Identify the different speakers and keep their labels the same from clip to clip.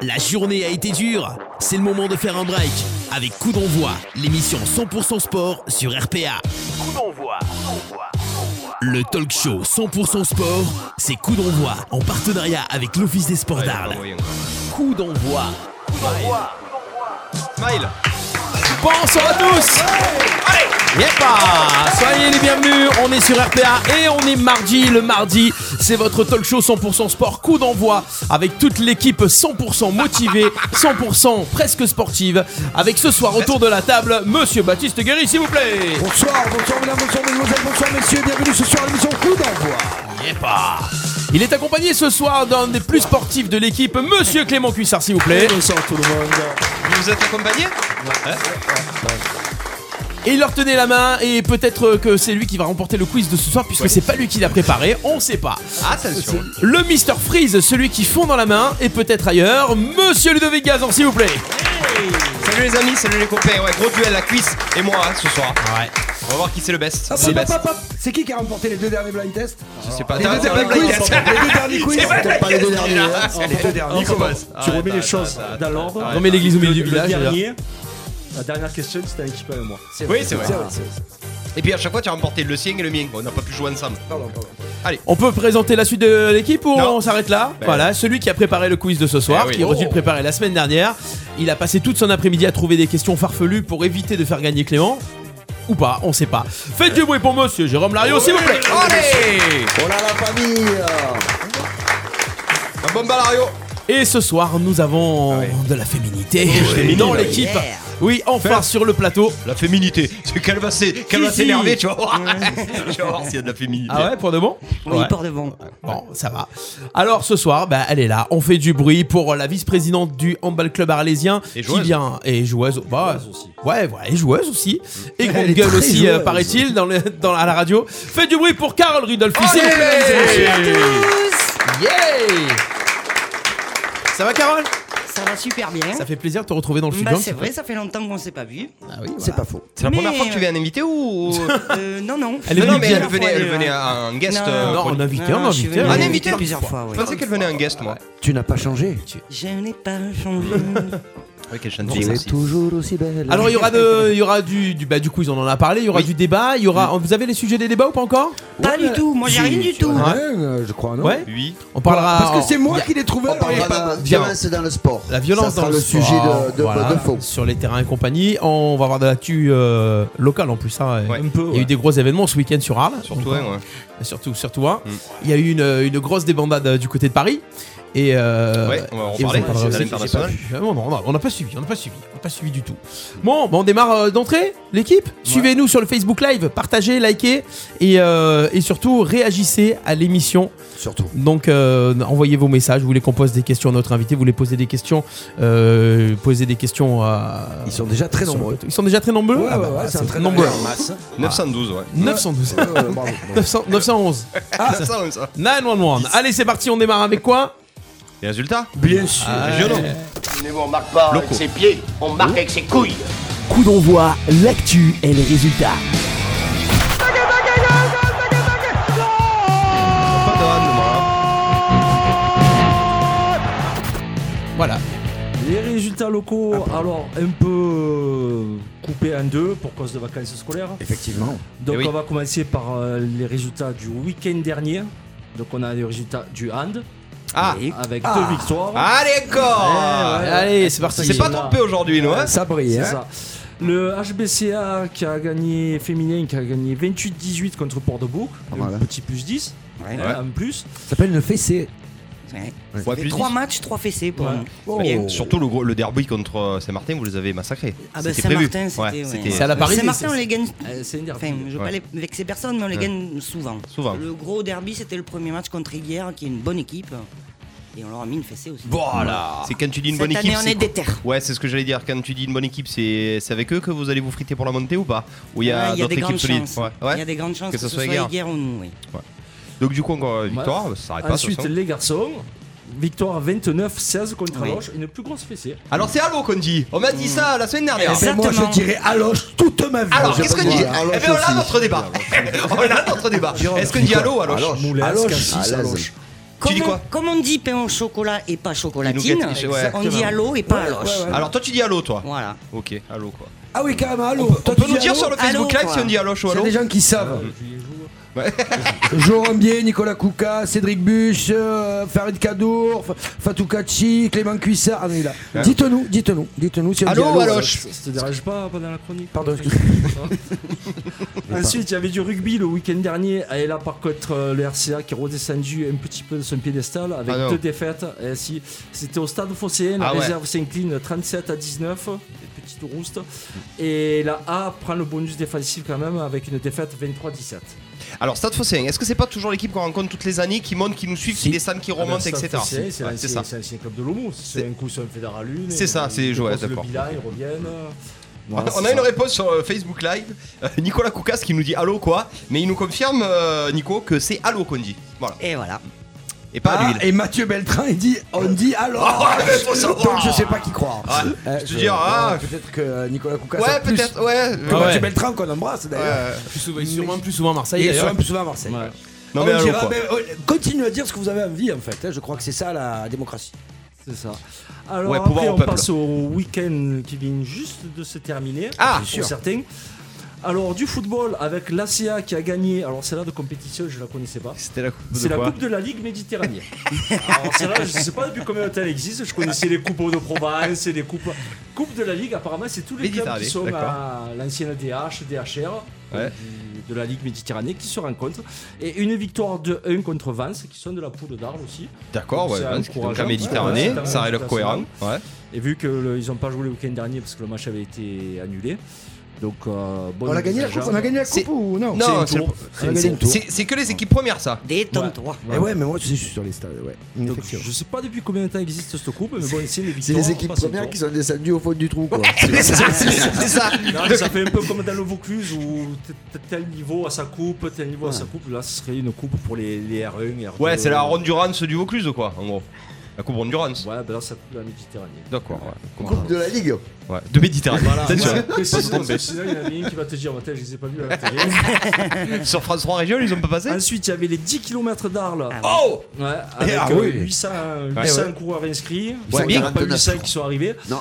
Speaker 1: La journée a été dure. C'est le moment de faire un break avec Coup d'envoi, l'émission 100% sport sur RPA. Coup d'envoi. Le talk show 100% sport, c'est Coup d'envoi en partenariat avec l'Office des sports d'Arles. Coup d'envoi.
Speaker 2: Smile
Speaker 1: Bonsoir à tous. Yepa Soyez les bienvenus, on est sur RPA et on est mardi. Le mardi, c'est votre talk show 100% sport, coup d'envoi, avec toute l'équipe 100% motivée, 100% presque sportive. Avec ce soir autour de la table, monsieur Baptiste Guéry, s'il vous plaît.
Speaker 3: Bonsoir, bonsoir mesdames, bonsoir mesdemoiselles, bonsoir messieurs, bienvenue ce soir à l'émission Coup d'envoi.
Speaker 1: Yepa Il est accompagné ce soir d'un des plus sportifs de l'équipe, monsieur Clément Cuissard, s'il vous plaît.
Speaker 3: Bonsoir tout le monde.
Speaker 2: Vous êtes accompagné
Speaker 1: Et il leur tenait la main et peut-être que c'est lui qui va remporter le quiz de ce soir puisque c'est pas lui qui l'a préparé, on sait pas.
Speaker 2: Attention
Speaker 1: Le Mister Freeze, celui qui fond dans la main et peut-être ailleurs, Monsieur Ludovic Gazan, s'il vous plaît.
Speaker 2: Salut les amis, salut les copains, ouais, gros duel la cuisse et moi hein, ce soir. Ouais. On va voir qui c'est le best.
Speaker 3: Hop,
Speaker 2: C'est
Speaker 3: hop,
Speaker 2: best.
Speaker 3: hop, hop. Ah, C'est qui qui a remporté les deux derniers blind tests
Speaker 2: Je sais pas.
Speaker 3: Les deux derniers quiz
Speaker 2: hein.
Speaker 3: Les deux derniers quiz
Speaker 2: C'est pas
Speaker 3: Peut-être
Speaker 2: la
Speaker 3: les deux
Speaker 2: question,
Speaker 3: derniers.
Speaker 2: là.
Speaker 3: hein.
Speaker 2: C'est
Speaker 3: Les deux derniers.
Speaker 2: Nico
Speaker 3: Comment
Speaker 2: Boss.
Speaker 4: Tu
Speaker 2: Ah,
Speaker 4: remets
Speaker 2: attends,
Speaker 4: les choses
Speaker 2: attends,
Speaker 4: dans l'ordre.
Speaker 2: attends,
Speaker 1: Remets l'église au milieu
Speaker 4: Le-
Speaker 1: du
Speaker 4: le
Speaker 1: village. d'ailleurs.
Speaker 4: dernier, La dernière question, c'était un équipe avec moi.
Speaker 2: Oui, c'est vrai.
Speaker 3: C'est vrai, c'est vrai.
Speaker 2: Et puis à chaque fois, tu as remporté le sien et le mien. On n'a pas pu jouer ensemble.
Speaker 3: Pardon, pardon.
Speaker 1: On peut présenter la suite de l'équipe ou
Speaker 2: Non.
Speaker 1: on s'arrête là
Speaker 2: Ben.
Speaker 1: Voilà, celui qui a préparé le quiz de ce soir,
Speaker 2: Eh oui.
Speaker 1: qui aurait dû
Speaker 2: Oh.
Speaker 1: le préparer la semaine dernière. Il a passé toute son après-midi à trouver des questions farfelues pour éviter de faire gagner Clément. Ou pas, on sait pas. Faites du bruit pour monsieur Jérôme Lario, s'il vous plaît.
Speaker 2: Allez
Speaker 3: Oh là la famille
Speaker 2: La bombe à Ah Lario
Speaker 1: Et ce soir, nous avons de la féminité
Speaker 2: Oh, bah
Speaker 1: dans l'équipe. Oui, enfin sur le plateau.
Speaker 2: La féminité. C'est qu'elle va s'é- qu'elle va
Speaker 1: si.
Speaker 2: s'énerver, tu vas voir. Tu vas voir s'il y a de la féminité.
Speaker 1: Ah ouais, pour de bon
Speaker 5: Oui,
Speaker 1: Ouais.
Speaker 5: pour de bon.
Speaker 1: Bon, ça va. Alors ce soir, bah, elle est là. On fait du bruit pour la vice-présidente du handball club arlésien
Speaker 2: Et
Speaker 1: qui
Speaker 2: joueuse.
Speaker 1: vient et joueuse. Bah,
Speaker 4: Joueuse aussi.
Speaker 1: Ouais, ouais, et joueuse aussi. Et grande
Speaker 3: est
Speaker 1: gueule
Speaker 3: très
Speaker 1: aussi, euh,
Speaker 3: joueuse.
Speaker 1: paraît-il, dans le, dans, à la radio. Fait du bruit pour Carole Rudolphi. s'il vous plaît. Yeah Ça va, Carole
Speaker 5: Ça va super bien.
Speaker 1: Ça fait plaisir de te retrouver dans le
Speaker 5: Hein Bah,
Speaker 1: studio. un
Speaker 5: c'est
Speaker 1: petit
Speaker 5: vrai, ça fait longtemps qu'on s'est pas vu.
Speaker 1: peu. Ah oui, voilà.
Speaker 3: C'est pas faux.
Speaker 2: C'est la
Speaker 5: Mais-
Speaker 2: première fois que tu viens un invité ou.
Speaker 5: Euh, non, non.
Speaker 1: Elle est
Speaker 2: non, non,
Speaker 1: venue
Speaker 2: mais
Speaker 1: bien.
Speaker 2: elle venait, elle venait en guest.
Speaker 5: Non,
Speaker 2: euh,
Speaker 1: Non,
Speaker 2: chronique.
Speaker 1: on a invité,
Speaker 5: Non,
Speaker 1: on a
Speaker 5: je suis
Speaker 1: invité. on
Speaker 2: Ah,
Speaker 5: venu
Speaker 1: a
Speaker 2: invité.
Speaker 1: invité.
Speaker 5: plusieurs fois, ouais.
Speaker 2: Je pensais qu'elle venait en guest, moi.
Speaker 3: Tu n'as pas changé.
Speaker 5: Je n'ai pas changé.
Speaker 2: Ah, Ouais, quelle chaîne
Speaker 3: Tu es toujours aussi belle.
Speaker 1: Alors il y aura de, il y aura du, du bah du quiz on en a parlé, il y aura du débat, il y aura, vous avez les sujets des débats ou pas encore
Speaker 5: pas du tout, moi j'ai rien du tout.
Speaker 3: Ouais, euh, je crois, non
Speaker 1: Ouais.
Speaker 2: Oui.
Speaker 1: On parlera.
Speaker 3: Parce que
Speaker 1: en-
Speaker 3: c'est moi qui l'ai trouvé.
Speaker 6: On
Speaker 3: alors il y a
Speaker 6: parlera de
Speaker 3: pas-
Speaker 6: la
Speaker 1: Viens.
Speaker 6: violence dans le sport.
Speaker 1: La violence
Speaker 6: Ça sera
Speaker 1: dans le,
Speaker 6: sujet
Speaker 1: sport,
Speaker 6: de, de,
Speaker 1: voilà,
Speaker 6: de faux.
Speaker 1: Sur les terrains et compagnie, on va avoir de l'actu euh, locale en plus. ça
Speaker 2: Ouais.
Speaker 4: Un peu.
Speaker 1: Il y a eu
Speaker 4: ouais.
Speaker 1: des gros événements ce week-end sur Arles.
Speaker 2: Surtout,
Speaker 1: Donc,
Speaker 2: ouais, ouais.
Speaker 1: surtout, surtout un. Il y a eu une, une grosse débandade euh, du côté de Paris. Et euh,
Speaker 2: Ouais, on va en
Speaker 1: et vous
Speaker 2: parler,
Speaker 1: parlerez
Speaker 2: c'est
Speaker 1: aussi.
Speaker 2: à l'international.
Speaker 1: J'ai pas vu. Non, non, non, on n'a pas suivi, on n'a pas suivi, on n'a pas suivi du tout. Bon, bah, on démarre euh, d'entrée, l'équipe. Suivez-nous sur le Facebook Live, partagez, likez et, euh, et surtout réagissez à l'émission.
Speaker 6: Surtout.
Speaker 1: Donc euh, envoyez vos messages, vous voulez qu'on pose des questions à notre invité, vous voulez poser des questions, euh, poser des questions à...
Speaker 3: Ils sont déjà très
Speaker 1: sur le
Speaker 3: nombreux.
Speaker 1: plateau. Ils sont déjà très nombreux
Speaker 3: Ouais,
Speaker 1: Ah bah,
Speaker 3: ouais, ouais, c'est un très
Speaker 1: nombreux.
Speaker 3: en masse.
Speaker 2: 912, ouais.
Speaker 1: 912.
Speaker 3: Ouais, ouais, bravo.
Speaker 1: 900 911.
Speaker 2: Ah, ça, ça, ça.
Speaker 1: 911. Allez, c'est parti, on démarre avec quoi
Speaker 2: Les résultats
Speaker 1: Ah,
Speaker 3: Bien sûr.
Speaker 2: Régionaux.
Speaker 7: Mais on marque pas
Speaker 2: Loco.
Speaker 7: avec ses pieds, on marque avec ses couilles.
Speaker 8: Coup d'envoi, l'actu et les résultats.
Speaker 2: Pas de hein. râne, moi.
Speaker 1: Voilà.
Speaker 4: Les résultats locaux, alors un peu euh, coupés en deux pour cause de vacances scolaires.
Speaker 3: Effectivement.
Speaker 4: Donc
Speaker 2: Eh oui.
Speaker 4: on va commencer par euh, les résultats du week-end dernier. Donc on a les résultats du hand
Speaker 2: Ah,
Speaker 4: avec
Speaker 3: Ah.
Speaker 4: deux victoires. Eh,
Speaker 2: allez,
Speaker 4: Ouais,
Speaker 2: corps
Speaker 4: ouais.
Speaker 1: Allez, c'est parti.
Speaker 2: C'est pas trompé aujourd'hui, nous, hein
Speaker 3: Ça brille,
Speaker 4: C'est
Speaker 3: hein.
Speaker 4: ça. Le HBCA qui a gagné féminin, qui a gagné 28-18 contre Port de Bourg,
Speaker 6: Pas mal,
Speaker 4: un
Speaker 6: hein.
Speaker 4: petit plus 10
Speaker 5: Ouais.
Speaker 4: hein, en plus.
Speaker 3: Ça s'appelle une fessée.
Speaker 5: Ouais.
Speaker 2: Ouais, plus
Speaker 5: Trois
Speaker 2: dix.
Speaker 5: matchs, trois fessées pour
Speaker 4: Ouais.
Speaker 5: nous.
Speaker 3: Oh.
Speaker 5: Bien.
Speaker 2: Surtout le, gros- le derby contre euh, Saint-Martin, vous les avez massacrés.
Speaker 5: Ah bah
Speaker 2: C'était prévu.
Speaker 5: Saint-Martin,
Speaker 2: Ouais,
Speaker 5: c'était.
Speaker 2: c'était-
Speaker 5: ouais.
Speaker 1: C'est à la Paris, c'est-
Speaker 5: Saint-Martin, on les gagne.
Speaker 4: Euh, c'est une
Speaker 5: Enfin, je veux
Speaker 2: Ouais.
Speaker 5: pas les vexer personne, mais on les
Speaker 2: Ouais.
Speaker 5: gagne souvent.
Speaker 2: Souvent.
Speaker 5: Le gros derby, c'était le premier match contre Iguerre, qui est une bonne équipe. Et on leur a mis une fessée aussi.
Speaker 2: Voilà. C'est quand tu dis une
Speaker 5: Cette
Speaker 2: bonne
Speaker 5: année,
Speaker 2: équipe.
Speaker 5: on
Speaker 2: c'est
Speaker 5: est déter.
Speaker 2: Ouais, c'est ce que j'allais dire. Quand tu dis une bonne équipe, c'est c'est avec eux que vous allez vous friter pour la montée ou pas Ou il y a
Speaker 5: Ouais,
Speaker 2: d'autres
Speaker 5: des grandes
Speaker 2: équipes solides
Speaker 5: chances.
Speaker 2: Ouais.
Speaker 5: Il y a
Speaker 2: ouais.
Speaker 5: des grandes chances
Speaker 2: Que
Speaker 5: que,
Speaker 2: ce
Speaker 5: ce
Speaker 2: soit
Speaker 5: soit
Speaker 2: Iguerre.
Speaker 5: Iguerre ou nous. oui.
Speaker 2: Donc, du coup, encore euh, victoire,
Speaker 4: Ouais.
Speaker 2: ça s'arrête pas. de toute
Speaker 4: Bah, Ensuite,
Speaker 2: façon.
Speaker 4: les garçons, victoire 29-16 contre
Speaker 5: Oui.
Speaker 4: Loche, une plus grosse fessée.
Speaker 2: Alors, c'est allô qu'on dit. On m'a dit ça la semaine dernière.
Speaker 3: Mais moi, je
Speaker 5: Exactement.
Speaker 3: dirais Aloche toute ma vie.
Speaker 2: Alors,
Speaker 3: Je
Speaker 2: qu'est-ce
Speaker 3: peux
Speaker 2: qu'on dit
Speaker 3: dire.
Speaker 6: Aloche
Speaker 2: Eh bien, on a
Speaker 6: aussi.
Speaker 2: notre débat. on a notre débat. Est-ce qu'on dit allô, Aloche
Speaker 3: Moulin,
Speaker 6: Aloche.
Speaker 3: Cassis,
Speaker 6: À l'aise.
Speaker 3: Aloche.
Speaker 2: Tu dis
Speaker 5: on-
Speaker 2: quoi
Speaker 5: comme on dit pain au chocolat et pas
Speaker 2: Et
Speaker 5: chocolatine,
Speaker 2: nougat, ouais.
Speaker 5: on dit à l'eau et pas à
Speaker 3: Ouais,
Speaker 5: l'oche.
Speaker 3: ouais, ouais.
Speaker 2: Alors toi tu dis allô toi
Speaker 5: Voilà.
Speaker 2: Ok, allô quoi.
Speaker 3: Ah oui, carrément, allô.
Speaker 2: On peut nous dire sur le
Speaker 5: Allô,
Speaker 2: Facebook Live
Speaker 5: quoi.
Speaker 2: si on dit allô ou
Speaker 3: Il y a
Speaker 2: allô
Speaker 3: des gens qui savent. Joran Bier, Nicolas Kouka, Cédric Buche, euh, Farid Kadour, F- Fatou Kachi, Clément Cuissard. Ah, non, il est là. Dites-nous, dites-nous, dites-nous si on
Speaker 2: Allô,
Speaker 3: dit
Speaker 2: ou
Speaker 3: allô. euh,
Speaker 2: allô
Speaker 4: Ça euh, ça te dérange pas euh, pendant la chronique
Speaker 3: Pardon,
Speaker 4: Ensuite, il y avait du rugby le week-end dernier. Et là, par contre, euh, le RCA qui est redescendu un petit peu de son piédestal avec
Speaker 2: Ah non.
Speaker 4: deux défaites. Et si, C'était au stade Phocéen. La
Speaker 2: Ah ouais.
Speaker 4: réserve s'incline 37 à 19. Petite rouste. Et la A prend le bonus défensif quand même avec une défaite 23-17.
Speaker 2: Alors Stade Phocéen, est-ce que c'est pas toujours l'équipe qu'on rencontre toutes les années qui monte, qui nous suit, qui descend, qui
Speaker 4: Ah ben,
Speaker 2: remonte,
Speaker 4: Stade
Speaker 2: etc.
Speaker 4: Phocéen, C'est
Speaker 2: Ouais,
Speaker 4: l'ancien-
Speaker 2: ça.
Speaker 4: c'est l'ancien club de l'OMO. C'est
Speaker 2: C'est-
Speaker 4: un coup, c'est un fédéral lune.
Speaker 2: C'est ça,
Speaker 4: et
Speaker 2: c'est-
Speaker 4: ils
Speaker 2: ouais,
Speaker 4: déposent
Speaker 2: d'accord.
Speaker 4: Le bilan, ils reviennent. Voilà,
Speaker 2: On
Speaker 4: c'est
Speaker 2: a une
Speaker 4: ça.
Speaker 2: réponse sur euh, Facebook Live. Euh, Nicolas Koukas qui nous dit allô quoi, mais il nous confirme euh, Nico que c'est allô qu'on dit. Voilà.
Speaker 5: Et voilà.
Speaker 2: Et pas à
Speaker 3: Ah,
Speaker 2: l'huile.
Speaker 3: et Mathieu Beltrin, il dit on dit allô.
Speaker 2: Ah, ouais, faut savoir. Ah,
Speaker 3: Donc je sais pas qui croire.
Speaker 2: Ouais,
Speaker 3: Euh,
Speaker 2: je te dis, ah.
Speaker 3: Peut-être que Nicolas Kouka.
Speaker 2: Ouais,
Speaker 3: sait plus
Speaker 2: peut-être, ouais.
Speaker 3: Que
Speaker 2: ouais.
Speaker 3: Mathieu Beltrin qu'on embrasse d'ailleurs.
Speaker 2: Euh,
Speaker 1: Plus souvent, sûrement plus souvent à
Speaker 3: Et
Speaker 1: Marseille.
Speaker 3: ils
Speaker 1: d'ailleurs. Ah,
Speaker 3: sont un peu souvent à Marseille.
Speaker 4: Ouais.
Speaker 2: Non
Speaker 3: On
Speaker 2: mais allô
Speaker 3: dira,
Speaker 2: quoi.
Speaker 3: mais, euh, Continuez à dire ce que vous avez envie en fait. hein. Je crois que c'est ça la démocratie.
Speaker 4: C'est ça. Alors
Speaker 2: Ouais, pouvoir
Speaker 4: après,
Speaker 2: au
Speaker 4: on
Speaker 2: peuple.
Speaker 4: passe au week-end qui vient juste de se terminer.
Speaker 2: Ah,
Speaker 4: pour
Speaker 2: sûr.
Speaker 4: certains. Alors du football avec l'ACA qui a gagné. Alors celle-là de compétition, je la connaissais pas.
Speaker 2: C'était la coupe
Speaker 4: C'est la Coupe de la Ligue Méditerranée. Alors celle-là, je sais pas depuis combien de temps elle existe. Je connaissais les coupes de Provence, et les coupes. Coupe de la Ligue, apparemment, c'est tous les clubs
Speaker 2: Méditerranée,
Speaker 4: qui sont
Speaker 2: d'accord.
Speaker 4: à l'ancienne DH, DHR. donc
Speaker 2: Ouais.
Speaker 4: euh, du- de la Ligue Méditerranée qui se rencontrent et une victoire de 1 contre Vence qui sont de la poule d'Arles aussi
Speaker 2: D'accord, ouais.
Speaker 4: C'est
Speaker 2: Vance, qui est Donc
Speaker 4: encourageant.
Speaker 2: la Méditerranée,
Speaker 4: Ouais, ouais,
Speaker 2: hein. ça
Speaker 4: c'est
Speaker 2: a l'air
Speaker 4: un
Speaker 2: cohérent. Ouais.
Speaker 4: Et vu qu'ils n'ont pas joué le week-end dernier parce que le match avait été annulé. Donc, euh, bon
Speaker 3: On a gagné la coupe,
Speaker 4: envisageable.
Speaker 3: on a gagné la
Speaker 2: C'est-
Speaker 3: coupe ou non
Speaker 2: Non,
Speaker 3: une
Speaker 2: c'est
Speaker 3: tour.
Speaker 2: le-
Speaker 3: On a gagné une tour.
Speaker 2: C'est c'est que les équipes premières ça.
Speaker 5: Détends-toi.
Speaker 3: Eh ouais, mais moi je suis sur les stades. Ouais.
Speaker 4: Donc,
Speaker 3: Effectivement.
Speaker 4: je sais pas depuis combien de temps existe cette coupe, mais bon, c'est les
Speaker 3: C'est
Speaker 4: victoires.
Speaker 3: les équipes
Speaker 4: on passe au
Speaker 3: premières
Speaker 4: tour.
Speaker 3: qui sont descendues au fond du trou. Quoi.
Speaker 2: C'est ça. c'est ça.
Speaker 4: Non, mais ça fait un peu comme dans le Vaucluse où t- t- tel niveau à sa coupe, tel niveau à sa coupe. Là, ce serait une coupe pour les, les R1, R2.
Speaker 2: Ouais, c'est la Rondurance du Vaucluse quoi, en gros. La coupe Rondurance.
Speaker 4: Ouais, ben là, ça coupe la Méditerranée.
Speaker 2: D'accord, ouais.
Speaker 3: Coupe de la Ligue.
Speaker 2: Ouais, De Méditerranée.
Speaker 4: Voilà,
Speaker 2: C'est sûr.
Speaker 4: voilà, précise, parce que sinon, il y en a un qui va te dire, oh, putain, je les ai pas vus hein. à la télé.
Speaker 2: Sur France 3 Région, ils ont pas passé
Speaker 4: Ensuite, il y avait les 10 km d'Arles.
Speaker 2: Oh
Speaker 4: Ouais, avec
Speaker 2: ah
Speaker 4: euh,
Speaker 2: oui.
Speaker 4: 800,
Speaker 2: Ouais.
Speaker 4: 800
Speaker 2: Ouais.
Speaker 4: coureurs inscrits.
Speaker 2: Ouais,
Speaker 4: Il y
Speaker 2: bien.
Speaker 4: en a pas 800 qui sont arrivés.
Speaker 2: Ah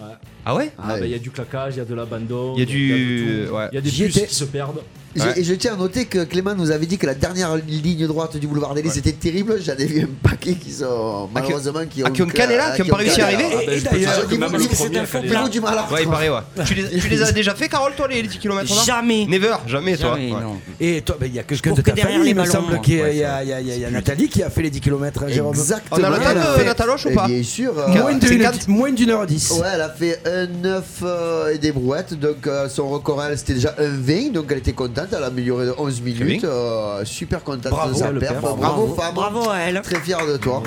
Speaker 4: Ouais.
Speaker 2: Ah ouais
Speaker 4: Ah, bah, Il y a du claquage, il y a de l'abandon.
Speaker 2: Il y a du-
Speaker 4: de tout.
Speaker 2: ouais.
Speaker 4: Il y a des
Speaker 6: J'y
Speaker 4: bus
Speaker 6: étais.
Speaker 4: qui se perdent.
Speaker 6: J'ai-
Speaker 2: Ouais.
Speaker 6: Et je tiens à noter que Clément nous avait dit que la dernière ligne droite du boulevard d'Elysée était terrible. J'en ai vu un paquet qui sont malheureusement qui ont,
Speaker 2: ah, qui ont calé là,
Speaker 6: ah,
Speaker 2: qui ont pas réussi à
Speaker 6: calé.
Speaker 2: arriver
Speaker 4: Ah, ben, je peux te
Speaker 6: d'ailleurs,
Speaker 4: dire que
Speaker 6: dis-moi
Speaker 4: même
Speaker 6: si
Speaker 4: le
Speaker 6: c'est
Speaker 4: premier
Speaker 6: un
Speaker 4: a
Speaker 6: faux
Speaker 4: calé.
Speaker 6: Ils ont du mal à
Speaker 2: Ouais, il
Speaker 6: reprendre.
Speaker 2: paraît, ouais. tu, les, tu les as déjà fait, Carole, toi, les, les 10 km là
Speaker 5: Jamais.
Speaker 2: Never, jamais, toi.
Speaker 5: Jamais,
Speaker 2: Ouais.
Speaker 5: non.
Speaker 3: Et toi, ben, il y a quelqu'un
Speaker 5: Pour
Speaker 3: de
Speaker 5: que
Speaker 3: ta
Speaker 5: derrière
Speaker 3: famille,
Speaker 5: les
Speaker 3: il me
Speaker 5: ballons, hein.
Speaker 3: semble
Speaker 5: moi.
Speaker 3: qu'il y a, il y a- il y a- il y a Nathalie qui a fait les 10 km. hein, Jérôme.
Speaker 6: Exactement.
Speaker 2: On a le temps
Speaker 6: Elle
Speaker 2: de
Speaker 6: fait-
Speaker 2: Nataloche ou
Speaker 6: Eh
Speaker 2: pas
Speaker 6: Bien sûr. euh,
Speaker 3: Moins de une-
Speaker 2: 50.
Speaker 3: Moins d'une heure dix.
Speaker 6: Ouais, elle a fait un 9 euh, et des brouettes, donc euh, son record à elle c'était déjà un 20, donc elle était contente, elle a amélioré de 11 minutes,
Speaker 2: bien.
Speaker 6: euh, super contente
Speaker 3: Bravo,
Speaker 6: de sa
Speaker 3: le
Speaker 6: perf,
Speaker 3: père,
Speaker 6: bravo,
Speaker 3: bravo.
Speaker 6: femme,
Speaker 5: Ah, Bravo à elle.
Speaker 6: très fière de toi.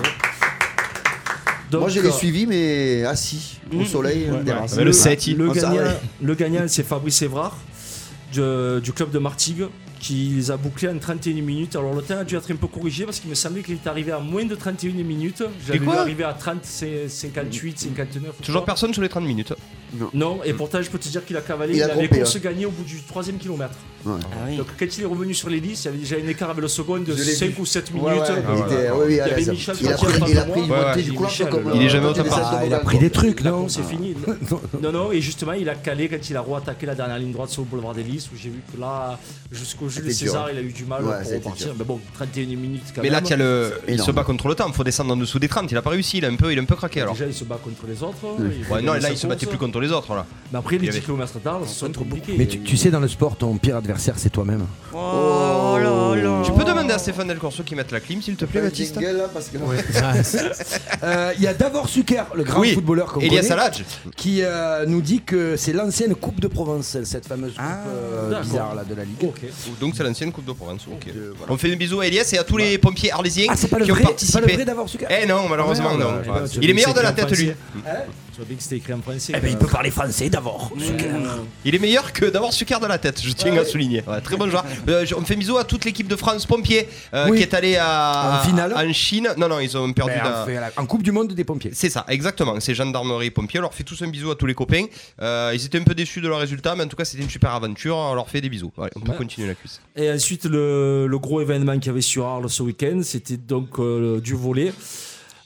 Speaker 4: Donc,
Speaker 6: Moi je l'ai
Speaker 4: euh, Mm.
Speaker 6: suivi mais assis, au
Speaker 5: Mmh.
Speaker 6: soleil, en terrasse.
Speaker 2: Ah, Mais le 7, il-
Speaker 4: le
Speaker 6: on s'en
Speaker 4: gagnant,
Speaker 6: allait.
Speaker 4: le gagnant, c'est Fabrice Évrard de- du club de Martigues qui les a bouclés en 31 minutes. Alors le temps a dû être un peu corrigé parce qu'il me semblait qu'il était arrivé à moins de 31 minutes. J'avais vu
Speaker 2: quoi
Speaker 4: arriver à 30, c'est 58, 59. ou
Speaker 2: Toujours
Speaker 4: quoi.
Speaker 2: personne sur les 30 minutes.
Speaker 4: Non, et pourtant je peux te dire qu'il a cavalé,
Speaker 6: Il
Speaker 4: il,
Speaker 6: a
Speaker 4: avait
Speaker 6: trompé,
Speaker 4: course gagnée au bout du troisième kilomètre.
Speaker 5: Ah oui.
Speaker 4: Donc quand il est revenu sur les listes, il y avait déjà un écart avec le second de
Speaker 6: Je l'ai
Speaker 4: 5 ou 7 minutes. euh,
Speaker 6: Ouais, ouais,
Speaker 2: Ah,
Speaker 6: il
Speaker 2: voilà.
Speaker 6: était- oui,
Speaker 4: avait
Speaker 6: oui, à l'aise.
Speaker 4: Michel
Speaker 6: il a
Speaker 4: Platini
Speaker 6: pris,
Speaker 4: en
Speaker 6: il a
Speaker 4: face de
Speaker 6: pris une
Speaker 4: moi.
Speaker 2: Ouais,
Speaker 6: montée
Speaker 2: ouais.
Speaker 6: du couloir
Speaker 4: Michel,
Speaker 6: comme
Speaker 2: il est jamais
Speaker 6: euh,
Speaker 2: autant
Speaker 6: des
Speaker 2: parti.
Speaker 6: Saint-Domingue.
Speaker 3: il a pris des trucs, non
Speaker 4: Non, c'est fini. Non, non, et justement, il a calé quand il a re-attaqué la dernière ligne droite sur le boulevard des Lys, où j'ai vu que là, jusqu'au Jules
Speaker 6: C'était
Speaker 4: César, il a eu du mal
Speaker 6: Ouais,
Speaker 4: pour
Speaker 6: c'était
Speaker 4: repartir.
Speaker 6: dur.
Speaker 4: Mais bon, 31 minutes quand
Speaker 2: Mais là,
Speaker 4: même.
Speaker 2: tiens, le... il
Speaker 6: énorme.
Speaker 2: se bat contre le temps, faut descendre en dessous des 30, il a pas réussi, il a un peu, il a un peu craqué alors.
Speaker 4: Déjà, il se bat contre les autres. hein. il fait
Speaker 2: Ouais, non,
Speaker 4: gagner
Speaker 2: là,
Speaker 4: sa
Speaker 2: il se
Speaker 4: course.
Speaker 2: battait plus contre les autres, là.
Speaker 4: Mais après,
Speaker 2: Il y
Speaker 4: les
Speaker 2: avait-
Speaker 4: 10 km d'Arles, ce sont trop compliqués.
Speaker 3: Mais tu, tu sais, dans le sport, ton pire adversaire, c'est toi-même.
Speaker 5: Oh là là.
Speaker 2: Tu peux demander à Stéphane Del Corso qui mette la clim, s'il te plaît,
Speaker 6: Le
Speaker 2: Baptiste
Speaker 6: jingle, là, parce que-
Speaker 3: Ah, Euh, Il y a Davor Suker, le grand
Speaker 2: Oui,
Speaker 3: footballeur qu'on
Speaker 2: Elias
Speaker 3: connaît,
Speaker 2: Aladj.
Speaker 3: qui euh, nous dit que c'est l'ancienne Coupe de Provence, cette fameuse coupe
Speaker 5: Ah,
Speaker 3: euh,
Speaker 4: d'accord.
Speaker 3: bizarre là, de la Ligue.
Speaker 4: Ok.
Speaker 2: Donc, c'est l'ancienne Coupe de Provence. ok. On fait un bisou à Elias et à tous les pompiers arlésiens
Speaker 3: Ah, c'est pas le
Speaker 2: qui ont
Speaker 3: vrai, c'est pas le vrai
Speaker 2: participé.
Speaker 3: Davor Suker
Speaker 2: Eh non, malheureusement,
Speaker 3: Ah, merde,
Speaker 2: non.
Speaker 3: ouais,
Speaker 2: Ouais.
Speaker 3: bah, tu
Speaker 2: Il est meilleur de la tête, lui.
Speaker 4: Tu vois bien que c'était écrit en français.
Speaker 3: Eh ben, il
Speaker 2: euh.
Speaker 4: quoi.
Speaker 3: peut parler français d'abord.
Speaker 4: Mais, euh,
Speaker 2: Il est meilleur que d'avoir Sucre dans la tête, je tiens à souligner. Ouais, très bon joueur. Euh, je- on fait bisous à toute l'équipe de France pompiers euh,
Speaker 3: Oui.
Speaker 2: qui est allée à,
Speaker 3: En finale
Speaker 2: en Chine. Non, non, ils ont perdu.
Speaker 3: Ben,
Speaker 2: la-
Speaker 3: on fait la- en Coupe du Monde des pompiers.
Speaker 2: C'est ça, exactement. C'est gendarmerie pompiers. On leur fait tous un bisou à tous les copains. Euh, ils étaient un peu déçus de leur résultat, mais en tout cas, c'était une super aventure. On leur fait des bisous. Ouais, on peut
Speaker 4: Ouais.
Speaker 2: continuer la cuisse.
Speaker 4: Et ensuite, le, le gros événement qu'il y avait sur Arles ce week-end, c'était donc euh, du volet.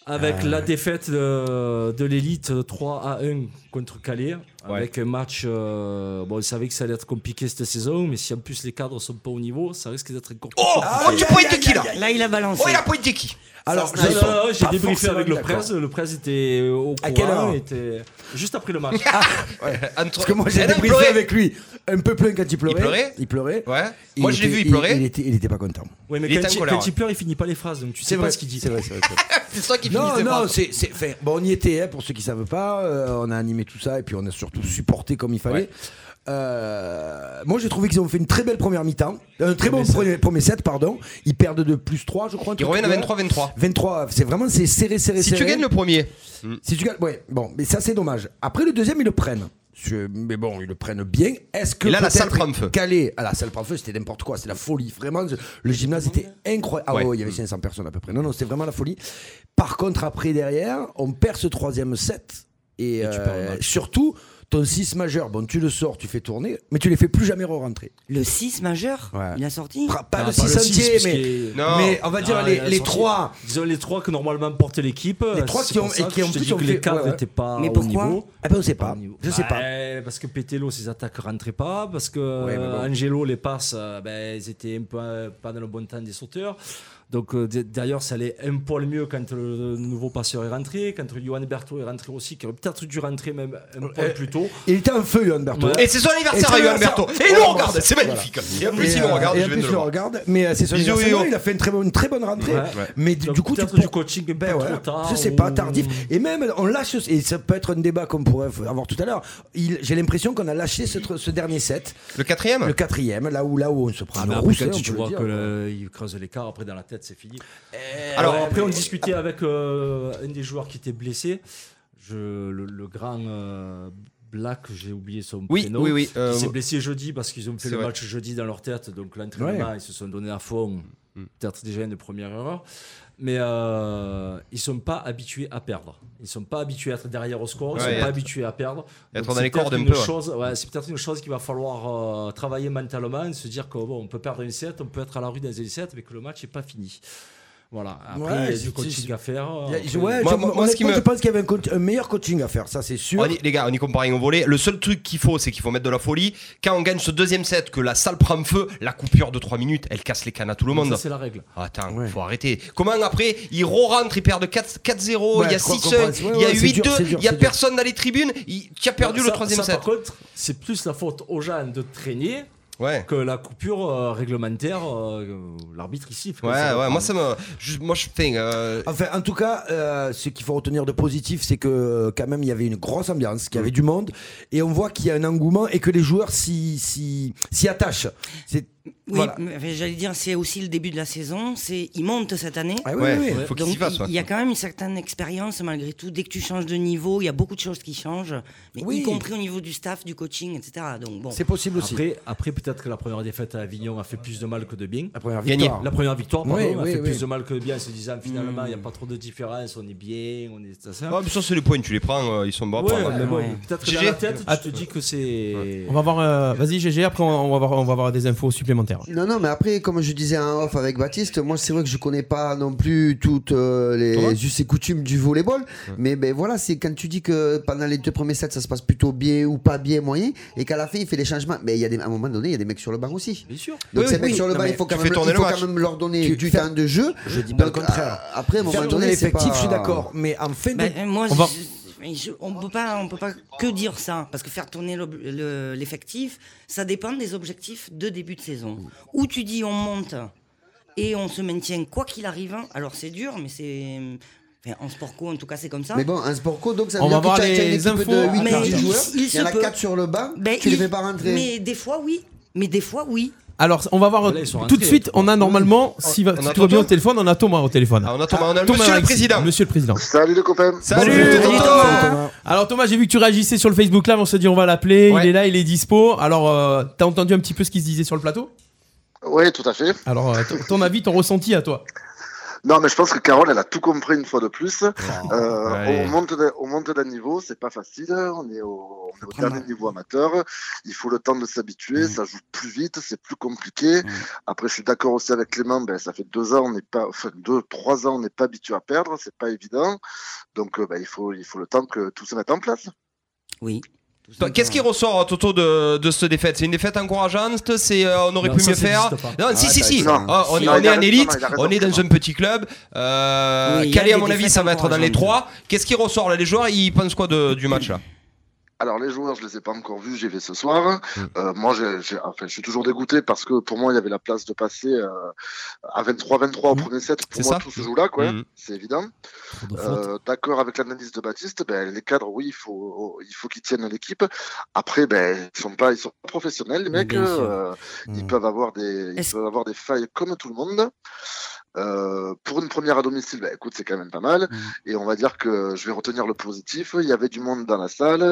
Speaker 4: Avec la défaite euh, de, l'élite 3 à 1 contre Calais, avec un match, euh, bon, on savait que ça allait être compliqué cette saison, mais si en plus les cadres sont pas au niveau, ça risque d'être encore. plus
Speaker 2: Oh,
Speaker 3: Ah,
Speaker 4: compliqué.
Speaker 2: oh, tu pointes qui là
Speaker 5: Là, il a balancé.
Speaker 2: Oh, il a pointé qui
Speaker 3: Alors,
Speaker 4: Non,
Speaker 3: je-
Speaker 4: non, non, j'ai
Speaker 3: pas
Speaker 4: débriefé
Speaker 3: forcément
Speaker 4: avec le
Speaker 3: d'accord.
Speaker 4: presse, le presse était au courant,
Speaker 3: À quelle heure Ah,
Speaker 4: était juste après le match.
Speaker 3: Parce que moi j'ai débriefé avec lui un peu plein quand il pleurait.
Speaker 2: pleurait
Speaker 3: Il pleurait.
Speaker 2: Ouais.
Speaker 3: Il
Speaker 2: Moi, je l'ai
Speaker 3: était-
Speaker 2: vu, il pleurait.
Speaker 3: Il, était, il était pas content.
Speaker 4: Ouais, mais
Speaker 2: Il était
Speaker 4: quand
Speaker 2: en
Speaker 4: il,
Speaker 2: colère,
Speaker 4: quand il
Speaker 2: ouais.
Speaker 4: pleure, il finit pas les phrases, donc tu sais pas ce qu'il dit.
Speaker 3: C'est vrai, c'est vrai. c'est vrai.
Speaker 2: C'est toi qui
Speaker 3: Non,
Speaker 2: finissais
Speaker 3: non,
Speaker 2: pas.
Speaker 3: c'est, c'est- fait- bon, on y était, hein, pour ceux qui savent pas. euh, on a animé tout ça et puis on a surtout supporté comme il fallait.
Speaker 2: Ouais.
Speaker 3: Euh, moi, j'ai trouvé qu'ils ont fait une très belle première mi-temps, Euh, un très bon premier, premier set, pardon. Ils perdent de plus 3 je crois. un
Speaker 2: Ils
Speaker 3: truc
Speaker 2: reviennent à
Speaker 3: comme ça.
Speaker 2: 23-23.
Speaker 3: 23, c'est vraiment c'est serré, serré,
Speaker 2: Si
Speaker 3: serré. Mm.
Speaker 2: tu gagnes le premier,
Speaker 3: Si tu gagnes, ouais, bon, mais ça c'est dommage. Après le deuxième, ils le prennent. Je- Mais bon, ils le prennent bien. Est-ce que
Speaker 2: Et là, la
Speaker 3: peut-être
Speaker 2: salle prend feu.
Speaker 3: Calais, à la salle prend feu, c'était n'importe quoi, c'était la folie. Vraiment, je- le gymnase était incroyable. Ah ouais,
Speaker 2: Ouais.
Speaker 3: ouais, il y avait 500 personnes à peu près. Non, non, c'était vraiment la folie. Par contre, après derrière, on perd ce troisième set et, euh, surtout ton 6 majeur. Bon, tu le sors, tu fais tourner, mais tu les fais plus jamais re-rentrer.
Speaker 5: Le 6 majeur,
Speaker 3: Ouais.
Speaker 5: il a sorti.
Speaker 3: Pas, pas
Speaker 4: Ah,
Speaker 3: le 6
Speaker 4: six,
Speaker 3: entier,
Speaker 4: puisqu'il
Speaker 3: mais,
Speaker 4: est-
Speaker 2: Non.
Speaker 3: mais on va dire
Speaker 4: Ah,
Speaker 3: les,
Speaker 4: la
Speaker 3: les
Speaker 4: sortie-
Speaker 3: trois.
Speaker 4: Disons les trois que normalement porte l'équipe.
Speaker 3: Les trois
Speaker 4: C'est
Speaker 3: qui ont-
Speaker 4: pour ça
Speaker 3: et qui
Speaker 4: que
Speaker 3: en
Speaker 4: je te
Speaker 3: plus
Speaker 4: dis
Speaker 3: ont
Speaker 4: que
Speaker 3: fait-
Speaker 4: les cadres
Speaker 3: ouais, ouais.
Speaker 4: n'étaient pas
Speaker 5: Mais
Speaker 4: au
Speaker 5: pourquoi
Speaker 4: niveau.
Speaker 3: Ah ben on sait pas, je sais pas.
Speaker 4: Ouais, parce que Pételo, ses attaques rentraient pas, parce que
Speaker 3: Ouais, mais bon.
Speaker 4: Angelo, les passes, euh, ben, ils étaient un peu euh, pas dans le bon temps des sauteurs. Donc euh, d- d'ailleurs, ça allait un poil mieux quand le nouveau passeur est rentré, quand Johan Berthaud est rentré aussi, qui aurait peut-être dû rentrer même un poil plus tôt.
Speaker 3: Il était un feu, Johan Berthaud.
Speaker 4: Ouais.
Speaker 2: et c'est son anniversaire
Speaker 3: Et
Speaker 2: à
Speaker 3: c'est
Speaker 2: Yohan
Speaker 3: l'anniversaire.
Speaker 2: Berthaud. Et il
Speaker 3: Voilà.
Speaker 2: nous regarde, c'est magnifique. Et en plus, il
Speaker 3: euh,
Speaker 2: nous regarde,
Speaker 3: et
Speaker 2: je viens
Speaker 3: en plus,
Speaker 2: de le
Speaker 3: je le
Speaker 2: voir.
Speaker 3: regarde, mais euh, c'est son
Speaker 2: Bisous,
Speaker 3: anniversaire.
Speaker 2: Yo.
Speaker 3: Non, il a fait une très bonne, une très bonne rentrée.
Speaker 4: Ouais.
Speaker 3: Mais du,
Speaker 4: Donc,
Speaker 3: du coup, tu
Speaker 4: peut-être
Speaker 3: pour-
Speaker 4: du coaching, ben,
Speaker 3: Ben ouais,
Speaker 4: trop tard.
Speaker 3: ça, c'est
Speaker 4: ou-
Speaker 3: pas tardif. Et même, on lâche, et ça peut être un débat qu'on pourrait avoir tout à l'heure. Il- J'ai l'impression qu'on a lâché ce, tr- ce dernier set,
Speaker 2: Le quatrième
Speaker 3: le quatrième, là où, là où on se prend.
Speaker 4: Ah,
Speaker 3: le
Speaker 4: mais après,
Speaker 3: rousset,
Speaker 4: quand
Speaker 3: on
Speaker 4: tu
Speaker 3: peut le
Speaker 4: vois
Speaker 3: dire. Eh
Speaker 4: que le- il creuse l'écart, après dans la tête, c'est fini.
Speaker 2: Alors,
Speaker 4: Alors après, on discutait avec euh, un des joueurs qui était blessé, Je- le, le grand euh, Black, j'ai oublié son
Speaker 2: Oui,
Speaker 4: prénom.
Speaker 2: oui, oui,
Speaker 4: qui
Speaker 2: euh,
Speaker 4: s'est blessé jeudi parce qu'ils ont fait
Speaker 2: c'est
Speaker 4: le
Speaker 2: vrai.
Speaker 4: match jeudi dans leur tête, donc l'entraînement, ils se sont donnés à fond.
Speaker 2: Mm.
Speaker 4: Peut-être déjà une première erreur, mais euh, ils sont pas habitués à perdre. Ils sont pas habitués à être derrière au score. Ils
Speaker 2: Ouais,
Speaker 4: sont
Speaker 2: être-
Speaker 4: pas habitués à perdre.
Speaker 2: être
Speaker 4: Donc,
Speaker 2: dans les
Speaker 4: c'est
Speaker 2: cordes
Speaker 4: peut-être
Speaker 2: un
Speaker 4: une
Speaker 2: peu, ouais.
Speaker 4: chose- ouais, c'est peut-être une chose qu'il va falloir euh, travailler mentalement, se dire que bon, on peut perdre une 7, on peut être à la rue dans une 7, mais que le match n'est pas fini. Voilà. Après,
Speaker 3: Ouais,
Speaker 4: il y a
Speaker 3: c'est-
Speaker 4: du coaching
Speaker 3: c'est-
Speaker 4: à faire. euh,
Speaker 3: Il y a-
Speaker 4: Après,
Speaker 3: ouais,
Speaker 2: Moi,
Speaker 3: je,
Speaker 2: moi, moi, ce qui
Speaker 3: honnêtement,
Speaker 2: me-
Speaker 3: je pense qu'il y avait un, coach- un meilleur coaching à faire, ça c'est sûr.
Speaker 2: On y- les gars, on y compare rien au volet. Le seul truc qu'il faut, c'est qu'il faut mettre de la folie. Quand on gagne ce deuxième set, que la salle prend feu, la coupure de 3 minutes, elle casse les cannes à tout le monde. Ah,
Speaker 4: ça, c'est la règle.
Speaker 2: Attends,
Speaker 3: Ouais.
Speaker 2: faut arrêter. Comment après, ils re-rentrent, ils perdent 4 4-0,
Speaker 3: Ouais,
Speaker 2: il y a
Speaker 3: je crois
Speaker 2: 6
Speaker 3: qu'on
Speaker 2: il
Speaker 3: pense. Ouais,
Speaker 2: y a
Speaker 3: ouais, c'est
Speaker 2: 8-2,
Speaker 3: dur, c'est dur,
Speaker 2: il y a
Speaker 3: c'est dur.
Speaker 2: personne dans les tribunes, il- qui a perdu
Speaker 4: Ça-
Speaker 2: le troisième
Speaker 4: ça,
Speaker 2: set.
Speaker 4: Par contre, c'est plus la faute aux gens de traîner
Speaker 2: Ouais.
Speaker 4: que la coupure euh, réglementaire. euh, L'arbitre ici.
Speaker 2: Ouais, ouais,
Speaker 4: hein.
Speaker 2: moi ça me. je- moi je fais. euh,
Speaker 3: Enfin, en tout cas, euh, ce qu'il faut retenir de positif, c'est que euh, quand même, il y avait une grosse ambiance, qu'il y avait du monde, et on voit qu'il y a un engouement et que les joueurs s'y s'y- s'y attachent. C'est
Speaker 5: Oui,
Speaker 3: voilà.
Speaker 5: mais, enfin, j'allais dire, c'est aussi le début de la saison. C'est, il monte cette année.
Speaker 3: Ah oui,
Speaker 2: ouais,
Speaker 3: oui, oui.
Speaker 2: faut qu'il
Speaker 5: Donc,
Speaker 2: s'y fasse. ouais.
Speaker 5: il y a quand même une certaine expérience malgré tout. Dès que tu changes de niveau, il y a beaucoup de choses qui changent, mais
Speaker 3: Oui.
Speaker 5: y compris au niveau du staff, du coaching, etc. Donc bon,
Speaker 3: C'est possible aussi.
Speaker 4: Après, après peut-être que la première défaite à Avignon a fait plus de mal que de bien.
Speaker 3: la première
Speaker 2: Gagner.
Speaker 3: victoire.
Speaker 4: La première victoire, pardon,
Speaker 3: Oui,
Speaker 4: a
Speaker 3: oui,
Speaker 4: fait
Speaker 3: oui.
Speaker 4: plus de mal que de bien en se disant finalement il n'y a pas trop de différence, on est bien, on est ça. ça.
Speaker 2: Ah, Hmm. mais ça, c'est les points, tu les prends, euh, ils sont bons à
Speaker 4: Ouais,
Speaker 2: prendre.
Speaker 4: mais bon,
Speaker 5: Ouais.
Speaker 4: peut-être que dans
Speaker 2: GG.
Speaker 4: la tête, tu te dis que c'est.
Speaker 1: On va voir. euh, Vas-y, GG. Après, on, on va voir. On va voir des infos supplémentaires.
Speaker 6: Non, non, mais après, comme je disais en off avec Baptiste, moi, c'est vrai que je connais pas non plus toutes euh, les us et coutumes du volleyball. Mais ben voilà, c'est quand tu dis que pendant les deux premiers sets, ça se passe plutôt bien ou pas bien, moyen, et qu'à la fin, il fait les changements. Mais il y a des, à un moment donné, il y a des mecs sur le banc aussi.
Speaker 4: Bien sûr.
Speaker 6: Donc
Speaker 2: Oui,
Speaker 6: ces
Speaker 2: oui,
Speaker 6: mecs
Speaker 2: oui.
Speaker 6: sur le
Speaker 2: Non,
Speaker 6: banc,
Speaker 2: mais
Speaker 6: il faut quand
Speaker 2: tu
Speaker 6: même,
Speaker 2: fais tourner
Speaker 6: il faut
Speaker 2: le
Speaker 6: quand
Speaker 2: match.
Speaker 6: même leur donner
Speaker 3: Tu
Speaker 6: du
Speaker 3: fais-
Speaker 6: temps de jeu.
Speaker 3: Je dis pas le contraire.
Speaker 6: euh, Après, à un moment
Speaker 3: Faire tourner
Speaker 6: donné, c'est
Speaker 3: l'effectif,
Speaker 6: pas-
Speaker 3: je suis d'accord, mais en fin de.
Speaker 5: Ben, euh, moi,
Speaker 1: On va-
Speaker 5: je- je- on peut pas, on peut pas que dire ça, parce que faire tourner l'ob- le- l'effectif, ça dépend des objectifs de début de saison. Ou tu dis on monte et on se maintient quoi qu'il arrive. Alors c'est dur, mais c'est enfin, en sport co, en tout cas, c'est comme ça.
Speaker 6: Mais bon, un sport co, donc ça veut
Speaker 1: On
Speaker 6: dire
Speaker 1: va voir
Speaker 6: que tu as- tu as une
Speaker 1: les
Speaker 6: équipe
Speaker 1: infos.
Speaker 6: de 8
Speaker 5: Mais
Speaker 6: à 10
Speaker 5: il-
Speaker 6: joueurs,
Speaker 5: il
Speaker 6: il y en
Speaker 5: se
Speaker 6: a
Speaker 5: peut.
Speaker 6: 4 sur le banc,
Speaker 5: Ben,
Speaker 6: tu les
Speaker 5: il-
Speaker 6: fais pas rentrer.
Speaker 5: Mais des fois, oui. Mais des fois, oui.
Speaker 1: Alors, on va voir
Speaker 4: Là, ils sont
Speaker 1: tout de
Speaker 4: rentrés.
Speaker 1: suite. On a normalement, si, va-
Speaker 2: on
Speaker 1: si
Speaker 2: a
Speaker 1: tout va bien
Speaker 2: Toto
Speaker 1: au téléphone, on a Thomas au téléphone.
Speaker 2: Ah, on a Thomas, on a le
Speaker 1: Thomas
Speaker 2: monsieur le
Speaker 1: Alexis,
Speaker 2: président.
Speaker 1: Monsieur le président.
Speaker 9: Salut les copains.
Speaker 2: Salut,
Speaker 3: Bonjour,
Speaker 2: Toto.
Speaker 1: Alors Thomas, j'ai vu que tu réagissais sur le Facebook Live. On s'est dit on va l'appeler.
Speaker 2: Ouais.
Speaker 1: Il est là, il est dispo. Alors, euh, t'as entendu un petit peu ce qui se disait sur le plateau
Speaker 9: Oui, tout à fait.
Speaker 1: Alors, euh, ton- ton avis, ton ressenti à toi
Speaker 9: Non, mais je pense que Carole, elle a tout compris une fois de plus.
Speaker 4: Oh,
Speaker 9: Euh,
Speaker 2: Allez.
Speaker 9: on monte d'un- on monte d'un niveau, c'est pas facile. On est au, on est au dernier niveau amateur. Il faut le temps de
Speaker 4: Mm.
Speaker 9: s'habituer. Ça joue plus vite, c'est plus compliqué. Après, je suis d'accord aussi avec Clément. Ben, ça fait deux ans, on n'est pas, enfin deux, trois ans, on n'est pas habitué à perdre. C'est pas évident. Donc, euh, ben, il faut, il faut le temps que tout se mette en place.
Speaker 5: Oui.
Speaker 2: Toi, Bah, Qu'est-ce qui ressort, hein, Toto, de, de cette défaite C'est une défaite encourageante C'est euh, on aurait
Speaker 4: Non,
Speaker 2: pu
Speaker 4: ça,
Speaker 2: mieux
Speaker 4: ça
Speaker 2: faire
Speaker 4: n'existe pas.
Speaker 2: Non, si,
Speaker 9: Ah,
Speaker 2: si,
Speaker 9: t'as
Speaker 2: si.
Speaker 9: raison. Non.
Speaker 2: Ah, on
Speaker 9: Non,
Speaker 2: on
Speaker 9: il
Speaker 2: est
Speaker 9: a
Speaker 2: un
Speaker 9: raison,
Speaker 2: élite,
Speaker 9: il a raison,
Speaker 2: on est dans
Speaker 9: Thomas.
Speaker 2: un petit club. Euh,
Speaker 5: Oui, il y a
Speaker 2: Calais, à
Speaker 5: des
Speaker 2: mon avis,
Speaker 5: défaites
Speaker 2: ça va être dans les
Speaker 5: encourageantes.
Speaker 2: trois. Qu'est-ce qui ressort là Les joueurs, ils pensent quoi de- du match là
Speaker 9: Alors les joueurs, je les ai pas encore vus, j'y vais ce soir.
Speaker 2: Mm.
Speaker 9: Euh, moi, j'ai, j'ai- enfin, je suis toujours dégoûté parce que pour moi, il y avait la place de passer euh, à 23-23 au premier set. Pour
Speaker 2: Mm. C'est
Speaker 9: moi,
Speaker 2: ça
Speaker 9: tout se joue là, quoi.
Speaker 2: Mhm.
Speaker 9: C'est évident. Euh, d'accord avec l'analyse de Baptiste. Ben, les cadres, oui, il faut, oh, il faut qu'ils tiennent l'équipe. Après, ben, ils sont pas, ils sont pas professionnels, les
Speaker 5: Mais
Speaker 9: mecs.
Speaker 5: bien sûr. Hmm.
Speaker 9: euh, Ils
Speaker 3: Mhm.
Speaker 9: peuvent avoir des, ils
Speaker 5: Est-ce-
Speaker 9: peuvent avoir des failles comme tout le monde. Euh, pour une première à domicile, ben, écoute, c'est quand même pas mal.
Speaker 5: Mhm.
Speaker 9: Et on va dire que je vais retenir le positif. Il y avait du monde dans la salle.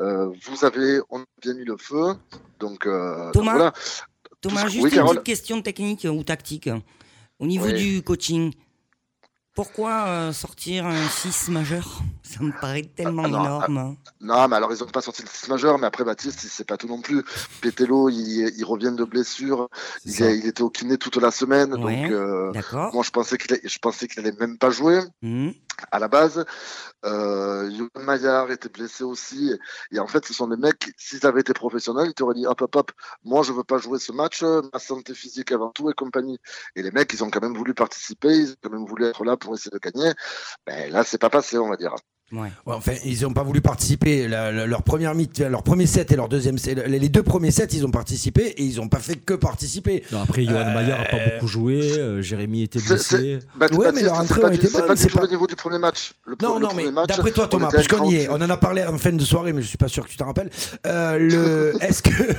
Speaker 9: Euh, vous avez, on a bien mis le feu. Donc, euh,
Speaker 5: Thomas,
Speaker 9: donc voilà.
Speaker 5: Thomas,
Speaker 9: Oui,
Speaker 5: juste une
Speaker 9: Carole.
Speaker 5: petite question technique ou tactique. Au niveau
Speaker 9: Oui.
Speaker 5: du coaching, pourquoi euh, sortir un 6 majeur Ça me paraît tellement
Speaker 9: Ah, non,
Speaker 5: énorme.
Speaker 9: Non, mais alors ils ont pas sorti le 6 majeur, mais après Baptiste, il sait pas tout non plus. Pétello, il, il revient de blessure. Il, est- il était au kiné toute la semaine,
Speaker 5: Ouais.
Speaker 9: donc euh,
Speaker 5: D'accord.
Speaker 9: moi je pensais qu'il, allait- je pensais qu'il allait même pas jouer
Speaker 10: 嗯
Speaker 5: Hmm.
Speaker 9: à la base. Euh, Johan Maillard était blessé aussi. Et en fait, ce sont des mecs, s'ils avaient été professionnels, ils t'auraient dit hop, hop, hop, moi je veux pas jouer ce match, euh, ma santé physique avant tout et compagnie. Et les mecs, ils ont quand même voulu participer, ils ont quand même voulu être là pour essayer de gagner. Ben, là, c'est pas passé, on va dire.
Speaker 5: Ouais.
Speaker 3: Ouais, enfin, ils n'ont pas voulu participer. La- la- leur, première mi- leur premier set et leur deuxième set, les deux premiers sets, ils ont participé et ils n'ont pas fait que participer.
Speaker 4: Non, après, Johan
Speaker 2: Euh,
Speaker 4: Maillard n'a pas beaucoup joué. euh, Jérémy était
Speaker 9: c'est-
Speaker 4: blessé.
Speaker 9: Bah,
Speaker 3: Ouais, mais leur entrée a été
Speaker 9: c'est
Speaker 3: bonne,
Speaker 9: pas
Speaker 3: c'est
Speaker 9: du tout
Speaker 3: pas-
Speaker 9: le niveau du premier match. Le pro-
Speaker 3: Non,
Speaker 9: le
Speaker 3: non,
Speaker 9: premier
Speaker 3: mais
Speaker 9: match,
Speaker 3: d'après toi,
Speaker 9: on
Speaker 3: Thomas,
Speaker 9: était à
Speaker 3: puisqu'on y est, on
Speaker 9: cran
Speaker 3: en a parlé en fin de soirée, mais je suis pas sûr que tu t'en rappelles. Euh, le, est-ce que,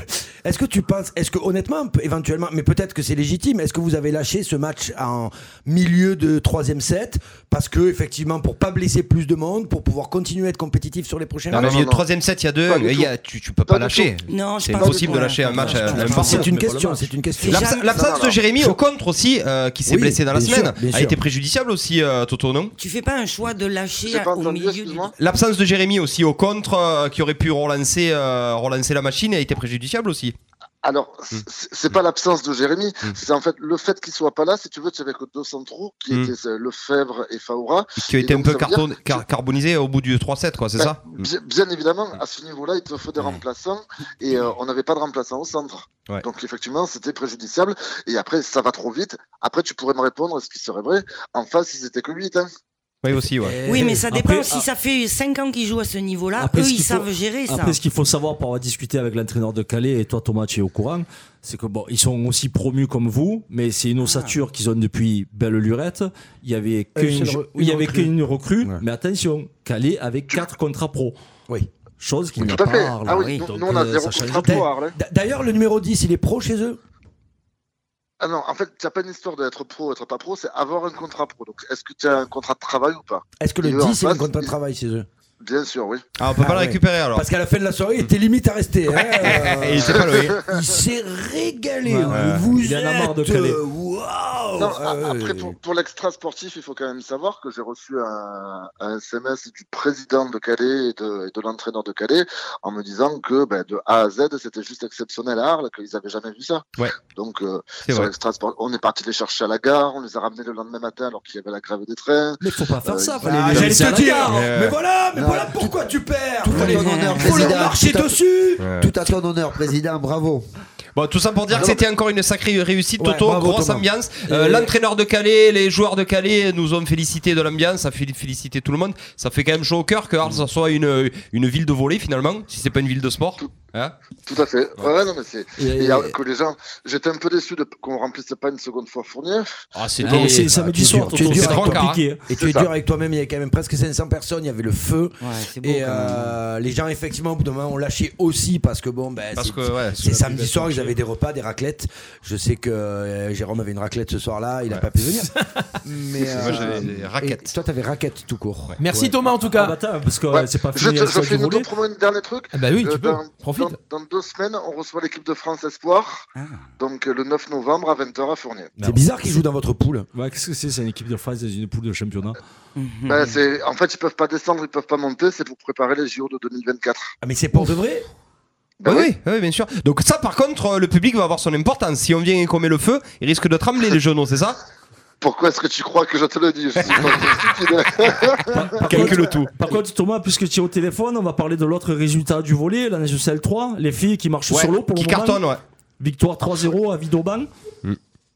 Speaker 3: est-ce que tu penses, est-ce que honnêtement, p- éventuellement, mais peut-être que c'est légitime, est-ce que vous avez lâché ce match en milieu de troisième set parce que effectivement, pour pas blesser plus de monde, pour pouvoir continuer à être compétitif sur les prochains
Speaker 2: Non,
Speaker 9: Non,
Speaker 2: mais
Speaker 9: non,
Speaker 2: il y a
Speaker 9: non,
Speaker 2: le
Speaker 9: non.
Speaker 2: troisième set, il y a deux.
Speaker 9: Pas du
Speaker 2: il y a- tu, tu peux pas
Speaker 9: Pas du
Speaker 2: lâcher.
Speaker 5: Non, je
Speaker 2: C'est
Speaker 5: pense
Speaker 2: impossible
Speaker 5: pas.
Speaker 2: de lâcher un
Speaker 5: Non,
Speaker 2: match,
Speaker 5: je
Speaker 2: euh,
Speaker 5: pense pas.
Speaker 2: impossible.
Speaker 3: C'est une
Speaker 4: pas le
Speaker 3: question,
Speaker 4: match.
Speaker 3: c'est une question.
Speaker 5: Là,
Speaker 2: L'abs-
Speaker 5: jamais-
Speaker 9: Non,
Speaker 2: L'absence
Speaker 9: non,
Speaker 2: de
Speaker 9: non.
Speaker 2: Jérémy, oh. au contre aussi, euh, qui s'est
Speaker 3: Oui,
Speaker 2: blessé dans la
Speaker 3: bien sûr,
Speaker 2: semaine,
Speaker 3: bien
Speaker 2: a
Speaker 3: sûr.
Speaker 2: été préjudiciable aussi, euh, Toto, non
Speaker 5: Tu fais pas un choix de lâcher
Speaker 9: J'ai pas
Speaker 5: au
Speaker 9: entendu,
Speaker 5: milieu du...
Speaker 9: excuse-moi.
Speaker 2: L'absence de Jérémy aussi au contre, euh, qui aurait pu relancer, euh, relancer la machine, a été préjudiciable aussi.
Speaker 9: Alors,
Speaker 2: Hmm.
Speaker 9: c'est- c'est pas l'absence de Jérémy, c'est en fait le fait qu'il soit pas là. Si tu veux, tu avais que deux centraux qui
Speaker 2: Mm.
Speaker 9: étaient euh, Lefebvre et Faura.
Speaker 2: Qui a été
Speaker 9: Et
Speaker 2: un
Speaker 9: donc,
Speaker 2: peu
Speaker 9: ça veut dire
Speaker 2: carton-
Speaker 9: que-
Speaker 2: car- carbonisé au bout du 3-7, quoi, c'est
Speaker 9: Bah,
Speaker 2: ça Hmm.
Speaker 9: Bien, bien évidemment, à ce niveau-là, il te faut des remplaçants et euh, on n'avait pas de remplaçant au centre.
Speaker 2: Ouais.
Speaker 9: Donc effectivement, c'était préjudiciable. Et après, ça va trop vite. Après, tu pourrais me répondre, est-ce qu'il serait vrai En face, ils étaient que 8. Hein.
Speaker 2: Oui, aussi, ouais.
Speaker 5: Oui, mais ça
Speaker 4: Après,
Speaker 5: dépend.
Speaker 4: ah-
Speaker 5: si ça fait 5 ans qu'ils jouent à ce niveau-là,
Speaker 4: Après,
Speaker 5: eux,
Speaker 4: ce
Speaker 5: ils
Speaker 4: qu'il faut-
Speaker 5: savent gérer ça.
Speaker 4: Après, ce qu'il faut savoir pour avoir discuté avec l'entraîneur de Calais, et toi Thomas, tu es au courant, c'est que bon, ils sont aussi promus comme vous, mais c'est une
Speaker 5: Ah.
Speaker 4: ossature qu'ils ont depuis belle lurette. Il y avait qu'une
Speaker 3: seule
Speaker 4: je-
Speaker 3: re-
Speaker 4: il y
Speaker 3: Euh, une
Speaker 4: avait
Speaker 3: recrue.
Speaker 4: qu'une recrue,
Speaker 3: Ouais.
Speaker 4: mais attention, Calais avec quatre contrats pro.
Speaker 3: Oui.
Speaker 4: Chose qui
Speaker 9: Oui,
Speaker 4: n'a
Speaker 9: tout à
Speaker 4: pas.
Speaker 9: fait.
Speaker 4: Arles,
Speaker 9: Ah
Speaker 4: oui,
Speaker 9: oui, nous,
Speaker 4: donc,
Speaker 9: nous, on a
Speaker 4: euh,
Speaker 9: zéro
Speaker 4: ça change
Speaker 9: contrat
Speaker 4: tout.
Speaker 9: pour Arles. hein.
Speaker 3: D- D'ailleurs, le numéro 10, il est pro chez eux.
Speaker 9: Ah non, en fait, tu n'as pas une histoire d'être pro ou être pas pro, c'est avoir un contrat pro. Donc, est-ce que tu as un contrat de travail ou pas
Speaker 3: Est-ce que le
Speaker 9: Il est en
Speaker 3: 10 est un
Speaker 9: face.
Speaker 3: contrat de travail chez eux
Speaker 9: Bien sûr, oui.
Speaker 2: Ah, on peut
Speaker 3: Ah,
Speaker 2: pas le
Speaker 3: ouais.
Speaker 2: récupérer alors.
Speaker 3: Parce qu'à la fin de la soirée, il était limite à rester. hein, euh,
Speaker 2: Et il s'est pas levé.
Speaker 3: Il s'est régalé.
Speaker 4: Ouais,
Speaker 3: hein.
Speaker 4: ouais.
Speaker 3: Vous
Speaker 4: Il en a marre de
Speaker 3: êtes,
Speaker 4: Calais.
Speaker 3: euh, waouh,
Speaker 9: Non, a-
Speaker 3: euh,
Speaker 9: après, pour, pour l'extra sportif, il faut quand même savoir que j'ai reçu un, un SMS du président de Calais et de, et de l'entraîneur de Calais en me disant que ben, de A à Z, c'était juste exceptionnel à Arles, qu'ils n'avaient jamais vu ça.
Speaker 2: Ouais.
Speaker 9: Donc, euh,
Speaker 2: C'est
Speaker 9: sur
Speaker 2: vrai.
Speaker 9: l'extra sport, on est parti les chercher à la gare, on les a ramenés le lendemain matin alors qu'il y avait la grève des trains.
Speaker 4: Mais faut pas faire
Speaker 9: Euh,
Speaker 4: ça. fallait
Speaker 3: Ah,
Speaker 4: les
Speaker 3: j'allais
Speaker 4: laisser à
Speaker 3: te
Speaker 4: la
Speaker 3: dire.
Speaker 4: gare.
Speaker 2: Euh,
Speaker 3: Mais voilà, mais
Speaker 6: Non.
Speaker 3: voilà pourquoi tu perds.
Speaker 6: Tout à ton honneur,
Speaker 3: Faut leur
Speaker 6: président.
Speaker 3: marcher
Speaker 6: Tout à-
Speaker 3: dessus.
Speaker 6: Tout à ton honneur, président, bravo. Ah,
Speaker 2: Bon, Bah, tout ça pour dire que c'était encore une sacrée réussite,
Speaker 3: Ah, Ouais,
Speaker 2: Toto,
Speaker 3: bravo,
Speaker 2: grosse
Speaker 3: Thomas.
Speaker 2: ambiance. Euh,
Speaker 3: Et-
Speaker 2: L'entraîneur de Calais, les joueurs de Calais nous ont félicité de l'ambiance, ça a fé-
Speaker 3: Mm.
Speaker 2: félicité tout le monde. Ça fait quand même chaud au cœur que Arles soit une, une ville de volley finalement, si c'est pas une ville de sport. Hein
Speaker 9: Tout à fait. Ouais,
Speaker 2: Ouais.
Speaker 9: non, mais c'est.
Speaker 2: Et-
Speaker 9: et il y a que les gens. J'étais un peu déçu de... qu'on remplissait pas une seconde fois Fournier.
Speaker 2: Ah,
Speaker 3: Et t'es- tu es dur- tu es dur avec toi- Et hein. tu es
Speaker 9: C'est ça.
Speaker 3: dur avec toi-même, il y avait quand même presque 500 personnes, il y avait le feu.
Speaker 5: c'est beau
Speaker 3: et
Speaker 5: quand
Speaker 3: euh, les gens, effectivement, au bout d'un moment, ont lâché aussi parce que bon, ben,
Speaker 2: Parce
Speaker 3: c'est-
Speaker 2: que, ouais, sous
Speaker 3: c'est
Speaker 2: la
Speaker 3: samedi
Speaker 2: pluie,
Speaker 3: soir,
Speaker 2: la
Speaker 3: ils avaient des repas, des raclettes. Je sais que euh, Jérôme avait une raclette ce soir-là, il n'a pas pu venir. Mais, euh,
Speaker 2: Moi, j'avais des
Speaker 3: et
Speaker 2: raquettes.
Speaker 3: Toi, t'avais raquettes tout court.
Speaker 1: Merci
Speaker 3: Ouais.
Speaker 1: Thomas en tout cas.
Speaker 4: parce que
Speaker 1: c'est pas
Speaker 9: Je, te- je fais une auto-promo, un dernier truc.
Speaker 1: Ah bah oui,
Speaker 9: Euh,
Speaker 1: tu peux.
Speaker 9: dans,
Speaker 1: Profite.
Speaker 9: dans- dans deux semaines, on reçoit l'équipe de France Espoir. Donc euh, le 9 novembre à 20h à Fournier.
Speaker 3: C'est bizarre qu'ils jouent dans votre poule.
Speaker 4: Ouais, Qu'est-ce que c'est C'est une équipe de France dans une poule de championnat
Speaker 5: Mm-hmm.
Speaker 4: Hmm.
Speaker 9: Ben, c'est- en fait, ils peuvent pas descendre, ils peuvent pas monter. C'est pour préparer les JO de 2024.
Speaker 3: Ah, mais c'est pour de vrai Ah
Speaker 2: Bah oui, oui, bien sûr. Donc ça, par contre, euh, le public va avoir son importance. Si on vient et qu'on met le feu, il risque de trembler les genoux, c'est ça
Speaker 9: Pourquoi est-ce que tu crois que je te le dis Je suis pas stupide.
Speaker 2: Calcule tout.
Speaker 4: Par contre, Thomas, puisque tu es au téléphone, on va parler de l'autre résultat du volet, la National 3, les filles qui marchent
Speaker 2: Ouais,
Speaker 4: sur l'eau pour
Speaker 2: qui
Speaker 4: le moment.
Speaker 2: cartonne, ouais.
Speaker 4: Victoire 3-0 à Vidoban.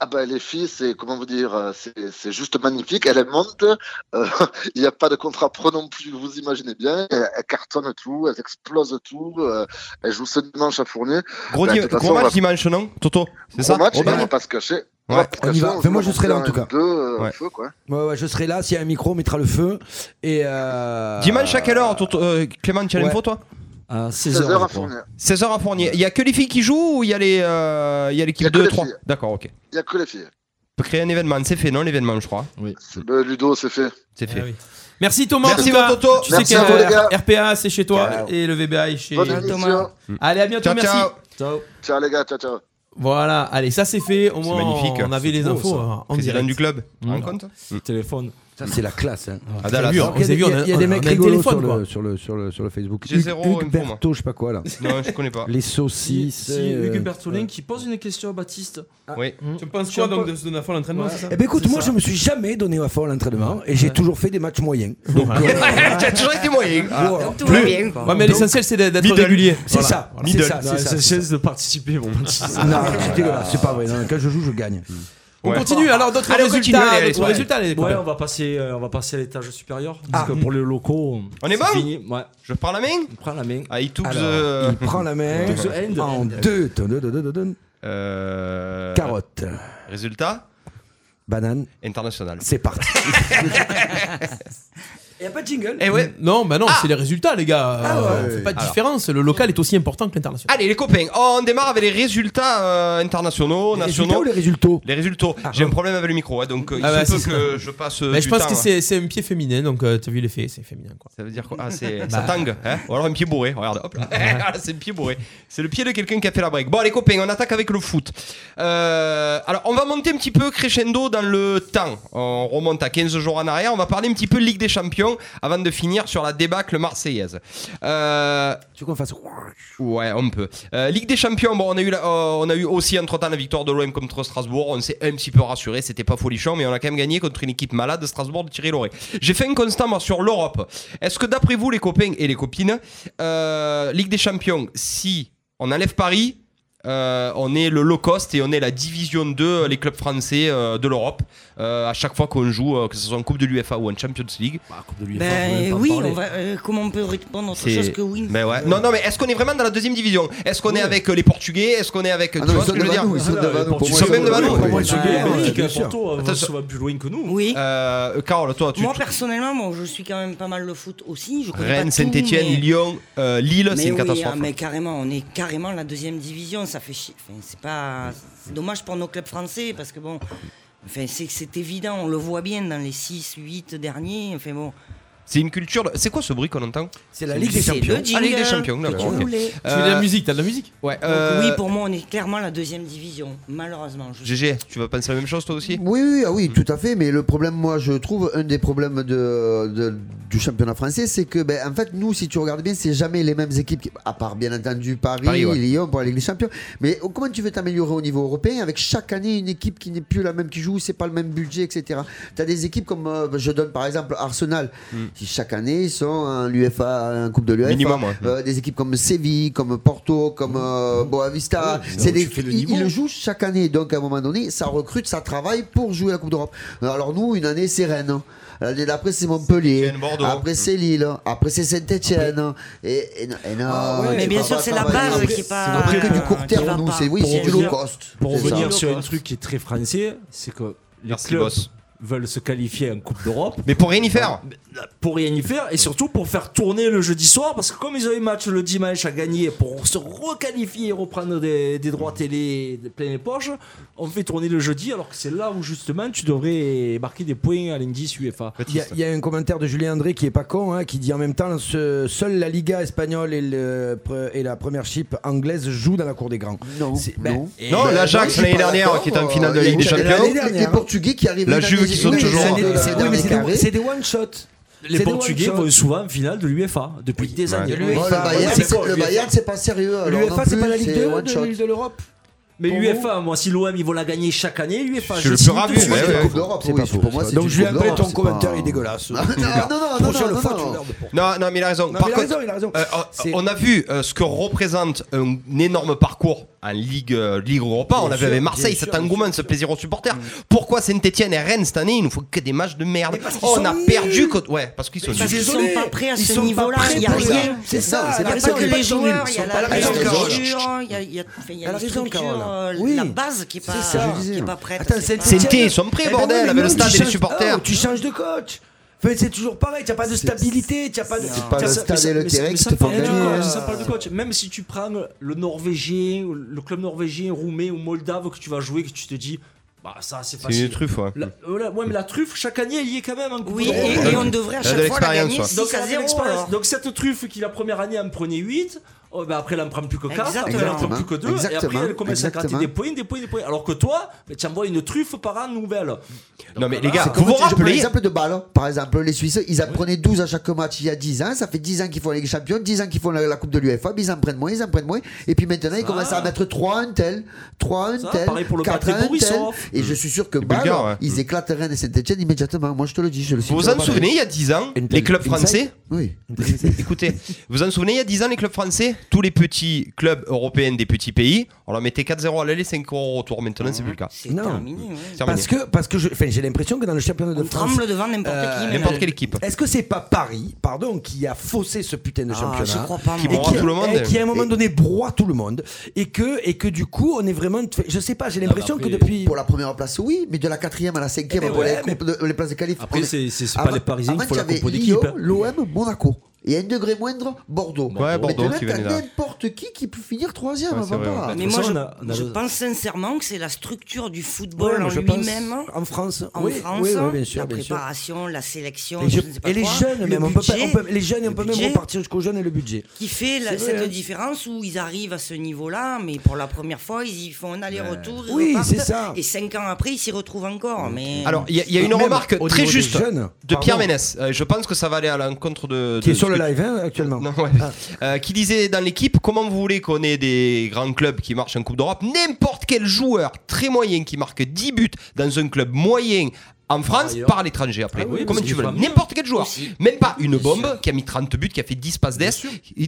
Speaker 9: Ah bah les filles, c'est comment vous dire, euh, c'est c'est juste magnifique. Elles elles montent, euh, il n'y a pas de contrat pro non plus, vous imaginez bien. Elles, elles cartonnent tout, elles explosent tout. euh, elles jouent ce dimanche à Fournier.
Speaker 2: Gros,
Speaker 9: Bah,
Speaker 2: di-
Speaker 9: de toute
Speaker 2: gros
Speaker 9: façon, on
Speaker 2: match
Speaker 9: va-
Speaker 2: dimanche, non Toto C'est ça
Speaker 9: Gros match,
Speaker 2: Gros
Speaker 9: on va
Speaker 2: match
Speaker 9: pas se cacher.
Speaker 2: Ouais,
Speaker 9: pas se
Speaker 3: on y
Speaker 9: cacher,
Speaker 3: va.
Speaker 9: se
Speaker 3: Fais-moi,
Speaker 9: met
Speaker 3: je serai là, en
Speaker 9: un
Speaker 3: tout cas.
Speaker 9: deux, euh,
Speaker 2: Ouais.
Speaker 9: feu, quoi.
Speaker 3: Ouais, ouais, je serai là. S'il y a un micro, on mettra le feu. Et euh,
Speaker 2: Dimanche à quelle heure, Toto euh, Clément, tu as
Speaker 3: Ouais.
Speaker 2: l'info, toi Ah,
Speaker 4: À
Speaker 9: 16 heures
Speaker 4: 16h.
Speaker 9: à Fournier.
Speaker 2: 16h à Fournier. Il y a que les filles qui jouent ou il y a les, euh, il y a
Speaker 9: Il y
Speaker 2: l'équipe
Speaker 9: a que
Speaker 2: 2
Speaker 9: les
Speaker 2: 3
Speaker 9: filles.
Speaker 2: D'accord, ok. On
Speaker 9: Il n'y a que les filles. hein.
Speaker 2: peut créer un événement, c'est fait, non l'événement, je crois.
Speaker 9: Ben, Ludo, c'est fait.
Speaker 2: C'est fait.
Speaker 1: Ah oui. Merci Thomas. en
Speaker 2: Merci,
Speaker 1: tout cas.
Speaker 2: mon Toto.
Speaker 1: Tu
Speaker 9: Merci
Speaker 1: sais
Speaker 9: à vous, les gars.
Speaker 1: que RPA c'est chez toi
Speaker 9: Ciao.
Speaker 1: et le VBA est chez.
Speaker 9: Bonne
Speaker 5: Thomas.
Speaker 9: émission. Mm.
Speaker 1: Allez à bientôt.
Speaker 2: Mm. Ciao,
Speaker 1: merci.
Speaker 2: ciao.
Speaker 4: Ciao.
Speaker 9: Ciao les gars, ciao ciao.
Speaker 1: Voilà. Allez, ça c'est fait. Au moins,
Speaker 2: magnifique.
Speaker 1: on avait les
Speaker 4: beau,
Speaker 1: infos
Speaker 4: ça.
Speaker 1: hein, en
Speaker 2: Président
Speaker 1: direct.
Speaker 2: du club. Tu te rends
Speaker 4: Mm.
Speaker 2: compte
Speaker 4: Téléphone.
Speaker 3: Ça, c'est la classe. hein.
Speaker 2: À
Speaker 1: Vous avez
Speaker 2: Dallas.
Speaker 1: vu, hein,
Speaker 3: Il
Speaker 1: vous
Speaker 3: y a
Speaker 1: avez
Speaker 3: des-
Speaker 1: vu,
Speaker 3: il y a- il y a des
Speaker 1: on
Speaker 3: mecs
Speaker 1: on a le
Speaker 3: rigolos sur
Speaker 1: téléphone, quoi.
Speaker 3: le, sur, le, sur, le, sur le Facebook.
Speaker 2: J'ai
Speaker 3: Hugues-
Speaker 2: zéro
Speaker 3: Hugues
Speaker 2: info, moi.
Speaker 3: Berthaud, je sais pas quoi là.
Speaker 2: Non, je connais pas.
Speaker 3: Les
Speaker 4: Si,
Speaker 3: saucisses.
Speaker 4: si,
Speaker 3: euh,
Speaker 4: Hugues Bertolin
Speaker 3: ouais.
Speaker 4: qui pose une question à Baptiste.
Speaker 2: Oui.
Speaker 1: Tu me penses
Speaker 4: Je
Speaker 1: quoi
Speaker 4: sais
Speaker 1: donc
Speaker 4: pas.
Speaker 1: de ce Donafol l'entraînement,
Speaker 4: Ouais.
Speaker 1: c'est ça
Speaker 3: Eh ben écoute,
Speaker 4: C'est
Speaker 3: moi
Speaker 4: ça.
Speaker 3: je me suis jamais donné à fond à l'entraînement et j'ai toujours fait des matchs moyens. Donc,
Speaker 2: Ah,
Speaker 3: euh,
Speaker 2: T'as toujours été moyen. Ah.
Speaker 3: voilà.
Speaker 5: Tout va bien, quoi.
Speaker 1: Ouais, mais l'essentiel c'est d'être
Speaker 2: Middle.
Speaker 1: régulier.
Speaker 3: C'est ça, c'est ça, c'est ça.
Speaker 4: C'est de participer, mon Baptiste.
Speaker 3: Non, c'est dégueulasse, c'est pas vrai. Non, quand je joue, je gagne.
Speaker 1: On
Speaker 2: Ouais.
Speaker 1: continue alors d'autres
Speaker 2: Allez, on continue,
Speaker 1: résultats.
Speaker 2: allez, allez,
Speaker 1: d'autres
Speaker 2: ouais.
Speaker 1: résultats, les
Speaker 4: Ouais,
Speaker 1: copains.
Speaker 4: on va passer, euh, on va passer à l'étage supérieur. Parce que pour les locaux,
Speaker 2: Ah. On est
Speaker 4: c'est
Speaker 2: bon
Speaker 4: fini. Ouais,
Speaker 2: Je prends la main
Speaker 4: on prend la main.
Speaker 2: Ah, il touche.
Speaker 3: Alors,
Speaker 2: euh,
Speaker 3: Il prend la main
Speaker 4: To the end.
Speaker 3: en deux. Dun, dun, dun, dun, dun, dun.
Speaker 2: euh,
Speaker 3: Carotte,
Speaker 2: Résultat
Speaker 3: banane,
Speaker 2: international.
Speaker 3: c'est parti. Il a pas de jingle
Speaker 2: Eh ouais.
Speaker 1: Non, bah non, c'est les résultats, les gars.
Speaker 2: Ah
Speaker 1: Euh,
Speaker 3: ouais.
Speaker 1: Fait pas de différence. Le local est aussi important que l'international.
Speaker 2: Allez, les copains, on démarre avec les résultats euh, internationaux,
Speaker 3: Les résultats
Speaker 2: nationaux.
Speaker 3: ou les Ah, résultats
Speaker 2: Les résultats. J'ai un problème avec le micro, hein, donc euh, il
Speaker 1: Ah bah,
Speaker 2: se peut
Speaker 1: c'est
Speaker 2: que je passe. euh,
Speaker 1: Mais
Speaker 2: du
Speaker 1: Bah, je pense
Speaker 2: temps,
Speaker 1: que
Speaker 2: hein.
Speaker 1: c'est c'est un pied féminin, donc euh, t'as vu l'effet, c'est féminin quoi.
Speaker 2: Ça veut dire quoi Ah, c'est. Ça
Speaker 3: Bah.
Speaker 2: tangue, hein Ou alors un pied bourré, regarde, hop là. Voilà, c'est le pied bourré. C'est le pied de quelqu'un qui a fait la break. Bon, les copains, on attaque avec le foot. Euh, alors, on va monter un petit peu crescendo dans le temps. On remonte à 15 jours en arrière. On va parler un petit peu Ligue des Champions avant de finir sur la débâcle marseillaise. Euh,
Speaker 3: Tu veux qu'on fasse
Speaker 2: Ouais, on peut. Euh, Ligue des Champions, bon, on a eu, la- euh, on a eu aussi entre temps la victoire de l'OM contre Strasbourg. On s'est un petit peu rassuré, c'était pas folichon, mais on a quand même gagné contre une équipe malade, Strasbourg de Thierry Lauré. J'ai fait un constat moi, sur l'Europe. Est-ce que d'après vous, les copains et les copines, euh, Ligue des Champions, si on enlève Paris, euh, on est le low cost et on est la division 2, les clubs français euh, de l'Europe, euh, à chaque fois qu'on joue, euh, que ce soit en Coupe de l'UEFA ou en Champions League.
Speaker 5: Ben oui, on va- euh, comment on peut répondre autre
Speaker 2: C'est-
Speaker 5: chose que oui
Speaker 4: ben,
Speaker 2: Mais ouais. Non, non, mais est-ce qu'on est vraiment dans la deuxième division Est-ce qu'on est avec euh, les Portugais Est-ce qu'on est avec. euh,
Speaker 6: Ah
Speaker 2: tu
Speaker 6: non, ils
Speaker 2: vois ce
Speaker 6: sont
Speaker 2: que je veux
Speaker 6: devant
Speaker 2: dire
Speaker 6: nous, ils sont
Speaker 4: Ah,
Speaker 6: devant
Speaker 4: les
Speaker 6: nous. Pour
Speaker 4: Portugais,
Speaker 6: moi,
Speaker 2: sont même
Speaker 6: devant
Speaker 2: devant
Speaker 6: nous.
Speaker 2: nous.
Speaker 6: oui,
Speaker 3: Pour moi,
Speaker 6: oui.
Speaker 3: ils sont
Speaker 5: Bah,
Speaker 3: bien,
Speaker 5: oui,
Speaker 3: ouais,
Speaker 4: Oui,
Speaker 3: bien
Speaker 4: bien
Speaker 3: sûr.
Speaker 2: Attention.
Speaker 4: ça va plus loin que nous.
Speaker 5: Oui.
Speaker 2: Euh, Carole, toi, tu.
Speaker 5: Moi
Speaker 2: tu-
Speaker 5: personnellement, bon, je suis quand même pas mal le foot aussi. Je connais
Speaker 2: Rennes,
Speaker 5: pas tout,
Speaker 2: Saint-Etienne,
Speaker 5: mais-
Speaker 2: Lyon, euh, Lille,
Speaker 5: Mais
Speaker 2: c'est une
Speaker 5: oui,
Speaker 2: catastrophe.
Speaker 5: ah, mais carrément, on est carrément la deuxième division. Ça fait chier. Enfin, c'est pas. C'est dommage pour nos clubs français parce que bon. Enfin, c'est, c'est évident, on le voit bien dans les 6, 8 derniers. Enfin bon,
Speaker 2: C'est une culture. de- C'est quoi ce bruit qu'on entend
Speaker 3: C'est la Ligue des
Speaker 5: c'est
Speaker 3: Champions.
Speaker 5: le jingle
Speaker 2: Ah, Ligue des Champions,
Speaker 5: que
Speaker 2: d'accord,
Speaker 5: tu
Speaker 2: ok. Euh,
Speaker 5: voulais.
Speaker 1: Tu veux de la musique, t'as de la musique
Speaker 2: Ouais.
Speaker 5: Donc,
Speaker 2: euh,
Speaker 5: oui, pour moi, on est clairement la deuxième division, malheureusement. Je-
Speaker 2: GG, tu vas penser la même chose toi aussi Hmm.
Speaker 6: Oui, oui, ah oui, tout à fait. Mais le problème, moi, je trouve, un des problèmes de, de- du championnat français, c'est que, ben, en fait, nous, si tu regardes bien, c'est jamais les mêmes équipes, qui- à part bien entendu Paris,
Speaker 2: Paris, ouais.
Speaker 6: Lyon pour la Ligue des Champions. Mais oh, comment tu veux t'améliorer au niveau européen avec chaque année une équipe qui n'est plus la même qui joue, c'est pas le même budget, etc. Tu as des équipes comme, euh, je donne par exemple Arsenal, qui chaque année ils sont en l'UFA, en Coupe de l'UEFA.
Speaker 2: Hmm. Minimum, ouais.
Speaker 6: Euh, des équipes comme Séville, comme Porto, comme euh, Boavista. c'est des, ils, ils le jouent chaque Euh, année. Donc, à un moment donné, ça recrute, ça travaille pour jouer la Coupe d'Europe. Alors, nous, une année, c'est Rennes. L'année d'après, c'est Montpellier.
Speaker 2: Étienne, Bordeaux.
Speaker 6: Après, c'est Lille. Après, c'est Saint-Etienne. Et, et, et non,
Speaker 5: Ah ouais,
Speaker 6: tu
Speaker 5: mais
Speaker 6: peux
Speaker 5: bien
Speaker 6: pas
Speaker 5: sûr, c'est la
Speaker 6: travailler.
Speaker 5: base
Speaker 6: Après,
Speaker 5: qui est pas-
Speaker 6: C'est que du court
Speaker 5: qui
Speaker 6: terme,
Speaker 5: va
Speaker 6: nous.
Speaker 5: pas.
Speaker 6: C'est oui,
Speaker 5: Pour
Speaker 6: c'est du low
Speaker 5: revenir-
Speaker 6: cost.
Speaker 4: Pour
Speaker 6: C'est ça.
Speaker 4: revenir sur un truc qui est très français, c'est que les
Speaker 2: Merci,
Speaker 4: clubs
Speaker 2: boss.
Speaker 4: veulent se qualifier en Coupe d'Europe Bah,
Speaker 2: Mais pour rien y faire.
Speaker 4: pour rien y faire et surtout pour faire tourner le jeudi soir parce que comme ils avaient match le dimanche à gagner pour se requalifier et reprendre des, des droits télé de plein les poches, on fait tourner le jeudi alors que c'est là où justement tu devrais marquer des points à l'indice UEFA.
Speaker 3: Il y, a- il y a un commentaire de Julien André qui est pas con, hein, qui dit en même temps ce- seule la Liga espagnole et, le pre- et la première chip anglaise jouent dans la cour des grands.
Speaker 6: Non,
Speaker 3: C'est- ben,
Speaker 6: non.
Speaker 3: et-
Speaker 2: Non,
Speaker 3: ben,
Speaker 6: Je
Speaker 2: l'Ajax
Speaker 6: suis
Speaker 2: l'année
Speaker 6: pas
Speaker 2: dernière
Speaker 6: d'accord,
Speaker 2: qui est en finale de
Speaker 6: euh,
Speaker 2: Ligue des
Speaker 6: il y a
Speaker 2: Champions.
Speaker 6: l'année
Speaker 4: hein.
Speaker 6: dernière. Les Portugais qui arrivent.
Speaker 2: La
Speaker 6: dans
Speaker 2: Juve
Speaker 6: les-
Speaker 2: qui sont
Speaker 6: oui,
Speaker 2: toujours-
Speaker 6: c'est
Speaker 3: c'est
Speaker 6: des-
Speaker 3: des- c'est-
Speaker 6: dans
Speaker 3: oui, mais
Speaker 6: les
Speaker 3: c'est des-
Speaker 6: carrés.
Speaker 3: c'est des one shot.
Speaker 4: Les Portugais vont souvent en finale de l'UEFA depuis des
Speaker 2: Ouais.
Speaker 4: années.
Speaker 3: De
Speaker 6: Ouais,
Speaker 3: l'UEFA.
Speaker 6: le Bayern,
Speaker 4: c'est
Speaker 6: c'est-
Speaker 4: quoi,
Speaker 6: le
Speaker 4: l'UEFA?
Speaker 6: Bayern, c'est pas sérieux. alors
Speaker 3: L'UEFA,
Speaker 6: non
Speaker 3: c'est pas
Speaker 6: plus,
Speaker 3: la Ligue
Speaker 6: c'est
Speaker 3: 2
Speaker 6: one shot.
Speaker 3: de, de l'Europe.
Speaker 4: Mais
Speaker 3: Pour
Speaker 4: l'UEFA, moi si l'OM ils vont la gagner chaque année, l'UEFA.
Speaker 2: C'est
Speaker 4: je
Speaker 2: le
Speaker 4: signe
Speaker 2: plus
Speaker 4: tout de
Speaker 2: ravi,
Speaker 4: suite.
Speaker 2: ouais, ouais.
Speaker 6: Coupe d'Europe, oui, pour moi, c'est
Speaker 3: Donc
Speaker 6: une
Speaker 3: Julien
Speaker 6: Coupe
Speaker 3: André,
Speaker 6: d'Europe,
Speaker 3: ton
Speaker 6: c'est
Speaker 3: commentaire
Speaker 6: pas-
Speaker 3: est dégueulasse.
Speaker 6: Non, Ah, non, non, non,
Speaker 3: Prochaine
Speaker 6: non,
Speaker 3: fois,
Speaker 6: non.
Speaker 3: tu l'heures de pour-
Speaker 2: Non, non, mais il a raison.
Speaker 3: Non,
Speaker 2: Par
Speaker 3: mais il a
Speaker 2: contre,
Speaker 3: raison, il a raison.
Speaker 2: euh, euh,
Speaker 3: C'est-
Speaker 2: on a vu euh, ce que représente un énorme parcours en Ligue, euh, Ligue Europa. on
Speaker 3: Bien
Speaker 2: a vu
Speaker 3: sûr,
Speaker 2: avec
Speaker 3: bien
Speaker 2: Marseille,
Speaker 3: sûr, Mm.
Speaker 2: cet
Speaker 3: bien
Speaker 2: engouement, ce plaisir aux supporters. Pourquoi Saint-Etienne et Rennes cette année Il nous faut que des matchs de merde. on
Speaker 3: sont
Speaker 2: a
Speaker 3: nuls.
Speaker 2: perdu. côte- Ouais, parce qu'ils sont
Speaker 5: Parce
Speaker 2: nuls.
Speaker 5: qu'ils sont
Speaker 3: Désolé,
Speaker 5: pas prêts à
Speaker 3: ils
Speaker 5: ce
Speaker 3: sont pas
Speaker 5: niveau-là,
Speaker 3: prêts
Speaker 5: il n'y a
Speaker 3: pour ça.
Speaker 5: rien.
Speaker 3: C'est ça,
Speaker 6: c'est
Speaker 5: Il n'y
Speaker 6: pas
Speaker 5: a pas
Speaker 6: ça,
Speaker 5: que
Speaker 6: ils
Speaker 5: les
Speaker 3: sont nuls,
Speaker 5: joueurs,
Speaker 3: ils
Speaker 5: il y a
Speaker 3: sont
Speaker 5: la
Speaker 3: pas
Speaker 5: la
Speaker 3: là.
Speaker 6: Ils sont
Speaker 5: structure, il y a- il y a enfin, il y
Speaker 3: Elle
Speaker 5: a
Speaker 3: a
Speaker 5: la
Speaker 3: raison,
Speaker 5: structure,
Speaker 3: Carola.
Speaker 5: euh,
Speaker 3: Oui.
Speaker 5: la base qui n'est
Speaker 3: C'est ça,
Speaker 5: pas
Speaker 3: je
Speaker 5: qui est
Speaker 6: disais.
Speaker 5: pas prête.
Speaker 3: Attends,
Speaker 5: c'est
Speaker 3: c'est-
Speaker 5: pas-
Speaker 3: c'est-
Speaker 2: Saint-Etienne, ils sont prêts,
Speaker 3: Eh ben
Speaker 2: bordel,
Speaker 3: non, mais
Speaker 2: avec le
Speaker 3: non,
Speaker 2: stade
Speaker 3: tu
Speaker 2: et les
Speaker 3: changes-
Speaker 2: supporters.
Speaker 3: oh, tu changes de coach. Enfin, c'est toujours pareil, tu pas de stabilité, tu pas de.
Speaker 6: C'est
Speaker 3: t'as-
Speaker 6: pas
Speaker 4: Ça-
Speaker 6: le
Speaker 4: mais
Speaker 6: stade
Speaker 4: ça-
Speaker 6: et le
Speaker 4: mais ça-
Speaker 6: terrain
Speaker 4: mais
Speaker 6: qui
Speaker 4: ça
Speaker 6: te font
Speaker 4: parle du
Speaker 6: gagner.
Speaker 4: coach,
Speaker 6: euh,
Speaker 4: ça parle du coach. Même si tu prends le Norvégien, ou le club norvégien, roumain ou moldave que tu vas jouer, que tu te dis, bah ça c'est
Speaker 2: C'est une
Speaker 4: facile.
Speaker 2: truffe, ouais.
Speaker 4: La- euh, la- ouais, mais la truffe, chaque année, elle y est quand même en Coupe
Speaker 5: Oui,
Speaker 4: d'Europe.
Speaker 5: et, et on devrait à
Speaker 2: Elle a de
Speaker 5: chaque fois la
Speaker 2: l'expérience,
Speaker 5: gagner
Speaker 2: quoi.
Speaker 5: 6
Speaker 4: Donc,
Speaker 5: à
Speaker 4: elle a de
Speaker 5: 0.
Speaker 4: l'expérience.
Speaker 5: alors.
Speaker 4: Donc, cette truffe qui, la première année, en prenait 8, oh, ben, après, elle en prend plus que 4, après, elle en prend
Speaker 5: Exactement.
Speaker 4: plus que 2, et après,
Speaker 6: Exactement.
Speaker 4: elle commence à gratter
Speaker 6: Exactement.
Speaker 4: des points, des points, des points. Alors que toi, ben, tu envoies une truffe par an nouvelle.
Speaker 2: Non, mais les gars,
Speaker 6: C'est
Speaker 2: vous
Speaker 6: comme
Speaker 2: vous
Speaker 6: tu- je prends
Speaker 2: rappelez
Speaker 6: l'exemple de Bâle. hein. Par exemple, les Suisses, ils en prenaient 12 à chaque match il y a 10 ans. Ça fait 10 ans qu'ils font la Ligue des Champions, 10 ans qu'ils font la, la Coupe de l'UEFA. mais Ils en prennent moins, ils en prennent moins. Et puis maintenant, ils
Speaker 4: Ça.
Speaker 6: commencent à en mettre 3 un tel, 3 un
Speaker 4: Ça,
Speaker 6: tel,
Speaker 4: pareil pour le
Speaker 6: 4
Speaker 4: Patrick
Speaker 6: un tel.
Speaker 4: Bourissov.
Speaker 6: Et je suis sûr que
Speaker 2: Les
Speaker 6: Bâle,
Speaker 2: Bulgares, ouais.
Speaker 6: ils éclatent Rennes et Saint-Etienne immédiatement. Moi, je te le dis, je le
Speaker 2: Vous vous en souvenez, il y a 10 ans,
Speaker 3: Une
Speaker 2: les
Speaker 3: telle-
Speaker 2: clubs
Speaker 3: une
Speaker 2: français
Speaker 6: Oui.
Speaker 2: Écoutez, vous vous en souvenez, il y a 10 ans, les clubs français, tous les petits clubs européens des petits pays, on leur mettait 4-0 à l'aller, 5-0 au retour. Maintenant, c'est plus le cas.
Speaker 5: C'est
Speaker 3: Non.
Speaker 5: terminé. ouais.
Speaker 2: C'est terminé.
Speaker 3: Parce que, parce que je- enfin, j'ai l'impression que dans le championnat de
Speaker 5: On
Speaker 3: France.
Speaker 5: tremble devant n'importe
Speaker 3: Euh,
Speaker 5: qui.
Speaker 2: N'importe
Speaker 5: maintenant.
Speaker 2: quelle équipe.
Speaker 3: Est-ce que c'est pas Paris, pardon, qui a faussé ce putain de
Speaker 5: Ah,
Speaker 3: championnat
Speaker 5: je crois pas,
Speaker 2: Qui
Speaker 5: moi.
Speaker 2: broie tout le monde.
Speaker 3: et qui à un moment donné broie tout le monde et que et que du coup on est vraiment je sais pas j'ai l'impression
Speaker 4: mais
Speaker 3: que
Speaker 4: après-
Speaker 3: depuis
Speaker 6: Pour la première place, oui, mais de la quatrième à la cinquième,
Speaker 3: Eh ben
Speaker 6: pour les,
Speaker 3: ouais,
Speaker 6: coupes de- les places de qualif.
Speaker 4: Après,
Speaker 6: on est-
Speaker 4: c'est- c'est- c'est
Speaker 6: Avant-
Speaker 4: pas les Parisiens
Speaker 6: avant,
Speaker 4: qui font la
Speaker 6: t'avais
Speaker 4: compo d'équipe,
Speaker 6: Lyon,
Speaker 4: hein.
Speaker 6: L'OM, Monaco. Et à un degré moindre, Bordeaux.
Speaker 2: Ouais, Bordeaux
Speaker 6: Maintenant,
Speaker 2: qui venait
Speaker 6: t'as
Speaker 2: là.
Speaker 6: n'importe qui qui peut finir troisième.
Speaker 2: Ouais, c'est
Speaker 6: avant
Speaker 2: vrai,
Speaker 6: pas.
Speaker 2: ouais.
Speaker 4: De
Speaker 5: Mais
Speaker 4: toute
Speaker 5: moi,
Speaker 4: façon,
Speaker 5: je,
Speaker 4: on a- on a-
Speaker 5: je pense sincèrement que c'est la structure du football en
Speaker 3: je pense-
Speaker 5: lui-même. hein.
Speaker 3: en France
Speaker 5: En
Speaker 3: oui,
Speaker 5: France,
Speaker 3: oui, oui, bien
Speaker 5: la
Speaker 3: sûr bien sûr
Speaker 5: préparation, la sélection,
Speaker 3: et, je-
Speaker 5: je ne sais pas
Speaker 3: et les
Speaker 5: quoi,
Speaker 3: jeunes
Speaker 5: le
Speaker 3: même on peut pas-
Speaker 5: budget,
Speaker 3: on peut- les jeunes on
Speaker 5: le
Speaker 3: peut
Speaker 5: budget
Speaker 3: même repartir jusqu'aux jeunes et le budget
Speaker 5: qui fait la-
Speaker 3: C'est vrai,
Speaker 5: cette
Speaker 3: hein.
Speaker 5: différence où ils arrivent à ce niveau-là, mais pour la première fois, ils y font un aller-retour. ils
Speaker 3: Oui,
Speaker 5: repartent,
Speaker 3: c'est ça.
Speaker 5: Et cinq ans après, ils s'y retrouvent encore. Mais
Speaker 2: Alors, il y, a- il y a une
Speaker 3: Même
Speaker 2: remarque
Speaker 3: au
Speaker 2: très
Speaker 3: niveau des
Speaker 2: juste
Speaker 3: jeunes,
Speaker 2: de Pierre
Speaker 3: pardon.
Speaker 2: Ménès. Euh, je pense que ça va aller à l'encontre de.
Speaker 3: qui
Speaker 2: de
Speaker 3: est sur
Speaker 2: ce
Speaker 3: le
Speaker 2: que-
Speaker 3: live hein, actuellement
Speaker 2: Non, ouais. Euh, qui disait dans l'équipe comment vous voulez qu'on ait des grands clubs qui marchent en Coupe d'Europe N'importe quel joueur très moyen qui marque 10 buts dans un club moyen en France
Speaker 4: Ailleurs.
Speaker 2: par l'étranger après.
Speaker 4: Ah oui,
Speaker 2: comment
Speaker 4: parce
Speaker 2: tu
Speaker 4: qu'il
Speaker 2: veux
Speaker 4: fera mieux.
Speaker 2: N'importe quel joueur. Même pas une bombe qui a mis 30 buts, qui a fait 10 passes d'ess.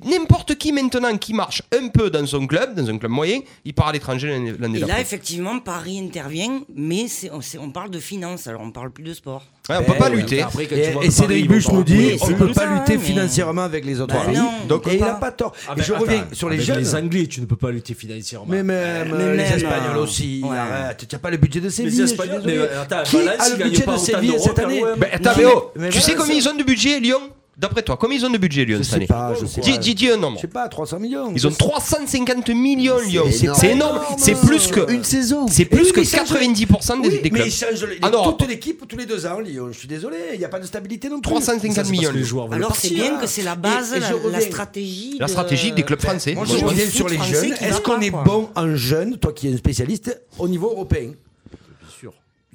Speaker 2: N'importe qui maintenant qui marche un peu dans son club, dans un club moyen, il part à l'étranger l'année l'année
Speaker 5: Et là,
Speaker 2: d'après.
Speaker 5: effectivement, Paris intervient, mais c'est- on, c'est- on parle de finance, alors on parle plus de sport.
Speaker 2: Ouais, on peut
Speaker 3: Eh
Speaker 2: pas
Speaker 3: ouais,
Speaker 2: lutter.
Speaker 4: Après, quand tu
Speaker 3: et,
Speaker 4: vois
Speaker 3: et
Speaker 4: que Paris,
Speaker 3: Cédric
Speaker 4: ils vont
Speaker 3: Buche
Speaker 4: pas-
Speaker 3: nous dit
Speaker 5: bah, Oui,
Speaker 3: on
Speaker 5: c'est
Speaker 3: peut
Speaker 5: comme
Speaker 3: pas
Speaker 5: ça, hein,
Speaker 3: lutter
Speaker 5: mais-
Speaker 3: financièrement avec les autres
Speaker 5: Bah
Speaker 3: pays
Speaker 5: non, on peut
Speaker 3: et il
Speaker 5: pas.
Speaker 3: a pas tort
Speaker 4: Ah,
Speaker 3: et
Speaker 4: ben,
Speaker 3: je reviens
Speaker 4: attends,
Speaker 3: sur les
Speaker 4: avec
Speaker 3: jeunes
Speaker 4: Les Anglais, tu ne peux pas lutter financièrement.
Speaker 3: mais même
Speaker 5: Mais
Speaker 3: euh, les
Speaker 5: même,
Speaker 3: Espagnols
Speaker 5: euh,
Speaker 3: aussi,
Speaker 5: ouais.
Speaker 3: arrête, tu n'as pas le budget de Séville. je suis
Speaker 4: Espagnols,
Speaker 3: désolé.
Speaker 4: mais, euh, attends,
Speaker 3: Qui
Speaker 4: Valence,
Speaker 3: a
Speaker 4: ils
Speaker 3: le
Speaker 4: gagnent
Speaker 3: budget
Speaker 4: pas
Speaker 3: de
Speaker 4: autant hein.
Speaker 3: Séville
Speaker 4: d'euros
Speaker 3: cette
Speaker 4: qu'à
Speaker 3: année
Speaker 4: l'OM.
Speaker 2: Ben, attends,
Speaker 3: Non,
Speaker 2: mais
Speaker 3: mais-
Speaker 2: oh,
Speaker 3: mais
Speaker 2: tu sais
Speaker 3: voilà,
Speaker 2: combien
Speaker 3: ça-
Speaker 2: ils ont de budget, Lyon D'après toi, combien ils ont de budget, Lyon,
Speaker 3: Je
Speaker 2: cette
Speaker 3: sais
Speaker 2: année
Speaker 3: pas, je sais
Speaker 2: Dis-
Speaker 3: pas.
Speaker 2: dis- dis un nombre.
Speaker 3: Je sais pas, 300 millions.
Speaker 2: Ils ont 350 millions, Lyon.
Speaker 6: énorme.
Speaker 2: C'est énorme. C'est plus que.
Speaker 6: Une saison.
Speaker 2: C'est
Speaker 3: Et
Speaker 2: plus
Speaker 3: oui,
Speaker 2: que
Speaker 3: mais ça, je-
Speaker 2: 90% des,
Speaker 3: Oui,
Speaker 2: des
Speaker 3: mais
Speaker 2: clubs.
Speaker 3: ils changent le-
Speaker 2: Ah non,
Speaker 3: toute
Speaker 2: pas-
Speaker 3: l'équipe tous les deux ans, Lyon. Je suis désolé, il n'y a pas de stabilité non plus.
Speaker 2: 350
Speaker 4: C'est
Speaker 2: millions.
Speaker 4: parce que les
Speaker 2: Lyon.
Speaker 4: joueurs veulent
Speaker 5: Alors
Speaker 4: partir.
Speaker 5: c'est bien que c'est la base,
Speaker 3: Et- et je
Speaker 5: la,
Speaker 3: reviens.
Speaker 5: la stratégie.
Speaker 2: La
Speaker 5: de- Ben,
Speaker 2: stratégie des clubs français.
Speaker 3: Moi,
Speaker 2: Moi, je
Speaker 3: je reviens
Speaker 5: pense.
Speaker 3: sur les
Speaker 5: Foot
Speaker 3: jeunes.
Speaker 5: français qui
Speaker 3: Est-ce
Speaker 5: va
Speaker 3: qu'on
Speaker 5: pas,
Speaker 3: est
Speaker 5: quoi.
Speaker 3: bon en jeune, toi qui es un spécialiste, au niveau européen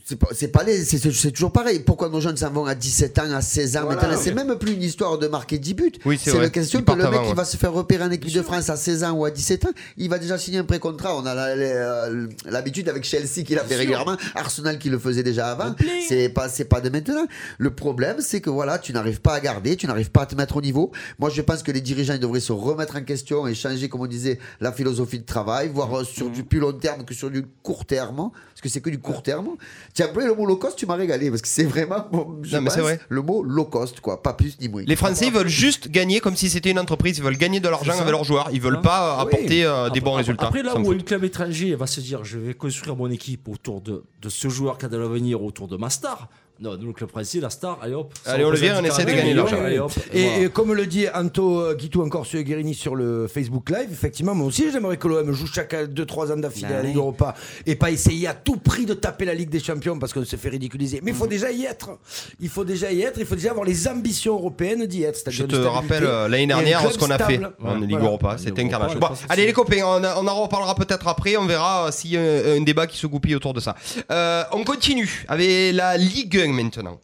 Speaker 6: C'est pas, c'est pas les, c'est, c'est- c'est toujours pareil. Pourquoi nos jeunes s'en vont à 17 ans, à 16 ans Maintenant, c'est même plus une histoire de marquer 10 buts.
Speaker 2: Oui, c'est
Speaker 6: c'est
Speaker 2: vrai.
Speaker 6: la question
Speaker 2: Ils
Speaker 6: que
Speaker 2: partent
Speaker 6: le mec
Speaker 2: avant,
Speaker 6: qui
Speaker 2: ouais.
Speaker 6: va se faire repérer en équipe de France à 16 ans ou à 17 ans, il va déjà signer un pré-contrat. On a la- la- la- l'habitude avec Chelsea qui l'a fait régulièrement, Arsenal qui le faisait déjà avant. C'est pas, c'est pas de maintenant. Le problème, c'est que voilà, tu n'arrives pas à garder, tu n'arrives pas à te mettre au niveau. Moi, je pense que les dirigeants ils devraient se remettre en question et changer, comme on disait, la
Speaker 2: Mhm.
Speaker 6: hein. philosophie de travail, voir euh, sur du plus long terme que sur du court terme, parce que c'est que du court terme. Tu Tu as appelé le mot low cost, tu m'as régalé parce que c'est vraiment je
Speaker 2: Non, mais c'est
Speaker 6: pense,
Speaker 2: vrai.
Speaker 6: le mot low cost, quoi. Pas plus ni moins.
Speaker 2: Les Français ils veulent juste gagner comme si c'était une entreprise. Ils veulent gagner de l'argent
Speaker 4: C'est ça.
Speaker 2: avec leurs joueurs. Ils veulent
Speaker 4: Hein
Speaker 2: pas euh,
Speaker 4: Oui.
Speaker 2: apporter euh, des
Speaker 4: Après-
Speaker 2: bons
Speaker 4: après-
Speaker 2: résultats.
Speaker 4: Après, là
Speaker 2: S'en
Speaker 4: où
Speaker 2: foutent.
Speaker 4: un club étranger va se dire je vais construire mon équipe autour de, de ce joueur qui a de l'avenir, autour de ma star. Non, nous, le club français, la star, allez hop. ça
Speaker 2: Allez, on le vient,
Speaker 4: représente
Speaker 2: on essaie de
Speaker 4: Carré,
Speaker 2: gagner de
Speaker 4: allez,
Speaker 2: l'argent.
Speaker 4: allez, hop,
Speaker 3: Et,
Speaker 4: voilà.
Speaker 3: et comme le dit Anto euh, Guitou encore sur Guérini sur le Facebook Live, effectivement, moi aussi j'aimerais que l'OM joue chaque 2-3 ans d'affilée
Speaker 5: Bah
Speaker 3: à la Ligue
Speaker 5: oui.
Speaker 3: Europa et pas essayer à tout prix de taper la Ligue des Champions parce qu'on se fait ridiculiser. Mais il
Speaker 5: Mhm.
Speaker 3: faut déjà y être. Il faut déjà y être, il faut déjà avoir les ambitions européennes d'y être.
Speaker 2: Je
Speaker 3: c'est-à-dire
Speaker 2: te
Speaker 3: une stabilité
Speaker 2: rappelle euh,
Speaker 3: et
Speaker 2: l'année
Speaker 3: un
Speaker 2: dernière
Speaker 3: club
Speaker 2: ce qu'on a fait
Speaker 3: stable.
Speaker 2: en Ligue
Speaker 3: Voilà.
Speaker 2: Europa. C'était un
Speaker 4: Ligue
Speaker 2: carnage.
Speaker 4: Europa,
Speaker 2: Bon,
Speaker 4: je pense que
Speaker 2: allez
Speaker 4: c'est-
Speaker 2: les copains, on, on en reparlera peut-être après. On verra euh, s'il y a un- un débat qui se goupille autour de ça. Euh, on continue avec la Ligue 1 maintenant.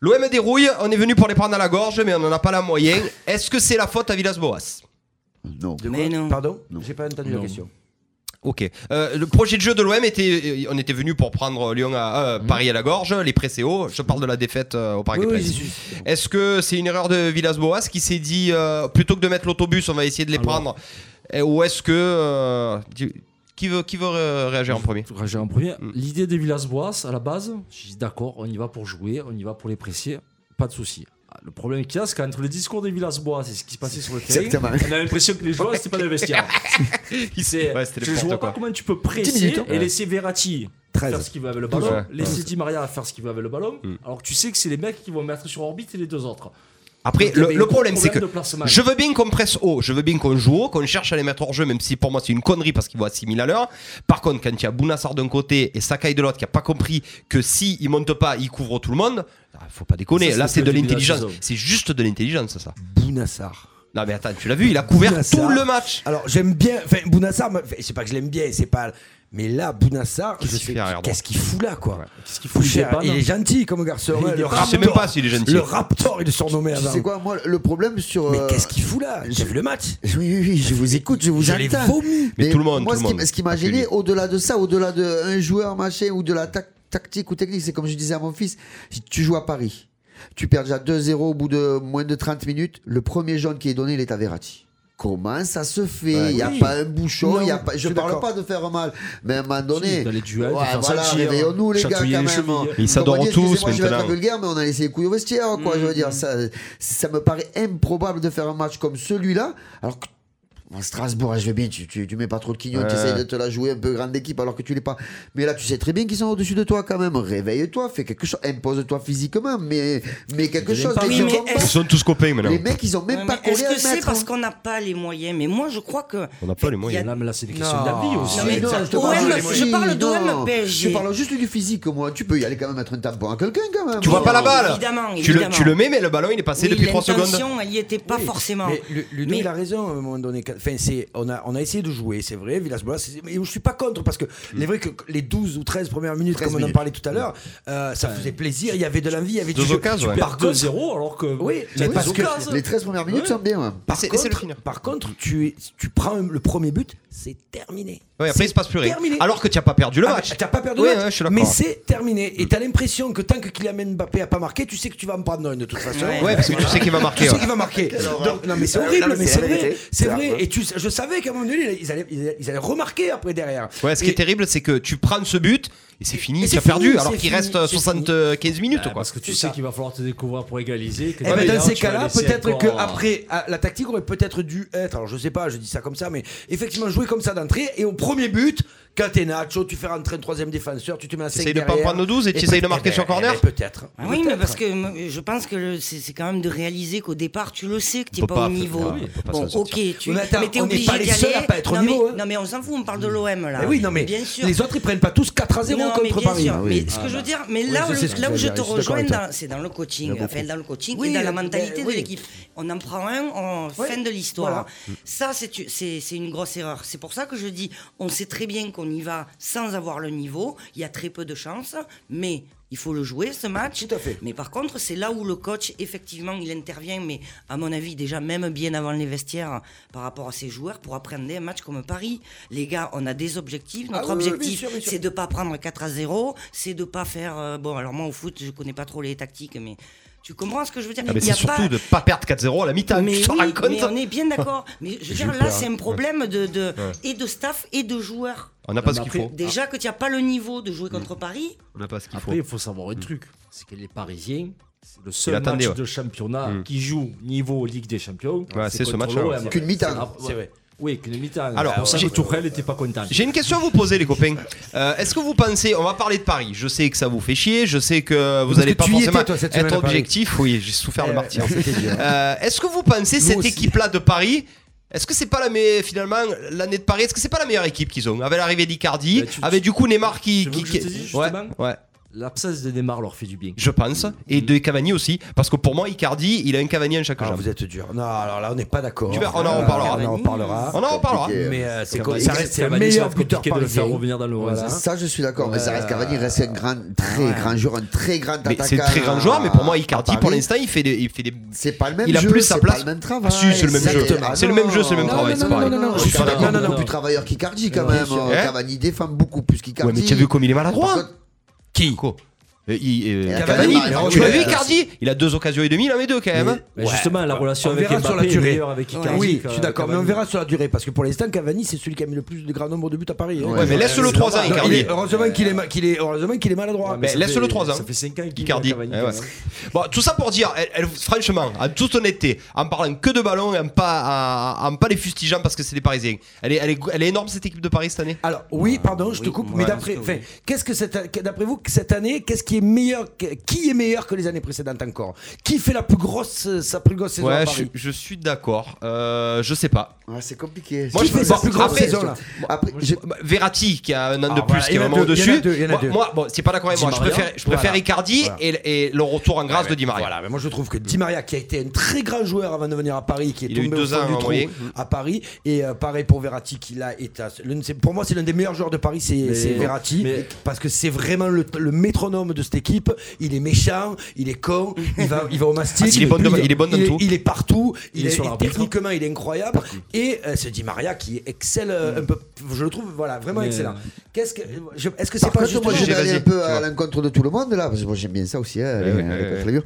Speaker 2: L'OM dérouille, on est venu pour les prendre à la gorge, mais on n'en a pas la moyenne. Est-ce que c'est la faute à Villas-Boas
Speaker 6: Non.
Speaker 5: Mais non.
Speaker 3: Pardon J'ai pas entendu la question.
Speaker 2: Ok. Euh, le projet de jeu de l'OM était, euh, on était venu pour prendre Lyon à
Speaker 6: Mhm.
Speaker 2: euh, Paris à la gorge, les pressés hauts. Je parle de la défaite euh, au Parc
Speaker 3: Oui,
Speaker 2: des
Speaker 3: oui,
Speaker 2: Princes.
Speaker 3: j'y suis.
Speaker 2: Est-ce que c'est une erreur de Villas-Boas qui s'est dit euh, plutôt que de mettre l'autobus, on va essayer de les prendre, Eh, ou est-ce que euh, tu- qui veut qui veut euh, réagir en premier
Speaker 4: Rager en premier.
Speaker 2: Mm.
Speaker 4: L'idée de Villas-Boas, à la base, j'ai dit d'accord, on y va pour jouer, on y va pour les presser, pas de souci. Ah, Le problème qu'il y a, c'est qu'entre le discours de Villas-Boas et ce qui se passait sur le terrain,
Speaker 6: Exactement.
Speaker 4: on a l'impression que les joueurs, c'était pas des vestiaires. C'est-
Speaker 2: Ouais, c'était
Speaker 4: je
Speaker 2: n'importe
Speaker 4: vois
Speaker 2: quoi.
Speaker 4: pas comment tu peux presser
Speaker 6: minutes, hein.
Speaker 4: et laisser Verratti
Speaker 3: 13.
Speaker 4: faire ce qu'il veut avec le ballon,
Speaker 2: Ouais.
Speaker 4: laisser Di Maria faire ce qu'il veut avec le ballon,
Speaker 2: Mm.
Speaker 4: alors que tu sais que c'est les mecs qui vont mettre sur orbite et les deux autres.
Speaker 2: Après,
Speaker 4: Donc, il y
Speaker 2: le,
Speaker 4: avait
Speaker 2: le
Speaker 4: un gros
Speaker 2: problème, c'est que
Speaker 4: de placement.
Speaker 2: je veux bien qu'on presse haut, je veux bien qu'on joue haut, qu'on cherche à les mettre hors jeu, même si pour moi c'est une connerie parce qu'ils vont à 6000 à l'heure. Par contre, quand il y a Bounassar d'un côté et Sakai de l'autre qui a pas compris que si il monte pas, il couvre tout le monde, ah, faut pas déconner.
Speaker 4: Ça, c'est
Speaker 2: Là,
Speaker 4: ce
Speaker 2: c'est
Speaker 4: que
Speaker 2: de
Speaker 4: j'ai dit la
Speaker 2: l'intelligence.
Speaker 4: saison.
Speaker 2: C'est juste de l'intelligence, ça.
Speaker 3: Bounassar.
Speaker 2: Non, mais attends, tu l'as vu, il a couvert
Speaker 3: Bounassar.
Speaker 2: tout le match.
Speaker 3: Alors j'aime bien, enfin Bounassar, me- enfin, c'est pas que je l'aime bien, c'est pas. Mais là, Bounassar, je
Speaker 2: Qu'est-ce qu'il
Speaker 3: sais
Speaker 2: fait arrière droit
Speaker 3: qu'est-ce qu'il fout là, quoi.
Speaker 4: Qu'est-ce qu'il
Speaker 3: Il,
Speaker 4: faut
Speaker 3: fout
Speaker 4: il
Speaker 3: cher.
Speaker 4: dépanne.
Speaker 3: il est gentil comme garçon. hein, le
Speaker 4: dépanne.
Speaker 2: Je sais
Speaker 3: Raptor.
Speaker 2: même pas s'il est gentil.
Speaker 3: Le Raptor, il est surnommé
Speaker 6: Tu
Speaker 3: avant.
Speaker 6: sais quoi, moi, le problème sur.
Speaker 3: Mais
Speaker 6: euh,
Speaker 3: qu'est-ce qu'il fout là J'ai vu le match.
Speaker 6: Oui, oui, oui, je vous écoute, je vous
Speaker 3: Je l'ai
Speaker 6: entends.
Speaker 3: vomi.
Speaker 2: Mais tout le monde,
Speaker 6: Moi,
Speaker 2: tout
Speaker 6: ce
Speaker 2: le
Speaker 6: qui-
Speaker 2: monde.
Speaker 6: ce qui m'a
Speaker 2: Pas que lui.
Speaker 6: gêné, au-delà de ça, au-delà d'un joueur machin ou de la tac- tactique ou technique, c'est comme je disais à mon fils, si tu joues à Paris, tu perds déjà 2-0 au bout de moins de 30 minutes, le premier jaune qui est donné, il est à Verratti. Comment ça se fait
Speaker 2: Bah
Speaker 6: Il n'y a
Speaker 4: oui.
Speaker 6: pas un bouchon,
Speaker 3: Non,
Speaker 6: il y a pas,
Speaker 3: je
Speaker 6: je
Speaker 3: suis
Speaker 6: ne parle
Speaker 3: d'accord.
Speaker 6: pas de faire mal, mais à un moment
Speaker 4: Si,
Speaker 6: donné,
Speaker 4: dans les duels, de
Speaker 6: ouais,
Speaker 4: faire
Speaker 6: voilà,
Speaker 4: sortir,
Speaker 6: réveillons-nous les gars quand
Speaker 4: chatouiller les
Speaker 6: même.
Speaker 4: chevilles.
Speaker 2: Ils
Speaker 6: Comme on
Speaker 2: s'adorent
Speaker 6: dit,
Speaker 2: tous
Speaker 6: excusez-moi, Je vais
Speaker 2: maintenant.
Speaker 6: être vulgaire, mais on a laissé les couilles au vestiaire, quoi.
Speaker 4: Mm.
Speaker 6: Je veux dire, ça, ça me paraît improbable de faire un match comme celui-là, alors que Bon, Strasbourg, je vais bien, tu, tu, tu mets pas trop de quignots,
Speaker 2: Ouais.
Speaker 6: tu essayes de te la jouer un peu grande équipe alors que tu l'es pas. Mais là, tu sais très bien qu'ils sont au-dessus de toi quand même. Réveille-toi, fais quelque chose, impose-toi physiquement, mais, mais quelque chose.
Speaker 4: pas
Speaker 6: Les, gens
Speaker 5: Oui, mais
Speaker 6: sont
Speaker 5: est-ce-
Speaker 2: Ils sont tous copains
Speaker 6: pas-
Speaker 2: maintenant.
Speaker 6: les mecs, ils ont même
Speaker 5: Ouais,
Speaker 6: pas
Speaker 5: mais
Speaker 6: collé
Speaker 5: Est-ce
Speaker 6: à
Speaker 5: que
Speaker 6: un
Speaker 5: c'est
Speaker 6: mètre.
Speaker 3: hein.
Speaker 5: parce qu'on n'a pas les moyens Mais moi, je crois que.
Speaker 2: On n'a pas les
Speaker 5: Il y a-
Speaker 2: moyens.
Speaker 4: Là, mais là, c'est des questions d'avis aussi.
Speaker 5: Non, mais
Speaker 6: non, je te
Speaker 5: OM,
Speaker 6: parle
Speaker 5: je parle de
Speaker 6: non.
Speaker 5: OM PSG.
Speaker 6: Je parle juste du physique, moi. Tu peux y aller quand même mettre un tampon à quelqu'un quand même.
Speaker 2: Tu vois pas la balle
Speaker 5: Évidemment,
Speaker 2: tu, le,
Speaker 5: évidemment.
Speaker 2: tu le mets, mais le ballon il est passé
Speaker 5: Oui,
Speaker 2: depuis 3 secondes.
Speaker 5: l'intention, elle n'y était pas
Speaker 3: Oui,
Speaker 5: forcément.
Speaker 3: Mais Lu- Ludo,
Speaker 5: Mais-
Speaker 3: il a raison à un moment donné. Enfin, c'est, on, a, on a essayé de jouer, c'est vrai, Villas-Boas. c'est- Mais je suis pas contre parce que les vrai que les 12 ou 13 premières minutes,
Speaker 6: 13
Speaker 3: comme on en
Speaker 6: minutes.
Speaker 3: parlait tout à l'heure, euh, ça faisait plaisir. Il y avait de l'envie, il y avait
Speaker 2: Deux
Speaker 3: du jeu.
Speaker 2: occasions, ouais.
Speaker 4: Par
Speaker 3: Par contre,
Speaker 4: 2-0, alors que.
Speaker 3: Oui,
Speaker 4: t'as
Speaker 3: mais
Speaker 4: pas
Speaker 3: parce que
Speaker 4: d'occasion.
Speaker 6: Les 13 premières minutes
Speaker 4: Ouais.
Speaker 6: sont bien. hein.
Speaker 3: par
Speaker 2: Laissez-
Speaker 3: contre,
Speaker 2: laissez-le finir.
Speaker 3: par contre, tu, tu prends le premier but, c'est terminé.
Speaker 2: Ouais, après il se passe plus rien.
Speaker 3: terminé.
Speaker 2: Alors que tu n'as pas perdu le
Speaker 3: Ah,
Speaker 2: match.
Speaker 3: mais T'as pas perdu
Speaker 2: Oui,
Speaker 3: le match,
Speaker 2: ouais, je suis d'accord.
Speaker 3: mais c'est terminé. Et t'as l'impression que tant que Kylian Mbappé a pas marqué, tu sais que tu vas en prendre une de toute façon.
Speaker 5: Ouais.
Speaker 2: Ouais, parce que tu sais qu'il va
Speaker 3: Tu
Speaker 2: marquer.
Speaker 3: sais
Speaker 2: ouais.
Speaker 3: qu'il va marquer. Donc, non mais c'est
Speaker 6: Non,
Speaker 3: horrible,
Speaker 6: mais
Speaker 3: mais
Speaker 6: c'est
Speaker 3: c'est
Speaker 6: la
Speaker 3: vrai,
Speaker 6: vérité.
Speaker 3: c'est
Speaker 6: C'est
Speaker 3: vrai.
Speaker 6: vrai.
Speaker 3: Et tu, je savais qu'à un moment donné, ils allaient, ils allaient, ils allaient remarquer après derrière.
Speaker 2: Ouais, ce qui
Speaker 3: Et-
Speaker 2: est terrible, c'est que tu prends ce but et c'est fini,
Speaker 3: Et
Speaker 2: tu as
Speaker 3: c'est
Speaker 2: perdu,
Speaker 3: fini,
Speaker 2: alors
Speaker 3: c'est
Speaker 2: qu'il
Speaker 3: fini,
Speaker 2: reste
Speaker 3: c'est
Speaker 2: 75 minutes.
Speaker 4: Ouais,
Speaker 2: quoi.
Speaker 4: Bah, Parce que tu
Speaker 3: C'est
Speaker 4: sais
Speaker 3: ça.
Speaker 4: qu'il va falloir te découvrir pour égaliser. que
Speaker 3: Eh ben,
Speaker 4: derrière,
Speaker 3: dans ces
Speaker 4: tu vas
Speaker 3: cas-là,
Speaker 4: laisser
Speaker 3: peut-être
Speaker 4: encore,
Speaker 3: que
Speaker 4: euh,
Speaker 3: après ah, la tactique aurait peut-être dû être. Alors je sais pas, je dis ça comme ça, mais effectivement jouer comme ça d'entrée et au premier but, Catenaccio, tu fais rentrer un troisième défenseur, tu te mets à 5
Speaker 2: T'essayes de pas prendre nos 12 et tu
Speaker 3: essayes
Speaker 2: essayes de marquer sur corner
Speaker 3: ben, eh Peut-être.
Speaker 5: Ah oui, mais
Speaker 3: Peut-être.
Speaker 5: parce que euh, je pense que le- c'est c'est quand même de réaliser qu'au départ, tu le sais que
Speaker 2: On
Speaker 5: tu n'es
Speaker 2: peut
Speaker 5: pas,
Speaker 2: pas, faut-
Speaker 5: au niveau.
Speaker 2: ah oui, on peut pas
Speaker 5: bon,
Speaker 2: s'en
Speaker 5: ok,
Speaker 2: sortir.
Speaker 5: tu
Speaker 3: Mais attends,
Speaker 5: mais t'es
Speaker 3: on n'est
Speaker 5: obligé
Speaker 3: pas les
Speaker 5: d'y
Speaker 3: seuls à
Speaker 5: aller.
Speaker 3: pas être au
Speaker 5: non,
Speaker 3: niveau,
Speaker 5: mais,
Speaker 3: hein.
Speaker 5: non, mais on s'en fout, on parle de l'OM là.
Speaker 3: Eh oui, non mais
Speaker 5: bien sûr.
Speaker 3: les autres ils prennent pas tous 4 à 0
Speaker 5: Non, mais
Speaker 3: contre
Speaker 5: bien
Speaker 3: Paris. Ah
Speaker 5: sûr. Mais ce que je veux dire, mais là,
Speaker 3: je
Speaker 5: où-
Speaker 3: sais ce que
Speaker 5: là
Speaker 3: tu
Speaker 5: où
Speaker 3: veux
Speaker 5: je
Speaker 3: dire,
Speaker 5: te
Speaker 3: je suis
Speaker 5: rejoins,
Speaker 3: d'accord avec
Speaker 5: dans- c'est dans le coaching, enfin, dans le coaching
Speaker 3: Oui,
Speaker 5: et dans la
Speaker 3: mais-
Speaker 5: mentalité de
Speaker 3: oui.
Speaker 5: l'équipe. On en prend un, on-
Speaker 3: Oui.
Speaker 5: fin de l'histoire.
Speaker 3: Voilà.
Speaker 5: Ça, c'est u- c'est c'est une grosse erreur. C'est pour ça que je dis, on sait très bien qu'on y va sans avoir le niveau. Il y a très peu de chances, mais il faut le jouer ce match.
Speaker 3: Tout à fait.
Speaker 5: Mais par contre, c'est là où le coach, effectivement, il intervient, mais à mon avis, déjà même bien avant les vestiaires, par rapport à ses joueurs, pour apprendre un match comme Paris. Les gars, on a des objectifs. Notre
Speaker 3: Ah oui, oui, bien
Speaker 5: objectif,
Speaker 3: sûr, bien sûr.
Speaker 5: c'est de pas prendre 4 à 0, c'est de pas faire. euh, bon, alors moi au foot, je connais pas trop les tactiques, mais Tu comprends ce que je veux dire
Speaker 2: Ah, mais
Speaker 5: Il y a
Speaker 2: c'est surtout
Speaker 5: pas-
Speaker 2: de pas perdre 4-0 à la mi-temps.
Speaker 5: mais
Speaker 2: tu te
Speaker 5: oui,
Speaker 2: rends compte
Speaker 5: mais on est bien d'accord. Mais je veux
Speaker 2: J'ai
Speaker 5: dire,
Speaker 2: eu
Speaker 5: là,
Speaker 2: peur.
Speaker 5: c'est un problème de, de-
Speaker 2: Ouais.
Speaker 5: et de staff et de joueurs.
Speaker 2: On n'a pas Non, ce mais qu'il après- faut.
Speaker 3: ah.
Speaker 2: Mm.
Speaker 5: Déjà que tu n'as pas le niveau de jouer contre Paris.
Speaker 2: On n'a pas ce qu'il faut.
Speaker 4: Après, il faut savoir un truc, c'est que les Parisiens, c'est
Speaker 2: Mm.
Speaker 4: le
Speaker 2: Il
Speaker 4: seul
Speaker 2: attendait,
Speaker 4: match
Speaker 2: ouais.
Speaker 4: de championnat
Speaker 2: Mm.
Speaker 4: qui joue niveau Ligue des Champions.
Speaker 2: Ouais, c'est ce
Speaker 4: contre
Speaker 2: match-là, ouais.
Speaker 4: l'OM.
Speaker 2: Qu'une mi-temps.
Speaker 4: C'est vrai. Oui, qu'une mi-temps.
Speaker 2: Alors,
Speaker 4: Alors, pour ça
Speaker 2: j'ai-
Speaker 4: que Tourelle n'était pas content.
Speaker 2: J'ai une question à vous poser, les copains. Euh, Est-ce que vous pensez, on va parler de Paris. Je sais que ça vous fait chier. Je sais que vous
Speaker 3: Parce
Speaker 2: n'allez
Speaker 3: que
Speaker 2: pas
Speaker 3: tu y
Speaker 2: forcément
Speaker 3: étais, toi, cette
Speaker 2: être
Speaker 3: semaine à Paris.
Speaker 2: objectif. Oui, j'ai souffert le
Speaker 3: Eh ouais,
Speaker 2: martyr.
Speaker 3: c'était dur.
Speaker 2: Euh, Est-ce que vous pensez
Speaker 3: Nous
Speaker 2: cette
Speaker 3: aussi.
Speaker 2: équipe-là de Paris? Est-ce que c'est pas la mais finalement l'année de Paris Est-ce que c'est pas la meilleure équipe qu'ils ont avec l'arrivée
Speaker 4: Bah,
Speaker 2: d'Icardi, avec du coup Neymar qui, qui, qui- ouais, ouais.
Speaker 4: L'absence de Neymar leur fait du bien.
Speaker 2: Je pense. Et de Cavani aussi. Parce que pour moi, Icardi, il a un Cavani en chaque jambe.
Speaker 3: Ah, Vous êtes dur. Non, alors là, on n'est pas d'accord. Ah,
Speaker 2: Tu verras, on en reparlera.
Speaker 3: On en reparlera.
Speaker 2: On en reparlera.
Speaker 3: Mais euh, c'est
Speaker 6: Cavani,
Speaker 3: ça
Speaker 6: c'est
Speaker 3: reste c'est
Speaker 6: Cavani, ça
Speaker 3: le
Speaker 6: va
Speaker 3: meilleur
Speaker 6: être
Speaker 3: buteur
Speaker 6: compliqué de le
Speaker 3: parisien.
Speaker 6: faire revenir
Speaker 4: dans le
Speaker 6: Voilà. Ça, je suis d'accord, mais ça reste Cavani, reste un grand, très grand joueur, un très grand
Speaker 2: Mais
Speaker 6: attaquant.
Speaker 2: c'est un très grand joueur, mais pour moi, Icardi,
Speaker 6: à
Speaker 2: pour
Speaker 6: Paris.
Speaker 2: l'instant, il fait des, il fait des.
Speaker 6: C'est pas le même
Speaker 2: il a
Speaker 6: jeu,
Speaker 2: plus sa
Speaker 6: c'est
Speaker 2: place.
Speaker 6: pas le même
Speaker 2: Ah,
Speaker 6: travail.
Speaker 2: si, c'est le même jeu.
Speaker 6: Exactement.
Speaker 2: C'est le même jeu, c'est le même
Speaker 6: Non,
Speaker 2: travail.
Speaker 6: non,
Speaker 2: c'est
Speaker 6: non,
Speaker 2: pareil.
Speaker 6: non, non, non,
Speaker 2: Je suis pas
Speaker 6: Cavani
Speaker 2: d'accord.
Speaker 6: est beaucoup plus travailleur qu'Icardi quand
Speaker 2: Ouais,
Speaker 6: même.
Speaker 2: bien sûr.
Speaker 6: Euh,
Speaker 2: Hein
Speaker 6: Cavani défend beaucoup plus qu'Icardi.
Speaker 2: Ouais, mais tu as vu comme il est maladroit. hein
Speaker 6: Par contre,
Speaker 2: Qui Quoi Euh, il- euh,
Speaker 6: Et
Speaker 2: Cavani,
Speaker 6: Cavani,
Speaker 2: tu l'as
Speaker 6: ouais.
Speaker 2: vu Icardi Il a deux occasions et demie, il en met deux quand même. hein.
Speaker 4: Mais justement, la relation
Speaker 3: On
Speaker 4: avec
Speaker 3: verra
Speaker 4: Mbappé
Speaker 3: sur la
Speaker 4: est
Speaker 3: durée.
Speaker 4: meilleure avec Icardi.
Speaker 3: oui,
Speaker 4: qu'avec
Speaker 3: je suis d'accord, mais
Speaker 4: euh, Cavani.
Speaker 3: on verra sur la durée parce que pour l'instant, Cavani, c'est celui qui a mis le plus de grand nombre de buts à Paris. hein.
Speaker 2: Ouais, mais laisse-le
Speaker 3: c'est
Speaker 2: trois ans,
Speaker 3: normal.
Speaker 2: Icardi.
Speaker 3: Il est- Heureusement qu'il est, ma- qu'il est, heureusement qu'il est maladroit.
Speaker 2: Mais laisse-le 3 ans.
Speaker 4: Ça fait 5 ans qu'il
Speaker 2: Icardi.
Speaker 4: joue à Cavani,
Speaker 2: Eh
Speaker 4: quand
Speaker 2: ouais.
Speaker 4: même.
Speaker 2: Bon, tout ça pour dire, elle- elle- franchement, en toute honnêteté, en parlant que de ballon et en pas, en, en pas les fustigeant parce que c'est des Parisiens, elle est, elle, est, elle est énorme cette équipe de Paris cette année
Speaker 3: Alors, oui, pardon, je te coupe, mais d'après, enfin, qu'est-ce que cette, que- d'après vous, que cette année, qu'est-ce qui est meilleur, que- qui est meilleur que les années précédentes encore Qui fait la plus grosse, euh, sa plus grosse saison à
Speaker 2: Ouais, je,
Speaker 3: Paris
Speaker 2: je suis d'accord. Euh, je sais pas.
Speaker 6: Ouais, c'est compliqué.
Speaker 2: Moi,
Speaker 6: C'est
Speaker 2: je fais
Speaker 6: pas-
Speaker 2: sa
Speaker 6: c'est
Speaker 2: plus grande
Speaker 6: après-
Speaker 2: saison, là.
Speaker 6: Après,
Speaker 2: Je- bah, Verratti qui a un an de
Speaker 3: Ah,
Speaker 2: plus
Speaker 3: voilà,
Speaker 2: qui est
Speaker 3: il y en a
Speaker 2: vraiment
Speaker 3: deux, il y en a
Speaker 2: au-dessus.
Speaker 3: deux, il y en a
Speaker 2: moi,
Speaker 3: deux.
Speaker 2: moi, bon, c'est pas d'accord avec
Speaker 3: Di
Speaker 2: moi. Je
Speaker 3: Maria.
Speaker 2: préfère, je préfère
Speaker 3: Voilà.
Speaker 2: Icardi
Speaker 3: Voilà.
Speaker 2: Et, et le retour en grâce de Di Maria.
Speaker 3: Voilà, mais moi je trouve que Di Maria, qui a été un très grand joueur avant de venir à Paris, qui est
Speaker 2: Il a eu
Speaker 3: tombé au
Speaker 2: deux ans
Speaker 3: fond du
Speaker 2: en
Speaker 3: trou
Speaker 2: moyenne.
Speaker 3: à Paris, et euh, pareil pour Verratti, qui là est, à- l'un de ses- pour moi c'est l'un des meilleurs joueurs de Paris, c'est
Speaker 4: Mais-
Speaker 3: c'est Verratti,
Speaker 4: mais-
Speaker 3: parce que c'est vraiment le, le métronome de cette équipe. Il est méchant, il est con, il va, il va au mastic,
Speaker 2: Il Ah, est bon dans- il est bon dans
Speaker 3: il
Speaker 2: tout.
Speaker 3: il est partout, il,
Speaker 4: Il est
Speaker 3: est,
Speaker 4: sur l'arbitre. hein.
Speaker 3: techniquement il est incroyable, et euh, c'est Di Maria qui excelle euh, un peu, je le trouve voilà vraiment
Speaker 4: Mais- euh,
Speaker 3: excellent. Qu'est-ce que, je- est-ce que c'est
Speaker 6: Par
Speaker 3: pas
Speaker 6: contre,
Speaker 3: juste
Speaker 6: moi, je vais
Speaker 2: Vas-y,
Speaker 6: aller un
Speaker 2: vas-y.
Speaker 6: peu à
Speaker 2: Ouais.
Speaker 6: l'encontre de tout le monde, là, parce que moi, j'aime bien ça aussi, hein, les-
Speaker 2: Eh ouais,
Speaker 6: les
Speaker 2: ouais,
Speaker 6: contre
Speaker 2: ouais.
Speaker 6: les murs.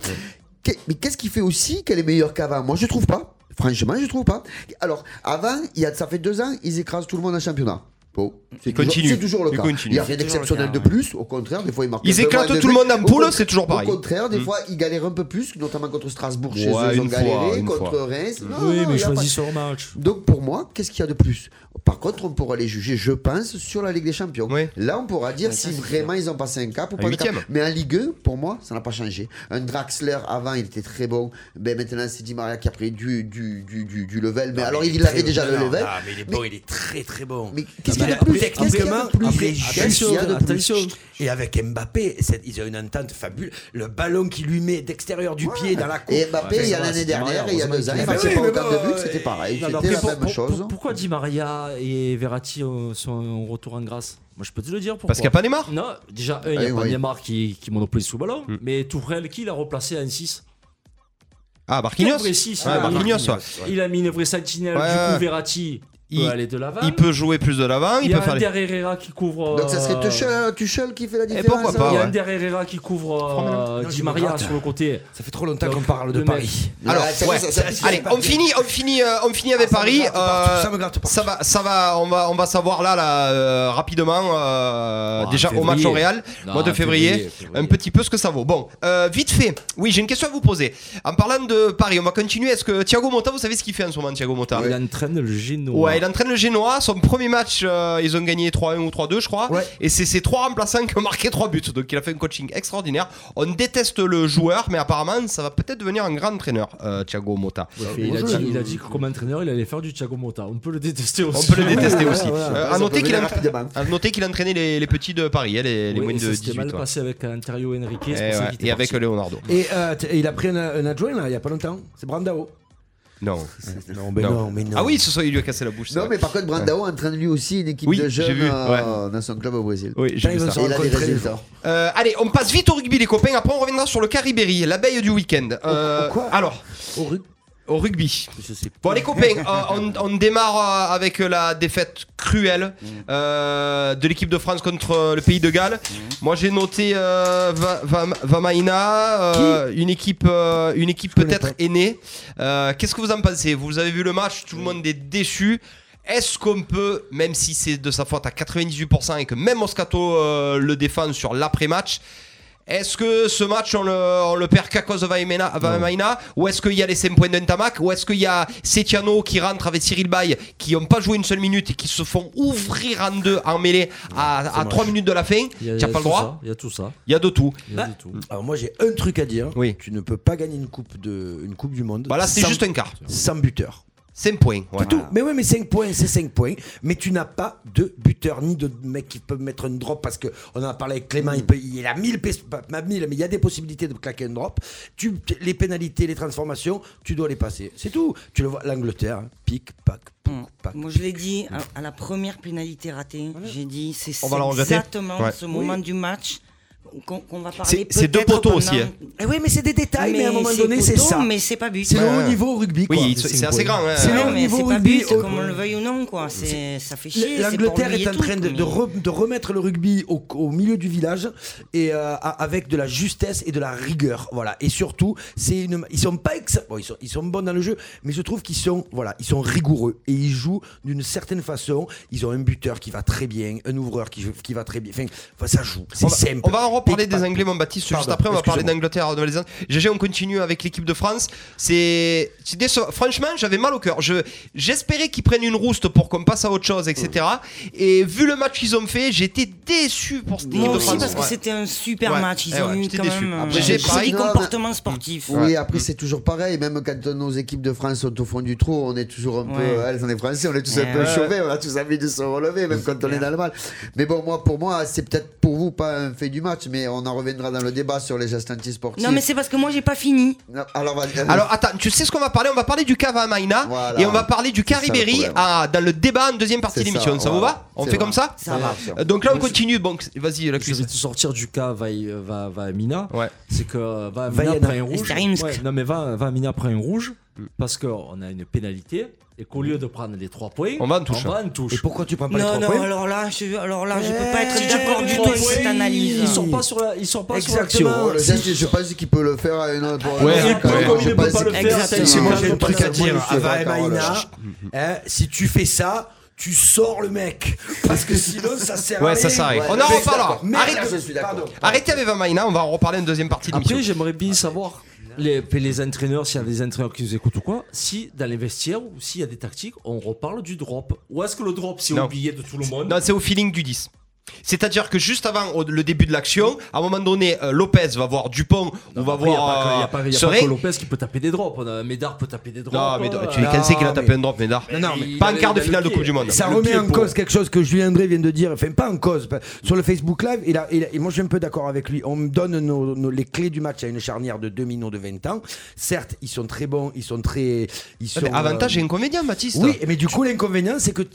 Speaker 6: Qu'est- Mais qu'est-ce qui fait aussi qu'elle est meilleure qu'avant Moi, je trouve pas. Franchement, je trouve pas. Alors, avant, il y a, ça fait deux ans, ils écrasent tout le monde en championnat. Bon, c'est
Speaker 2: Ils
Speaker 6: toujours,
Speaker 2: continuent.
Speaker 6: c'est toujours le
Speaker 2: Ils
Speaker 6: cas.
Speaker 2: continuent.
Speaker 6: Il n'y a rien
Speaker 5: C'est toujours le
Speaker 6: d'exceptionnel
Speaker 5: cas,
Speaker 6: de
Speaker 5: ouais.
Speaker 6: plus. Au contraire, des fois, ils marquent.
Speaker 2: Ils
Speaker 6: un peu
Speaker 2: éclatent
Speaker 6: moins,
Speaker 2: tout
Speaker 6: mais-
Speaker 2: le monde en
Speaker 6: Au
Speaker 2: poule,
Speaker 6: con-
Speaker 2: c'est toujours pareil.
Speaker 6: Au contraire, des
Speaker 2: Mm.
Speaker 6: fois, ils galèrent un peu plus, notamment contre Strasbourg chez
Speaker 2: Ouais,
Speaker 6: eux, ils ont
Speaker 2: une fois,
Speaker 6: galéré,
Speaker 2: une
Speaker 6: contre
Speaker 2: fois.
Speaker 6: Reims. Non,
Speaker 4: Oui,
Speaker 6: non, il
Speaker 4: mais
Speaker 6: y a pas-
Speaker 4: choisis son match.
Speaker 6: donc pour moi, qu'est-ce qu'il y a de plus Par contre, on pourra les juger, je pense, sur la Ligue des Champions.
Speaker 2: Oui.
Speaker 6: Là, on pourra dire
Speaker 5: Oui, ça,
Speaker 6: si
Speaker 5: c'est
Speaker 6: vraiment ils ont passé un cap ou
Speaker 2: Un
Speaker 6: pas. de cap.
Speaker 2: huitième.
Speaker 6: Mais en Ligue 1, pour moi, ça n'a pas changé. Un Draxler, avant, il était très bon. Ben, maintenant, c'est Di Maria qui a pris du, du, du, du, du level. Mais alors, il, avait déjà le level.
Speaker 3: Ah, mais il est bon, il est très très bon.
Speaker 6: Mais qu'est-ce
Speaker 3: Non,
Speaker 6: qu'il y a de
Speaker 3: mais
Speaker 6: plus
Speaker 3: après,
Speaker 6: Qu'est-ce qu'il y a de plus
Speaker 3: après,
Speaker 6: Qu'est-ce qu'il y a de plus
Speaker 4: attention.
Speaker 3: Et avec Mbappé, c'est- ils ont une entente fabuleuse. Le ballon qu'il lui met d'extérieur du pied dans la cour.
Speaker 6: Et Mbappé, il y a l'année dernière, et il y a deux ans, il
Speaker 3: Mais
Speaker 6: marquait
Speaker 3: oui,
Speaker 6: pas
Speaker 3: mais
Speaker 6: au cap
Speaker 3: bon,
Speaker 6: de but,
Speaker 3: euh,
Speaker 6: c'était
Speaker 4: Non,
Speaker 6: pareil.
Speaker 4: mais
Speaker 6: C'était la
Speaker 4: après, pour-
Speaker 6: même
Speaker 4: pour-
Speaker 6: chose.
Speaker 4: pour- pourquoi Di Maria et Verratti euh, sont en retour en grâce Moi, je peux te le dire. Pourquoi
Speaker 2: Parce qu'il n'y a pas Neymar.
Speaker 4: Non, déjà, un, il n'y
Speaker 6: Eh
Speaker 4: a pas
Speaker 6: oui. Mm.
Speaker 4: Neymar qui, qui monopolise sous ballon,
Speaker 2: Hmm.
Speaker 4: mais Tourelle, qui l'a remplacé en 6
Speaker 2: Ah, Marquinhos.
Speaker 4: Après six,
Speaker 2: Ouais,
Speaker 4: il a-
Speaker 2: Marquinhos, ouais.
Speaker 4: Il a mis une vraie sentinelle,
Speaker 2: Ouais,
Speaker 4: du
Speaker 2: ouais.
Speaker 4: coup, Verratti
Speaker 2: Il-
Speaker 4: peut aller de l'avant.
Speaker 2: Il peut jouer plus de l'avant, il,
Speaker 4: Il y
Speaker 2: peut
Speaker 4: a
Speaker 2: faire
Speaker 4: un
Speaker 2: les-
Speaker 4: Herrera qui couvre.
Speaker 6: Donc, ça serait
Speaker 4: euh, Eh,
Speaker 6: Tuchel, Tuchel qui fait la différence.
Speaker 2: pourquoi pas,
Speaker 4: Il y a
Speaker 2: hein ouais.
Speaker 4: un Herrera qui couvre euh,
Speaker 3: Non, je
Speaker 4: Di
Speaker 3: me
Speaker 4: Maria
Speaker 3: gratte.
Speaker 4: sur le côté.
Speaker 3: Ça fait trop longtemps
Speaker 4: Donc,
Speaker 3: qu'on parle de
Speaker 4: le mec-
Speaker 3: Paris.
Speaker 2: Alors,
Speaker 6: Ouais, ça,
Speaker 2: ouais.
Speaker 6: ça, ça, ça,
Speaker 2: Allez, on finit, on finit, euh, on finit avec
Speaker 3: Ah, ça me
Speaker 2: Paris. euh,
Speaker 3: gratte partout, ça me gratte partout.
Speaker 2: ça va, ça va, on va, on va savoir là, là euh, rapidement, euh,
Speaker 4: Ah,
Speaker 2: déjà au
Speaker 4: février.
Speaker 2: match au Real,
Speaker 4: Non,
Speaker 2: mois de février,
Speaker 4: février, février.
Speaker 2: un petit peu ce que ça vaut. Bon, euh, vite fait, oui, j'ai une question à vous poser. En parlant de Paris, on va continuer. Est-ce que Thiago Motta, vous savez ce qu'il fait en ce moment, Thiago Motta
Speaker 4: Il entraîne le Génois.
Speaker 2: Ouais, il entraîne le Génois. Son premier match, euh, ils ont gagné 3-1 ou 3-2, je crois.
Speaker 3: Ouais.
Speaker 2: Et c'est ces trois remplaçants qui ont marqué trois buts. Donc il a fait un coaching extraordinaire. On déteste le joueur, mais apparemment, ça va peut-être devenir un grand entraîneur, euh, Thiago Motta.
Speaker 4: Et il, a dit, il a dit que comme entraîneur, il allait faire du Thiago Motta. On peut le détester
Speaker 2: On
Speaker 4: aussi.
Speaker 2: peut le détester aussi. Euh, à
Speaker 6: Ça
Speaker 2: noter
Speaker 6: peut
Speaker 2: qu'il a,
Speaker 6: venir rapidement.
Speaker 2: à noter qu'il a entraîné les, les petits de Paris, hein, les, les
Speaker 4: Oui,
Speaker 2: moins
Speaker 4: et ça
Speaker 2: de
Speaker 4: s'était
Speaker 2: 18.
Speaker 4: mal
Speaker 2: ouais.
Speaker 4: passé avec Antario Henrique.
Speaker 2: Et,
Speaker 4: c'est
Speaker 2: Eh
Speaker 4: pour ça
Speaker 2: ouais,
Speaker 4: qu'il était
Speaker 2: et avec
Speaker 4: parti.
Speaker 2: Leonardo.
Speaker 3: Et euh, t- il a pris un, un adjoint là, il y a pas longtemps. C'est Brandao.
Speaker 2: Non.
Speaker 3: Non, mais
Speaker 2: Non.
Speaker 3: mais
Speaker 2: Ah oui, ce soir, il lui a cassé la bouche. c'est
Speaker 6: Non,
Speaker 2: vrai.
Speaker 6: mais par contre, Brandao entraîne lui aussi une équipe
Speaker 2: Oui,
Speaker 6: de
Speaker 2: j'ai
Speaker 6: jeunes
Speaker 2: vu,
Speaker 6: euh, dans son club au Brésil.
Speaker 2: Oui, j'ai vu
Speaker 3: Ils vont
Speaker 2: ça.
Speaker 3: se
Speaker 6: Et il a des
Speaker 3: rencontrer.
Speaker 6: résultats.
Speaker 2: Euh, allez, on passe
Speaker 6: Oh,
Speaker 2: vite au rugby, les copains. Après, on reviendra sur le Caribéry, l'abeille du week-end. Euh,
Speaker 3: Au- au quoi
Speaker 2: alors,
Speaker 3: Au rug-
Speaker 2: Au rugby. Bon, les copains, euh, on, on démarre euh, avec la défaite cruelle euh, de l'équipe de France contre euh, le pays de Galles. Moi, j'ai noté euh, Va- Va- Vamaina, euh, une équipe, euh, une équipe peut-être aînée. Euh, Qu'est-ce que vous en pensez Vous avez vu le match, tout le monde est déçu. Est-ce qu'on peut, même si c'est de sa faute à 98% et que même Moscato euh, le défend sur l'après-match, est-ce que ce match on le, on le perd qu'à cause de Vaimena- Vamaina Ou est-ce qu'il y a les 5 points d'Entamac Ou est-ce qu'il y a Setiano qui rentre avec Cyril Bay qui n'ont pas joué une seule minute et qui se font ouvrir en deux en mêlée à, à 3 minutes de la fin
Speaker 4: Il y
Speaker 2: Tu
Speaker 4: a- il y a
Speaker 2: n'as pas le
Speaker 4: tout
Speaker 2: droit
Speaker 4: ça, Il y a tout ça.
Speaker 2: Il y a de tout.
Speaker 4: Il y a du tout.
Speaker 3: Bah, Alors moi j'ai un truc à dire.
Speaker 2: Oui.
Speaker 3: Tu ne peux pas gagner une coupe de une coupe du monde.
Speaker 2: Voilà, c'est
Speaker 3: sans-
Speaker 2: juste un quart.
Speaker 3: Sans buteur.
Speaker 2: 5 points. ouais.
Speaker 3: C'est tout. Mais oui, mais 5 points, c'est 5 points. Mais tu n'as pas de buteur ni de mec qui peut mettre une drop parce que on en a parlé avec Clément, il,
Speaker 4: Mm.
Speaker 3: peut- il a 1000 pas 1000 mais il y a des possibilités de claquer une drop. Tu les pénalités, les transformations, tu dois les passer. C'est tout. Tu le vois l'Angleterre, hein. pic pac pouc,
Speaker 4: Mm.
Speaker 3: pac.
Speaker 5: Moi, je l'ai dit à, à la première pénalité ratée. J'ai dit, c'est
Speaker 2: On va la regretter.
Speaker 5: exactement
Speaker 2: Ouais.
Speaker 5: ce moment du match qu'on qu'on va
Speaker 2: C'est-
Speaker 5: parler.
Speaker 2: c'est deux
Speaker 5: peut-être
Speaker 2: poteaux
Speaker 5: pendant-
Speaker 2: aussi, hein.
Speaker 3: Eh oui, mais c'est des détails, mais, à un moment
Speaker 5: Ah, c'est
Speaker 3: donné, c'est
Speaker 5: poteaux,
Speaker 3: ça.
Speaker 5: Mais c'est pas but.
Speaker 3: C'est le
Speaker 2: Ouais.
Speaker 3: haut niveau au rugby.
Speaker 2: Oui,
Speaker 3: quoi.
Speaker 2: ils sont- c'est assez grand. hein.
Speaker 3: C'est
Speaker 5: Ouais,
Speaker 3: le haut
Speaker 5: mais
Speaker 3: niveau
Speaker 5: c'est pas
Speaker 3: rugby,
Speaker 5: but,
Speaker 3: au-
Speaker 5: comme on le veuille ou non, quoi. C'est- Ça fait chier. c'est pour
Speaker 3: L'Angleterre
Speaker 5: lui
Speaker 3: est
Speaker 5: et
Speaker 3: en
Speaker 5: tout,
Speaker 3: train de,
Speaker 5: mais-
Speaker 3: de re- de remettre le rugby au, au milieu du village et euh, a- avec de la justesse et de la rigueur. Voilà. Et surtout, c'est une, ils sont pas ex- bon, ils sont, ils sont bons dans le jeu, mais je trouve qu'ils sont, voilà, ils sont rigoureux et ils jouent d'une certaine façon. Ils ont un buteur qui va très bien, un ouvreur qui, qui va très bien. Enfin, enfin, ça joue.
Speaker 2: On
Speaker 3: C'est
Speaker 2: va,
Speaker 3: simple.
Speaker 2: on va en reparler
Speaker 3: Pic, pac,
Speaker 2: des Anglais, mon Baptiste.
Speaker 3: Pardon,
Speaker 2: juste après, on va parler
Speaker 3: excusez-moi.
Speaker 2: d'Angleterre, de Nouvelle-Zélande. GG, on continue avec l'équipe de France. C'est c'est décevant. franchement, j'avais mal au cœur. Je j'espérais qu'ils prennent une rouste pour qu'on passe à autre chose, etc. Et vu le match qu'ils ont fait, j'étais déçu pour cette équipe
Speaker 5: Moi
Speaker 2: de
Speaker 5: aussi,
Speaker 2: France.
Speaker 5: parce que
Speaker 2: Ouais.
Speaker 5: c'était un super
Speaker 2: Ouais.
Speaker 5: match. Ils
Speaker 2: Eh
Speaker 5: ont
Speaker 2: ouais,
Speaker 5: eu
Speaker 2: j'étais
Speaker 5: quand
Speaker 2: déçu.
Speaker 5: même un
Speaker 2: Après, j'ai
Speaker 5: joli
Speaker 6: pas-
Speaker 5: comportement sportif.
Speaker 6: Oui, après c'est toujours pareil, même quand nos équipes de France sont au fond du trou, on est toujours un peu,
Speaker 5: Ouais.
Speaker 6: elles sont des Français, on est tous
Speaker 5: Ouais,
Speaker 6: un peu
Speaker 5: ouais.
Speaker 6: chauvés, on a tous envie de se relever, même quand on est dans le mal. Mais bon, moi, pour moi, c'est peut-être pour vous pas un fait du match, mais on en reviendra dans le débat sur les gestes antisportifs.
Speaker 5: Non, mais c'est parce que moi, j'ai pas fini.
Speaker 6: Non, Alors, vas-y.
Speaker 2: Alors attends, tu sais ce qu'on va parler On va parler du Cavamaina
Speaker 6: Voilà.
Speaker 2: et on va parler du
Speaker 6: C'est ça, le
Speaker 2: Caribéry
Speaker 6: problème.
Speaker 2: à, dans le débat en deuxième partie
Speaker 6: C'est
Speaker 2: de l'émission. Ça,
Speaker 6: ça,
Speaker 2: vous
Speaker 6: voilà.
Speaker 2: va On
Speaker 6: C'est
Speaker 2: fait
Speaker 6: vrai.
Speaker 2: comme ça
Speaker 5: Ça va.
Speaker 2: Euh, Donc là, on continue. Bon, vas-y, la
Speaker 4: Je vais
Speaker 2: cuisse.
Speaker 4: te sortir du cas va, va, va Mina.
Speaker 2: Ouais.
Speaker 4: C'est que euh, va, Mina
Speaker 3: Vaiana.
Speaker 4: prend un rouge.
Speaker 5: Estarimsk.
Speaker 4: Ouais, non mais va, va Mina prend un rouge
Speaker 2: Mm.
Speaker 4: parce qu'on a une pénalité et qu'au lieu de prendre les 3 points,
Speaker 2: On va en touche.
Speaker 4: On va en touche.
Speaker 3: Et pourquoi tu prends pas
Speaker 5: Non,
Speaker 3: les trois
Speaker 5: non,
Speaker 3: points
Speaker 5: alors là, je, alors là, je peux pas être
Speaker 4: Eh,
Speaker 5: d'accord
Speaker 4: les
Speaker 5: du tout
Speaker 4: trois
Speaker 5: avec
Speaker 4: points,
Speaker 5: cette
Speaker 4: Ils
Speaker 5: analyse.
Speaker 4: sont pas sur la, ils sont pas
Speaker 3: Exactement.
Speaker 4: sur
Speaker 6: Oh,
Speaker 4: la
Speaker 6: le geste, je pense qu'il peut le faire à une autre.
Speaker 2: Ouais,
Speaker 6: Je
Speaker 2: ouais.
Speaker 6: pense
Speaker 2: Comme
Speaker 4: il ne peut
Speaker 6: pense
Speaker 4: pas le
Speaker 6: qu'il-
Speaker 4: faire,
Speaker 5: c'est
Speaker 3: Si
Speaker 5: Non,
Speaker 3: moi
Speaker 5: non,
Speaker 3: j'ai un truc à dire,
Speaker 6: Je suis
Speaker 3: Ava
Speaker 6: d'accord,
Speaker 3: Maïna,
Speaker 6: voilà.
Speaker 3: hein, si tu fais ça, tu sors le mec. Parce que sinon, ça sert
Speaker 2: Ouais,
Speaker 3: à rien.
Speaker 2: ça sert à rien. Oh On en
Speaker 3: Mais je suis
Speaker 2: reparlera.
Speaker 3: d'accord. Mais
Speaker 2: Arrête
Speaker 3: là,
Speaker 2: de-
Speaker 3: je suis d'accord.
Speaker 2: Arrêtez avec Vamaina, on va en reparler en deuxième partie de l'émission.
Speaker 4: Après, j'aimerais bien savoir les, les entraîneurs, s'il y a des entraîneurs qui nous écoutent ou quoi, si dans les vestiaires ou s'il y a des tactiques, on reparle du drop. Ou est-ce que le drop, c'est
Speaker 2: Non.
Speaker 4: oublié de tout le monde
Speaker 2: Non, c'est au feeling du 10. C'est-à-dire que juste avant au- le début de l'action, à un moment donné, euh, Lopez va voir Dupont, on va
Speaker 4: Après, Il n'y a pas que- il y a
Speaker 2: voir
Speaker 4: pas,
Speaker 2: euh,
Speaker 4: il y a pas que
Speaker 2: Serré.
Speaker 4: Lopez qui peut taper des drops. On a- Médard peut taper des drops.
Speaker 2: Non, mais
Speaker 4: euh,
Speaker 2: tu es cansé qu'il a
Speaker 3: non,
Speaker 2: tapé
Speaker 3: mais-
Speaker 2: un drop, Médard.
Speaker 4: non, mais
Speaker 2: pas
Speaker 4: il
Speaker 2: en
Speaker 4: a-
Speaker 2: quart de
Speaker 4: il a
Speaker 2: finale
Speaker 4: le
Speaker 2: de Coupe du
Speaker 4: pied.
Speaker 2: Monde.
Speaker 3: Ça
Speaker 4: Le
Speaker 3: remet
Speaker 4: pied
Speaker 3: en
Speaker 4: pour-
Speaker 3: cause quelque chose que Julien André vient de dire, enfin pas en cause, pas- sur le Facebook Live, il a- il a- et moi je suis un peu d'accord avec lui, on me donne nos- nos- les clés du match à une charnière de deux minots de 20 ans, certes ils sont très bons, ils sont très... Ils sont,
Speaker 2: Ah, mais Avantage
Speaker 3: euh,
Speaker 2: et inconvénient, Baptiste.
Speaker 3: Oui, mais du coup l'inconvénient c'est qu'il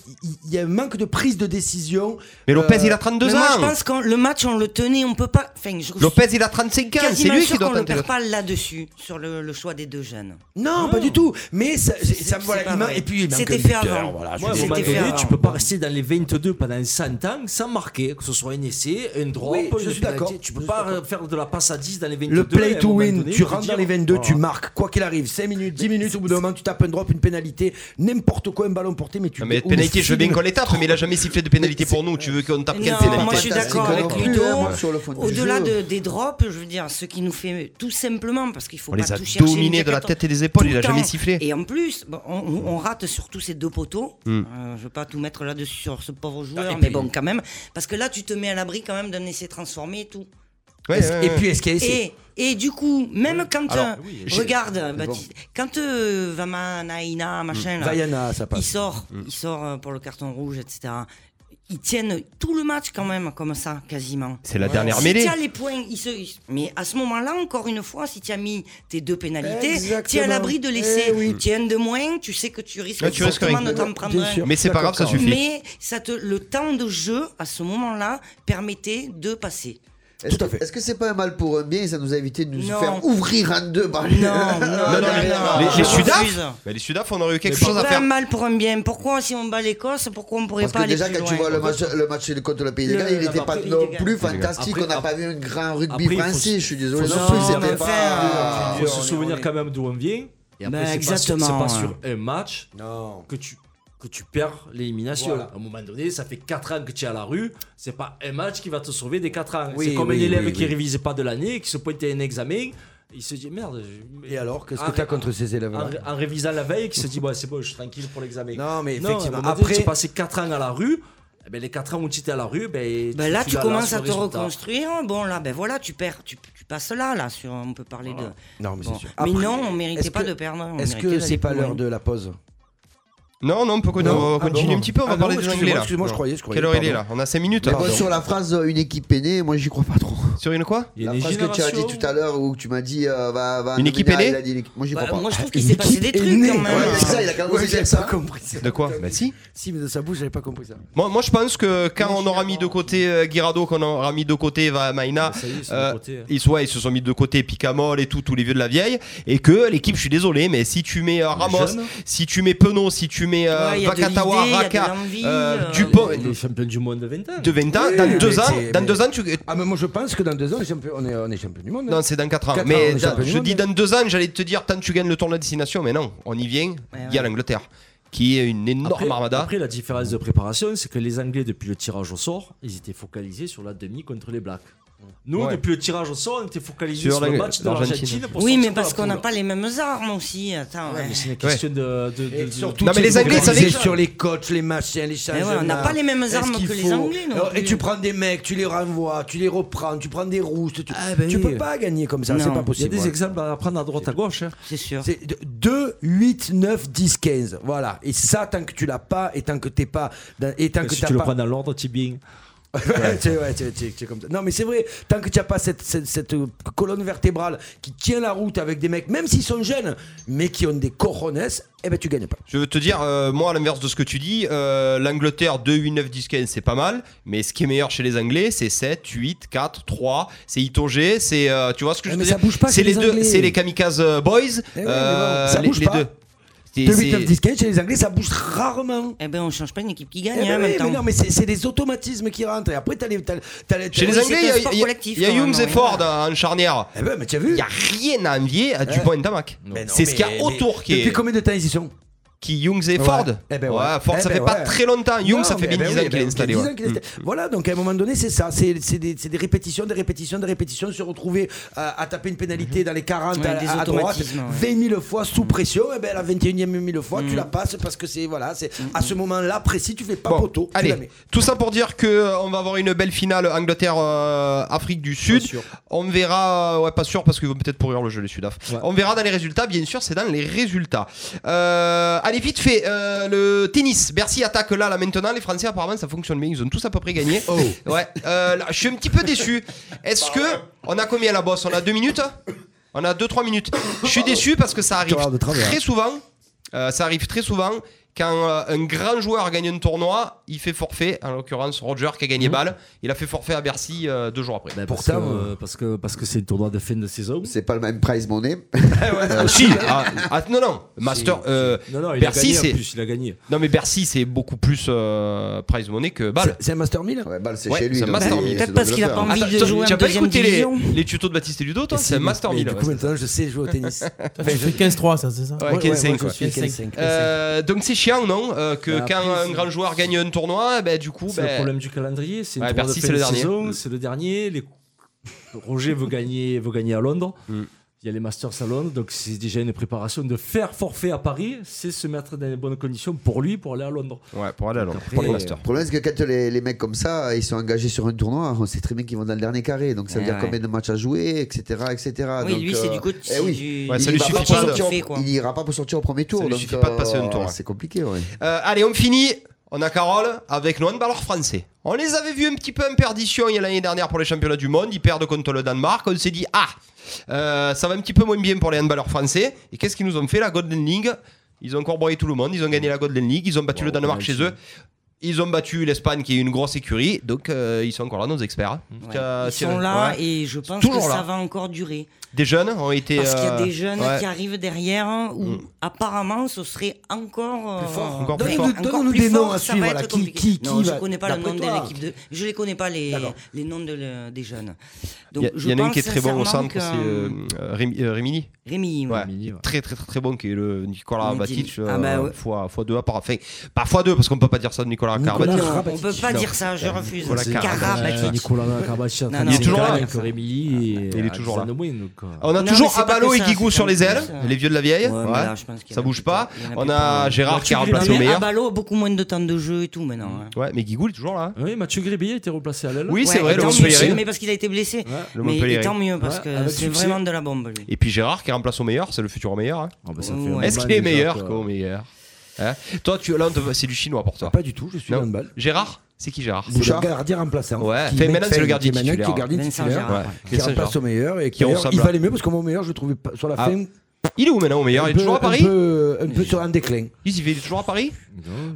Speaker 3: y a un manque de prise de décision.
Speaker 2: Mais Lopez,
Speaker 3: Euh,
Speaker 2: il a 32
Speaker 5: Mais
Speaker 2: ans.
Speaker 5: moi, je pense que le match, on le tenait, on peut pas. Enfin, je
Speaker 2: Lopez, il a 35 ans. C'est
Speaker 5: suis quasiment
Speaker 2: lui
Speaker 5: sûr
Speaker 2: qui doit
Speaker 5: qu'on le
Speaker 2: tenter.
Speaker 5: perd pas là-dessus, sur le, le choix des deux jeunes.
Speaker 3: Non, pas du tout, mais ça, ça me
Speaker 5: c'est
Speaker 3: voilà,
Speaker 5: pas
Speaker 3: il manque-
Speaker 5: vrai.
Speaker 3: et puis il manque
Speaker 5: C'était
Speaker 3: un
Speaker 5: fait
Speaker 3: buteur,
Speaker 5: avant.
Speaker 3: voilà, je
Speaker 4: Moi, à un
Speaker 3: veux
Speaker 5: C'était
Speaker 3: dire.
Speaker 4: moment
Speaker 5: fait
Speaker 4: donné,
Speaker 5: avant.
Speaker 4: tu peux pas rester dans les 22 pendant 100 ans sans marquer, que ce soit un essai, un drop,
Speaker 3: Oui,
Speaker 4: une
Speaker 3: je suis
Speaker 4: pénalité.
Speaker 3: d'accord.
Speaker 4: Tu
Speaker 3: Je
Speaker 4: peux
Speaker 3: suis
Speaker 4: pas
Speaker 3: d'accord.
Speaker 4: faire de la passe à 10 dans les 22.
Speaker 3: Le play
Speaker 4: et à un
Speaker 3: to
Speaker 4: moment
Speaker 3: win,
Speaker 4: donné,
Speaker 3: tu
Speaker 4: te
Speaker 3: rentres
Speaker 4: dire,
Speaker 3: dans les 22, tu
Speaker 4: voilà.
Speaker 3: marques, quoi qu'il arrive, 5 minutes, 10 minutes, au bout d'un moment, tu tapes un drop, une pénalité, n'importe quoi, un ballon porté, mais tu.
Speaker 2: Non, mais pénalité, je veux bien qu'on les tape, mais il a jamais sifflé de pénalité pour nous. Tu veux qu'on tape quelle
Speaker 5: Non,
Speaker 2: pénalité
Speaker 5: moi, je suis d'accord
Speaker 6: Fantastique
Speaker 5: avec
Speaker 6: non plus,
Speaker 5: Ludo.
Speaker 6: hein, moi, sur le fond du
Speaker 5: Au-delà
Speaker 6: jeu.
Speaker 5: de- des drops, je veux dire, ce qui nous fait tout simplement, parce qu'il faut
Speaker 2: On
Speaker 5: pas
Speaker 2: les a
Speaker 5: tout chercher.
Speaker 2: dominés
Speaker 5: une
Speaker 2: de la
Speaker 5: jaquette,
Speaker 2: tête et des épaules,
Speaker 5: tout
Speaker 2: il a
Speaker 5: le
Speaker 2: jamais
Speaker 5: temps.
Speaker 2: sifflé.
Speaker 5: Et en plus, bon, on, on- on rate surtout ces deux poteaux.
Speaker 2: Hmm.
Speaker 5: Euh, je veux pas tout mettre là-dessus sur ce pauvre joueur, mais bon, quand même. Parce que là, tu te mets à l'abri quand même d'un essai transformé et tout.
Speaker 2: Ouais, ouais,
Speaker 3: Et
Speaker 2: ouais.
Speaker 3: puis, est-ce qu'il y a essai
Speaker 5: Et, et du coup, même quand.
Speaker 2: Alors,
Speaker 5: euh,
Speaker 2: oui,
Speaker 5: regarde, Baptiste, quand euh, Vamanaina, machin, là,
Speaker 3: Vaiana, ça
Speaker 5: il
Speaker 3: passe.
Speaker 5: sort,
Speaker 2: Mm.
Speaker 5: il sort euh, pour le carton rouge, etc. Ils tiennent tout le match quand même, comme ça, quasiment.
Speaker 2: C'est la dernière
Speaker 5: Si
Speaker 2: mêlée.
Speaker 5: tu as les points, il se... il- mais à ce moment-là, encore une fois, si tu as mis tes deux pénalités, tu es à
Speaker 3: Exactement.
Speaker 5: l'abri de laisser.
Speaker 3: Eh oui.
Speaker 5: Tu en de moins, tu sais que tu risques
Speaker 2: Ouais, tu risques
Speaker 5: fortement
Speaker 2: rien.
Speaker 5: de t'en prendre
Speaker 3: Bien
Speaker 5: un.
Speaker 3: sûr.
Speaker 2: Mais c'est pas grave, ça suffit.
Speaker 5: Mais ça te, le temps de jeu, à ce moment-là, permettait de passer.
Speaker 6: Est-ce que- est-ce que c'est pas un mal pour un bien Ça nous a évité de nous
Speaker 5: Non.
Speaker 6: faire ouvrir en deux. bah.
Speaker 2: Les, les
Speaker 5: je
Speaker 2: Sudaf
Speaker 5: refuse.
Speaker 2: Mais Les Sudaf, on aurait eu quelque
Speaker 5: C'est
Speaker 2: chose à
Speaker 5: pas un
Speaker 2: faire.
Speaker 5: mal pour un bien. Pourquoi, si on bat l'Écosse, pourquoi on pourrait
Speaker 6: Parce
Speaker 5: pas
Speaker 6: que
Speaker 5: aller
Speaker 6: déjà,
Speaker 5: plus
Speaker 6: quand tu vois
Speaker 5: loin
Speaker 6: le match, le match contre le Pays des
Speaker 5: Le-
Speaker 6: Galles, il
Speaker 5: le
Speaker 6: n'était pas
Speaker 5: Pays des
Speaker 6: non
Speaker 5: Galles.
Speaker 6: plus fantastique.
Speaker 4: Après-
Speaker 6: on n'a pas vu un grand rugby
Speaker 4: Après, il faut
Speaker 6: français.
Speaker 4: se-
Speaker 6: Je suis désolé.
Speaker 4: faut
Speaker 6: non
Speaker 4: se-
Speaker 6: plus,
Speaker 4: non,
Speaker 6: c'était
Speaker 4: mais
Speaker 6: pas.
Speaker 4: euh, faut se souvenir quand même d'où on vient. Et
Speaker 5: Ben,
Speaker 4: après, c'est pas sur-
Speaker 5: exactement,
Speaker 4: C'est pas
Speaker 5: ouais.
Speaker 4: sur un match que tu que tu perds l'élimination.
Speaker 3: Voilà.
Speaker 4: À un moment donné, ça fait 4 ans que tu es à la rue, c'est pas un match qui va te sauver des 4 ans.
Speaker 3: Oui,
Speaker 4: c'est comme
Speaker 3: oui,
Speaker 4: un élève
Speaker 3: oui,
Speaker 4: qui
Speaker 3: oui.
Speaker 4: révise pas de l'année, qui se pointe à un examen, il se dit merde. je-
Speaker 3: Et alors, qu'est-ce
Speaker 4: En-
Speaker 3: que t'as contre ces élèves-là
Speaker 4: en, ré- en révisant la veille, qui se dit bon, c'est bon, je suis tranquille pour l'examen.
Speaker 3: Non, mais
Speaker 4: à un
Speaker 3: effectivement,
Speaker 4: moment donné,
Speaker 3: après.
Speaker 4: tu passais 4 ans à la rue, eh ben, les 4 ans où tu étais à la rue, ben,
Speaker 5: Ben là, tu
Speaker 4: l'as
Speaker 5: commences
Speaker 4: sur
Speaker 5: à
Speaker 4: le
Speaker 5: te
Speaker 4: résultat.
Speaker 5: reconstruire. Bon, là, ben voilà, tu perds, tu, tu passes là, là. Sur, on peut parler de.
Speaker 3: Non, mais
Speaker 5: Bon. Ah,
Speaker 3: c'est sûr.
Speaker 5: Mais
Speaker 3: Après,
Speaker 5: non, on méritait
Speaker 3: est-ce
Speaker 5: pas
Speaker 3: que-
Speaker 5: de perdre. hein. on
Speaker 3: Est-ce
Speaker 5: méritait
Speaker 3: que
Speaker 5: d'aller
Speaker 3: c'est pas
Speaker 5: plus
Speaker 3: l'heure
Speaker 5: loin.
Speaker 3: de la pause
Speaker 2: Non, non, on peut continuer,
Speaker 3: Non.
Speaker 2: on va
Speaker 3: Ah,
Speaker 2: continuer
Speaker 3: bon.
Speaker 2: un petit peu, on va
Speaker 3: Ah, non,
Speaker 2: parler des
Speaker 3: excuse-moi,
Speaker 2: Anglais là.
Speaker 3: excuse-moi, je croyais, je croyais,
Speaker 2: Quelle heure il est là
Speaker 3: pardon.
Speaker 2: On a 5 minutes
Speaker 6: Mais
Speaker 2: là.
Speaker 6: bon, sur la phrase euh, une équipe aînée, moi j'y crois pas trop.
Speaker 2: Sur une quoi
Speaker 4: Il y a
Speaker 6: La
Speaker 4: des
Speaker 6: phrase que tu as dit
Speaker 4: générations-
Speaker 6: tout à l'heure où tu m'as dit euh, va,
Speaker 4: Bah,
Speaker 6: va
Speaker 2: Une
Speaker 6: en
Speaker 2: équipe
Speaker 6: devenir,
Speaker 2: aînée
Speaker 6: il a dit l'équipe- Moi j'y crois
Speaker 5: Bah,
Speaker 6: pas.
Speaker 5: moi, je trouve qu'il s'est passé des
Speaker 3: Équipe
Speaker 5: trucs quand
Speaker 3: aînée.
Speaker 5: même.
Speaker 6: Ouais, c'est ça, il a quand même
Speaker 3: Ouais,
Speaker 6: osé dire
Speaker 3: j'avais
Speaker 6: ça.
Speaker 3: pas compris ça.
Speaker 2: De quoi Bah si.
Speaker 3: Si, mais de sa bouche, j'avais pas compris ça.
Speaker 2: Moi, moi, je pense que quand on aura mis de côté euh, Guirado, qu'on aura mis de côté Va- Maina,
Speaker 4: Ça y est, ils sont de
Speaker 2: euh,
Speaker 4: côté, hein.
Speaker 2: ils, ouais, ils se sont mis de côté Picamol et tout, tous les vieux de la vieille, et que l'équipe, je suis désolé, mais si tu mets euh, Ramos,
Speaker 4: jeunes.
Speaker 2: si tu mets Penon, si tu mets euh,
Speaker 5: Ouais, il y a de
Speaker 2: Vakatawa,
Speaker 5: l'idée, il y a de
Speaker 2: Raka,
Speaker 5: l'envie,
Speaker 2: euh,
Speaker 5: euh,
Speaker 2: Dupont,
Speaker 4: Il est champion du monde de 20 ans.
Speaker 2: de 20 ans,
Speaker 3: Oui,
Speaker 2: dans
Speaker 3: mais
Speaker 2: 2 ans,
Speaker 3: c'est-
Speaker 2: dans
Speaker 3: mais-
Speaker 2: deux ans, tu...
Speaker 3: Ah, mais moi, je pense que dans deux ans, on est champion, on est, on est champion du monde. hein.
Speaker 2: Non, c'est dans 4 ans.
Speaker 3: Quatre ans,
Speaker 2: mais
Speaker 3: on est
Speaker 2: dans-
Speaker 3: champion du
Speaker 2: je
Speaker 3: monde. hein.
Speaker 2: dis dans 2 ans, j'allais te dire, tant tu gagnes le tournoi de destination, mais non, on y vient, il y a
Speaker 5: ouais.
Speaker 2: l'Angleterre, qui est une énorme
Speaker 4: Après,
Speaker 2: armada.
Speaker 4: après, la différence de préparation, c'est que les Anglais, depuis le tirage au sort, ils étaient focalisés sur la demi contre les Blacks. Nous,
Speaker 2: Ouais.
Speaker 4: depuis le tirage au sort, on était focalisés
Speaker 2: Sur
Speaker 4: sur, le
Speaker 2: la-
Speaker 4: match de
Speaker 2: l'Argentine.
Speaker 4: l'Argentine. pour
Speaker 5: hein. Oui,
Speaker 4: sortir
Speaker 5: mais
Speaker 4: de la
Speaker 5: parce qu'on n'a
Speaker 4: poule.
Speaker 5: pas les mêmes armes aussi. Attends,
Speaker 4: Ouais,
Speaker 5: ouais.
Speaker 4: mais Eh, c'est une question de, de- Eh de- de-
Speaker 3: Surtout,
Speaker 2: Non, mais
Speaker 3: tu
Speaker 2: les
Speaker 3: sais,
Speaker 2: Anglais, ça
Speaker 3: organisé
Speaker 2: veut dire-
Speaker 3: sur les coachs, les machins, les
Speaker 5: ouais,
Speaker 3: changements.
Speaker 5: on n'a pas les mêmes
Speaker 3: Est-ce
Speaker 5: armes
Speaker 3: qu'il
Speaker 5: que les
Speaker 3: faut-
Speaker 5: Anglais non
Speaker 3: Alors, Et
Speaker 5: plus.
Speaker 3: tu prends des mecs, tu les renvoies, tu les reprends, tu prends des roustes. Tu,
Speaker 4: Ah, bah
Speaker 3: tu
Speaker 4: oui.
Speaker 3: peux pas gagner comme ça,
Speaker 5: Non.
Speaker 3: c'est pas
Speaker 4: Il y a
Speaker 3: possible. hein.
Speaker 4: des
Speaker 3: voilà.
Speaker 4: exemples à prendre à droite, à gauche. hein.
Speaker 5: C'est sûr.
Speaker 3: C'est 2, 8, 9, 10, 15. Voilà. Et ça, tant que tu l'as pas, et tant que t'es pas. dans- Et tant que
Speaker 4: Si
Speaker 3: t'as
Speaker 4: tu le
Speaker 3: pas-
Speaker 4: prends dans l'ordre, Tibing.
Speaker 3: Ouais, tu- ouais, tu- tu- tu es comme ça. Non, mais c'est vrai, tant que tu n'as pas cette, cette- cette, euh, colonne vertébrale qui tient la route avec des mecs, même s'ils sont jeunes, mais qui ont des coronnes, eh ben tu gagnes pas.
Speaker 2: Je veux te dire, euh, moi, à l'inverse de ce que tu dis, euh, l'Angleterre 2, 8, 9, 10, 15, c'est pas mal. Mais ce qui est meilleur chez les Anglais, c'est 7, 8, 4, 3. C'est Itogé, c'est. euh, tu vois ce que
Speaker 3: Ouais,
Speaker 2: je veux
Speaker 3: Eh, mais
Speaker 2: dire
Speaker 3: ça bouge pas
Speaker 2: C'est
Speaker 3: chez
Speaker 2: les,
Speaker 3: les
Speaker 2: deux,
Speaker 3: Anglais. Eh
Speaker 2: c'est les Kamikaze Boys.
Speaker 3: mais
Speaker 2: euh,
Speaker 3: bon, ça
Speaker 2: les,
Speaker 3: bouge
Speaker 2: les
Speaker 3: pas.
Speaker 2: deux. C'est-
Speaker 3: 2, 8,
Speaker 2: c'est-
Speaker 3: 9, 10, 15, chez les Anglais, ça bouge rarement.
Speaker 5: Eh ben, on change pas une équipe qui
Speaker 3: Eh
Speaker 5: gagne
Speaker 3: ben
Speaker 5: hein, en
Speaker 3: oui,
Speaker 5: même temps.
Speaker 3: mais non, mais c'est c'est des automatismes qui rentrent. Et après, t'as les. t'as- t'as les-
Speaker 2: Chez les
Speaker 5: Oui,
Speaker 2: Anglais,
Speaker 5: c'est
Speaker 2: il y
Speaker 5: un
Speaker 2: a-
Speaker 5: sport
Speaker 2: il y a-
Speaker 5: collectif, hein,
Speaker 2: il y a
Speaker 5: quand même,
Speaker 2: Humes
Speaker 5: ouais.
Speaker 2: et Ford en en charnière.
Speaker 3: Eh ben, mais tu as vu
Speaker 2: Il n'y a rien à envier à Dupont et Tamac.
Speaker 3: Mais non,
Speaker 2: C'est ce qu'il y
Speaker 3: mais-
Speaker 2: a autour qui
Speaker 3: Depuis
Speaker 2: est.
Speaker 3: combien de temps ils y sont
Speaker 2: Qui Youngs et
Speaker 3: Ouais.
Speaker 2: Ford
Speaker 3: Eh ben ouais.
Speaker 2: Ford,
Speaker 3: Eh
Speaker 2: ça
Speaker 3: ben
Speaker 2: fait pas
Speaker 3: ouais.
Speaker 2: très longtemps. Young,
Speaker 3: Non,
Speaker 2: ça fait bien
Speaker 3: mais- ben
Speaker 2: 10
Speaker 3: oui,
Speaker 2: ans qu'il
Speaker 3: ben
Speaker 2: est
Speaker 3: oui,
Speaker 2: installé.
Speaker 3: 10
Speaker 2: ouais.
Speaker 3: ans qu'il est installé. Voilà, donc à un moment donné, c'est ça. C'est c'est des, c'est des répétitions, des répétitions, des répétitions. Se retrouver euh, à, à taper une pénalité dans les 40
Speaker 5: Ouais,
Speaker 3: à,
Speaker 5: des
Speaker 3: à- à droite,
Speaker 5: automatismes, ouais.
Speaker 3: 20
Speaker 5: Mm.
Speaker 3: 000 fois sous pression. Et bien la 21e mille fois, tu la passes parce que c'est voilà, c'est à ce moment-là précis, tu fais pas
Speaker 2: Bon,
Speaker 3: poteau. tu la
Speaker 2: allez,
Speaker 3: mets.
Speaker 2: tout ça pour dire que euh, on va avoir une belle finale Angleterre euh, Afrique du Sud.
Speaker 4: sûr.
Speaker 2: On verra, euh, ouais pas sûr parce que vont peut-être pourrir le jeu les Sudaf. On verra dans les résultats, bien sûr, c'est dans les résultats. Euh, allez vite fait euh, le tennis. Bercy attaque là là maintenant. Les Français apparemment ça fonctionne bien, ils ont tous à peu près gagné. Ouais, euh, là, je suis un petit peu déçu. Est-ce que on a combien la bosse On a deux minutes On a deux trois minutes. Je suis déçu parce que ça arrive
Speaker 3: Victoire de travers.
Speaker 2: très souvent. Euh, ça arrive très souvent quand euh, un grand joueur gagne un tournoi, il fait forfait. En l'occurrence, Roger qui a gagné balle, il a fait forfait à Bercy euh, deux jours après.
Speaker 4: Ben,
Speaker 3: Pourtant,
Speaker 4: Mhm. parce, que, parce que parce que c'est le tournoi de fin de saison.
Speaker 6: C'est pas le même prize money.
Speaker 2: Ah, si, ah, ah, non non, Master. euh,
Speaker 4: Non, non, il a
Speaker 2: Bercy
Speaker 4: gagné.
Speaker 2: c'est
Speaker 4: En plus, il a gagné.
Speaker 2: non mais Bercy c'est beaucoup plus euh, prize money que
Speaker 3: C'est-
Speaker 2: balle.
Speaker 3: C'est un master 1000
Speaker 6: Ouais, bah, c'est
Speaker 2: Ouais,
Speaker 6: chez lui.
Speaker 2: euh, c'est un
Speaker 6: donc
Speaker 2: master
Speaker 6: il-
Speaker 2: mille.
Speaker 6: c'est
Speaker 5: Peut-être parce
Speaker 6: donc
Speaker 5: qu'il a
Speaker 6: le hein.
Speaker 5: pas
Speaker 6: faire.
Speaker 5: envie
Speaker 2: Attends,
Speaker 5: de jouer
Speaker 2: tu as
Speaker 5: en
Speaker 2: pas
Speaker 5: deuxième
Speaker 2: écouté les,
Speaker 5: division.
Speaker 2: les tutos de Baptiste et Ludo, toi C'est un Master
Speaker 3: Eh, Mais
Speaker 2: 1000.
Speaker 3: Du coup, maintenant, je sais jouer au tennis.
Speaker 1: Toi, tu fais 15-3, ça, c'est ça
Speaker 2: Ouais, 15-5,
Speaker 3: je
Speaker 2: ouais.
Speaker 3: suis 15-5.
Speaker 2: Euh, donc c'est chiant, non euh, Que
Speaker 4: Bah,
Speaker 2: quand
Speaker 4: après,
Speaker 2: un
Speaker 4: c'est-
Speaker 2: grand joueur gagne un tournoi, ben, du coup,
Speaker 4: C'est le
Speaker 2: ben,
Speaker 4: problème du calendrier. C'est le
Speaker 2: Ouais,
Speaker 4: tournoi
Speaker 2: Bercy,
Speaker 4: de
Speaker 2: c'est
Speaker 4: fin
Speaker 2: le
Speaker 4: de
Speaker 2: dernier. Mm.
Speaker 4: saison. C'est le dernier. Les- Roger veut gagner, veut gagner à Londres.
Speaker 2: Mm.
Speaker 4: Il y a les Masters à Londres, donc c'est déjà une préparation de faire forfait à Paris. C'est se mettre dans les bonnes conditions pour lui pour aller à Londres.
Speaker 2: ouais, pour aller à Londres,
Speaker 4: Après,
Speaker 2: pour les
Speaker 4: euh,
Speaker 2: Masters.
Speaker 6: Le problème, c'est que quand les, les mecs comme ça, ils sont engagés sur un tournoi, on sait très bien qu'ils vont dans le dernier carré. Donc ça veut
Speaker 5: Ouais,
Speaker 6: dire
Speaker 5: ouais.
Speaker 6: combien de matchs à jouer, etc. etc.
Speaker 4: Ah,
Speaker 5: Oui,
Speaker 6: donc,
Speaker 5: lui, c'est
Speaker 6: euh,
Speaker 5: du coup.
Speaker 6: eh oui.
Speaker 2: Ouais, ça
Speaker 6: il
Speaker 2: lui
Speaker 6: ira
Speaker 2: suffit
Speaker 6: pas pour
Speaker 2: pas de-
Speaker 6: sortir au-
Speaker 5: fait, quoi.
Speaker 6: Il ira pas pour sortir au premier tour.
Speaker 2: lui
Speaker 6: donc, euh,
Speaker 2: suffit pas de passer un tour, ouais.
Speaker 6: C'est compliqué, ouais.
Speaker 2: Euh, allez, on finit. On a Carole avec le handballeur français. On les avait vus un petit peu en perdition il y a l'année dernière pour les championnats du monde. Ils perdent contre le Danemark. On s'est dit, ah, euh, ça va un petit peu moins bien pour les handballeurs français. Et qu'est-ce qu'ils nous ont fait La Golden League. Ils ont encore broyé tout le monde. Ils ont gagné la Golden League. Ils ont battu le Danemark chez eux. Ils ont battu l'Espagne qui est une grosse écurie, donc euh, ils sont encore là nos experts. hein.
Speaker 5: Ouais.
Speaker 2: Tiens,
Speaker 5: Ils
Speaker 2: tiens,
Speaker 5: sont là
Speaker 2: ouais.
Speaker 5: et je pense que
Speaker 2: Toujours
Speaker 5: ça
Speaker 2: là.
Speaker 5: va encore durer.
Speaker 2: Des jeunes ont été.
Speaker 5: Parce qu'il y a
Speaker 2: euh,
Speaker 5: des jeunes
Speaker 2: ouais.
Speaker 5: qui arrivent derrière hein, où
Speaker 2: Mm.
Speaker 5: apparemment ce serait encore euh,
Speaker 2: Plus fort,
Speaker 5: euh,
Speaker 2: encore plus
Speaker 5: donne-
Speaker 2: fort.
Speaker 5: encore
Speaker 3: Donne-nous
Speaker 5: plus
Speaker 3: des noms
Speaker 5: fort,
Speaker 3: à
Speaker 5: ça va
Speaker 3: suivre,
Speaker 5: être
Speaker 3: là. Qui-
Speaker 5: compliqué.
Speaker 3: qui- qui
Speaker 5: non, je
Speaker 3: va-
Speaker 5: connais pas le nom
Speaker 3: d'après
Speaker 5: de
Speaker 3: toi.
Speaker 5: l'équipe de, je les connais pas les
Speaker 3: D'accord.
Speaker 5: les noms de le- des jeunes.
Speaker 2: Il y, a-
Speaker 5: je
Speaker 2: il y en a un
Speaker 5: pense
Speaker 2: qui est très bon au
Speaker 5: sincèrement
Speaker 2: centre,
Speaker 5: que,
Speaker 2: c'est euh, euh, Rémi- euh, Rémini.
Speaker 5: Rémi, ouais.
Speaker 2: Ouais. Très très très très bon qui est le Nicolas
Speaker 5: Medine.
Speaker 2: Batic euh,
Speaker 5: Ah bah ouais.
Speaker 2: fois fois deux à part enfin pas fois deux parce qu'on peut pas dire ça de Nicolas Karabatic.
Speaker 5: Non, on peut pas dire ça, je refuse.
Speaker 2: Nicolas
Speaker 5: Karabatic.
Speaker 2: Karabatic.
Speaker 4: Nicolas Karabatic,
Speaker 5: Non,
Speaker 4: enfin,
Speaker 5: non,
Speaker 4: c'est
Speaker 2: il est toujours là.
Speaker 4: Nicolas Rémi et
Speaker 2: Ah. Il est toujours là. Ah,
Speaker 4: Alexandre Wynn, donc, euh,
Speaker 2: On a
Speaker 5: Non, mais
Speaker 2: toujours
Speaker 5: c'est pas
Speaker 2: Abalo
Speaker 5: que
Speaker 2: et
Speaker 5: ça,
Speaker 2: Guigou
Speaker 5: c'est
Speaker 2: sur
Speaker 5: pas
Speaker 2: les
Speaker 5: que
Speaker 2: ailes,
Speaker 5: ça.
Speaker 2: les vieux de la vieille.
Speaker 5: Ouais,
Speaker 2: ouais.
Speaker 5: mais là, je pense qu'il y en
Speaker 2: ça
Speaker 5: a
Speaker 2: bouge
Speaker 5: plus
Speaker 2: pas.
Speaker 5: tant. Il y en a
Speaker 2: On
Speaker 5: plus
Speaker 2: a
Speaker 5: tant.
Speaker 2: Gérard
Speaker 4: Mathieu
Speaker 2: qui a remplacé au
Speaker 5: Mais
Speaker 4: Grégoire.
Speaker 2: meilleur.
Speaker 5: Abalo a beaucoup moins de temps de jeu et tout maintenant. hein.
Speaker 2: Ouais, mais Guigou il est toujours là. hein.
Speaker 4: Mm. Oui, Mathieu Grébillet était remplacé à l'aile.
Speaker 2: Oui, c'est
Speaker 5: Ouais,
Speaker 2: vrai, le
Speaker 5: tant mieux,
Speaker 2: Montpellier.
Speaker 5: Mais parce qu'il a été blessé.
Speaker 4: Ouais,
Speaker 2: le
Speaker 5: mais
Speaker 2: Montpellier.
Speaker 5: tant mieux parce
Speaker 4: Ouais,
Speaker 5: que
Speaker 4: avec
Speaker 5: c'est
Speaker 4: succès.
Speaker 5: vraiment de la bombe lui.
Speaker 2: Et puis Gérard qui remplace au meilleur, c'est le futur au meilleur. hein.
Speaker 4: Ah, bah, ça
Speaker 5: Ouais.
Speaker 4: fait un
Speaker 2: Est-ce
Speaker 4: bail
Speaker 2: qu'il est
Speaker 4: déjà,
Speaker 2: meilleur
Speaker 4: quoi.
Speaker 2: qu'au meilleur Hein Toi, tu, là, on te- c'est du chinois pour toi.
Speaker 3: Pas du tout, je suis
Speaker 2: Non.
Speaker 3: dans le bal.
Speaker 2: Gérard C'est qui Gérard
Speaker 3: C'est le
Speaker 6: Bouchard.
Speaker 3: gardien remplaçant.
Speaker 2: Ouais,
Speaker 3: Qui
Speaker 2: fait,
Speaker 3: met-
Speaker 2: maintenant, c'est le gardien
Speaker 3: qui est maintenant,
Speaker 2: titulaire.
Speaker 3: Qui est gardien
Speaker 5: Vincent
Speaker 3: titulaire.
Speaker 5: Gérard.
Speaker 2: Ouais.
Speaker 3: Qui
Speaker 2: Vincent
Speaker 3: remplace au
Speaker 2: Gérard.
Speaker 3: meilleur et
Speaker 2: Qui
Speaker 3: qui
Speaker 2: est
Speaker 3: d'ailleurs,
Speaker 2: ensemble,
Speaker 3: il
Speaker 2: là.
Speaker 3: valait mieux parce qu'au moment meilleur je le trouvais pas- sur la
Speaker 2: Ah,
Speaker 3: fin
Speaker 2: Il est où maintenant au meilleur Il est
Speaker 3: peu-
Speaker 2: toujours à
Speaker 3: un
Speaker 2: Paris
Speaker 3: peu, un peu sur un déclin.
Speaker 2: Il il est toujours à Paris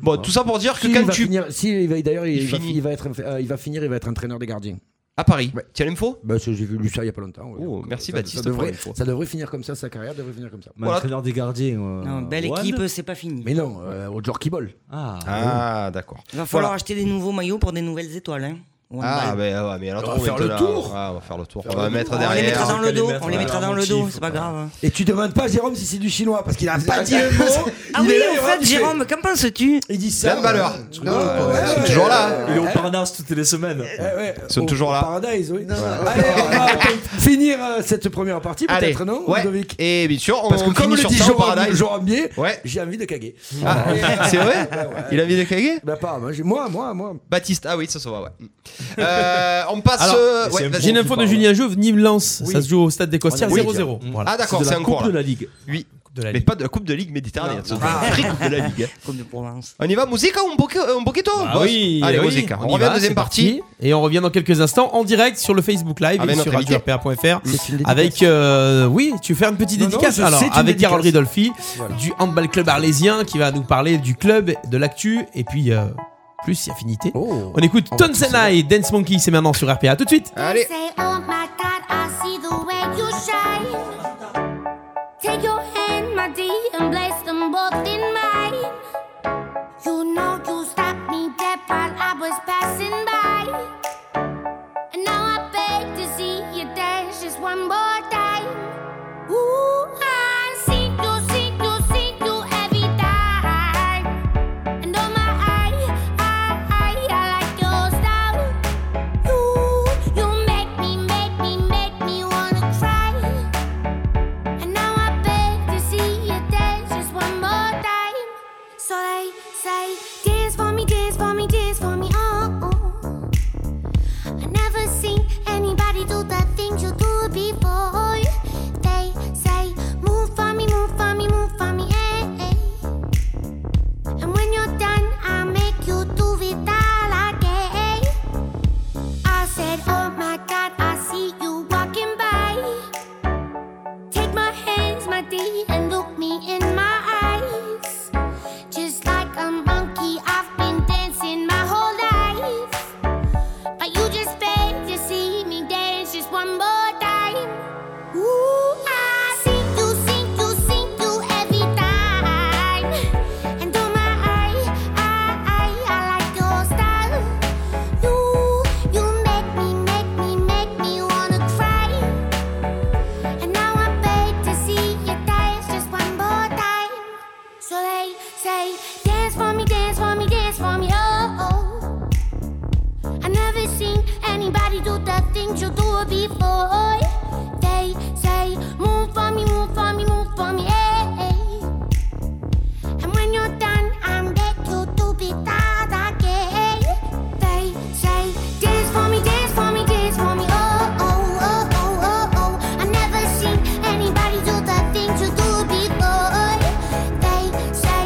Speaker 2: Bon, tout ça pour dire que
Speaker 3: Si, il
Speaker 2: quand
Speaker 3: va
Speaker 2: tu.
Speaker 3: finir- si, il va- d'ailleurs il,
Speaker 2: Il
Speaker 3: va,
Speaker 2: finit.
Speaker 3: il va être euh, il va finir il va être entraîneur des gardiens.
Speaker 2: À Paris.
Speaker 3: Ouais.
Speaker 2: Tu as l'info
Speaker 3: Bah, ça, j'ai vu lu ça il y a pas longtemps. ouais.
Speaker 2: Oh,
Speaker 3: Donc,
Speaker 2: merci,
Speaker 3: ça-
Speaker 2: Baptiste,
Speaker 3: Ça devrait,
Speaker 2: pour l'info.
Speaker 3: ça devrait finir comme ça sa carrière devrait finir comme ça.
Speaker 4: Mais
Speaker 2: Voilà.
Speaker 4: Entraîneur des gardiens. euh,
Speaker 5: Non, belle
Speaker 4: Juan.
Speaker 5: équipe, c'est pas fini.
Speaker 3: Mais non, euh, au genre qui bol.
Speaker 4: Ah,
Speaker 2: Ah, d'accord.
Speaker 5: Il va falloir
Speaker 2: Voilà.
Speaker 5: acheter des nouveaux maillots pour des nouvelles étoiles. hein. Au
Speaker 2: Ah,
Speaker 5: handball.
Speaker 2: mais, ouais, mais alors,
Speaker 3: On va
Speaker 2: on
Speaker 3: faire le
Speaker 2: là-
Speaker 3: tour.
Speaker 2: Ah, on va faire le tour. On
Speaker 3: Faire
Speaker 2: va
Speaker 3: le
Speaker 2: mettre
Speaker 3: tour.
Speaker 5: on les mettra
Speaker 2: derrière.
Speaker 5: dans le
Speaker 4: on
Speaker 5: dos,
Speaker 4: va les
Speaker 5: on les
Speaker 4: mettre
Speaker 5: mettra
Speaker 4: dans
Speaker 5: dans
Speaker 4: le
Speaker 5: le dos,
Speaker 4: motif,
Speaker 5: c'est pas
Speaker 4: quoi.
Speaker 5: grave. hein.
Speaker 3: Et tu demandes pas Jérôme si c'est du chinois parce qu'il a pas dit un mot.
Speaker 5: Ah
Speaker 3: Il
Speaker 5: oui,
Speaker 3: est là, il
Speaker 5: au
Speaker 3: rentre,
Speaker 5: fait, Jérôme, qu'en penses-tu
Speaker 3: Il dit ça.
Speaker 2: Même valeur.
Speaker 6: Non, ouais,
Speaker 2: Ils sont
Speaker 6: ouais,
Speaker 2: toujours
Speaker 6: ouais,
Speaker 2: là. hein.
Speaker 4: Il est au Parnasse toutes les semaines.
Speaker 2: Ils sont toujours là. Ah,
Speaker 3: Paradise, oui.
Speaker 4: Ah,
Speaker 3: Allez, on va finir euh, cette première partie
Speaker 2: Allez.
Speaker 3: peut-être non
Speaker 2: Ouais.
Speaker 3: Ludovic
Speaker 2: Et bien sûr, on
Speaker 3: Parce que
Speaker 2: finit
Speaker 3: comme le
Speaker 2: sur
Speaker 3: dit
Speaker 2: ça au
Speaker 3: Jérôme,
Speaker 2: Paradise.
Speaker 3: Jérôme Bier,
Speaker 2: Ouais.
Speaker 3: j'ai envie de caguer.
Speaker 2: Ah, c'est vrai Il a envie de caguer
Speaker 3: Bah pas moi, j'ai- moi, moi, moi.
Speaker 2: Baptiste, ah oui, ça se voit, ouais. Euh, on passe.
Speaker 1: Alors,
Speaker 2: euh, ouais,
Speaker 4: c'est un
Speaker 2: vas-y.
Speaker 1: J'ai une info de Julien Jauve, Nîmes Lens.
Speaker 4: Oui.
Speaker 1: Ça se joue au stade des Costières
Speaker 4: On a dit.
Speaker 1: 0-0. Voilà.
Speaker 2: Ah, d'accord,
Speaker 4: de
Speaker 2: c'est
Speaker 4: la
Speaker 2: un
Speaker 4: Coupe
Speaker 2: cours
Speaker 4: de
Speaker 2: là.
Speaker 4: la Ligue.
Speaker 2: Oui,
Speaker 1: Coupe de la
Speaker 2: mais
Speaker 1: Ligue.
Speaker 2: pas de la Coupe de Ligue Méditerranée. C'est la vraie Coupe de la Ligue. hein.
Speaker 5: Coupe de Provence.
Speaker 2: On y va, musique ou un poquet- un poquito
Speaker 3: Oh,
Speaker 1: Ah
Speaker 2: Boss
Speaker 1: oui,
Speaker 2: Allez,
Speaker 1: oui.
Speaker 3: hein.
Speaker 2: musique. On,
Speaker 1: y
Speaker 2: revient
Speaker 1: va,
Speaker 2: à la deuxième
Speaker 1: c'est
Speaker 2: partie.
Speaker 1: parti. Et on revient dans quelques instants en direct sur le Facebook Live
Speaker 2: Avec
Speaker 1: et
Speaker 2: notre
Speaker 1: sur
Speaker 2: invité.
Speaker 1: radio-rpa.fr
Speaker 3: C'est une dédicace.
Speaker 1: Avec, euh, oui, tu fais une petite
Speaker 3: Non, non,
Speaker 1: dédicace
Speaker 3: je-
Speaker 1: alors
Speaker 3: c'est une
Speaker 1: avec Carole
Speaker 3: dédicace.
Speaker 1: Ridolfi du Handball Club Arlésien qui va nous parler du club, de l'actu et puis euh, plus affinité.
Speaker 3: Oh.
Speaker 1: On écoute
Speaker 3: On va tous
Speaker 1: Tonsenai et Dance Monkey, c'est maintenant sur RPA. À tout de suite.
Speaker 2: Allez.
Speaker 10: Say, oh my God, I see the way you shine. Take your hand, my dear, and place them both in mine. You know you stopped me dead while I was passing by. And now I beg to see you dance just one more time. Ooh, I see you, see you, see you every time. And oh my, I, I, I like your style. You, you make me, make me, make me wanna cry. oh." eh, "Oh oh oh, eh,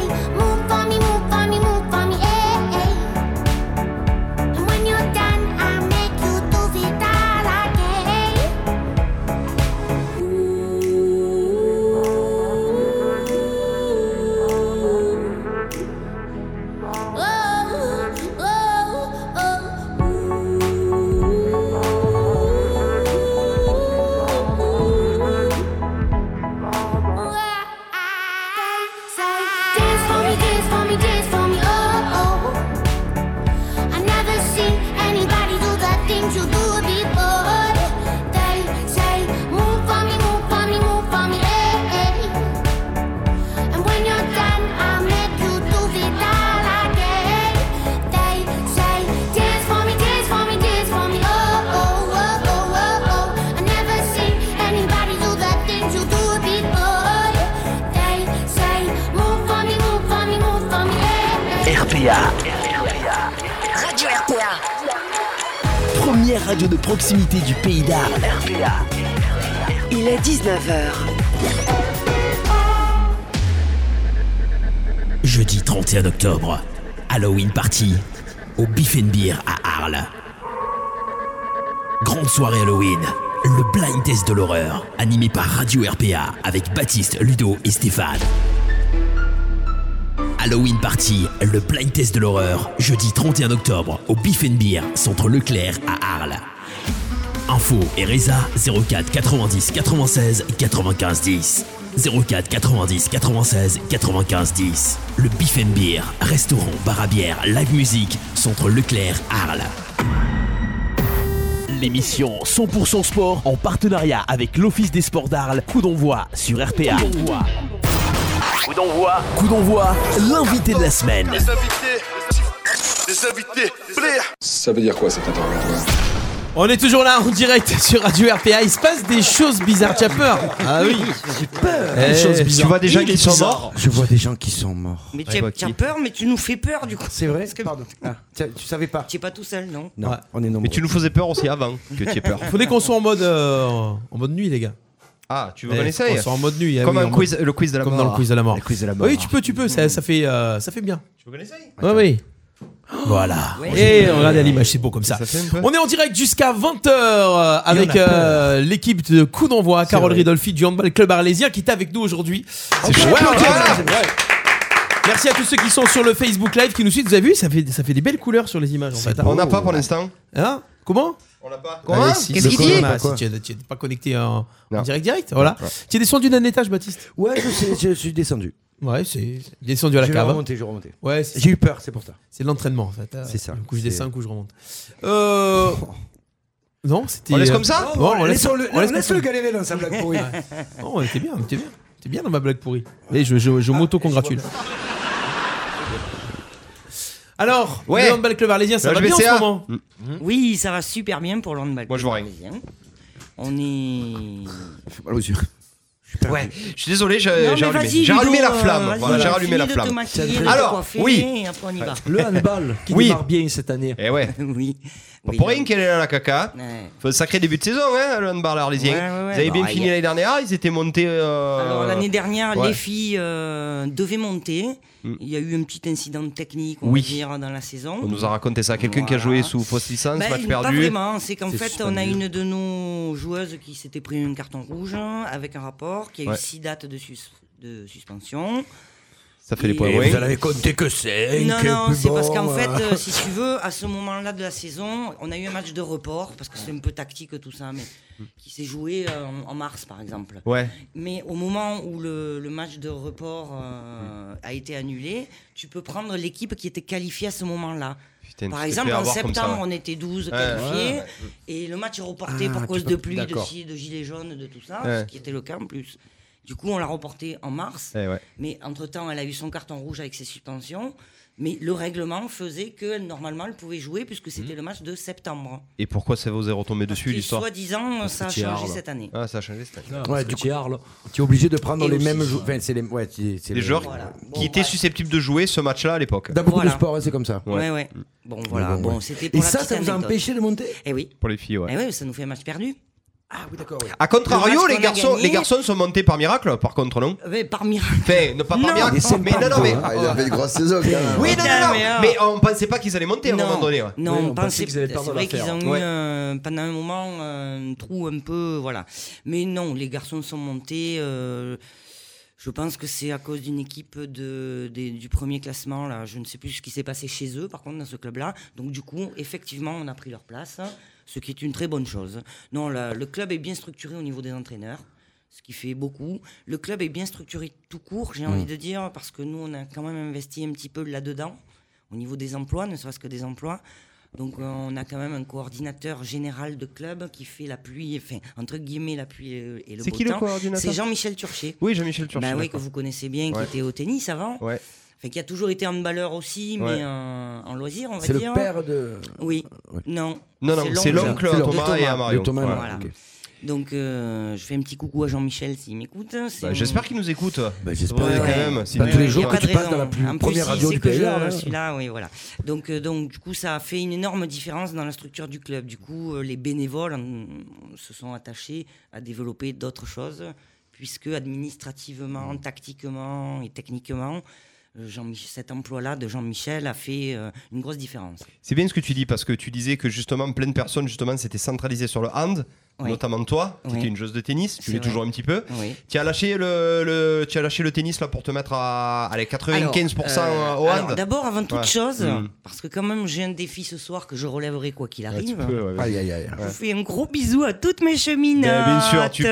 Speaker 10: Oh, oh, eh." oh, eh."
Speaker 11: RPA,
Speaker 10: Radio RPA.
Speaker 11: première radio de proximité du pays d'Arles.
Speaker 12: Il est 19h.
Speaker 8: Jeudi 31 octobre, Halloween Party au Beef and Beer à Arles. Grande soirée Halloween, le blind test de l'horreur, animé par Radio RPA avec Baptiste, Ludo et Stéphane. Halloween Party, le blind test de l'horreur, jeudi 31 octobre au Beef and Beer, centre Leclerc à Arles. Info et Reza 04 90 96 95 10. 04 90 96 95 10. Le Beef and Beer, restaurant, bar à bière, live musique, centre Leclerc, Arles.
Speaker 1: L'émission 100% sport en partenariat avec l'Office des sports d'Arles, coup d'envoi sur RPA.
Speaker 11: Coup d'envoi,
Speaker 1: Coup d'envoi, l'invité de la semaine.
Speaker 11: invités, les invités,
Speaker 13: Ça veut dire quoi cet interrogatoire
Speaker 1: On est toujours là en direct sur Radio RPA. Il se passe des choses bizarres. Tu as peur Ah oui. J'ai peur.
Speaker 3: euh, Des choses bizarres. Il est bizarre. Je vois des gens
Speaker 1: qui sont morts.
Speaker 5: Mais tu as, tu as peur, mais tu nous fais peur du coup.
Speaker 3: C'est vrai Pardon. tu savais pas.
Speaker 5: Tu n'es pas tout seul, non
Speaker 3: Non, on est nombreux.
Speaker 2: Mais tu nous faisais peur aussi avant que tu aies peur.
Speaker 1: Faudrait qu'on soit en mode, euh, en mode nuit, les gars.
Speaker 2: Ah, tu veux
Speaker 1: Eh,
Speaker 2: qu'on essaye
Speaker 1: On soit en mode nuit. ah
Speaker 2: Comme
Speaker 1: oui,
Speaker 2: un
Speaker 1: en
Speaker 2: quiz-
Speaker 1: mode-
Speaker 2: le quiz de la
Speaker 1: comme
Speaker 2: mort.
Speaker 1: dans le quiz de la mort.
Speaker 2: Le quiz de la mort.
Speaker 1: Oui, tu peux, tu peux. Ça, ça fait, euh, ça fait bien. Tu veux qu'on essaye Oui, Voilà.
Speaker 2: Ouais.
Speaker 1: Et regardez à l'image, c'est beau comme ça.
Speaker 2: fait un peu.
Speaker 1: On est en direct jusqu'à 20h avec
Speaker 2: Il y en a
Speaker 1: euh, l'équipe de coup d'envoi, Carole
Speaker 2: vrai.
Speaker 1: Ridolfi du Handball Club Arlésien qui est avec nous aujourd'hui. Ouais,
Speaker 2: chouette,
Speaker 1: voilà.
Speaker 2: Claudia.
Speaker 1: Merci à tous ceux qui sont sur le Facebook Live qui nous suivent. Vous avez vu, ça fait, ça fait des belles couleurs sur les images en fait.
Speaker 2: On n'a pas pour l'instant.
Speaker 1: Hein Comment
Speaker 2: On n'a pas.
Speaker 1: Comment
Speaker 2: Allez, si,
Speaker 1: Bah, Qu'est-ce
Speaker 2: le
Speaker 1: qu'il
Speaker 2: corona,
Speaker 1: dit
Speaker 2: pas quoi.
Speaker 1: Si, Tu n'es pas connecté en, en
Speaker 2: Non.
Speaker 1: direct direct, voilà.
Speaker 2: Ouais.
Speaker 1: Tu es descendu d'un étage, Baptiste
Speaker 3: Ouais, je, sais, je suis descendu.
Speaker 1: Ouais, c'est il est descendu à la
Speaker 3: Je vais
Speaker 1: cave. hein.
Speaker 3: remonter, je vais remonter.
Speaker 1: Ouais,
Speaker 3: J'ai eu peur, c'est pour ça.
Speaker 1: C'est de l'entraînement, en fait.
Speaker 3: C'est ça.
Speaker 1: Du coup, je
Speaker 3: C'est-
Speaker 1: descends, du coup, je remonte.
Speaker 2: Oh.
Speaker 1: Euh... Non, c'était.
Speaker 3: On laisse comme ça
Speaker 1: Ouais, on laisse,
Speaker 3: Laissons-le-
Speaker 1: on laisse
Speaker 3: laisse-le
Speaker 1: comme ça.
Speaker 3: galérer dans sa blague pourrie.
Speaker 1: Non, on était bien, on était bien. On était bien dans ma blague pourrie. Et je,
Speaker 3: Ah,
Speaker 1: je, je m'auto-congratule. Alors,
Speaker 5: Ouais.
Speaker 1: le handball club arlésien,
Speaker 2: Bah,
Speaker 1: ça
Speaker 5: Le
Speaker 1: va bien en
Speaker 5: HBCA.
Speaker 1: ce moment
Speaker 2: Mm.
Speaker 5: Mm. Oui, ça va super bien pour l'handball. Moi, je vois rien. On est.
Speaker 6: mal aux yeux.
Speaker 2: Ouais, je suis désolé, j'ai
Speaker 5: Non,
Speaker 2: j'ai
Speaker 5: mais
Speaker 2: rallumé,
Speaker 5: vas-y,
Speaker 2: j'ai
Speaker 5: Ludo,
Speaker 2: rallumé la
Speaker 5: euh,
Speaker 2: flamme.
Speaker 5: vas-y,
Speaker 2: Voilà, j'ai
Speaker 5: fini
Speaker 2: rallumé la
Speaker 5: de te
Speaker 2: flamme.
Speaker 5: maquiller, de te
Speaker 2: Alors,
Speaker 5: coiffer,
Speaker 2: oui.
Speaker 5: et après, on y
Speaker 2: Ouais.
Speaker 5: va.
Speaker 4: Le handball qui
Speaker 2: Oui.
Speaker 4: démarre bien cette année.
Speaker 2: Eh ouais.
Speaker 5: oui.
Speaker 2: Pas pour rien qu'elle est là, la caca.
Speaker 5: Ouais.
Speaker 2: Faut un sacré début de saison, hein, le handball arlésien.
Speaker 5: Ouais, ouais, ouais.
Speaker 2: Vous avez bien
Speaker 5: Bah,
Speaker 2: fini
Speaker 5: y a-
Speaker 2: l'année dernière, ils étaient montés. euh,
Speaker 5: Alors, l'année dernière,
Speaker 2: ouais.
Speaker 5: les filles euh, devaient monter.
Speaker 2: Mm.
Speaker 5: Il y a eu un petit incident technique, on
Speaker 2: Oui.
Speaker 5: va dire, dans la saison.
Speaker 2: On nous a raconté ça. Quelqu'un qui a joué sous fausse licence,
Speaker 5: Ben,
Speaker 2: match
Speaker 5: Pas
Speaker 2: perdu.
Speaker 5: vraiment, c'est qu'en
Speaker 2: C'est
Speaker 5: fait, on a
Speaker 2: suspendu.
Speaker 5: une de nos joueuses qui s'était pris un carton rouge avec un rapport, qui a
Speaker 2: Ouais.
Speaker 5: eu six dates de, sus- de suspension.
Speaker 2: Ça fait les
Speaker 5: Et-
Speaker 2: points.
Speaker 3: vous en avez compté que cinq,
Speaker 5: Non, non,
Speaker 3: plus
Speaker 5: c'est
Speaker 3: bon,
Speaker 5: parce qu'en
Speaker 3: euh.
Speaker 5: fait, euh, si tu veux, à ce moment-là de la saison, on a eu un match de report, parce que c'est un peu tactique tout ça, mais qui s'est joué euh, en- en mars, par exemple.
Speaker 2: Ouais.
Speaker 5: Mais au moment où le, le match de report euh, a été annulé, tu peux prendre l'équipe qui était qualifiée à ce moment-là.
Speaker 2: Putain, tu
Speaker 5: Par
Speaker 2: t'es
Speaker 5: exemple,
Speaker 2: fait
Speaker 5: en
Speaker 2: avoir comme
Speaker 5: septembre,
Speaker 2: ça, ouais.
Speaker 5: on était 12
Speaker 2: Ouais,
Speaker 5: qualifiés
Speaker 2: ouais, ouais.
Speaker 5: et le match est reporté
Speaker 2: Ah,
Speaker 5: pour cause
Speaker 2: tu peux-
Speaker 5: de pluie, de,
Speaker 2: d'accord.
Speaker 5: ci- de gilets jaunes, de tout ça,
Speaker 2: Ouais.
Speaker 5: ce qui était le cas en plus. Du coup, on l'a reporté en mars,
Speaker 2: Eh ouais.
Speaker 5: mais entre-temps, elle a eu son carton rouge avec ses suspensions. Mais le règlement faisait que normalement, elle pouvait jouer puisque c'était le match de septembre.
Speaker 2: Et pourquoi ça vous est retombé dessus
Speaker 5: que,
Speaker 2: l'histoire
Speaker 5: soi-disant,
Speaker 2: Parce
Speaker 5: ça
Speaker 2: que
Speaker 5: a
Speaker 2: t'y es
Speaker 5: changé
Speaker 2: Arles.
Speaker 5: cette année.
Speaker 2: Ah, ça a changé cette année.
Speaker 3: ouais, du coup, tu es obligé de prendre
Speaker 5: Et
Speaker 3: les
Speaker 5: aussi,
Speaker 3: mêmes
Speaker 5: ça.
Speaker 3: joueurs. Enfin, c'est les, ouais, c'est- c'est
Speaker 2: Les
Speaker 3: le-
Speaker 2: joueurs
Speaker 3: Voilà.
Speaker 2: qui étaient susceptibles de jouer ce match-là à l'époque.
Speaker 3: Dans beaucoup de sports, hein, c'est comme ça.
Speaker 5: Ouais, ouais.
Speaker 2: Mmh.
Speaker 5: Bon, voilà.
Speaker 3: bon,
Speaker 5: Bon,
Speaker 3: ouais.
Speaker 5: c'était
Speaker 3: Et
Speaker 5: pour la
Speaker 3: ça,
Speaker 5: petite
Speaker 3: ça vous a
Speaker 5: anecdote.
Speaker 3: empêché de monter
Speaker 5: Eh oui.
Speaker 2: Pour les filles, ouais.
Speaker 5: Eh oui, ça nous fait un match perdu.
Speaker 3: Ah oui, d'accord.
Speaker 2: A contrario,
Speaker 5: Le match
Speaker 2: les
Speaker 5: qu'on a
Speaker 2: garçons,
Speaker 5: gagné-
Speaker 2: les garçons sont montés par miracle, par contre, non
Speaker 5: Mais par miracle.
Speaker 2: Enfin, ne pas par
Speaker 5: Non.
Speaker 2: miracle,
Speaker 5: Ils sont
Speaker 2: mais non, non, mais.
Speaker 3: hein.
Speaker 6: Ah, il a fait une grosse saison quand même.
Speaker 2: Oui, non, non, non,
Speaker 5: mais, euh,
Speaker 2: mais on pensait pas qu'ils allaient monter à un
Speaker 5: non,
Speaker 2: moment donné. ouais.
Speaker 5: Non, on, pensait que
Speaker 2: qu'ils allaient perdre
Speaker 5: C'est vrai qu'ils
Speaker 2: l'affaire.
Speaker 5: ont
Speaker 2: Ouais.
Speaker 5: eu euh, pendant un moment euh, un trou un peu. Voilà. Mais non, les garçons sont montés. euh, je pense que c'est à cause d'une équipe de, des- du premier classement. Là. Je ne sais plus ce qui s'est passé chez eux, par contre, dans ce club-là. Donc, du coup, effectivement, on a pris leur place, ce qui est une très bonne chose. Non, la- le club est bien structuré au niveau des entraîneurs, ce qui fait beaucoup. Le club est bien structuré tout court, j'ai
Speaker 12: Mm.
Speaker 5: envie de dire, parce que nous, on a quand même investi un petit peu là-dedans, au niveau des emplois, ne serait-ce que des emplois. Donc euh, on a quand même un coordinateur général de club qui fait la pluie, enfin entre guillemets la pluie et le- et le
Speaker 2: C'est
Speaker 5: beau
Speaker 2: qui le
Speaker 5: temps.
Speaker 2: coordinateur
Speaker 5: C'est Jean-Michel Turchet.
Speaker 2: Oui, Jean-Michel Turchet,
Speaker 5: Bah oui, que
Speaker 2: d'accord.
Speaker 5: vous connaissez bien, qui
Speaker 2: Ouais.
Speaker 5: était au tennis avant.
Speaker 2: Ouais.
Speaker 5: Enfin, qui a toujours été handballeur aussi, mais
Speaker 2: Ouais.
Speaker 5: euh, en loisir, on va
Speaker 3: C'est
Speaker 5: dire.
Speaker 3: le père de-
Speaker 5: Oui. Non.
Speaker 2: Non, non, c'est l'oncle à Thomas et à Mario.
Speaker 3: De Thomas et
Speaker 2: Ouais.
Speaker 3: Mario, ok.
Speaker 5: Donc, euh, je fais un petit coucou à Jean-Michel s'il m'écoute. C'est
Speaker 2: Bah,
Speaker 5: mon-
Speaker 2: J'espère qu'il nous écoute.
Speaker 5: Bah,
Speaker 3: Bah, j'espère,
Speaker 2: Ouais,
Speaker 3: ouais.
Speaker 2: quand même.
Speaker 3: Pas tous les jours
Speaker 5: y a
Speaker 3: que
Speaker 5: pas
Speaker 3: tu
Speaker 5: de
Speaker 3: passes
Speaker 5: raison.
Speaker 3: dans la plus-
Speaker 5: En
Speaker 3: première
Speaker 5: il
Speaker 3: radio
Speaker 5: sait
Speaker 3: du
Speaker 5: que
Speaker 3: pays,
Speaker 5: je-
Speaker 3: là, ouais.
Speaker 5: Je suis là, oui, voilà. Donc, euh, donc, du coup, ça a fait une énorme différence dans la structure du club. Du coup, euh, les bénévoles euh, se sont attachés à développer d'autres choses, puisque administrativement,
Speaker 3: Mmh.
Speaker 5: tactiquement et techniquement, euh, Jean-Mich- cet emploi-là de Jean-Michel a fait euh, une grosse différence.
Speaker 2: C'est bien ce que tu dis parce que tu disais que justement plein de personnes justement c'était centralisé sur le hand.
Speaker 5: Oui.
Speaker 2: Notamment toi, tu
Speaker 5: Oui.
Speaker 2: étais une joueuse de tennis, tu
Speaker 5: C'est
Speaker 2: l'es
Speaker 5: vrai.
Speaker 2: toujours un petit peu.
Speaker 5: Oui.
Speaker 2: Tu as lâché le, le- tu as lâché le tennis là pour te mettre à allez, 95%
Speaker 5: Alors,
Speaker 2: au hand.
Speaker 5: euh, alors, D'abord, avant toute
Speaker 2: Ouais.
Speaker 5: chose,
Speaker 2: Mm.
Speaker 5: parce que quand même, j'ai un défi ce soir que je relèverai quoi qu'il
Speaker 2: Ouais, tu
Speaker 5: arrive.
Speaker 2: peux, ouais, vas-y.
Speaker 3: Aïe, aïe, aïe.
Speaker 5: Je vous fais un gros bisou à toutes mes cheminotes.
Speaker 2: Ben, bien sûr, tu peux.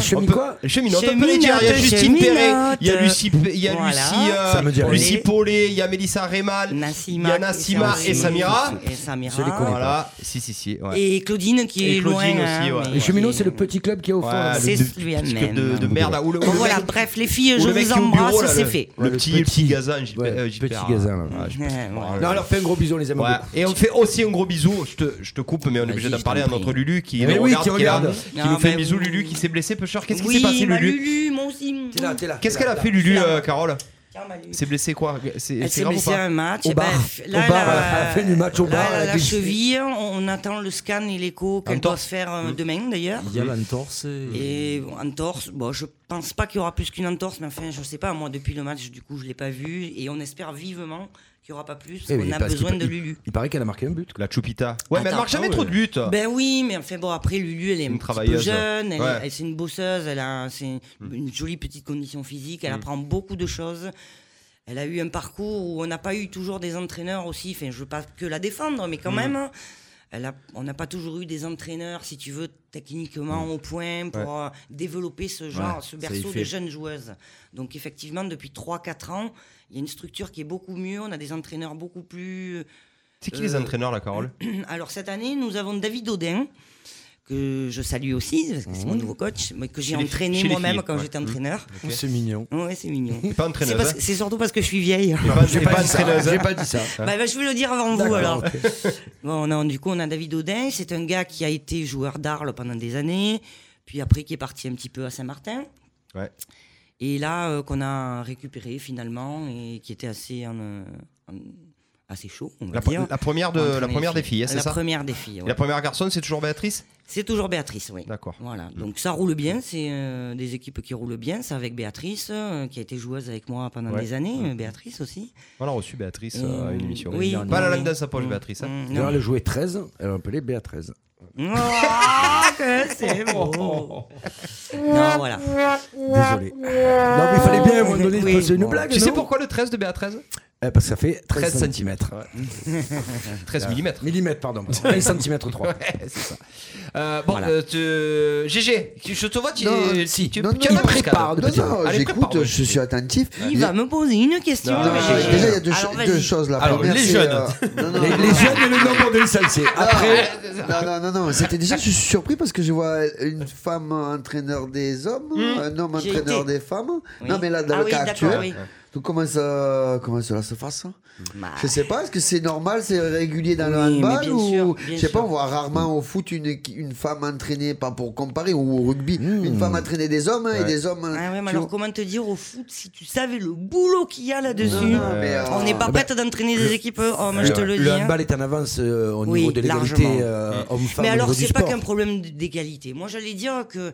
Speaker 3: Chemine
Speaker 2: on peut-
Speaker 3: quoi
Speaker 2: Cheminote, on peut les dire. Il y a
Speaker 5: Cheminote,
Speaker 2: Justine Perret, il y a
Speaker 5: cheminote.
Speaker 2: Lucie, P- il y a
Speaker 5: Voilà.
Speaker 2: Lucie, euh,
Speaker 3: Ça me dit rien.
Speaker 2: Lucie Paulet, il y a Mélissa Rémal, il y a Nassima et Samira.
Speaker 5: Et Samira.
Speaker 3: Je les connais
Speaker 2: Voilà, si, si, si. ouais.
Speaker 5: Et Claudine qui
Speaker 2: Et
Speaker 5: est
Speaker 2: Claudine
Speaker 5: loin. hein,
Speaker 2: aussi, ouais.
Speaker 5: mais-
Speaker 3: Les cheminots, c'est le petit club qui est au fond. hein,
Speaker 2: Ouais,
Speaker 3: là.
Speaker 5: C'est
Speaker 2: le petit Ah, club
Speaker 5: lui-même.
Speaker 2: de, de merde. là, où le-
Speaker 5: Bon,
Speaker 2: où le
Speaker 5: voilà,
Speaker 2: mec-
Speaker 5: bref, les filles,
Speaker 2: où
Speaker 5: je
Speaker 2: le mec
Speaker 5: vous
Speaker 2: qui est au bureau, là,
Speaker 5: embrasse, c'est
Speaker 2: le-
Speaker 5: fait.
Speaker 2: Le
Speaker 3: le
Speaker 2: petit,
Speaker 3: petit-
Speaker 2: le petit gazin, JP,
Speaker 3: Ouais,
Speaker 2: euh, JP,
Speaker 3: petit
Speaker 2: ah,
Speaker 3: gazin, là.
Speaker 2: ah, je-
Speaker 5: Ouais, ouais.
Speaker 3: Non, alors fais un gros bisou, on les aime
Speaker 2: Ouais.
Speaker 3: beaucoup.
Speaker 2: Et on fait aussi un gros bisou. Je te, je te coupe, mais on est
Speaker 5: Vas-y,
Speaker 2: obligé
Speaker 5: je
Speaker 2: d'en
Speaker 5: t'en
Speaker 2: parler à
Speaker 5: prie.
Speaker 2: notre Lulu qui
Speaker 3: Eh
Speaker 2: nous
Speaker 3: oui,
Speaker 2: regarde,
Speaker 3: qui
Speaker 2: qui est là,
Speaker 3: regarde.
Speaker 2: qui
Speaker 5: Non,
Speaker 2: nous fait un
Speaker 5: mais
Speaker 2: bisou.
Speaker 5: oui.
Speaker 2: Lulu qui s'est blessé, Peucheur. Qu'est-ce qui
Speaker 5: Oui,
Speaker 2: s'est passé,
Speaker 5: ma
Speaker 2: Lulu
Speaker 5: Lulu, moi aussi.
Speaker 3: T'es là, t'es là.
Speaker 2: Qu'est-ce
Speaker 3: t'es
Speaker 2: qu'elle
Speaker 3: là,
Speaker 2: a
Speaker 3: t'es
Speaker 2: fait,
Speaker 3: là.
Speaker 2: Lulu,
Speaker 5: Là.
Speaker 2: euh, Carole
Speaker 5: Tiens, ma Lulu.
Speaker 2: C'est blessé quoi C'est c'est
Speaker 5: Elle s'est
Speaker 2: grave ou
Speaker 5: blessée à
Speaker 2: pas
Speaker 5: un match.
Speaker 3: Au
Speaker 5: eh ben,
Speaker 3: bar.
Speaker 5: là,
Speaker 3: Au bar,
Speaker 5: elle
Speaker 3: elle a fait du match au
Speaker 5: là,
Speaker 3: bar,
Speaker 5: elle a
Speaker 3: elle a
Speaker 5: la
Speaker 3: glissé.
Speaker 5: cheville, on on attend le scan et l'écho qu'elle
Speaker 2: Encore.
Speaker 5: doit se faire euh, demain d'ailleurs.
Speaker 4: Il y a l'entorse. Et...
Speaker 5: Et bon, entorse, bon, je pense pas qu'il y aura plus qu'une entorse, mais enfin, je sais pas, moi, depuis le match, du coup, je l'ai pas vu, et on espère vivement qu'il y aura pas plus, parce
Speaker 3: Eh oui,
Speaker 5: qu'on a
Speaker 3: parce
Speaker 5: besoin
Speaker 3: qu'il-
Speaker 5: de
Speaker 3: il-
Speaker 5: Lulu.
Speaker 3: Il paraît qu'elle a marqué un but.
Speaker 2: La Chupita. Ouais, mais elle
Speaker 5: Attends,
Speaker 2: marque jamais
Speaker 5: ah
Speaker 2: trop de buts.
Speaker 5: Ben oui, mais enfin, bon, après, Lulu, elle est
Speaker 2: Une
Speaker 5: un petit peu
Speaker 2: travailleuse.
Speaker 5: jeune, elle, est-
Speaker 2: Ouais. Mm.
Speaker 5: elle- c'est une bosseuse, elle a c'est une- une jolie petite condition physique, elle apprend beaucoup de choses. Elle a eu un parcours où on n'a pas eu toujours des entraîneurs aussi, enfin, je veux pas que la défendre, mais quand
Speaker 2: Mm.
Speaker 5: même. Elle a- on n'a pas toujours eu des entraîneurs, si tu veux, techniquement au point pour euh, développer ce genre,
Speaker 2: Mm. Ouais,
Speaker 5: ce
Speaker 2: ça y
Speaker 5: berceau
Speaker 2: fait.
Speaker 5: de jeunes joueuses. Donc effectivement, depuis 3-4 ans, il y a une structure qui est beaucoup mieux, on a des entraîneurs beaucoup plus...
Speaker 2: C'est qui les
Speaker 5: Euh,
Speaker 2: entraîneurs, la Carole
Speaker 5: Alors cette année, nous avons David Audin, que je salue aussi, parce que c'est mon
Speaker 1: Mmh.
Speaker 5: nouveau coach, mais que j'ai
Speaker 2: Chez les-
Speaker 5: entraîné
Speaker 2: chez les
Speaker 5: moi-même
Speaker 2: filles,
Speaker 5: quand
Speaker 2: ouais.
Speaker 5: j'étais
Speaker 2: Mhm.
Speaker 5: entraîneur.
Speaker 2: Ok.
Speaker 3: Oh, C'est mignon.
Speaker 5: Ouais, c'est mignon.
Speaker 2: T'es pas
Speaker 5: C'est
Speaker 2: entraîneuse.
Speaker 5: parce-
Speaker 2: hein
Speaker 5: C'est surtout parce que je suis vieille.
Speaker 2: T'es pas- t'es
Speaker 3: J'ai
Speaker 2: pas
Speaker 3: pas dit ça.
Speaker 2: entraîneuse. hein
Speaker 3: J'ai pas dit ça.
Speaker 5: Bah, bah, je vais le dire avant vous
Speaker 3: D'accord,
Speaker 5: alors.
Speaker 3: ok.
Speaker 5: Bon, non, du coup, on a David Audin. C'est un gars qui a été joueur d'Arles pendant des années, puis après qui est parti un petit peu à Saint-Martin.
Speaker 2: Ouais.
Speaker 5: Et là, euh, qu'on a récupéré finalement et qui était assez, en, euh, en- assez chaud, on va
Speaker 2: La,
Speaker 5: dire.
Speaker 2: la première, de, la
Speaker 5: Entraîner
Speaker 2: première
Speaker 5: les
Speaker 2: des filles, hein, c'est
Speaker 5: La
Speaker 2: ça
Speaker 5: première des filles, ouais.
Speaker 2: Et La première garçonne, c'est toujours Béatrice
Speaker 5: C'est toujours Béatrice, oui.
Speaker 2: D'accord.
Speaker 5: Voilà, donc ça roule bien, c'est euh, des équipes qui roulent bien. C'est avec Béatrice, euh, qui a été joueuse avec moi pendant
Speaker 2: Ouais.
Speaker 5: des années, euh, Béatrice aussi.
Speaker 2: On a reçu Béatrice euh, à une émission.
Speaker 5: Oui,
Speaker 2: Pas la
Speaker 5: oui,
Speaker 2: langue dans sa
Speaker 5: oui.
Speaker 2: poche, Béatrice. hein.
Speaker 5: Mm,
Speaker 3: D'ailleurs,
Speaker 5: non.
Speaker 3: elle jouait 13, elle appelait B13.
Speaker 5: Ah, que c'est beau. non, voilà.
Speaker 3: Désolé. Non, mais il fallait bien à un moment donné
Speaker 5: Oui.
Speaker 3: se passer une blague.
Speaker 2: Tu sais
Speaker 3: non
Speaker 2: pourquoi le 13 de Béatrice
Speaker 3: Eh, Parce que ça fait 13,
Speaker 2: 13
Speaker 3: cm.
Speaker 2: 13 mm.
Speaker 3: Millimètres, pardon. 13 cm 3.
Speaker 2: c'est ça. Euh, bon,
Speaker 5: Voilà.
Speaker 2: euh, te- GG, je te vois, tu,
Speaker 6: Non,
Speaker 2: tu-
Speaker 6: si.
Speaker 2: tu,
Speaker 6: Non,
Speaker 2: tu
Speaker 6: non,
Speaker 2: en as
Speaker 6: il
Speaker 2: presque,
Speaker 3: prépare
Speaker 2: Adam.
Speaker 3: de-
Speaker 6: Non,
Speaker 3: Vas-y.
Speaker 6: non,
Speaker 2: Allez,
Speaker 6: j'écoute,
Speaker 2: prépare-moi.
Speaker 6: je suis attentif.
Speaker 5: Il va me poser une question.
Speaker 2: Non, mais
Speaker 6: Non, mais
Speaker 2: j'ai-
Speaker 6: déjà, il y a deux,
Speaker 5: Alors,
Speaker 6: cho-
Speaker 5: vas-y.
Speaker 6: deux choses. La
Speaker 2: Alors,
Speaker 6: première,
Speaker 2: les
Speaker 6: c'est,
Speaker 2: jeunes.
Speaker 6: euh, non, non,
Speaker 3: Les,
Speaker 6: non,
Speaker 3: les jeunes et le nombre de salsés. Après,
Speaker 6: non, non, non, non, c'était déjà, je suis surpris parce que je vois une femme entraîneur des hommes, un homme
Speaker 5: Hmm. J'ai
Speaker 6: entraîneur
Speaker 5: été.
Speaker 6: des femmes.
Speaker 5: Oui.
Speaker 6: Non, mais là, dans
Speaker 5: Ah
Speaker 6: le
Speaker 5: oui,
Speaker 6: cas
Speaker 5: d'accord,
Speaker 6: actuel,
Speaker 5: oui.
Speaker 6: donc comment, ça, comment cela se passe hein
Speaker 5: Bah,
Speaker 6: Je sais pas, est-ce que c'est normal, c'est régulier dans le
Speaker 5: Oui, mais
Speaker 6: handball
Speaker 5: bien
Speaker 6: ou
Speaker 5: sûr, bien
Speaker 6: je sais pas,
Speaker 5: sûr.
Speaker 6: on voit rarement au foot une, une femme entraînée, pas pour comparer, ou au rugby, une femme entraînée des hommes hein, et des hommes.
Speaker 5: ah ouais, mais
Speaker 6: tu
Speaker 5: alors comment te dire au foot si tu savais le boulot qu'il y a là-dessus
Speaker 6: Non, mais, euh,
Speaker 5: On n'est
Speaker 2: Ah
Speaker 5: pas
Speaker 3: bah,
Speaker 5: prête d'entraîner des équipes hommes, je te le, dis.
Speaker 3: le
Speaker 5: hein.
Speaker 3: handball est en avance euh, au
Speaker 5: Oui,
Speaker 3: niveau de l'égalité
Speaker 5: largement.
Speaker 2: Mm.
Speaker 3: euh, homme-femme.
Speaker 5: Mais
Speaker 3: au
Speaker 5: alors,
Speaker 3: niveau du
Speaker 5: c'est pas
Speaker 3: sport.
Speaker 5: qu'un problème d'égalité. Moi, j'allais dire que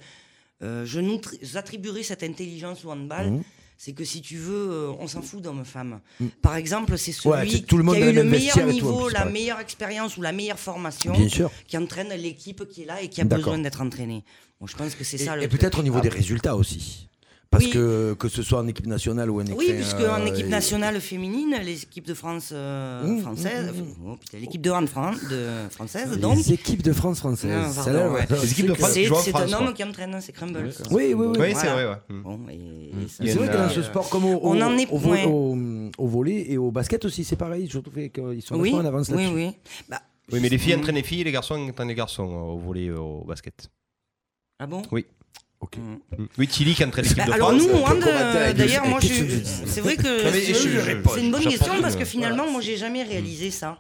Speaker 5: euh, je nous tr- j'attribuerais cette intelligence au handball.
Speaker 3: Mmh.
Speaker 5: C'est que si tu veux, euh, on s'en fout d'homme-femme. Par exemple, c'est celui
Speaker 3: Ouais, c'est tout le monde
Speaker 5: qui
Speaker 3: dans
Speaker 5: a eu
Speaker 3: le
Speaker 5: le
Speaker 3: même
Speaker 5: meilleur
Speaker 3: vestiaire et tout, en
Speaker 5: niveau,
Speaker 3: plus,
Speaker 5: la
Speaker 3: pareil.
Speaker 5: meilleure expérience ou la meilleure formation,
Speaker 3: Bien sûr.
Speaker 5: qui entraîne l'équipe qui est là et qui a
Speaker 3: D'accord.
Speaker 5: besoin d'être entraînée. Bon, je pense que c'est
Speaker 3: Et-
Speaker 5: ça le
Speaker 3: Et
Speaker 5: truc.
Speaker 3: peut-être au niveau des résultats aussi. Parce
Speaker 5: Oui.
Speaker 3: que que ce soit en équipe nationale ou en équipe.
Speaker 5: Oui, puisque en
Speaker 3: euh,
Speaker 5: équipe
Speaker 3: et-
Speaker 5: nationale féminine, les équipes de France euh,
Speaker 3: Mmh,
Speaker 5: française,
Speaker 3: mmh,
Speaker 5: oh, putain, l'équipe de hand Fran- de française,
Speaker 3: Les
Speaker 5: donc
Speaker 3: équipes de France française.
Speaker 5: Non, pardon,
Speaker 3: Celle-là,
Speaker 5: ouais.
Speaker 3: ouais.
Speaker 2: Les équipes de France
Speaker 5: c'est
Speaker 2: jouent en
Speaker 5: c'est
Speaker 2: France,
Speaker 5: un
Speaker 2: quoi.
Speaker 5: homme qui entraîne, c'est Crumble. quoi.
Speaker 3: Oui, oui, oui.
Speaker 2: Oui, c'est
Speaker 5: Voilà.
Speaker 2: vrai, ouais. Mm.
Speaker 5: Bon, et- et ça,
Speaker 2: Il y
Speaker 3: C'est
Speaker 2: en
Speaker 3: vrai
Speaker 2: a-
Speaker 3: que dans ce sport, comme au,
Speaker 5: On en est
Speaker 3: au, vo-
Speaker 5: point.
Speaker 3: au, au volley et au basket aussi, c'est pareil. Je trouve qu'ils sont
Speaker 5: oui,
Speaker 3: vachement en avance
Speaker 5: oui,
Speaker 3: là-dessus.
Speaker 5: oui. Bah,
Speaker 2: Oui, mais les filles
Speaker 5: Mm.
Speaker 2: entraînent les filles, les garçons entraînent les garçons euh, au volley, euh, au basket.
Speaker 5: Ah bon
Speaker 2: Oui.
Speaker 3: Ok.
Speaker 5: Mm.
Speaker 2: Mm. Oui, Tilly qui entraîne l'équipe
Speaker 5: Bah,
Speaker 2: de
Speaker 5: alors
Speaker 2: France. euh,
Speaker 5: nous, on
Speaker 6: Quel
Speaker 5: de-
Speaker 6: commentaire avec
Speaker 5: d'ailleurs,
Speaker 6: Lucie-
Speaker 5: moi, je
Speaker 6: qu'est-ce que tu
Speaker 5: suis-
Speaker 6: dis
Speaker 5: c'est vrai que
Speaker 2: mais
Speaker 5: c'est
Speaker 2: je- je réponds,
Speaker 5: c'est une bonne
Speaker 2: j'apporte
Speaker 5: question
Speaker 2: une- Mm.
Speaker 5: parce que finalement, moi, j'ai jamais réalisé ça.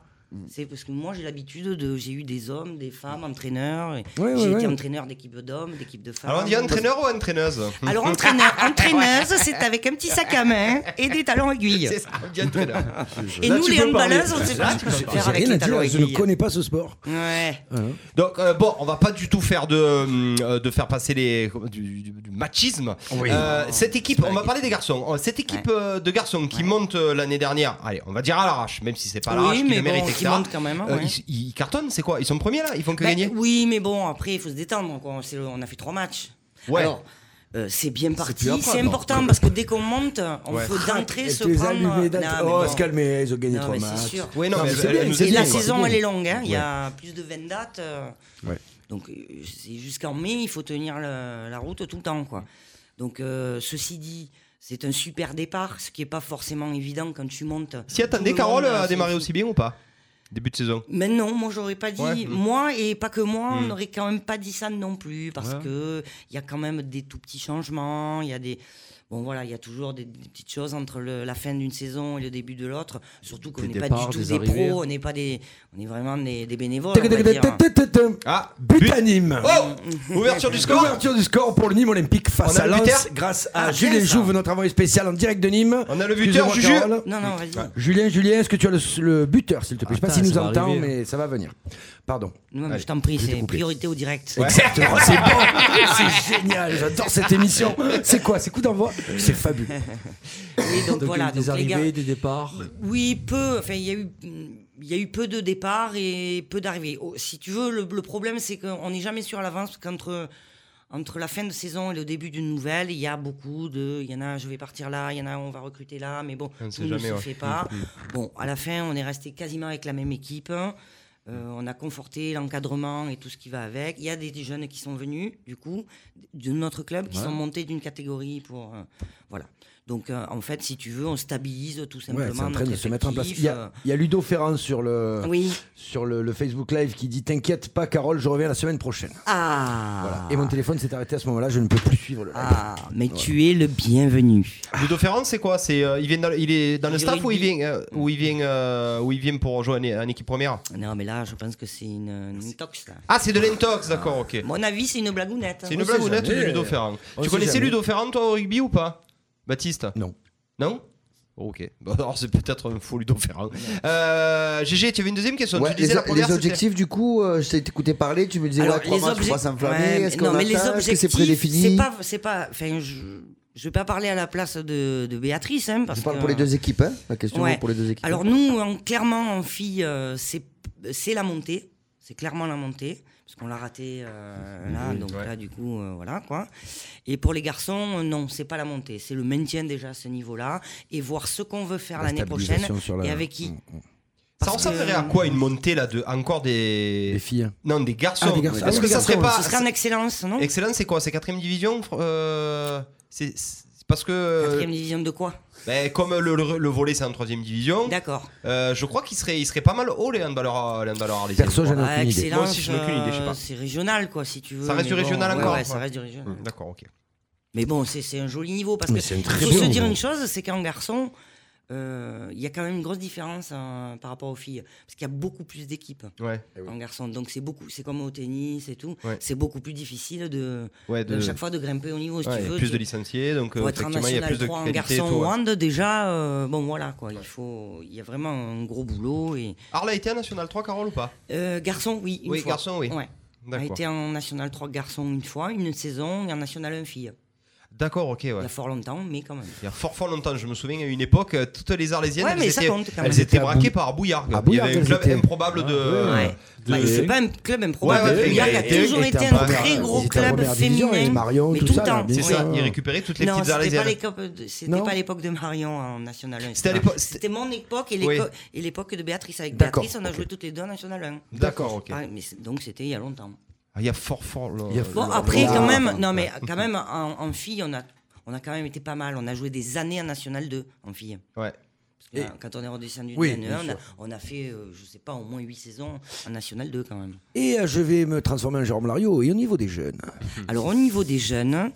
Speaker 5: C'est parce que moi j'ai l'habitude de, j'ai eu des hommes, des femmes, entraîneurs. et
Speaker 2: Ouais, ouais,
Speaker 5: j'ai
Speaker 2: ouais.
Speaker 5: été entraîneur d'équipe d'hommes, d'équipe de femmes.
Speaker 2: Alors on dit entraîneur ou entraîneuse
Speaker 5: Alors entraîneur, entraîneuse, c'est avec un petit sac à main et des talons aiguilles.
Speaker 2: C'est ça, on dit entraîneur.
Speaker 5: Et
Speaker 3: Là,
Speaker 5: nous,
Speaker 3: tu
Speaker 5: les
Speaker 3: peux parler.
Speaker 5: handballeuses, on ne sait pas
Speaker 3: Là,
Speaker 5: ce
Speaker 3: tu
Speaker 5: qu'on
Speaker 3: peux
Speaker 5: peut
Speaker 3: parler.
Speaker 5: faire
Speaker 3: J'ai
Speaker 5: avec
Speaker 3: rien
Speaker 5: les
Speaker 3: à dire,
Speaker 5: talons
Speaker 3: je ne
Speaker 5: aiguilles.
Speaker 3: connais pas ce sport.
Speaker 5: Ouais.
Speaker 2: Donc euh, bon, on va pas du tout faire de, euh, de faire passer les du, du- du machisme.
Speaker 8: Oui.
Speaker 2: Euh, cette équipe, on va parler des garçons. Euh, Cette équipe euh, de garçons qui monte euh, l'année dernière, allez, on va dire à l'arrache, même si c'est pas à l'arrache,
Speaker 5: Oui,
Speaker 2: qui
Speaker 5: mais
Speaker 2: le
Speaker 5: bon,
Speaker 2: mérite,
Speaker 5: qui
Speaker 2: etc.
Speaker 5: monte quand même,
Speaker 2: Euh,
Speaker 5: ouais.
Speaker 2: ils, ils cartonnent, c'est quoi Ils sont premiers là Ils font que
Speaker 5: Ben,
Speaker 2: gagner
Speaker 5: Oui, mais bon, après, il faut se détendre. quoi. C'est le- on a fait trois matchs.
Speaker 2: Ouais.
Speaker 5: Alors, euh, c'est bien parti.
Speaker 3: plus après,
Speaker 5: C'est
Speaker 3: non.
Speaker 5: important parce que dès qu'on monte, on
Speaker 3: Ouais.
Speaker 5: peut d'entrée
Speaker 3: Et
Speaker 5: se
Speaker 3: tu les as
Speaker 5: prendre.
Speaker 3: allumés d'entrée.
Speaker 5: Non, mais
Speaker 3: Oh,
Speaker 5: bon.
Speaker 3: se calmer, ils ont gagné
Speaker 5: Non,
Speaker 3: trois
Speaker 5: mais
Speaker 3: matchs.
Speaker 5: C'est sûr.
Speaker 3: Ouais, non, mais
Speaker 5: c'est
Speaker 3: c'est bien,
Speaker 5: bien,
Speaker 3: c'est
Speaker 5: et la
Speaker 3: bien, quoi.
Speaker 5: saison,
Speaker 3: C'est
Speaker 5: elle
Speaker 3: bien.
Speaker 5: est longue. hein. Il y
Speaker 3: Ouais.
Speaker 5: a plus de 20 dates. euh,
Speaker 3: Ouais.
Speaker 5: Donc, euh, c'est jusqu'en mai, il faut tenir le- la route tout le temps. Quoi. Donc, euh, ceci dit. C'est un super départ, ce qui n'est pas forcément évident quand tu montes.
Speaker 2: Si attendez,
Speaker 5: Tout le
Speaker 2: Carole
Speaker 5: monde,
Speaker 2: a
Speaker 5: euh,
Speaker 2: démarré
Speaker 5: se-
Speaker 2: aussi bien ou pas Début de saison.
Speaker 5: mais non, moi j'aurais pas dit.
Speaker 3: hmm.
Speaker 2: Ouais.
Speaker 5: Moi et pas que moi, on
Speaker 2: Mm.
Speaker 5: n'aurait quand même pas dit ça non plus parce
Speaker 2: Ouais.
Speaker 5: que il y a quand même des tout petits changements. Il y a des bon voilà, il y a toujours des, des petites choses entre le- la fin d'une saison et le début de l'autre. Surtout qu'on
Speaker 2: Des
Speaker 5: n'est pas
Speaker 2: départs,
Speaker 5: du tout
Speaker 2: des
Speaker 5: des
Speaker 2: arrivées.
Speaker 5: pros, on n'est pas des, on est vraiment des, des bénévoles. on va dire.
Speaker 3: Ah, but à Nîmes.
Speaker 2: Oh Ouverture du score
Speaker 3: Ouverture du score pour le Nîmes Olympique face
Speaker 2: On a
Speaker 3: à
Speaker 2: le buteur
Speaker 3: Lens grâce à
Speaker 2: Ah,
Speaker 3: Julien
Speaker 2: bien, ça.
Speaker 3: Jouve, notre envoyé spécial en direct de Nîmes.
Speaker 2: On a le buteur,
Speaker 3: Excusez-moi,
Speaker 2: Juju.
Speaker 3: Carole.
Speaker 5: Non non, vas-y.
Speaker 3: Julien, Julien, est-ce que tu as le, le buteur, s'il te plaît Je sais
Speaker 5: Attends,
Speaker 3: pas s'il nous
Speaker 5: ça va
Speaker 3: entend,
Speaker 5: arriver.
Speaker 3: mais ça va venir. Pardon.
Speaker 5: Non, mais
Speaker 3: Allez,
Speaker 5: je t'en prie,
Speaker 3: je t'ai
Speaker 5: c'est
Speaker 3: coupé.
Speaker 5: priorité au direct.
Speaker 3: Exactement, c'est bon, c'est génial, j'adore cette émission. C'est quoi C'est coup d'envoi C'est fabuleux.
Speaker 5: Oui, donc,
Speaker 4: des
Speaker 5: voilà, Ah, donc les
Speaker 4: arrivées,
Speaker 5: gars-
Speaker 4: des départs.
Speaker 5: Oui, peu. Enfin, il y a eu. Il y a eu peu de départs et peu d'arrivées. Oh, si tu veux, le, le problème, c'est qu'on n'est jamais sûr à l'avance qu'entre entre la fin de saison et le début d'une nouvelle, il y a beaucoup de. Il y en a, je vais partir là, il y en a, on va recruter là, mais bon,
Speaker 2: On ne
Speaker 5: tout
Speaker 2: sait
Speaker 5: ne
Speaker 2: jamais,
Speaker 5: se
Speaker 2: ouais.
Speaker 5: fait pas.
Speaker 2: Mm, mm.
Speaker 5: Bon, à la fin, on est resté quasiment avec la même équipe. hein. Euh, on a conforté l'encadrement et tout ce qui va avec. Il y a des, des jeunes qui sont venus, du coup, de notre club, qui
Speaker 14: Ouais.
Speaker 5: sont montés d'une catégorie pour. euh, voilà. Donc, euh, en fait, si tu veux, on stabilise tout simplement.
Speaker 3: euh, Ouais, c'est en train de
Speaker 5: notre
Speaker 3: se mettre en place.
Speaker 5: effectif,
Speaker 3: Il y
Speaker 5: euh,
Speaker 3: a, il y a Ludo Ferrand sur le,
Speaker 5: Oui.
Speaker 3: sur le, le Facebook Live qui dit T'inquiète pas, Carole, je reviens la semaine prochaine.
Speaker 5: Ah
Speaker 3: Voilà. Et mon téléphone s'est arrêté à ce moment-là, je ne peux plus suivre le live.
Speaker 5: Ah, mais tu es le bienvenu.
Speaker 2: Ludo Ferrand, c'est quoi C'est euh, il vient dans, le- il est dans le
Speaker 5: Il
Speaker 2: staff ou il
Speaker 5: rugby.
Speaker 2: vient euh, ou il vient euh, ou il vient pour rejoindre en équipe première
Speaker 5: Non, mais là, je pense que c'est une, une intox. Là.
Speaker 2: Ah, c'est de l'intox, d'accord, ok.
Speaker 5: Mon avis, c'est une blagounette. hein.
Speaker 2: C'est une blagounette de Ludo Ferrand. Tu connaissais Ludo Ferrand, toi, au rugby ou pas Baptiste
Speaker 3: Non.
Speaker 2: Non Ok. Bon, alors c'est peut-être un faux Ludo Ferrand. Euh, GG, tu avais une deuxième question.
Speaker 6: Ouais,
Speaker 2: tu
Speaker 6: les,
Speaker 2: disais la
Speaker 6: les
Speaker 2: première, c'était-
Speaker 6: objectifs, du coup, euh, je t'ai écouté parler, tu me disais,
Speaker 5: Alors,
Speaker 6: ouais, trois
Speaker 5: les
Speaker 6: matchs,
Speaker 5: obje-
Speaker 6: trois s'enflammer,
Speaker 5: Ouais, mais-
Speaker 6: est-ce qu'on
Speaker 5: non, mais les
Speaker 6: atteint, est-ce que c'est
Speaker 5: objectifs,
Speaker 6: prédéfini
Speaker 5: C'est pas, c'est pas. Enfin, je, je vais pas parler à la place de, de Béatrice, hein, parce
Speaker 6: Je parle
Speaker 5: que-
Speaker 6: pour les deux équipes, hein La question
Speaker 5: Ouais.
Speaker 6: est pour les deux équipes.
Speaker 5: Alors nous, en- clairement, en filles, euh, c'est c'est la montée. C'est clairement la montée, parce qu'on l'a raté euh, là,
Speaker 14: Mhm.
Speaker 5: donc
Speaker 14: Ouais.
Speaker 5: là, du coup, euh, voilà quoi. Et pour les garçons, euh, non, c'est pas la montée, c'est le maintien déjà à ce niveau-là, et voir ce qu'on veut faire
Speaker 3: La
Speaker 5: l'année prochaine
Speaker 3: stabilisation sur la- Mm,
Speaker 5: et avec qui.
Speaker 2: Mmh. Ça
Speaker 5: Parce
Speaker 2: ressemblerait
Speaker 5: que-
Speaker 2: à quoi une montée là de encore des des
Speaker 3: filles
Speaker 2: Non, des garçons.
Speaker 3: Ah, des garçons.
Speaker 2: Est-ce
Speaker 3: Ah,
Speaker 2: que
Speaker 3: oui,
Speaker 2: ça
Speaker 3: des
Speaker 2: serait
Speaker 3: garçons,
Speaker 2: pas
Speaker 5: Ce serait en excellence, non
Speaker 2: Excellence, c'est quoi C'est quatrième division fr- euh, C'est c'est parce que
Speaker 5: Quatrième division de quoi
Speaker 2: Ben, comme le, le, le volet c'est en troisième division. euh,
Speaker 5: D'accord.
Speaker 2: je crois qu'il serait, il serait pas mal haut les handballeurs, les handballeurs arlésiens.
Speaker 3: Perso, j'en ai
Speaker 5: Ah, excellence,
Speaker 2: Moi aussi, je n'ai aucune idée, je sais
Speaker 5: euh,
Speaker 2: pas.
Speaker 5: C'est régional, quoi, si tu veux.
Speaker 2: Ça reste
Speaker 5: mais
Speaker 2: du
Speaker 5: bon,
Speaker 2: régional
Speaker 5: ouais,
Speaker 2: encore.
Speaker 5: ouais, ça
Speaker 2: quoi.
Speaker 5: reste du régional.
Speaker 2: Mm, D'accord, ok.
Speaker 5: Mais bon, c'est c'est un joli niveau parce
Speaker 2: Mais
Speaker 5: que
Speaker 2: c'est un
Speaker 5: il
Speaker 2: très
Speaker 5: faut
Speaker 2: bon
Speaker 5: se dire
Speaker 2: niveau.
Speaker 5: une chose, c'est qu'en garçon, euh, il y a quand même une grosse différence hein, par rapport aux filles, parce qu'il y a beaucoup plus d'équipes
Speaker 2: Ouais.
Speaker 5: en garçon. Donc c'est beaucoup, c'est comme au tennis et tout,
Speaker 2: Ouais.
Speaker 5: c'est beaucoup plus difficile de,
Speaker 2: Ouais,
Speaker 5: de
Speaker 2: de-
Speaker 5: chaque fois de grimper au niveau. Si
Speaker 2: Ouais,
Speaker 5: tu
Speaker 2: il y a
Speaker 5: veux,
Speaker 2: plus
Speaker 5: tu-
Speaker 2: de licenciés, donc,
Speaker 5: pour
Speaker 2: euh,
Speaker 5: être en
Speaker 2: effectivement, il y a
Speaker 5: national
Speaker 2: plus de
Speaker 5: 3 en
Speaker 2: qualité et
Speaker 5: garçon
Speaker 2: tout,
Speaker 5: au
Speaker 2: ouais.
Speaker 5: hand, déjà, euh, bon voilà quoi, il faut, il y a vraiment un gros boulot et
Speaker 2: Arla a été à National 3, Carole, Ah, ou pas
Speaker 5: euh, garçon, oui. Une
Speaker 2: Oui,
Speaker 5: fois.
Speaker 2: garçon, oui.
Speaker 5: Ouais. A
Speaker 2: D'accord.
Speaker 5: été en National 3 garçon une fois, une saison, et en National 1 fille.
Speaker 2: D'accord, ok, ouais.
Speaker 5: Il y a fort longtemps, mais quand même.
Speaker 2: Il y a fort fort longtemps, je me souviens à une époque, euh, toutes les Arlésiennes,
Speaker 5: Ouais,
Speaker 2: elles,
Speaker 5: mais ça
Speaker 2: étaient,
Speaker 5: compte quand même.
Speaker 2: elles étaient
Speaker 5: À
Speaker 2: braquées
Speaker 5: Bouille-
Speaker 2: par Bouillard.
Speaker 5: à
Speaker 2: Il y avait
Speaker 5: Bouillargues,
Speaker 2: un club
Speaker 5: elles étaient.
Speaker 2: improbable de.
Speaker 5: Ouais. Bah, c'est pas un club improbable.
Speaker 2: Ouais, ouais,
Speaker 5: Bouillard a
Speaker 2: était-
Speaker 5: toujours
Speaker 2: était
Speaker 5: été
Speaker 2: en
Speaker 5: un
Speaker 2: première-
Speaker 5: très gros
Speaker 2: ils étaient en
Speaker 5: club
Speaker 2: première division,
Speaker 5: féminin.
Speaker 2: et Marion,
Speaker 5: mais
Speaker 2: tout
Speaker 5: tout
Speaker 2: ça,
Speaker 5: le
Speaker 2: là,
Speaker 5: temps.
Speaker 2: bien
Speaker 5: ouais.
Speaker 2: sûr. Ils récupéraient toutes les
Speaker 5: Non,
Speaker 2: petites
Speaker 5: c'était pas
Speaker 2: Arlésiennes.
Speaker 5: l'époque de- C'était
Speaker 2: Non.
Speaker 5: pas l'époque de Marion en National 1.
Speaker 2: C'était à l'époque-
Speaker 5: C'était mon époque et
Speaker 2: Oui.
Speaker 5: l'époque et l'époque de Béatrice. Avec
Speaker 2: D'accord,
Speaker 5: Béatrice, on a
Speaker 2: ok.
Speaker 5: joué toutes les deux en National 1.
Speaker 2: D'accord, ok.
Speaker 5: Ah, mais c'est- donc c'était il y a longtemps.
Speaker 2: Ah, Il y a fort fort. le-
Speaker 5: Il y a- Bon,
Speaker 2: le-
Speaker 5: après,
Speaker 2: le-
Speaker 5: quand
Speaker 2: le-
Speaker 5: même, non, mais quand même, en, en filles, on a, on a quand même été pas mal. On a joué des années en National 2 en filles.
Speaker 2: Ouais.
Speaker 5: Parce que là, quand on est redescendu
Speaker 3: Oui,
Speaker 5: de N1,
Speaker 3: bien
Speaker 5: on a-
Speaker 3: sûr.
Speaker 5: on, a fait, euh, je sais pas, au moins 8 saisons en National 2 quand même.
Speaker 3: Et euh, je vais me transformer en Jérôme Lario. Et au niveau des jeunes
Speaker 5: Alors, au niveau des jeunes,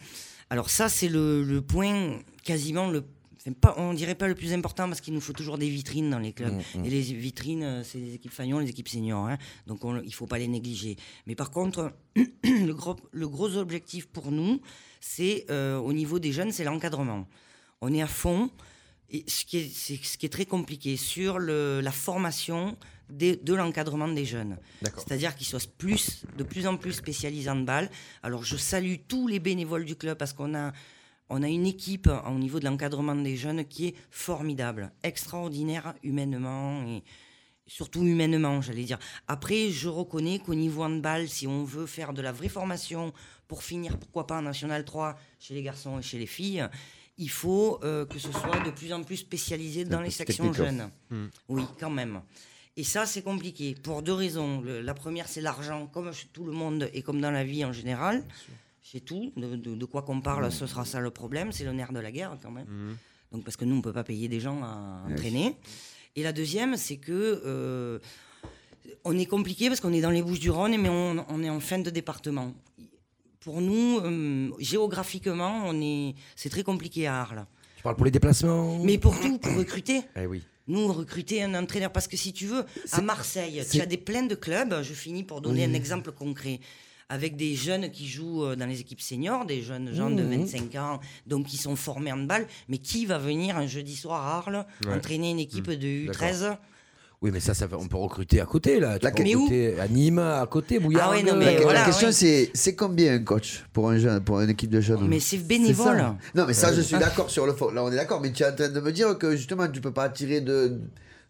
Speaker 5: alors ça, c'est le, le point quasiment le, c'est pas, on dirait pas le plus important parce qu'il nous faut toujours des vitrines dans les clubs.
Speaker 14: Mm, mm.
Speaker 5: Et les vitrines, euh, c'est les équipes Fagnon, les équipes seniors. hein. Donc on- il faut pas les négliger. Mais par contre, le gros, le gros objectif pour nous, c'est euh, au niveau des jeunes, c'est l'encadrement. On est à fond, et ce, qui est, c'est- ce qui est très compliqué, sur le- la formation des- de l'encadrement des jeunes. C'est-à-dire qu'ils soient plus, de plus en plus spécialisés en balle. Alors je salue tous les bénévoles du club parce qu'on a on a une équipe euh, au niveau de l'encadrement des jeunes qui est formidable, extraordinaire humainement et surtout humainement, j'allais dire. Après, je reconnais qu'au niveau handball, si on veut faire de la vraie formation pour finir, pourquoi pas en National 3 chez les garçons et chez les filles, il faut euh, que ce soit de plus en plus spécialisé dans
Speaker 14: un
Speaker 5: les
Speaker 14: peu
Speaker 5: sections
Speaker 14: technique,
Speaker 5: jeunes.
Speaker 14: hein.
Speaker 2: Mm.
Speaker 14: Hmm.
Speaker 5: Oui, quand même. Et ça, c'est compliqué pour deux raisons. Le- la première, c'est l'argent, comme chez tout le monde et comme dans la vie en général. Chez tout, de, de- de quoi qu'on parle,
Speaker 14: Mm.
Speaker 5: ce sera ça le problème. C'est le nerf de la guerre, quand même. Donc, parce que nous, on ne peut pas payer des gens à
Speaker 14: Yes.
Speaker 5: entraîner. Et la deuxième, c'est que euh, on est compliqué parce qu'on est dans les Bouches-du-Rhône, mais on, on est en fin de département. Pour nous, euh, géographiquement, on est, c'est très compliqué à Arles.
Speaker 3: Tu parles pour les déplacements
Speaker 5: Mais pour tout, pour recruter.
Speaker 3: Eh oui.
Speaker 5: Nous, recruter un entraîneur, parce que si tu veux, à Marseille, tu
Speaker 3: c'est-
Speaker 5: as des pleins de clubs, je finis pour donner
Speaker 14: Oui.
Speaker 5: un exemple concret, avec des jeunes qui jouent euh, dans les équipes seniors, des jeunes gens de
Speaker 14: Mhm.
Speaker 5: 25 ans, donc qui sont formés en balle, mais qui va venir un jeudi soir à Arles
Speaker 3: Ouais.
Speaker 5: entraîner une équipe
Speaker 3: Mhm.
Speaker 5: de U13
Speaker 3: Oui, mais ça, ça va- on peut recruter à côté, là. Tu
Speaker 5: La-
Speaker 3: peux
Speaker 5: Mais où Ah
Speaker 3: recruter à Nîmes, à côté,
Speaker 6: Ah
Speaker 3: Bouillard. euh,
Speaker 5: ouais, non, mais
Speaker 6: La- la,
Speaker 5: voilà,
Speaker 6: question
Speaker 5: ouais.
Speaker 6: c'est c'est combien un coach pour un jeune pour une équipe de jeunes
Speaker 5: Mais c'est bénévole.
Speaker 6: C'est ça. Non mais ça je suis
Speaker 5: Ah.
Speaker 6: d'accord sur le fond. Là on est d'accord mais tu es en train de me dire que justement tu peux pas attirer de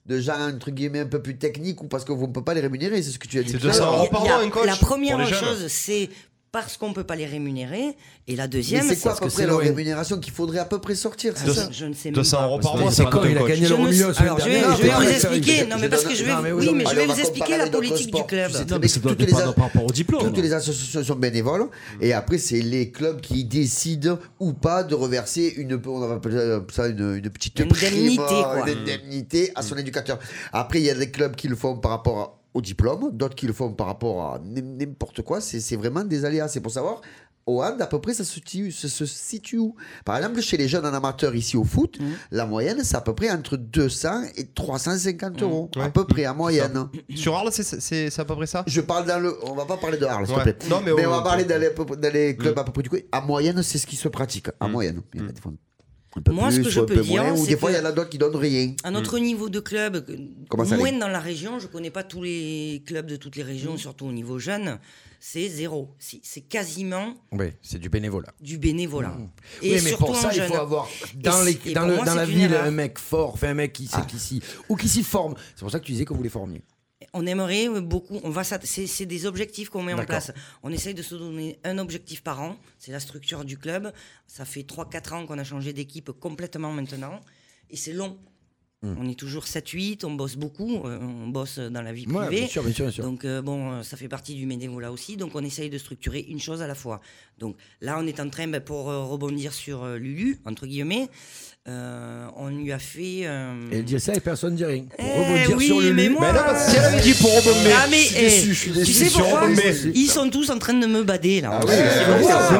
Speaker 6: de gens entre guillemets un peu plus techniques ou parce qu'on ne peut pas les rémunérer, c'est ce que tu as dit.
Speaker 2: C'est
Speaker 6: tout à
Speaker 2: 200
Speaker 6: l'heure.
Speaker 2: euros par
Speaker 5: Il y a-
Speaker 2: mois, un coach
Speaker 5: La première
Speaker 6: pour les jeunes.
Speaker 5: chose, c'est parce qu'on ne peut pas les rémunérer, et la deuxième,
Speaker 6: Mais c'est quoi à peu
Speaker 5: parce que
Speaker 6: près
Speaker 5: c'est
Speaker 6: leur
Speaker 5: loin.
Speaker 6: rémunération qu'il faudrait à peu près sortir c'est
Speaker 5: Deux-
Speaker 6: ça
Speaker 5: Euh, je ne sais même
Speaker 2: 200 euros par
Speaker 5: pas.
Speaker 2: mois, c'est quand il a gagné
Speaker 5: Je
Speaker 2: l'Euro
Speaker 5: ne
Speaker 2: Million,
Speaker 5: sais- alors,
Speaker 2: celui
Speaker 5: je vais,
Speaker 2: dernier.
Speaker 5: je vais
Speaker 2: Non,
Speaker 5: vous
Speaker 2: mais
Speaker 5: expliquer.
Speaker 2: sérieux,
Speaker 5: Non,
Speaker 2: je
Speaker 5: mais parce que
Speaker 2: donne-
Speaker 5: je vais,
Speaker 2: non, mais oui,
Speaker 5: oui,
Speaker 2: non,
Speaker 5: mais
Speaker 2: mais
Speaker 5: je
Speaker 2: on
Speaker 5: vais
Speaker 2: va
Speaker 5: vous expliquer
Speaker 2: comparer
Speaker 5: la
Speaker 2: avec d'autres
Speaker 5: politique du
Speaker 2: sports.
Speaker 5: club.
Speaker 6: Non,
Speaker 4: mais
Speaker 6: mais
Speaker 4: ça
Speaker 6: c'est
Speaker 4: doit
Speaker 6: toutes les
Speaker 4: dépendre
Speaker 6: a-
Speaker 4: par rapport au diplôme.
Speaker 6: Toutes les associations sont bénévoles et après c'est les clubs qui décident ou pas de reverser une on va appeler ça une, une petite
Speaker 5: Une
Speaker 6: prime,
Speaker 5: indemnité,
Speaker 6: euh,
Speaker 5: quoi.
Speaker 6: une indemnité à
Speaker 5: Mm.
Speaker 6: son éducateur. Après il y a des clubs qui le font par rapport à- au diplôme, d'autres qui le font par rapport à n- n'importe quoi. C'est c'est vraiment des aléas. C'est pour savoir. Au hand, à peu près, ça se situe, ça se situe où Par exemple, chez les jeunes en amateur ici au
Speaker 5: Mm.
Speaker 6: foot, la moyenne, c'est à peu près entre 200 et
Speaker 5: Mm.
Speaker 6: 350 euros. À peu près, à moyenne.
Speaker 2: Sur Arles, c'est- c'est c'est à peu près ça
Speaker 6: Je parle dans le. On va pas parler de Arles, s'il
Speaker 2: Ouais.
Speaker 6: te plaît.
Speaker 2: Non, mais
Speaker 6: mais,
Speaker 2: on-
Speaker 6: on, va parler d'aller les clubs Euh, bah, à peu près du coup. À moyenne, c'est ce qui se pratique. À moyenne. Il y en a des fois un peu
Speaker 5: Mm. Moi, ce
Speaker 6: plus,
Speaker 5: que je
Speaker 6: ou un
Speaker 5: peux
Speaker 6: peu
Speaker 5: dire,
Speaker 6: moins, ou
Speaker 5: c'est
Speaker 6: des fois,
Speaker 5: que-
Speaker 6: il y en a d'autres qui donnent rien.
Speaker 5: À
Speaker 3: Hmm.
Speaker 5: notre niveau de club, que-
Speaker 6: Comment ça
Speaker 5: moins
Speaker 6: allait
Speaker 5: dans la région, je connais pas tous les clubs de toutes les régions,
Speaker 3: Hmm.
Speaker 5: surtout au niveau jeune, c'est zéro. Si- C'est quasiment
Speaker 3: Oui, c'est du bénévolat.
Speaker 5: du bénévolat.
Speaker 3: Mmh.
Speaker 5: Et
Speaker 3: oui, mais
Speaker 5: surtout
Speaker 3: pour
Speaker 5: en
Speaker 3: ça, il
Speaker 5: jeune.
Speaker 3: faut avoir
Speaker 5: Et
Speaker 3: dans, les,
Speaker 5: c'est- et
Speaker 3: dans,
Speaker 5: pour
Speaker 3: le-
Speaker 5: moi,
Speaker 3: dans
Speaker 5: c'est
Speaker 3: la
Speaker 5: une
Speaker 3: ville
Speaker 5: erreur. Ah.
Speaker 3: un mec fort, enfin un mec qui, sait- qui s'y- ou qui s'y forme. C'est pour ça que tu disais que vous les formiez.
Speaker 5: On aimerait beaucoup. On va s'att- c'est, c'est des objectifs qu'on met en
Speaker 3: D'accord.
Speaker 5: place. On essaye de se donner un objectif par an. C'est la structure du club. Ça fait 3-4 ans qu'on a changé d'équipe complètement maintenant. Et c'est long.
Speaker 3: Hmm.
Speaker 5: On est toujours 7-8, on bosse beaucoup, euh, on bosse dans la vie
Speaker 3: Ouais,
Speaker 5: privée.
Speaker 3: bien sûr, bien sûr, bien sûr.
Speaker 5: Donc euh, bon, euh, ça fait partie du bénévolat aussi. Donc on essaye de structurer une chose à la fois. Donc là, on est en train, ben, pour euh, rebondir sur euh, Lulu, entre guillemets, euh, on lui a fait... euh,
Speaker 3: Et elle dit ça et personne ne dit rien. Pour
Speaker 5: Eh
Speaker 3: rebondir
Speaker 5: oui,
Speaker 3: sur le
Speaker 5: mais
Speaker 3: lit-
Speaker 5: moi-
Speaker 3: Ben non, parce que si elle avait dit pour rebondir,
Speaker 5: Ah, mais,
Speaker 3: je suis
Speaker 5: eh,
Speaker 3: déçu, je suis
Speaker 5: Tu
Speaker 3: déçu,
Speaker 5: sais
Speaker 3: je suis
Speaker 5: pourquoi
Speaker 3: rebondé.
Speaker 5: Ils sont tous en train de me bader là.
Speaker 3: oui,
Speaker 5: C'est
Speaker 3: oui,
Speaker 5: pour
Speaker 3: oui,
Speaker 5: ça. euh,
Speaker 3: c'est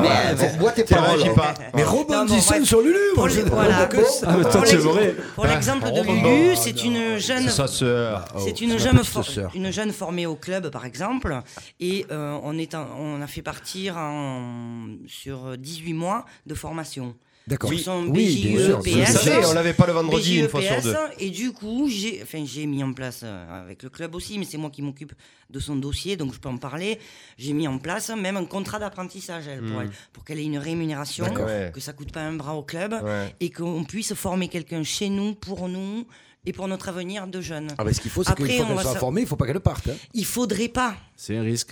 Speaker 3: vrai, c'est- bois tes
Speaker 5: Tu
Speaker 3: paroles.
Speaker 5: réagis pas.
Speaker 3: Mais
Speaker 5: Non,
Speaker 3: rebondissons
Speaker 5: bon, bref.
Speaker 3: sur Lulu, moi,
Speaker 5: Pour
Speaker 3: je-
Speaker 5: le- voilà.
Speaker 3: Bon, Ah, mais toi,
Speaker 5: Pour
Speaker 3: tu es
Speaker 5: l'ex-
Speaker 3: vrai.
Speaker 5: Pour l'exemple de
Speaker 3: Ah,
Speaker 5: Lulu,
Speaker 3: non,
Speaker 5: oh, c'est une jeune.
Speaker 2: C'est sa sœur.
Speaker 5: C'est
Speaker 2: Oh,
Speaker 5: une
Speaker 2: c'est ma
Speaker 5: jeune,
Speaker 2: petite
Speaker 5: for-
Speaker 2: sœur.
Speaker 5: une jeune formée au club, par exemple, et euh, on, est en- on a fait partir en- sur 18 mois de formation.
Speaker 2: D'accord.
Speaker 5: Sur
Speaker 2: Oui.
Speaker 5: son E
Speaker 2: Oui, bien sûr.
Speaker 5: BJEPS.
Speaker 2: Je le savais, on l'avait pas le vendredi, une fois sur deux.
Speaker 5: Et du coup, j'ai enfin, j'ai mis en place, euh, avec le club aussi, mais c'est moi qui m'occupe de son dossier, donc je peux en parler, j'ai mis en place même un contrat d'apprentissage elle, pour
Speaker 14: Mm.
Speaker 5: elle, pour qu'elle ait une rémunération,
Speaker 14: D'accord. Ouais.
Speaker 5: que ça coûte pas un bras au club,
Speaker 14: Ouais.
Speaker 5: et qu'on puisse former quelqu'un chez nous, pour nous, et pour notre avenir de jeunes.
Speaker 3: Ah, mais ce qu'il faut, c'est qu'il
Speaker 5: Après,
Speaker 3: faut
Speaker 5: on
Speaker 3: qu'elle
Speaker 5: va
Speaker 3: soit
Speaker 5: sa-
Speaker 3: informée, il faut pas qu'elle parte. hein.
Speaker 5: Il faudrait pas.
Speaker 4: C'est un risque.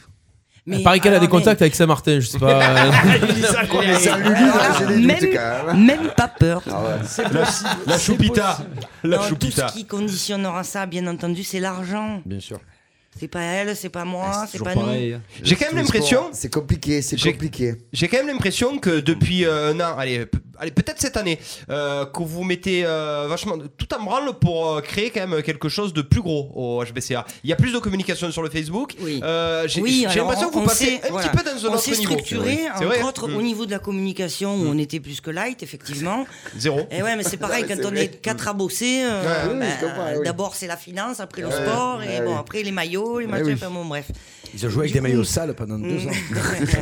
Speaker 5: Mais-
Speaker 1: paraît qu'elle a des
Speaker 5: alors, mais-
Speaker 1: contacts avec Saint-Martin, je sais pas. Ah,
Speaker 3: hein.
Speaker 5: même, même pas peur.
Speaker 2: Ah La- la choupita. La
Speaker 5: Non,
Speaker 2: choupita.
Speaker 5: Tout ce qui conditionnera ça, bien entendu, c'est l'argent.
Speaker 3: Bien sûr.
Speaker 5: C'est pas elle, c'est pas moi, c'est pas nous.
Speaker 2: J'ai quand même l'impression.
Speaker 6: C'est compliqué, c'est
Speaker 2: J'ai-
Speaker 6: compliqué.
Speaker 2: J'ai quand même l'impression que depuis euh, un an, allez, p- allez, peut-être cette année, euh, que vous mettez euh, vachement tout en branle pour euh, créer quand même quelque chose de plus gros au HBCA. Il y a plus de communication sur le Facebook. Euh, j'ai
Speaker 5: Oui,
Speaker 2: j'ai
Speaker 5: alors,
Speaker 2: l'impression
Speaker 5: on-
Speaker 2: que vous
Speaker 5: on
Speaker 2: passez
Speaker 5: s'est-
Speaker 2: un
Speaker 5: voilà.
Speaker 2: petit peu dans un
Speaker 5: On
Speaker 2: autre
Speaker 5: s'est
Speaker 2: niveau.
Speaker 5: structuré,
Speaker 2: C'est
Speaker 5: entre
Speaker 2: vrai.
Speaker 5: autres,
Speaker 2: Mm.
Speaker 5: au niveau de la communication, où on était plus que light, effectivement.
Speaker 2: Zéro.
Speaker 5: Et ouais, mais c'est pareil,
Speaker 2: Ouais,
Speaker 5: quand
Speaker 2: c'est
Speaker 5: on
Speaker 2: vrai. Mm.
Speaker 5: est quatre à bosser, euh,
Speaker 2: Ouais, oui,
Speaker 5: bah,
Speaker 2: je comprends, oui.
Speaker 5: d'abord c'est la finance, après le
Speaker 3: Ouais,
Speaker 5: sport, et
Speaker 3: ouais,
Speaker 5: bon,
Speaker 3: oui.
Speaker 5: après les maillots, les
Speaker 2: Eh
Speaker 3: Ouais,
Speaker 5: machins,
Speaker 3: oui.
Speaker 5: enfin bon, bref.
Speaker 3: Ils ont joué avec
Speaker 5: Du
Speaker 3: des
Speaker 5: coup-
Speaker 3: maillots sales pendant deux
Speaker 5: Mm.
Speaker 3: ans. Ah,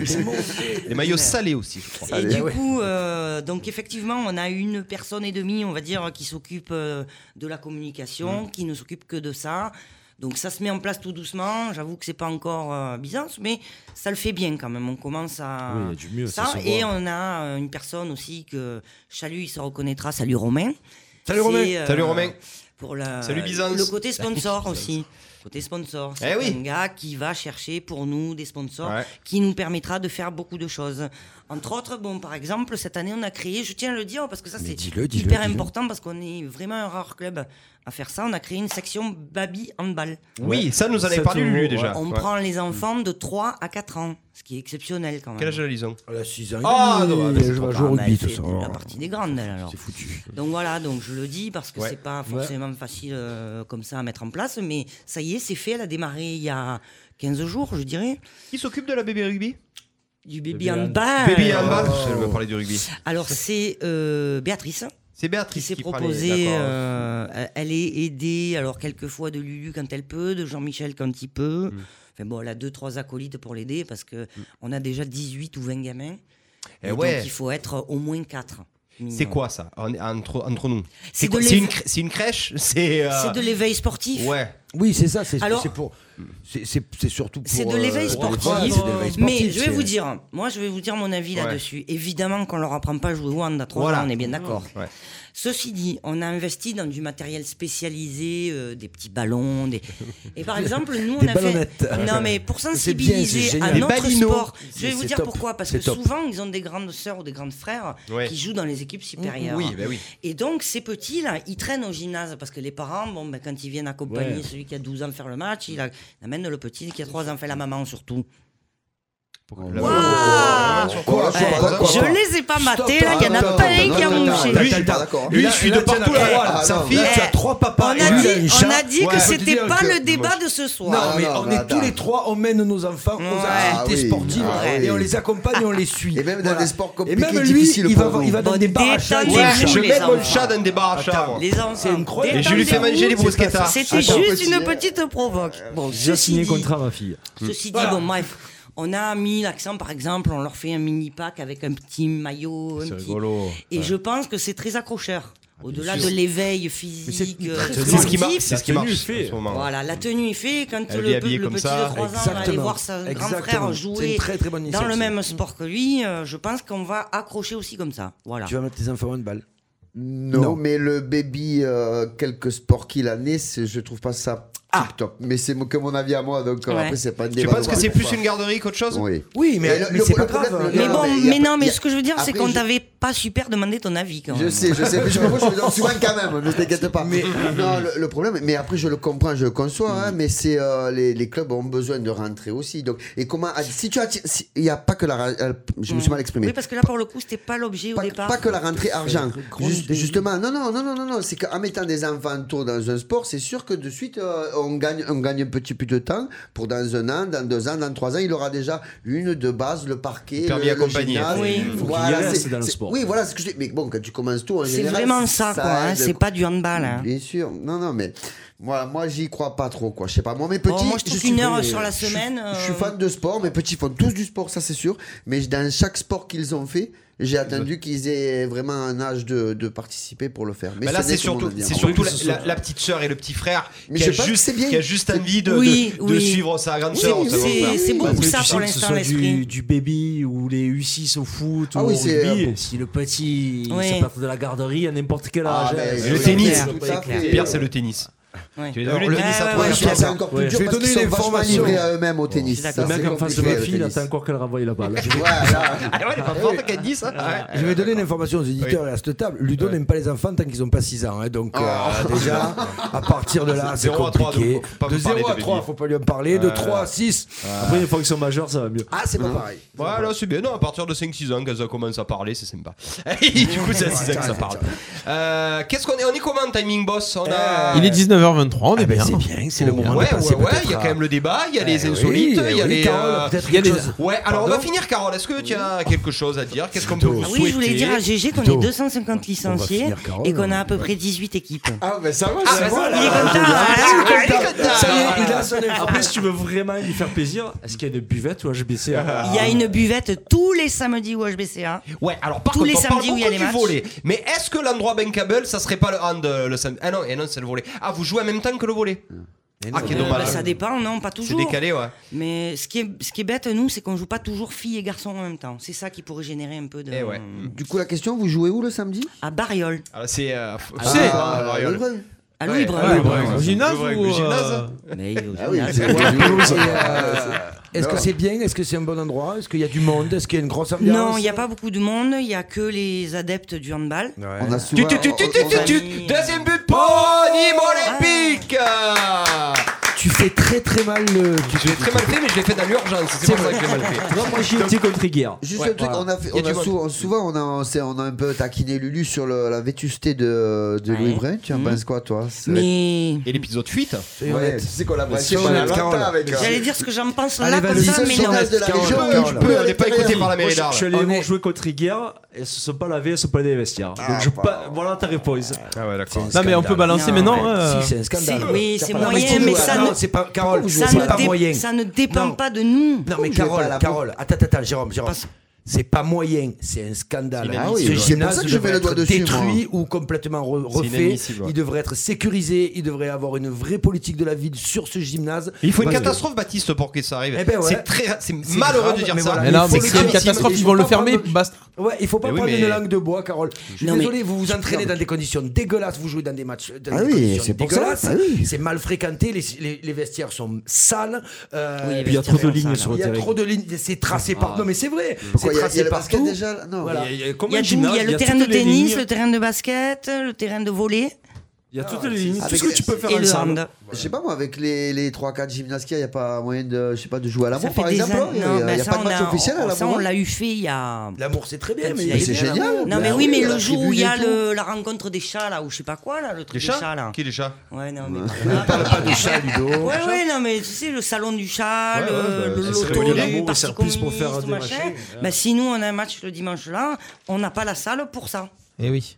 Speaker 2: Les maillots salés aussi, je crois.
Speaker 5: Et
Speaker 4: Ah
Speaker 5: du coup, euh, donc effectivement, on a une personne et demie, on va dire, qui s'occupe euh, de la
Speaker 4: Mm.
Speaker 5: communication, qui ne s'occupe que de ça. Donc ça se met en place tout doucement. J'avoue que c'est pas encore euh, Byzance, mais ça le fait bien quand même. On commence à
Speaker 4: Oui, il y a du mieux, ça se voit.
Speaker 5: et on a euh, une personne aussi que Chalut, il se reconnaîtra. Salut Romain.
Speaker 2: Salut
Speaker 5: C'est,
Speaker 2: Romain.
Speaker 5: euh,
Speaker 2: Salut Romain.
Speaker 5: Pour la,
Speaker 2: Salut Byzance.
Speaker 5: le côté sponsor
Speaker 2: Salut
Speaker 5: aussi. Côté sponsor,
Speaker 2: Eh
Speaker 5: c'est
Speaker 2: oui.
Speaker 5: un gars qui va chercher pour nous des sponsors
Speaker 2: Ouais.
Speaker 5: qui nous permettra de faire beaucoup de choses. Entre autres, bon, par exemple, cette année, on a créé, je tiens à le dire parce que ça c'est
Speaker 3: dis-le, dis-le,
Speaker 5: hyper
Speaker 3: dis-le.
Speaker 5: important parce qu'on est vraiment un rare club à faire ça. On a créé une section baby handball.
Speaker 2: Oui, ça nous en avait
Speaker 4: Ça,
Speaker 2: parlé
Speaker 4: tout le
Speaker 2: Lulu
Speaker 4: monde,
Speaker 2: déjà.
Speaker 5: On
Speaker 2: Ouais.
Speaker 5: prend les enfants de 3 à 4 ans, ce qui est exceptionnel quand même.
Speaker 2: Quel âge ils ont
Speaker 3: À 6 ans.
Speaker 2: Ah, non, bah, c'est
Speaker 3: je
Speaker 2: trop
Speaker 3: vais jouer au
Speaker 2: tard.
Speaker 3: rugby,
Speaker 5: Bah,
Speaker 3: tout
Speaker 5: c'est
Speaker 3: ça. hein.
Speaker 5: la partie des grandes, elle, alors.
Speaker 3: C'est foutu.
Speaker 5: Donc voilà, donc je le dis parce que
Speaker 3: Ouais.
Speaker 5: c'est pas
Speaker 3: Ouais.
Speaker 5: forcément facile euh, comme ça à mettre en place, mais ça y est, c'est fait. Elle a démarré il y a 15 jours, je dirais.
Speaker 2: Qui s'occupe de la bébé rugby
Speaker 5: Du baby
Speaker 2: Baby
Speaker 5: handball.
Speaker 2: Baby handball. Elle veut Oh. parler du rugby.
Speaker 5: Alors c'est euh, Béatrice.
Speaker 2: C'est Béatrice
Speaker 5: qui s'est
Speaker 2: qui prend les-
Speaker 5: proposée.
Speaker 2: d'accord.
Speaker 5: euh, elle est aidée, alors quelquefois de Lulu quand elle peut, de Jean-Michel quand il peut.
Speaker 2: Mm.
Speaker 5: Enfin bon, elle a deux trois acolytes pour l'aider parce que on a déjà 18 ou 20 gamins.
Speaker 2: Eh
Speaker 5: Et
Speaker 2: ouais.
Speaker 5: Donc il faut être au moins 4.
Speaker 2: C'est quoi ça en- entre, entre nous
Speaker 5: C'est
Speaker 2: C'est quoi
Speaker 5: de
Speaker 2: C'est
Speaker 5: l'éve-
Speaker 2: une, cr- c'est une crèche C'est euh,
Speaker 5: C'est de l'éveil sportif.
Speaker 2: Ouais.
Speaker 3: Oui, c'est ça, c'est
Speaker 5: Alors-
Speaker 3: c'est pour. c'est- C'est c'est surtout pour.
Speaker 5: C'est de
Speaker 3: euh,
Speaker 5: l'éveil
Speaker 3: pour les
Speaker 5: sportif.
Speaker 3: parents, c'est de l'éveil
Speaker 5: Mais
Speaker 3: sportif,
Speaker 5: je vais
Speaker 3: c'est-
Speaker 5: vous dire, moi je vais vous dire mon avis
Speaker 3: Ouais.
Speaker 5: là-dessus. Évidemment qu'on leur apprend pas à jouer au hand à 3
Speaker 2: Voilà.
Speaker 5: on est bien d'accord.
Speaker 2: Ouais.
Speaker 5: Ceci dit, on a investi dans du matériel spécialisé, euh, des petits ballons, des... et par exemple nous on
Speaker 3: Des
Speaker 5: a fait
Speaker 3: ballonnettes.
Speaker 5: non mais pour
Speaker 3: C'est bien, c'est
Speaker 5: sensibiliser
Speaker 3: génial.
Speaker 5: à
Speaker 3: Des
Speaker 5: notre
Speaker 3: ballons.
Speaker 5: sport, je
Speaker 3: C'est-
Speaker 5: vais vous
Speaker 3: c'est
Speaker 5: dire
Speaker 3: top.
Speaker 5: pourquoi parce
Speaker 3: C'est
Speaker 5: que
Speaker 3: top.
Speaker 5: souvent ils ont des grandes sœurs ou des grandes frères
Speaker 2: Ouais.
Speaker 5: qui jouent dans les équipes supérieures.
Speaker 2: Oui, bah oui.
Speaker 5: Et donc ces petits là, ils traînent au gymnase parce que les parents, bon ben quand ils viennent accompagner
Speaker 2: Ouais.
Speaker 5: celui qui a 12 ans faire le match, il, a- il amène le petit qui a 3 ans fait la maman surtout.
Speaker 2: La-
Speaker 5: Ouah
Speaker 2: Sur quoi, sur quoi, sur quoi,
Speaker 5: Je
Speaker 2: sur quoi
Speaker 5: les ai pas
Speaker 2: Stop,
Speaker 5: matés, là, il y en a
Speaker 2: attends,
Speaker 5: pas
Speaker 2: attends,
Speaker 5: un qui a
Speaker 2: attends,
Speaker 5: mouché.
Speaker 2: attends, Lui, attends,
Speaker 6: hein.
Speaker 2: d'accord. Lui, je suis de partout là. Voilà, sa fille, tu as trois papas
Speaker 5: On
Speaker 3: et
Speaker 5: a
Speaker 3: lui,
Speaker 5: dit,
Speaker 3: un
Speaker 5: on a
Speaker 3: chat.
Speaker 5: dit
Speaker 3: Ouais.
Speaker 5: que
Speaker 3: Faut te
Speaker 5: c'était
Speaker 3: dire
Speaker 5: pas
Speaker 3: que-
Speaker 5: le débat
Speaker 3: moi, je-
Speaker 5: de ce soir.
Speaker 3: Non,
Speaker 6: Ah
Speaker 3: mais on est tous les trois, on mène nos enfants
Speaker 5: Ouais.
Speaker 3: aux
Speaker 5: Ah
Speaker 3: activités
Speaker 5: oui,
Speaker 3: sportives
Speaker 5: ah
Speaker 3: et on
Speaker 5: oui.
Speaker 3: les accompagne et on les suit. Et
Speaker 6: même dans des sports
Speaker 3: Et
Speaker 6: compliqués,
Speaker 3: même lui,
Speaker 6: difficiles
Speaker 3: il va,
Speaker 6: pour
Speaker 3: il va dans
Speaker 6: nous.
Speaker 3: des bars à chats.
Speaker 5: Détendez-vous,
Speaker 3: il
Speaker 2: Ouais, je
Speaker 5: les
Speaker 2: mets mon
Speaker 5: enfants.
Speaker 2: chat dans des bars à chat. moi.
Speaker 5: Les enfants.
Speaker 2: C'est incroyable. Et je lui fais
Speaker 5: détendez-vous,
Speaker 2: manger les
Speaker 5: c'est pas ça.
Speaker 2: bruschettas.
Speaker 5: C'était juste une petite provoque. Bon,
Speaker 4: J'ai
Speaker 5: ceci
Speaker 4: signé
Speaker 5: dit-
Speaker 4: contrat ma fille. Hum.
Speaker 5: Ceci dit,
Speaker 4: Voilà.
Speaker 5: bon, bref, on a mis l'accent, par exemple, on leur fait un mini pack avec un petit maillot. un
Speaker 2: C'est
Speaker 5: petit-
Speaker 2: rigolo.
Speaker 5: Et
Speaker 2: Ouais.
Speaker 5: je pense que c'est très accrocheur. Au-delà
Speaker 2: sûr.
Speaker 5: de l'éveil physique, euh,
Speaker 2: C'est ce qui marche.
Speaker 5: sportif.
Speaker 2: C'est ce qui marche en ce moment.
Speaker 5: Voilà, la tenue est faite. Quand
Speaker 2: Elle est
Speaker 5: le,
Speaker 2: habillée
Speaker 5: peu- le
Speaker 2: comme
Speaker 5: petit
Speaker 2: ça.
Speaker 5: de 3 ans va aller
Speaker 2: Exactement.
Speaker 5: voir son grand
Speaker 3: Exactement.
Speaker 5: frère
Speaker 3: C'est
Speaker 5: jouer
Speaker 3: une très, très bonne
Speaker 5: dans le
Speaker 3: initiative.
Speaker 5: même sport que lui, euh, je pense qu'on va accrocher aussi comme ça. Voilà.
Speaker 3: Tu vas mettre tes enfants une balle.
Speaker 6: Non, mais le baby, euh, quelque sport qu'il a né, c'est- je trouve pas ça
Speaker 3: Ah.
Speaker 6: tip top. Mais c'est mo- que mon avis à moi, donc euh,
Speaker 5: Ouais.
Speaker 6: après c'est pas. un
Speaker 2: Tu
Speaker 6: débat
Speaker 2: penses
Speaker 6: de
Speaker 2: que c'est
Speaker 6: moi.
Speaker 2: plus une garderie qu'autre chose
Speaker 6: Oui.
Speaker 3: Oui, mais-
Speaker 6: Et le-
Speaker 3: mais
Speaker 6: le-
Speaker 3: c'est
Speaker 6: le
Speaker 3: pas grave.
Speaker 6: problème-
Speaker 5: Mais
Speaker 6: non,
Speaker 5: bon,
Speaker 6: il y a
Speaker 5: mais
Speaker 6: pas-
Speaker 5: non, mais
Speaker 6: il y a-
Speaker 5: ce que je veux dire, c'est
Speaker 6: Après,
Speaker 5: qu'on
Speaker 6: je-
Speaker 5: t'avait pas super demandé ton avis quand
Speaker 6: Je
Speaker 5: même.
Speaker 6: sais, je sais, mais je me je me donne souvent quand même, ne t'inquiète pas. non, le, le problème, mais après je le comprends, je le conçois, hein,
Speaker 5: Mm.
Speaker 6: mais c'est euh, les, les clubs ont besoin de rentrer aussi. Donc, et comment, ah, si tu as, si- il n'y a pas que la, ra- euh, je me suis mal exprimé.
Speaker 5: Mm. Oui, parce que là, pour le coup, c'était pas l'objet au départ. Ah
Speaker 6: Pas que la rentrée argent. Juste- justement, non, non, non, non, non, non. C'est qu'en mettant des enfants autour dans un sport, c'est sûr que de suite, euh, on, gagne, on gagne un petit peu de temps pour dans un an, dans deux ans, dans trois ans, il aura déjà une de base, le parquet,
Speaker 2: Le permis
Speaker 6: le,
Speaker 2: accompagné.
Speaker 6: gymnase.
Speaker 2: Oui. Faut qu'il y reste
Speaker 6: c'est-
Speaker 2: dans le
Speaker 6: c'est-
Speaker 2: sport.
Speaker 6: Oui, voilà ce que je dis. Mais bon, quand tu commences tout, en
Speaker 5: C'est
Speaker 6: général,
Speaker 5: vraiment ça, quoi, hein,
Speaker 6: aide,
Speaker 5: c'est pas du handball, hein.
Speaker 6: Bien sûr. Non, non, mais voilà, moi, j'y crois pas trop, quoi. Je sais pas. Moi, mes petits.
Speaker 5: Oh, moi, je trouve qu'une
Speaker 6: suis-
Speaker 5: heure sur la
Speaker 6: je suis-
Speaker 5: semaine, euh,
Speaker 6: Je suis fan de sport, mes petits font tous du sport, ça c'est sûr. Mais dans chaque sport qu'ils ont fait, j'ai attendu qu'ils aient vraiment un âge de, de participer pour le faire.
Speaker 2: Mais Bah là,
Speaker 6: ce n'est
Speaker 2: c'est
Speaker 6: que mon
Speaker 2: surtout,
Speaker 6: avis,
Speaker 2: c'est
Speaker 6: hein.
Speaker 2: surtout la, la- la petite sœur et le petit frère
Speaker 6: Mais
Speaker 2: qui
Speaker 6: je
Speaker 2: a,
Speaker 6: sais pas,
Speaker 2: juste,
Speaker 6: c'est bien.
Speaker 2: qui a juste envie de,
Speaker 4: Oui,
Speaker 2: de- de
Speaker 4: oui.
Speaker 2: suivre sa grande
Speaker 4: Oui,
Speaker 2: sœur.
Speaker 4: oui,
Speaker 2: ça va
Speaker 4: c'est-
Speaker 2: faire.
Speaker 4: c'est beaucoup
Speaker 2: Parce que
Speaker 4: ça,
Speaker 2: tu sais
Speaker 4: pour
Speaker 2: que ce
Speaker 4: l'instant,
Speaker 2: soit
Speaker 4: l'esprit. Du, du baby ou les U6 au foot
Speaker 6: Ah
Speaker 4: ou
Speaker 6: oui,
Speaker 4: au
Speaker 6: c'est,
Speaker 4: rugby,
Speaker 6: euh,
Speaker 4: si le petit
Speaker 5: Oui.
Speaker 4: il se passe de la garderie à n'importe quel
Speaker 6: Ah,
Speaker 4: âge.
Speaker 6: mais
Speaker 4: hein,
Speaker 6: c'est
Speaker 4: c'est-
Speaker 2: Le tennis.
Speaker 4: c'est-
Speaker 6: Tout à fait.
Speaker 2: Le pire, c'est le tennis.
Speaker 5: Ouais.
Speaker 2: Tu es
Speaker 6: Alors,
Speaker 2: obligé de
Speaker 6: le-
Speaker 2: tennis
Speaker 6: Ouais,
Speaker 2: à
Speaker 6: ouais,
Speaker 2: trois
Speaker 6: ouais,
Speaker 2: heures.
Speaker 6: je suis d'accord. encore plus dur parce qu'ils sont vachement livrés à eux-mêmes au tennis.
Speaker 4: Le
Speaker 6: Ça,
Speaker 4: mec
Speaker 6: c'est
Speaker 4: en face de
Speaker 6: compliqué,
Speaker 4: ma
Speaker 6: le
Speaker 4: fille, là,
Speaker 6: tennis.
Speaker 4: t'as encore qu'elle renvoie la balle.
Speaker 3: Je vais donner une information aux éditeurs et à cette table. Ludo n'aime pas les enfants tant qu'ils n'ont pas 6 ans. hein, donc, euh,
Speaker 6: Oh.
Speaker 3: déjà, à partir de là, c'est
Speaker 4: Ah, Zéro à trois,
Speaker 3: compliqué.
Speaker 4: donc, faut pas me
Speaker 3: De 0
Speaker 4: parler
Speaker 3: à
Speaker 4: de
Speaker 3: 3,
Speaker 4: bêtises.
Speaker 3: faut pas lui en parler. De
Speaker 2: Ouais.
Speaker 3: 3 à 6.
Speaker 4: Après, une fois qu'ils sont majeurs, ça va mieux. Hein
Speaker 3: Ah, c'est pas pareil.
Speaker 2: Ouais, là, c'est bien. Non, à partir de 5-6 ans, quand ça commence à parler, c'est sympa. Et du coup, c'est à 6 ans que ça parle. Euh, Qu'est-ce qu'on est On est comment, timing boss on a...
Speaker 1: Il est 19h23, on
Speaker 2: Ah,
Speaker 1: est bien. hein.
Speaker 3: C'est bien, c'est le moment
Speaker 2: Ouais,
Speaker 3: de passer.
Speaker 2: ouais, ouais,
Speaker 3: peut-être
Speaker 2: il y a
Speaker 3: à-
Speaker 2: quand même le débat, il y a
Speaker 3: Eh
Speaker 2: les
Speaker 3: oui,
Speaker 2: insolites, il y a
Speaker 3: oui,
Speaker 2: les.
Speaker 3: Carole,
Speaker 2: euh,
Speaker 3: peut-être
Speaker 2: il y a
Speaker 3: quelque
Speaker 2: les-
Speaker 3: chose.
Speaker 2: Ouais, alors on va
Speaker 3: Pardon
Speaker 2: finir, Carole. Est-ce que tu as quelque chose à dire Qu'est-ce qu'on peut vous
Speaker 5: Ah oui, je voulais
Speaker 2: souhaiter
Speaker 5: dire à GG qu'on
Speaker 2: Plutôt.
Speaker 5: est 250 licenciés
Speaker 2: finir, Carole.
Speaker 5: et qu'on a à peu près 18 équipes.
Speaker 6: Ah, mais ça va,
Speaker 5: Ah, bah, il est content,
Speaker 4: Ah,
Speaker 5: hein, il est content.
Speaker 4: Après, si tu veux vraiment lui faire plaisir, est-ce qu'il y a une buvette ou HBC
Speaker 5: Il y a une buvette tous les samedis au HBCA.
Speaker 2: Ah Ouais, alors par
Speaker 5: tous
Speaker 2: contre,
Speaker 5: les
Speaker 2: on parle
Speaker 5: samedis où il y a
Speaker 2: beaucoup
Speaker 5: les
Speaker 2: du
Speaker 5: matchs.
Speaker 2: volley. Mais est-ce que l'endroit bankable, ça serait pas le hand euh, le samedi Ah non, eh non c'est le volley. Ah, vous jouez en même temps que le volley Ah, qui
Speaker 5: Euh,
Speaker 2: dommage.
Speaker 5: bah, ça dépend, non, pas toujours.
Speaker 2: décalé, ouais.
Speaker 5: Mais ce qui est, ce qui est bête, nous, c'est qu'on joue pas toujours filles et garçons en même temps. C'est ça qui pourrait générer un peu de.
Speaker 2: Eh
Speaker 6: Mm. Du coup, la question, vous jouez où le samedi
Speaker 5: À Bariol.
Speaker 2: Ah, c'est. Euh,
Speaker 6: Ah,
Speaker 2: tu sais,
Speaker 6: ah,
Speaker 2: euh, Ariol.
Speaker 6: le Breuil.
Speaker 5: À
Speaker 2: Ouais,
Speaker 5: Louis-Breuil.
Speaker 2: ouais,
Speaker 5: Louis-Breuil.
Speaker 2: Louis-Breuil.
Speaker 5: Au gymnase
Speaker 2: Louis-Breuil,
Speaker 5: ou,
Speaker 2: le
Speaker 5: euh,
Speaker 2: gymnase
Speaker 5: Mais il est au
Speaker 6: Ah oui,
Speaker 5: gymnase.
Speaker 6: c'est-
Speaker 3: euh, Est-ce que c'est bien Est-ce que c'est un bon endroit Est-ce qu'il y a du monde Est-ce qu'il y a une grosse ambiance
Speaker 5: Non, il n'y a pas beaucoup de monde, il n'y a que les adeptes du handball.
Speaker 3: On a souvent-
Speaker 2: Tu, tu, tu, tu, tu, tu. Deuxième but pour Nîmes Olympique
Speaker 3: Tu fais très très mal le.
Speaker 6: Ah,
Speaker 2: Je l'ai très mal fait, euh, mais je l'ai fait dans l'urgence. C'est
Speaker 3: C'est
Speaker 2: pour ça
Speaker 3: vrai.
Speaker 2: que je l'ai mal fait.
Speaker 3: Non, moi, j'ai été
Speaker 4: contre
Speaker 5: hein.
Speaker 4: hier.
Speaker 6: hein. Juste un truc, on a, fait- on a sou- on- souvent on a, on s'est- on a un peu taquiné Lulu sur le- la vétusté de, de Louis Brun. Tu en penses quoi, toi C'est-
Speaker 5: Mmh. Mais.
Speaker 2: Et l'épisode 8
Speaker 6: Ouais, tu sais qu'on l'a
Speaker 2: Mais
Speaker 6: passé
Speaker 2: si,
Speaker 6: pendant
Speaker 2: honnête,
Speaker 6: longtemps
Speaker 2: Carole.
Speaker 6: avec, euh,
Speaker 5: J'allais dire ce que j'en pense
Speaker 6: Allez,
Speaker 5: là comme
Speaker 6: vas-y,
Speaker 5: ça,
Speaker 6: seul
Speaker 5: mais non.
Speaker 6: sondage de la région, Carole.
Speaker 2: peux, elle est pas écoutée par la mairie
Speaker 4: Moi,
Speaker 2: d'Arles.
Speaker 4: Je suis allé
Speaker 2: On est-
Speaker 4: jouer contre Higuère et ils se sont pas lavés, ils se sont pas allés dans les vestiaires. Donc je pa- voilà ta réponse.
Speaker 2: Ah ouais, d'accord.
Speaker 1: Non, mais on peut balancer
Speaker 4: Non,
Speaker 1: maintenant.
Speaker 4: mais
Speaker 1: euh,
Speaker 3: si, c'est un scandale.
Speaker 5: C'est- oui, c'est
Speaker 3: Non, mais
Speaker 5: moyen,
Speaker 3: faut
Speaker 5: mais
Speaker 3: jouer.
Speaker 5: ça
Speaker 3: Non,
Speaker 5: ne-
Speaker 3: c'est pas Carole.
Speaker 5: ça
Speaker 3: c'est
Speaker 5: ne
Speaker 3: pas
Speaker 5: dé-
Speaker 3: moyen.
Speaker 5: ça ne dépend pas de
Speaker 6: Mmh.
Speaker 5: nous.
Speaker 3: Non mais Carole, Carole, attends, attends, attends, Jérôme, Jérôme. C'est pas moyen, c'est un scandale.
Speaker 6: C'est inadmissible, ouais.
Speaker 3: Ce
Speaker 6: C'est pour
Speaker 3: gymnase
Speaker 6: ça que je mets
Speaker 3: devrait
Speaker 6: le doigt
Speaker 3: être
Speaker 6: dessus,
Speaker 3: détruit ou complètement re-
Speaker 2: C'est
Speaker 3: refait.
Speaker 2: inadmissible, ouais.
Speaker 3: Il devrait être sécurisé. Il devrait avoir une vraie politique de la ville sur ce gymnase.
Speaker 2: Il faut une
Speaker 3: Parce que-
Speaker 2: catastrophe, Baptiste, pour que ça arrive.
Speaker 3: Eh ben ouais.
Speaker 2: C'est très, c'est
Speaker 3: C'est
Speaker 2: malheureux
Speaker 3: grave,
Speaker 2: de dire
Speaker 3: mais
Speaker 2: ça.
Speaker 3: voilà.
Speaker 1: Mais non,
Speaker 3: Il faut
Speaker 1: mais
Speaker 3: le
Speaker 1: c'est une
Speaker 3: gravissime,
Speaker 1: catastrophe,
Speaker 3: il
Speaker 1: ils
Speaker 3: faut
Speaker 1: vont le
Speaker 3: pas
Speaker 1: fermer.
Speaker 3: prendre-
Speaker 1: Basta.
Speaker 3: Ouais, il faut pas
Speaker 1: Mais oui,
Speaker 3: prendre
Speaker 1: mais-
Speaker 3: une langue de bois, Carole. Je suis
Speaker 1: Non,
Speaker 3: désolé,
Speaker 1: mais-
Speaker 3: vous vous entraînez dans des conditions dégueulasses, vous jouez dans des matchs dans
Speaker 6: Ah
Speaker 3: des
Speaker 6: oui,
Speaker 3: conditions
Speaker 6: c'est pour ça,
Speaker 3: dégueulasses.
Speaker 6: ah oui.
Speaker 3: C'est mal fréquenté, les, les- les vestiaires sont sales. euh,
Speaker 4: Oui, les Puis il y a trop de vestiaires lignes sont sur le
Speaker 3: Il y a
Speaker 4: terrain.
Speaker 3: trop de lignes, c'est tracé par.
Speaker 4: Ah.
Speaker 3: Non, mais c'est vrai.
Speaker 6: Pourquoi, il y a-
Speaker 3: C'est
Speaker 6: il y
Speaker 3: tracé
Speaker 6: a le basket
Speaker 3: partout.
Speaker 6: déjà, là Non.
Speaker 4: Il
Speaker 3: Voilà.
Speaker 4: y a- il y a
Speaker 5: Il y
Speaker 4: combien
Speaker 5: a
Speaker 4: de
Speaker 5: tout, il y a
Speaker 4: gymnases
Speaker 5: le
Speaker 4: Il y a
Speaker 5: terrain de
Speaker 4: toutes les
Speaker 5: tennis,
Speaker 4: lignes.
Speaker 5: le terrain de basket, le terrain de volley.
Speaker 4: Il y a Ah,
Speaker 3: Ah,
Speaker 4: toutes les lignes, tout
Speaker 6: Avec-
Speaker 4: ce que tu peux faire
Speaker 5: et le
Speaker 4: ensemble.
Speaker 5: hand.
Speaker 6: Je sais pas moi, avec les, les 3-4 gymnases qu'il y a, il n'y a pas moyen de, je sais pas, de jouer à l'amour
Speaker 5: Ça fait
Speaker 6: par
Speaker 5: des
Speaker 6: exemple hein.
Speaker 5: années-
Speaker 6: Il n'y
Speaker 5: non,
Speaker 6: a,
Speaker 5: mais
Speaker 6: il y a
Speaker 5: ça,
Speaker 6: pas de
Speaker 5: on
Speaker 6: match
Speaker 5: a-
Speaker 6: officiel à
Speaker 5: Ça, on
Speaker 6: l'amour
Speaker 5: l'a eu fait il y a.
Speaker 3: L'amour, c'est très bien,
Speaker 5: Quand
Speaker 3: mais,
Speaker 5: il
Speaker 6: Mais
Speaker 5: a
Speaker 6: c'est
Speaker 5: été, là.
Speaker 6: génial.
Speaker 5: Non, mais
Speaker 6: Bah
Speaker 5: oui,
Speaker 6: oui,
Speaker 5: mais
Speaker 6: la
Speaker 5: le jour
Speaker 6: tribune
Speaker 5: où il y a
Speaker 6: et tout.
Speaker 5: le- la rencontre des chats, là, ou je sais pas quoi, là, le
Speaker 2: Les
Speaker 5: truc des
Speaker 2: chats
Speaker 5: chats, là.
Speaker 2: Qui les chats
Speaker 5: Ouais, non, mais.
Speaker 2: On parle pas de chat, Ludo.
Speaker 5: Ouais, ouais, non, mais tu sais, le salon du
Speaker 2: Ouais,
Speaker 5: chat, le,
Speaker 2: ouais, bah,
Speaker 5: le
Speaker 2: c'est
Speaker 5: loto,
Speaker 2: très
Speaker 5: le
Speaker 2: bien. L'amour,
Speaker 5: parti
Speaker 2: ça sert
Speaker 4: plus pour
Speaker 5: communiste,
Speaker 4: faire des
Speaker 5: machin.
Speaker 4: machins.
Speaker 5: Bah, si nous, on a un match le dimanche là, on n'a pas la salle pour ça.
Speaker 1: Eh oui.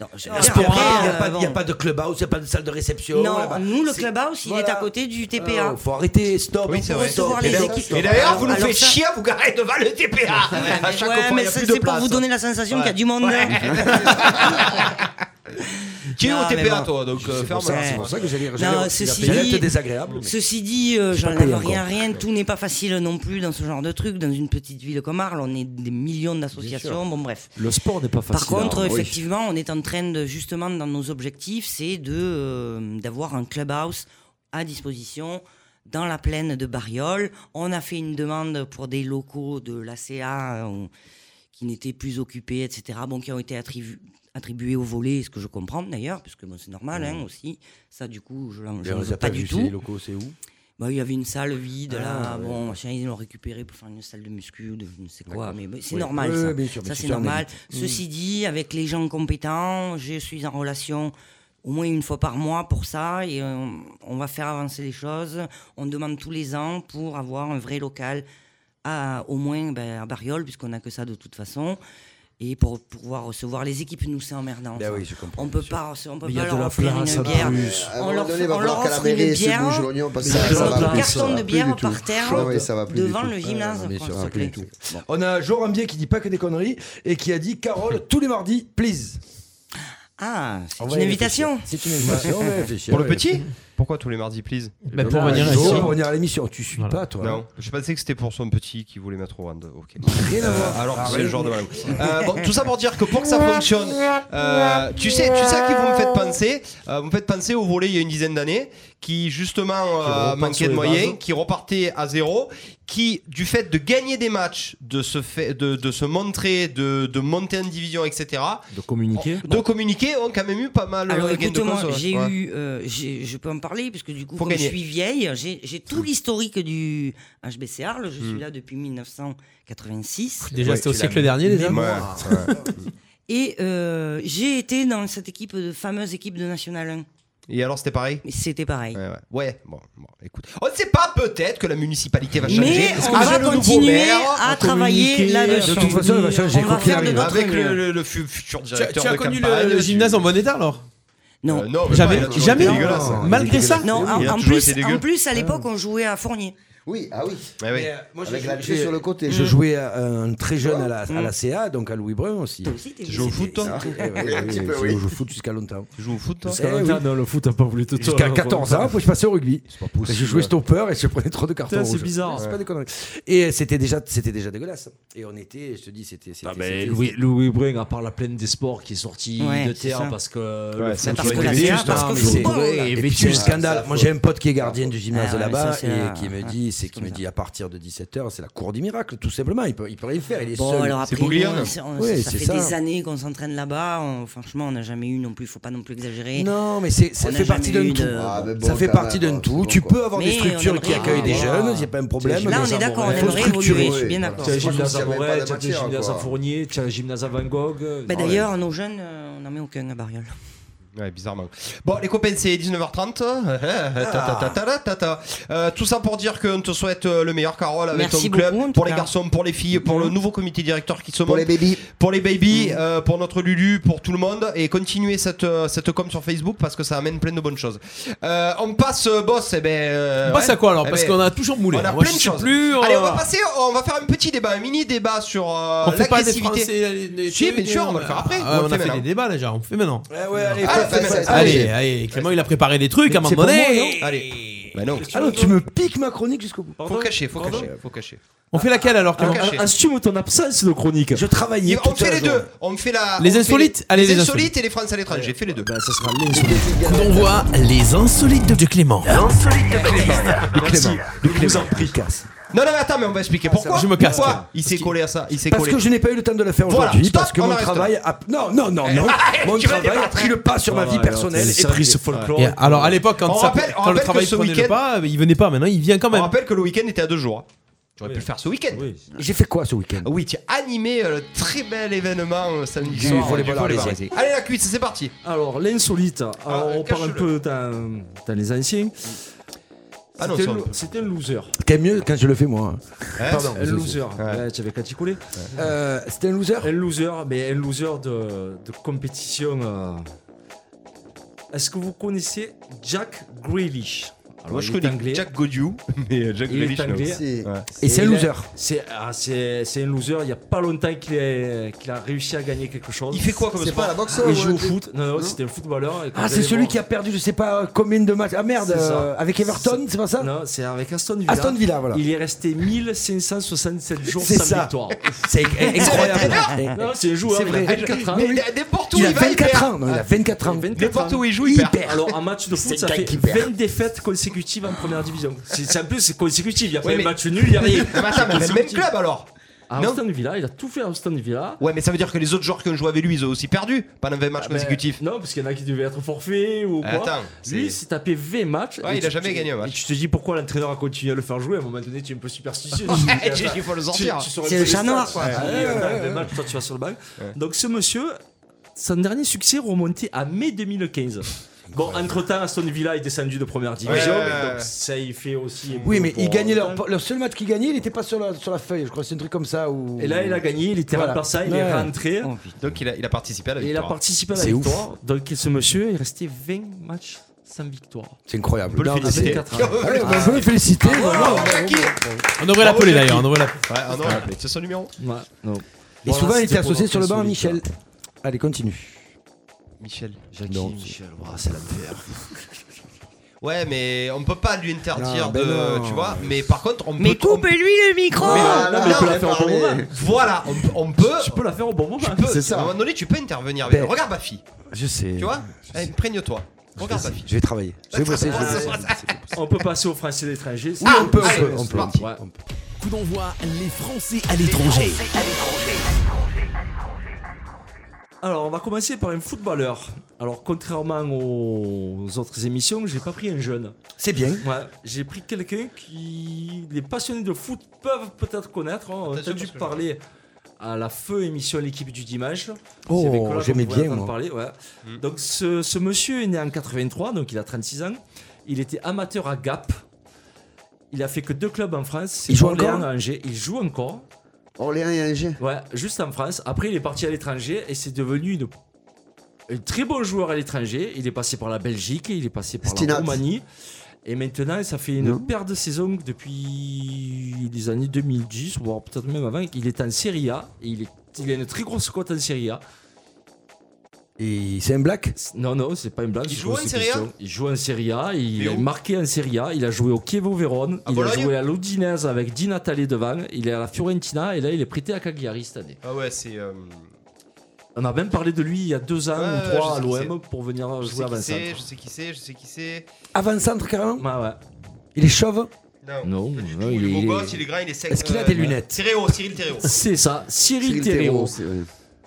Speaker 5: Non, je-
Speaker 3: Parce
Speaker 5: après,
Speaker 3: qu'après, il n'y a,
Speaker 5: euh,
Speaker 3: pas- il y a
Speaker 5: bon.
Speaker 3: pas de clubhouse, il n'y a pas de salle de réception. là-bas.
Speaker 2: bah,
Speaker 5: Non, nous, le
Speaker 3: C'est-
Speaker 5: clubhouse, il est
Speaker 3: Voilà.
Speaker 5: à côté du
Speaker 2: Euh,
Speaker 3: Ah,
Speaker 5: TPA.
Speaker 3: faut arrêter, stop.
Speaker 2: Oui, c'est
Speaker 3: stop,
Speaker 2: vrai.
Speaker 3: stop.
Speaker 5: les
Speaker 2: Et d'ailleurs-
Speaker 5: équipes.
Speaker 2: Et d'ailleurs, Ah, vous nous
Speaker 5: Alors
Speaker 2: faites
Speaker 5: ça-
Speaker 2: chier à vous garer devant le TPA. À chaque
Speaker 5: Ah, ouais,
Speaker 2: fois,
Speaker 5: mais
Speaker 2: il y a
Speaker 5: ça,
Speaker 2: plus de
Speaker 5: c'est pour
Speaker 2: place. hein.
Speaker 5: vous donner la sensation
Speaker 2: Ouais.
Speaker 5: qu'il y a du monde. là.
Speaker 2: Qui est au
Speaker 5: Non, mais
Speaker 2: TPA,
Speaker 5: bon.
Speaker 2: toi Donc, euh, ferme
Speaker 3: ça, c'est
Speaker 2: la-
Speaker 3: pour ça que j'allais- j'allais-
Speaker 5: Non,
Speaker 3: j'allais
Speaker 5: ceci
Speaker 3: dire,
Speaker 5: dit,
Speaker 3: c'est désagréable.
Speaker 5: Ceci dit, euh,
Speaker 3: J'ai pas
Speaker 5: j'enlève
Speaker 3: payé
Speaker 5: rien,
Speaker 3: encore.
Speaker 5: rien. Tout n'est pas facile non plus dans ce genre de truc. Dans une petite ville comme Arles, on est des millions d'associations. Bon, bref.
Speaker 4: Le sport n'est pas
Speaker 5: Par
Speaker 4: facile.
Speaker 5: contre,
Speaker 4: hein, oui.
Speaker 5: effectivement, on est en train de justement dans nos objectifs, c'est de euh, d'avoir un clubhouse à disposition dans la plaine de Bariol. On a fait une demande pour des locaux de l'ACA euh, qui n'étaient plus occupés, etc. Bon, qui ont été attribu- attribués au volet, ce que je comprends d'ailleurs, parce que bon, c'est normal
Speaker 3: Mmh.
Speaker 5: hein, aussi. Ça, du coup, je l'en je l'en veux pas du tout.
Speaker 3: locaux, c'est où
Speaker 5: Bah, il y avait une salle vide là,
Speaker 3: Ah, ouais.
Speaker 5: bon, machin, ils l'ont récupéré pour faire une salle de muscu, de je ne sais quoi,
Speaker 3: D'accord.
Speaker 5: mais mais c'est
Speaker 3: Oui.
Speaker 5: normal
Speaker 3: Oui,
Speaker 5: ça.
Speaker 3: oui, bien sûr, bien
Speaker 5: ça
Speaker 3: sûr, Mm.
Speaker 5: c'est
Speaker 3: ça, on
Speaker 5: normal.
Speaker 3: évite.
Speaker 5: Ceci
Speaker 2: Mm.
Speaker 5: dit, avec les gens compétents, je suis en relation au moins une fois par mois pour ça et euh, on va faire avancer les choses. On demande tous les ans pour avoir un vrai local à, au moins ben, à Bariol, puisqu'on n'a que ça de toute façon. Et pour pouvoir recevoir les équipes, nous c'est emmerdant.
Speaker 3: Ben
Speaker 5: ça.
Speaker 3: oui, je comprends,
Speaker 5: on peut
Speaker 3: bien sûr. Ah,
Speaker 5: pas, on peut
Speaker 4: Mais il y
Speaker 5: pas
Speaker 4: a de
Speaker 5: leur
Speaker 4: la
Speaker 5: offrir
Speaker 4: place
Speaker 5: une
Speaker 4: en plus.
Speaker 6: À
Speaker 5: bière.
Speaker 6: un
Speaker 5: On
Speaker 6: moment
Speaker 5: leur,
Speaker 6: donné, il va
Speaker 5: on leur
Speaker 6: falloir que la
Speaker 5: offre une
Speaker 6: mairie se
Speaker 5: bière,
Speaker 6: bouge l'oignon parce que
Speaker 5: mais
Speaker 6: ça-
Speaker 5: de
Speaker 6: ça va
Speaker 5: l'autre
Speaker 6: plus,
Speaker 5: carton
Speaker 6: ça va
Speaker 5: de
Speaker 6: plus
Speaker 5: bière
Speaker 6: du tout.
Speaker 5: par terre
Speaker 6: Ah ouais, ça va plus du
Speaker 5: devant
Speaker 6: tout.
Speaker 5: le
Speaker 6: Ah,
Speaker 5: gymnase.
Speaker 6: bien
Speaker 5: quoi,
Speaker 6: sûr,
Speaker 5: s'il
Speaker 6: ça va
Speaker 5: te
Speaker 6: plus du
Speaker 5: plaît.
Speaker 6: tout.
Speaker 3: On a Joran Bier qui dit pas que des conneries et qui a dit Carole tous les mardis, please.
Speaker 5: Ah, c'est
Speaker 3: On
Speaker 5: une
Speaker 3: va y
Speaker 6: Ah,
Speaker 5: invitation.
Speaker 3: réfléchir. C'est une invitation. on va y réfléchir.
Speaker 2: Pour le petit Pourquoi tous les mardis, please
Speaker 3: Bah,
Speaker 5: Ben,
Speaker 3: pour revenir à l'émission. Pour revenir à l'émission, tu suis pas, toi. hein.
Speaker 2: Non, je pensais que c'était pour son petit qui voulait mettre au rando. Ok.
Speaker 3: Rien à
Speaker 2: Euh,
Speaker 3: voir. Ah,
Speaker 2: alors que c'est
Speaker 3: Arrête.
Speaker 2: le genre de malade. Euh, bon, tout ça pour dire que pour que ça fonctionne, euh, tu sais, tu sais à qui vous me faites penser Euh, Vous me faites penser au volet il y a une dizaine d'années, qui justement euh,
Speaker 4: repart sur
Speaker 2: manquait de
Speaker 4: les
Speaker 2: moyens,
Speaker 4: bases.
Speaker 2: qui repartait à zéro, qui du fait de gagner des matchs, de se, fait, de, de se montrer, de, de monter en division, etc.
Speaker 4: De communiquer.
Speaker 2: De communiquer, ont quand même eu pas mal
Speaker 5: Alors
Speaker 2: euh, gain de
Speaker 5: écoute-moi,
Speaker 2: cause, ouais.
Speaker 5: j'ai
Speaker 2: Ouais.
Speaker 5: eu, euh, j'ai- je peux en parler puisque du coup,
Speaker 2: Faut
Speaker 5: comme je
Speaker 2: gagner. Mm.
Speaker 5: suis vieille, j'ai j'ai tout l'historique du HBC Arles. Je suis là depuis 1986.
Speaker 1: Déjà, c'était au siècle dernier, déjà.
Speaker 2: Mm.
Speaker 5: Et euh, j'ai été dans cette équipe, de fameuse équipe de National 1.
Speaker 2: Et alors c'était pareil
Speaker 5: C'était pareil.
Speaker 2: Ouais, ouais. Ouais, bon, bon, écoute. On ne sait pas peut-être que la municipalité va changer.
Speaker 5: Mais
Speaker 2: Est-ce
Speaker 5: on
Speaker 2: que
Speaker 5: va
Speaker 2: j'ai le nouveau
Speaker 5: continuer
Speaker 2: maire
Speaker 5: à travailler
Speaker 3: De
Speaker 5: là-dessus.
Speaker 3: toute façon, elle va changer,
Speaker 5: On va
Speaker 3: quoi qu'il
Speaker 5: faire de
Speaker 3: arrive.
Speaker 5: notre
Speaker 2: Avec
Speaker 5: mieux.
Speaker 2: le, le- le fu- futur
Speaker 1: Tu as,
Speaker 2: directeur
Speaker 1: tu as
Speaker 2: de
Speaker 1: connu le-
Speaker 2: campagne.
Speaker 1: le, gymnase en bon état alors
Speaker 5: Non.
Speaker 2: Euh, non, mais
Speaker 1: jamais,
Speaker 2: il a toujours
Speaker 1: jamais.
Speaker 2: été dégueulasse. hein.
Speaker 1: Malgré ça
Speaker 5: Non, en,
Speaker 2: Il a
Speaker 5: en
Speaker 2: toujours
Speaker 5: plus,
Speaker 2: été
Speaker 5: en
Speaker 2: dégueu. Ah.
Speaker 5: plus, à l'époque, on jouait à Fournier.
Speaker 6: Oui, ah oui.
Speaker 2: Ouais, ouais.
Speaker 6: moi, j'ai Avec joué- la clé j'ai- sur le côté.
Speaker 3: Je
Speaker 6: Mm.
Speaker 3: jouais à- un très jeune à la, à la
Speaker 6: Mm.
Speaker 3: CA, donc à Louis Brun aussi.
Speaker 5: Tu joues au foot, toi
Speaker 3: Eh ouais,
Speaker 5: Un petit
Speaker 3: oui,
Speaker 5: peu,
Speaker 3: je
Speaker 5: oui.
Speaker 3: joue au foot jusqu'à longtemps.
Speaker 2: Tu joues au foot,
Speaker 3: toi
Speaker 4: Jusqu'à longtemps, non, le foot a pas voulu te
Speaker 3: Jusqu'à 14 ans, puis je passais au rugby.
Speaker 4: possible.
Speaker 3: Je jouais stopper et je prenais trop de cartons
Speaker 4: Putain, c'est
Speaker 3: rouges.
Speaker 4: bizarre.
Speaker 3: C'est
Speaker 4: Ouais.
Speaker 3: pas des conneries. Et c'était déjà, c'était déjà dégueulasse. Et on était, je te dis, c'était. c'était-
Speaker 4: Ah mais
Speaker 3: c'était-
Speaker 4: Louis, Louis Brun, à part la plaine des sports qui est sortie
Speaker 3: Ouais,
Speaker 4: de
Speaker 3: c'est
Speaker 4: terre
Speaker 3: ça.
Speaker 4: parce que
Speaker 3: Ouais,
Speaker 4: le
Speaker 3: c'est
Speaker 4: foot
Speaker 3: parce
Speaker 4: a
Speaker 3: que
Speaker 4: été
Speaker 3: la
Speaker 4: détruit,
Speaker 3: terre, parce
Speaker 4: non,
Speaker 3: que
Speaker 4: mais c'est-
Speaker 3: football,
Speaker 4: ouais,
Speaker 3: et puis
Speaker 4: effectivement.
Speaker 3: c'est un scandale. Moi, j'ai un pote qui est gardien du gymnase
Speaker 4: Ah ouais,
Speaker 3: là-bas
Speaker 4: ça, c'est un-
Speaker 3: et qui me dit, c'est qui me dit à partir de 17h, c'est la cour des miracles, tout simplement. Il peut, il peut rien faire. Il est
Speaker 5: Bon,
Speaker 3: seul.
Speaker 5: alors après, nous, c'est- on-
Speaker 3: Ouais,
Speaker 5: ça
Speaker 3: c'est
Speaker 5: fait
Speaker 3: ça.
Speaker 5: des années qu'on s'entraîne là-bas. On- Franchement, on n'a jamais eu non plus, faut pas non plus exagérer.
Speaker 3: Non, mais c'est- ça
Speaker 5: On n'a
Speaker 3: fait
Speaker 5: jamais
Speaker 3: partie
Speaker 5: eu
Speaker 3: d'un
Speaker 5: de-
Speaker 3: tout.
Speaker 6: Ah, mais bon,
Speaker 3: ça fait
Speaker 6: quand
Speaker 3: partie
Speaker 6: même,
Speaker 3: d'un
Speaker 6: hein,
Speaker 3: tout.
Speaker 6: c'est
Speaker 3: Tu
Speaker 6: bon,
Speaker 3: peux
Speaker 6: quoi.
Speaker 3: avoir des
Speaker 5: Mais on
Speaker 3: structures
Speaker 5: aimerait
Speaker 3: qui accueillent des
Speaker 5: avoir-
Speaker 3: jeunes, il n'y a pas un
Speaker 5: C'est
Speaker 3: problème.
Speaker 5: Là,
Speaker 3: mais
Speaker 5: on est d'accord, on
Speaker 3: faut
Speaker 5: aimerait
Speaker 3: structurer.
Speaker 5: évoluer, je suis bien d'accord.
Speaker 4: Tu as un
Speaker 5: Moi, je
Speaker 4: gymnase
Speaker 5: pense
Speaker 4: à
Speaker 5: qu'il y avait pas
Speaker 4: Moret,
Speaker 5: la
Speaker 4: tu as un
Speaker 5: matière,
Speaker 4: gymnase à
Speaker 5: quoi.
Speaker 4: Fournier, tu as un gymnase à Van Gogh. euh,
Speaker 5: Bah,
Speaker 4: ouais.
Speaker 5: D'ailleurs, nos jeunes, euh, on n'en met aucun à Bariol.
Speaker 2: Ouais, bizarrement. Bon, les copains, c'est 19h30. Euh, euh, ta, ta, ta, ta, ta, ta. Euh, tout ça pour dire qu'on te souhaite euh, le meilleur, Carole, avec
Speaker 5: Merci
Speaker 2: ton club.
Speaker 5: beaucoup, en tout
Speaker 2: pour les
Speaker 5: cas. Mhm.
Speaker 2: garçons, pour les filles, pour le nouveau comité directeur qui se monte.
Speaker 6: Pour les babies.
Speaker 2: Pour les babies, euh, pour notre Lulu, pour tout le monde. Et continuez cette, euh, cette com sur Facebook parce que ça amène plein de bonnes choses. Euh, on passe, euh, boss. Eh ben, euh,
Speaker 1: On passe à quoi, alors Parce
Speaker 2: eh ben,
Speaker 1: qu'on a toujours moulé.
Speaker 2: On a
Speaker 1: Moi,
Speaker 2: plein
Speaker 1: je
Speaker 2: de
Speaker 1: sais
Speaker 2: choses.
Speaker 1: plus, euh, on-
Speaker 2: Allez, on va passer, on va faire un petit débat, un mini débat sur euh,
Speaker 1: On fait pas des
Speaker 2: l'agressivité.
Speaker 1: Français. les-
Speaker 2: Si, bien sûr, on va le faire après.
Speaker 1: Ah, on,
Speaker 2: le
Speaker 1: a
Speaker 2: fait
Speaker 1: fait des
Speaker 2: maintenant.
Speaker 1: débats déjà, on le fait maintenant.
Speaker 3: allez,
Speaker 2: Ah,
Speaker 3: fais-
Speaker 2: fais-
Speaker 3: fais-
Speaker 2: fais-
Speaker 1: Allez, allez, Clément, il a préparé des trucs à un moment donné.
Speaker 2: Allez. Bah non.
Speaker 3: Ah non, tu me piques ma chronique jusqu'au bout.
Speaker 2: Faut cacher, faut cacher, faut cacher.
Speaker 1: On fait laquelle alors, Clément
Speaker 2: cacher.
Speaker 4: Assume ton absence de chronique.
Speaker 3: Je travaillais.
Speaker 2: on fait les deux.
Speaker 4: Oh,
Speaker 2: On fait la.
Speaker 1: Les
Speaker 2: on fait
Speaker 1: insolites. Allez,
Speaker 2: les
Speaker 1: les
Speaker 2: insolites,
Speaker 1: insolites.
Speaker 2: et les Français à l'étranger. J'ai fait Bah, les deux.
Speaker 4: ça sera
Speaker 1: On voit les insolites de Clément.
Speaker 2: de Clément. De Clément. Non, non, mais attends, mais on va expliquer pourquoi.
Speaker 1: Je me casse,
Speaker 2: Pourquoi
Speaker 1: Clément.
Speaker 2: il s'est collé à ça. Il s'est
Speaker 3: Parce
Speaker 2: collé.
Speaker 3: que je n'ai pas eu le temps de le faire
Speaker 2: Voilà,
Speaker 3: aujourd'hui,
Speaker 2: stop,
Speaker 3: parce que
Speaker 2: on
Speaker 3: mon
Speaker 2: arrête
Speaker 3: travail
Speaker 2: là.
Speaker 3: a... Non, non, non, non.
Speaker 2: Arrête,
Speaker 3: mon
Speaker 2: tu vas
Speaker 3: travail a
Speaker 2: débattre.
Speaker 3: pris le pas sur ma vie personnelle et privée.
Speaker 1: Et alors à l'époque quand,
Speaker 2: On
Speaker 1: ça-
Speaker 2: rappelle- on
Speaker 1: quand le
Speaker 2: rappelle
Speaker 1: travail
Speaker 2: que ce
Speaker 1: prenait le
Speaker 2: week-end-
Speaker 1: pas, il venait pas. Maintenant il vient quand
Speaker 2: On
Speaker 1: même.
Speaker 2: rappelle que le week-end était à deux jours. hein. J'aurais pu le faire ce week-end. Ah
Speaker 3: J'ai fait quoi ce week-end
Speaker 2: Oui, tu as animé euh, le très bel événement euh, samedi
Speaker 3: Du
Speaker 2: soir. euh,
Speaker 3: volleyball
Speaker 2: volleyball
Speaker 3: arlésien.
Speaker 2: Allez, la cuisse, c'est parti.
Speaker 4: Alors, l'insolite, alors, on part un peu dans, dans les anciens.
Speaker 2: Ah non,
Speaker 4: C'était
Speaker 2: ça, on
Speaker 4: le-
Speaker 2: peut.
Speaker 4: C'était un loser.
Speaker 3: T'aimes mieux quand je le fais moi.
Speaker 2: Hein
Speaker 3: Pardon.
Speaker 4: Un loser. Ouais, tu avais qu'à t'y coller.
Speaker 3: Euh, C'était un loser
Speaker 4: Un loser, mais un loser de, de compétition. euh. Est-ce que vous connaissez Jack Grealish Alors,
Speaker 2: Moi, je
Speaker 4: il est
Speaker 2: connais
Speaker 4: anglais.
Speaker 2: Jack Godu, mais euh, Jack
Speaker 4: Il est
Speaker 2: Grealish, non.
Speaker 4: anglais.
Speaker 2: Ouais.
Speaker 3: Et c'est un
Speaker 4: il
Speaker 3: loser.
Speaker 4: est- C'est ah, c'est- c'est un loser. Il n'y a pas longtemps qu'il est- qu'il a réussi à gagner quelque chose.
Speaker 2: Il fait quoi comme
Speaker 6: C'est
Speaker 2: sport
Speaker 6: pas la boxe
Speaker 4: Il
Speaker 6: ouais,
Speaker 4: joue au
Speaker 6: t'es-
Speaker 4: foot. Non, non, c'était un footballeur. et quand
Speaker 3: Ah,
Speaker 4: j'allais
Speaker 3: c'est celui
Speaker 4: voir-
Speaker 3: qui a perdu je sais pas combien de matchs. Ah merde,
Speaker 4: C'est ça.
Speaker 3: euh, avec Everton, c'est pas ça
Speaker 4: Non, c'est avec Aston Villa.
Speaker 3: Aston Villa, voilà.
Speaker 4: Il est resté 1567 jours
Speaker 3: C'est
Speaker 4: sans
Speaker 3: ça.
Speaker 4: victoire.
Speaker 3: C'est incroyable.
Speaker 4: Non, c'est un joueur,
Speaker 3: C'est
Speaker 4: il
Speaker 3: vrai.
Speaker 4: a 24 ans.
Speaker 2: Mais n'importe où
Speaker 3: Il a
Speaker 2: il va, il
Speaker 3: 24
Speaker 2: perd.
Speaker 3: ans,
Speaker 4: Ah,
Speaker 3: non, il a 24 ans.
Speaker 4: 24
Speaker 2: N'importe
Speaker 4: ans.
Speaker 2: où il joue, il perd.
Speaker 4: Alors, un match de foot, ça fait 20 défaites consécutives en première division. C'est c'est- en plus, c'est consécutif. Il n'y a pas
Speaker 2: Ouais,
Speaker 4: eu
Speaker 2: mais-
Speaker 4: match nul, il n'y a rien.
Speaker 2: Mais attends, mais c'est le même
Speaker 4: Consécutif.
Speaker 2: club alors
Speaker 4: À
Speaker 2: Non.
Speaker 4: Aston Villa, il a tout fait à Aston Villa.
Speaker 2: Ouais, mais ça veut dire que les autres joueurs qui ont joué avec lui, ils ont aussi perdu pendant 20 matchs consécutifs.
Speaker 4: Ah, Non, parce qu'il y en a qui devaient être forfaits ou quoi.
Speaker 2: Attends,
Speaker 4: Lui, il
Speaker 2: c'est-
Speaker 4: s'est tapé 20 matchs.
Speaker 2: Ouais,
Speaker 4: et
Speaker 2: il a
Speaker 4: tu-
Speaker 2: jamais
Speaker 4: tu-
Speaker 2: gagné un
Speaker 4: et
Speaker 2: match.
Speaker 4: tu te dis pourquoi l'entraîneur a continué à le faire jouer. À un moment donné, tu es un peu superstitieux.
Speaker 2: Ouais, tu- il faut le sortir.
Speaker 5: C'est le chat noir,
Speaker 4: quoi.
Speaker 5: quoi.
Speaker 4: match, toi, tu vas sur le banc. Donc, ce monsieur, son dernier succès remontait à mai 2015. Bon, entre temps, Aston Villa est descendu de première division,
Speaker 2: Ouais, ouais, ouais.
Speaker 4: donc ça y fait aussi. un
Speaker 3: Oui,
Speaker 4: peu
Speaker 3: mais
Speaker 4: pour-
Speaker 3: ils gagnaient leur, leur seul match qu'ils gagnaient, il était pas sur la, sur la feuille, je crois, c'est un truc comme ça. Ou...
Speaker 4: Et là, il a gagné, il était
Speaker 3: Voilà.
Speaker 4: remplaçant, il
Speaker 3: Ouais.
Speaker 4: est rentré.
Speaker 2: Oh, Donc il a, il a participé à la
Speaker 4: Et il a
Speaker 2: victoire.
Speaker 4: participé à la
Speaker 3: C'est ouf.
Speaker 4: victoire. Donc ce monsieur est resté 20 matchs sans victoire.
Speaker 3: C'est
Speaker 2: On
Speaker 3: incroyable.
Speaker 2: peut le
Speaker 3: Non, mais c'est-
Speaker 2: féliciter.
Speaker 4: 24 ans.
Speaker 3: Allez, on veut le
Speaker 4: Ah,
Speaker 3: féliciter. voilà.
Speaker 2: Bravo, Jackie.
Speaker 1: On devrait
Speaker 2: Bravo,
Speaker 1: l'appeler
Speaker 2: Jackie.
Speaker 1: d'ailleurs. On devrait l'appeler.
Speaker 2: Ouais, on aurait appelé. C'est son numéro
Speaker 4: Ouais, non.
Speaker 3: Et souvent, il était associé sur le banc à Michel. Allez, continue.
Speaker 2: Michel.
Speaker 4: oh, Jackie, Michel, c'est l'enfer.
Speaker 2: Ouais, mais on peut pas lui interdire
Speaker 3: Non, ben
Speaker 2: de.
Speaker 3: non.
Speaker 2: Tu vois Mais par contre, on
Speaker 5: Mais
Speaker 2: peut. on-
Speaker 5: coupez-lui le micro
Speaker 2: Mais non,
Speaker 5: Non,
Speaker 2: non,
Speaker 5: mais on peut
Speaker 2: non,
Speaker 5: la faire au
Speaker 2: non,
Speaker 5: bon
Speaker 2: mais-
Speaker 5: moment.
Speaker 2: Voilà, on, on peut. Tu
Speaker 4: peux la faire au bon moment.
Speaker 2: C'est
Speaker 3: C'est
Speaker 2: ça.
Speaker 3: ça.
Speaker 2: À un moment donné, tu peux intervenir.
Speaker 3: Ben,
Speaker 2: Regarde ma fille.
Speaker 3: Je sais.
Speaker 2: Tu vois Allez, Imprègne-toi.
Speaker 3: Je
Speaker 2: Regarde
Speaker 3: vais-
Speaker 2: ma fille.
Speaker 3: Je vais travailler. Je vais bosser.
Speaker 4: Ah,
Speaker 3: je vais bosser.
Speaker 4: On peut passer aux Français de l'étranger.
Speaker 3: Oui, on peut, on peut, on peut,
Speaker 4: Ouais.
Speaker 8: Coup d'envoi, les Français à l'étranger.
Speaker 4: Alors, on va commencer par un footballeur. Alors, contrairement aux autres émissions, j'ai pas pris un jeune.
Speaker 3: C'est bien.
Speaker 4: Ouais, j'ai pris quelqu'un qui les passionnés de foot peuvent peut-être connaître. hein. On a
Speaker 2: Attention,
Speaker 4: entendu
Speaker 2: parce que-
Speaker 4: parler à la feu émission l'équipe du dimanche.
Speaker 3: Oh,
Speaker 4: C'est avec Nicolas qu'on
Speaker 3: j'aimais
Speaker 4: pouvait
Speaker 3: bien,
Speaker 4: entendre
Speaker 3: moi.
Speaker 4: parler, ouais.
Speaker 2: Mm.
Speaker 4: Donc ce, ce monsieur est né en 83, donc il a 36 ans. Il était amateur à Gap. Il a fait que deux clubs en France. c'est
Speaker 6: Il joue
Speaker 4: Orléans
Speaker 6: encore
Speaker 4: et Angers. Il joue encore.
Speaker 6: Orléans et Angers.
Speaker 4: Ouais, juste en France. Après, il est parti à l'étranger et c'est devenu une- un très bon joueur à l'étranger. Il est passé par la Belgique, il est passé par
Speaker 6: Stinat.
Speaker 4: la Roumanie. Et maintenant, ça fait une
Speaker 6: Non.
Speaker 4: paire de saisons que depuis les années 2010, voire peut-être même avant. Il est en Serie A et il, est, il a une très grosse cote en Serie A.
Speaker 3: Et c'est un black
Speaker 4: Non, non, c'est pas une blague.
Speaker 2: Il
Speaker 4: je
Speaker 2: joue
Speaker 4: pose
Speaker 2: en
Speaker 4: ces
Speaker 2: Serie A
Speaker 4: questions. Il joue en Serie A, il
Speaker 2: Mais
Speaker 4: est
Speaker 2: où
Speaker 4: marqué en Serie A, il a joué au Chievo Vérone,
Speaker 2: À
Speaker 4: il a
Speaker 2: Bologne
Speaker 4: joué à l'Odinese avec Di Natale devant, il est à la Fiorentina et là il est prêté à Cagliari cette année.
Speaker 2: Ah ouais, c'est. euh,
Speaker 4: On a même parlé de lui il y a deux ans
Speaker 2: Ouais,
Speaker 4: ou trois à
Speaker 2: je sais qui
Speaker 4: l'OM pour venir
Speaker 2: Je sais
Speaker 4: jouer à
Speaker 2: qui
Speaker 4: Oh, Vincent.
Speaker 2: c'est, je sais qui c'est, je sais qui c'est.
Speaker 3: Avant-centre carrément
Speaker 4: Ouais, ouais.
Speaker 3: Il est chauve
Speaker 2: Non.
Speaker 4: Non, non,
Speaker 2: Il est beau
Speaker 4: il est-
Speaker 2: gosse, il est grand, il est sec.
Speaker 3: Est-ce qu'il a des
Speaker 2: euh,
Speaker 3: lunettes
Speaker 2: Terreo, Cyril Terreo.
Speaker 4: C'est ça, Cyril Terreau.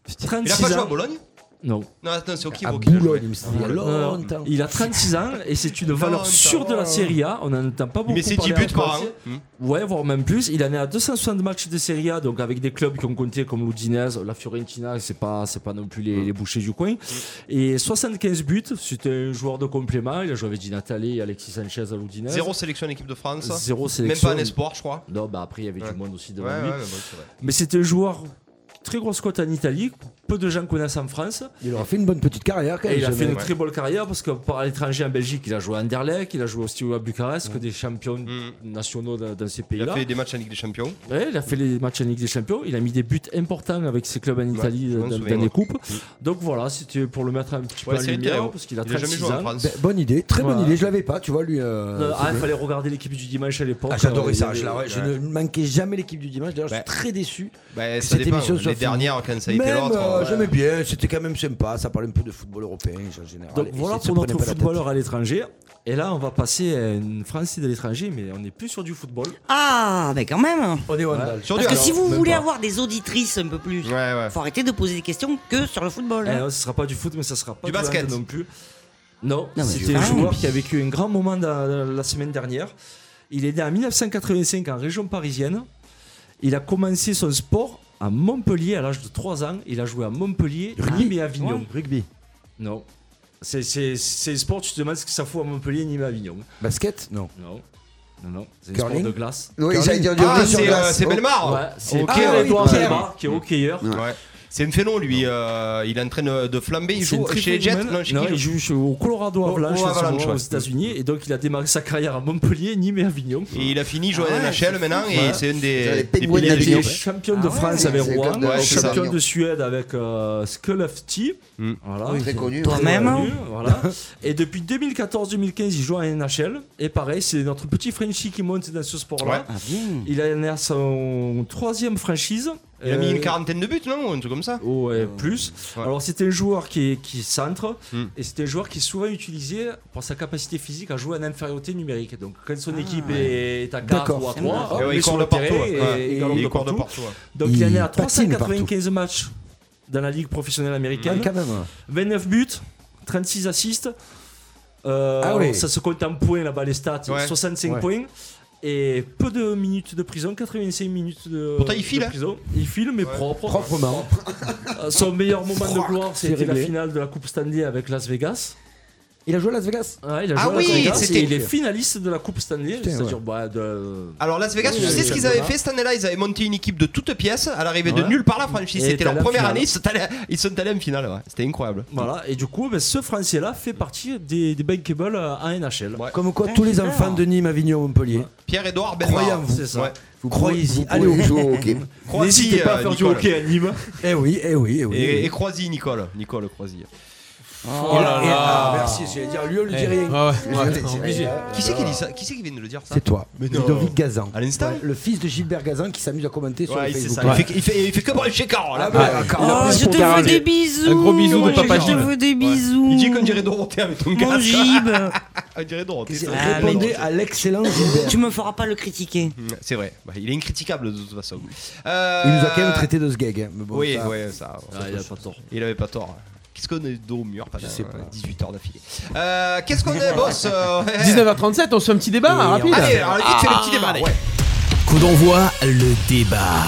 Speaker 2: Il a pas
Speaker 4: 36
Speaker 2: joué à
Speaker 4: ans.
Speaker 2: Bologne
Speaker 4: Non.
Speaker 2: Non, attends, c'est au Kibo.
Speaker 3: À
Speaker 2: qu'il a joué.
Speaker 3: Boulogne, il me semble. Il y a
Speaker 4: Non, non.
Speaker 3: longtemps.
Speaker 4: Il a 36 ans et c'est une
Speaker 2: Ah Non,
Speaker 4: valeur sûre de la
Speaker 2: non.
Speaker 4: Serie A. On n'entend pas beaucoup.
Speaker 2: Mais c'est 10
Speaker 4: parler
Speaker 2: buts
Speaker 4: en
Speaker 2: par an.
Speaker 4: Croatie.
Speaker 2: Hmm.
Speaker 4: Ouais, voire même plus. Il en est à 260 matchs de Serie A, donc avec des clubs qui ont compté comme l'Udinese, la Fiorentina, c'est pas, c'est pas non plus les, les bouchers du coin. Et 75 buts, c'était un joueur de complément. Il a joué avec Di Natale et Alexis Sanchez à l'Udinese.
Speaker 2: Zéro sélection en équipe de France.
Speaker 4: Zéro sélection.
Speaker 2: Même pas un espoir, je crois.
Speaker 4: Non, bah après, il y avait
Speaker 2: Ouais.
Speaker 4: du monde aussi
Speaker 2: Ouais,
Speaker 4: devant
Speaker 2: ouais,
Speaker 4: lui.
Speaker 2: mais bon, c'est vrai.
Speaker 4: Mais c'était un joueur très grosse cote en Italie, peu de gens connaissent en France.
Speaker 3: Il aura fait une bonne petite carrière quand
Speaker 4: Et
Speaker 3: même.
Speaker 4: il a fait
Speaker 3: jamais.
Speaker 4: une très bonne carrière parce que par l'étranger en Belgique, il a joué à Anderlecht, il a joué aussi à Bucarest,
Speaker 2: Mm.
Speaker 4: que des champions nationaux dans, dans ces
Speaker 2: bah, Il
Speaker 4: pays-là.
Speaker 2: a fait des matchs en Ligue des Champions.
Speaker 4: Ouais, il a fait les matchs en Ligue des Champions, il a mis des buts importants avec ses clubs en Italie
Speaker 2: je m'en
Speaker 4: dans,
Speaker 2: souviens,
Speaker 4: dans
Speaker 2: ouais.
Speaker 4: les coupes. Donc voilà, c'était pour le mettre un petit
Speaker 2: Ouais,
Speaker 4: peu en
Speaker 2: Cyril
Speaker 4: lumière
Speaker 2: Terreau.
Speaker 4: parce qu'il a
Speaker 2: Il a jamais
Speaker 4: 36
Speaker 2: joué en
Speaker 4: ans.
Speaker 2: France.
Speaker 3: Ben, bonne idée, très bonne
Speaker 4: Voilà.
Speaker 3: idée. Je l'avais pas, tu vois, lui. euh,
Speaker 4: Euh,
Speaker 3: c'est
Speaker 4: ah, il
Speaker 3: bien.
Speaker 4: fallait regarder l'équipe du dimanche à l'époque. Euh,
Speaker 3: Ah, j'adorais
Speaker 4: Il y
Speaker 3: ça.
Speaker 4: avait-
Speaker 3: Je, la- je
Speaker 2: ouais.
Speaker 3: ne manquais jamais l'équipe du dimanche. D'ailleurs,
Speaker 2: Ouais.
Speaker 3: je suis très déçu.
Speaker 2: Bah,
Speaker 3: que
Speaker 2: ça
Speaker 3: cette
Speaker 2: dépend.
Speaker 3: émission
Speaker 2: Les
Speaker 3: soit finie.
Speaker 2: dernières, quand ça a été
Speaker 3: Même,
Speaker 2: l'autre,
Speaker 3: euh,
Speaker 2: ouais.
Speaker 3: j'aimais bien. C'était quand même sympa. Ça parlait un peu de football européen en général.
Speaker 4: Donc
Speaker 3: Et
Speaker 4: voilà
Speaker 3: c'est- se
Speaker 4: pour notre
Speaker 3: prenait pas la tête.
Speaker 4: footballeur à l'étranger. Et là, on va passer à une Français de l'étranger, mais on n'est plus sur du football.
Speaker 5: Ah, mais quand même
Speaker 3: On est
Speaker 4: Ouais.
Speaker 3: Wandal.
Speaker 2: Sur
Speaker 5: Parce
Speaker 2: du-
Speaker 5: que si vous
Speaker 4: même
Speaker 5: voulez
Speaker 4: pas.
Speaker 5: avoir des auditrices un peu plus,
Speaker 2: Ouais, ouais.
Speaker 5: faut arrêter de poser des questions que sur le football.
Speaker 4: Eh
Speaker 5: hein.
Speaker 4: non, ce sera pas du foot, mais ça sera pas
Speaker 2: Du
Speaker 4: hand
Speaker 2: basket.
Speaker 4: non plus. Non,
Speaker 5: Non, mais
Speaker 4: c'était
Speaker 5: du
Speaker 4: un
Speaker 5: hand.
Speaker 4: joueur qui a vécu un grand moment dans- la, semaine dernière. Il est né en 1985 en région parisienne. Il a commencé son sport à Montpellier à l'âge de 3 ans. Il a joué à Montpellier, Nîmes et Avignon.
Speaker 5: Ouais.
Speaker 3: Rugby.
Speaker 4: Non. C'est- C'est c'est un sport, tu te demandes ce que ça fout à Montpellier, Nîmes et Avignon.
Speaker 3: Basket Non.
Speaker 4: Non. Non, non. C'est un
Speaker 3: Curling
Speaker 4: sport de glace.
Speaker 6: Oui, j'allais dire du
Speaker 2: Ah,
Speaker 6: rugby sur
Speaker 2: c'est euh,
Speaker 6: glace.
Speaker 2: c'est
Speaker 6: Oh.
Speaker 2: Belmar.
Speaker 4: Ouais, c'est
Speaker 2: Ok,
Speaker 4: Pierre
Speaker 3: oui,
Speaker 4: Edouard
Speaker 3: Pierre.
Speaker 4: Belmar, qui est hockeyeur.
Speaker 2: Ouais. C'est un phénomène, lui. euh, il est en train de de flamber. Il
Speaker 4: C'est une
Speaker 2: joue
Speaker 4: très
Speaker 2: chez les
Speaker 4: bonne
Speaker 2: Jets.
Speaker 4: humaine.
Speaker 2: Non, chez
Speaker 4: Non,
Speaker 2: qui il
Speaker 4: il
Speaker 2: joue
Speaker 4: joue chez- au Colorado
Speaker 2: Au-
Speaker 4: Avalanche,
Speaker 2: au
Speaker 4: en ce moment,
Speaker 2: Avalanche, ouais.
Speaker 4: aux États-Unis, et donc il a démarré sa carrière à Montpellier, Nîmes et Avignon.
Speaker 2: Et il a fini jouant
Speaker 5: Ah
Speaker 2: à
Speaker 5: ouais,
Speaker 2: NHL maintenant. Et
Speaker 4: Ouais.
Speaker 2: c'est une
Speaker 6: C'est
Speaker 2: des.
Speaker 6: les
Speaker 2: des
Speaker 6: Penguins
Speaker 2: piliers de
Speaker 6: d'Avignon.
Speaker 2: l'équipe.
Speaker 4: Champion
Speaker 5: Ah
Speaker 4: de
Speaker 5: ouais.
Speaker 4: France avec
Speaker 6: C'est
Speaker 4: Rouen,
Speaker 6: comme de-
Speaker 2: Ouais, c'est ça.
Speaker 4: champion de Suède avec euh, Skellefteå.
Speaker 2: Mm.
Speaker 4: Voilà.
Speaker 6: Très connu.
Speaker 5: Toi,
Speaker 6: hein.
Speaker 5: Même.
Speaker 4: Connu, voilà. Et depuis 2014-2015, il joue à NHL. Et pareil, c'est notre petit Frenchie qui monte dans ce sport-là.
Speaker 2: Ouais.
Speaker 5: Ah bien.
Speaker 4: Il en est à son troisième franchise.
Speaker 2: Il a mis
Speaker 4: Euh,
Speaker 2: une quarantaine de buts, non Ou un truc comme ça.
Speaker 4: Ouais, plus.
Speaker 2: Ouais.
Speaker 4: Alors, c'était un joueur qui, qui centre
Speaker 2: Mm.
Speaker 4: et c'était un joueur qui est souvent utilisé pour sa capacité physique à jouer en infériorité numérique. Donc, quand son équipe est à 4
Speaker 3: D'accord.
Speaker 4: ou à
Speaker 5: C'est
Speaker 4: 3,
Speaker 5: marrant.
Speaker 4: hop,
Speaker 2: Et
Speaker 4: il
Speaker 2: ouais,
Speaker 4: est
Speaker 2: il
Speaker 4: sur
Speaker 2: court
Speaker 4: le
Speaker 2: de partout.
Speaker 4: terrain
Speaker 2: ouais.
Speaker 4: et,
Speaker 2: Ouais,
Speaker 4: et galope
Speaker 2: Il
Speaker 4: de
Speaker 2: court de
Speaker 4: partout.
Speaker 2: partout. ouais.
Speaker 4: Donc, il, en est à
Speaker 3: Il patine
Speaker 4: 395 matchs dans la Ligue professionnelle
Speaker 3: Ah,
Speaker 4: américaine.
Speaker 3: quand même.
Speaker 4: 29 buts, 36 assists. Euh,
Speaker 3: Ah oui.
Speaker 4: alors, Ça se compte en points là-bas, les stats.
Speaker 2: Ouais.
Speaker 4: 65
Speaker 3: Ouais.
Speaker 4: points. Et peu de minutes de prison, 85 minutes de,
Speaker 2: Pourtant, il file,
Speaker 4: de
Speaker 2: hein.
Speaker 4: prison. Il file, mais
Speaker 2: Ouais.
Speaker 4: propre.
Speaker 3: Proprement.
Speaker 4: Euh, Son meilleur moment de gloire,
Speaker 3: c'est
Speaker 4: c'était la
Speaker 3: réglé.
Speaker 4: finale de la Coupe Stanley avec Las Vegas.
Speaker 3: Il a joué à Las Vegas
Speaker 4: Ouais, il a
Speaker 2: Ah
Speaker 4: joué à Las
Speaker 2: oui,
Speaker 4: Vegas et
Speaker 2: c'était-
Speaker 4: il est finaliste de la Coupe Stanley,
Speaker 3: Putain,
Speaker 4: c'est-à-dire
Speaker 3: ouais.
Speaker 4: bah, de...
Speaker 2: Alors Las Vegas,
Speaker 4: Oui,
Speaker 2: tu
Speaker 4: oui,
Speaker 2: sais
Speaker 4: oui,
Speaker 2: ce
Speaker 4: oui.
Speaker 2: qu'ils avaient fait cette année-là Ils avaient monté une équipe de toutes pièces à l'arrivée de
Speaker 4: Ouais.
Speaker 2: nulle part la franchise.
Speaker 4: Et
Speaker 2: C'était leur
Speaker 4: t'as la
Speaker 2: première
Speaker 4: finale.
Speaker 2: année, ils sont allés, ils sont allés en finale. ouais. C'était incroyable.
Speaker 4: Voilà, et du coup, ben, ce Français-là fait partie des, des bankable à NHL.
Speaker 2: Ouais.
Speaker 3: Comme quoi,
Speaker 5: Ah,
Speaker 3: tous les
Speaker 5: super.
Speaker 3: enfants de Nîmes, Avignon, Montpellier,
Speaker 2: Pierre-Edouard
Speaker 3: Croyez
Speaker 2: Belmar.
Speaker 3: en vous.
Speaker 4: C'est ça.
Speaker 2: Ouais.
Speaker 3: vous croyez-y.
Speaker 6: Vous
Speaker 3: Allez au
Speaker 6: pouvez jouer au hockey.
Speaker 2: Croisi,
Speaker 4: N'hésitez pas à
Speaker 2: euh,
Speaker 4: faire du
Speaker 2: Nicole.
Speaker 4: hockey à Nîmes.
Speaker 3: Eh oui, eh oui, eh oui.
Speaker 2: Et, et Croisi, Nicole. Nicole Croisi.
Speaker 3: Oh là là. Ah, merci, j'allais dire, lui, on lui dit
Speaker 2: Eh,
Speaker 3: rien.
Speaker 2: ah ouais,
Speaker 3: Lui,
Speaker 2: ouais,
Speaker 3: on lui dit
Speaker 2: obligé.
Speaker 3: rien.
Speaker 2: Qui c'est qui dit ça Qui c'est qui vient de le dire ça
Speaker 3: C'est toi,
Speaker 2: Mais non.
Speaker 3: Ludovic Gazan.
Speaker 2: À l'instant
Speaker 3: Ouais, Le fils de Gilbert Gazan qui s'amuse à commenter sur
Speaker 2: Ouais,
Speaker 3: le
Speaker 2: c'est
Speaker 3: Facebook.
Speaker 2: ça. Il fait- il fait- il fait que brancher Carole, hein. Ouais. Oh, je te
Speaker 5: fais des bisous.
Speaker 2: Un gros bisou de
Speaker 5: Moi,
Speaker 2: Papa
Speaker 5: Je te
Speaker 2: Gilles.
Speaker 5: fais des bisous.
Speaker 2: Il dit qu'on dirait Dorothée avec ton
Speaker 5: Mon
Speaker 2: casque.
Speaker 5: Gilles.
Speaker 2: On dirait Dorothée. ça.
Speaker 5: Répondez
Speaker 3: à l'excellent Gilbert.
Speaker 5: Ah, Tu me feras pas le critiquer.
Speaker 2: Mm, C'est vrai, Bah, il est incritiquable de toute façon. Euh,
Speaker 3: Il nous a quand même traité de ce gag. hein, mais bon,
Speaker 2: oui,
Speaker 3: ça-
Speaker 2: ouais, ça.
Speaker 3: il
Speaker 2: avait pas tort. Il avait pas tort. Qu'est-ce qu'on est dos au mur pendant
Speaker 3: sais pas.
Speaker 2: 18 heures d'affilée Euh, Qu'est-ce qu'on est, boss Euh, ouais.
Speaker 1: 19h37, on se fait un petit débat, Ah, rapide.
Speaker 2: Allez, alors, vite, c'est le petit débat. ouais.
Speaker 8: Coup d'envoi, le débat.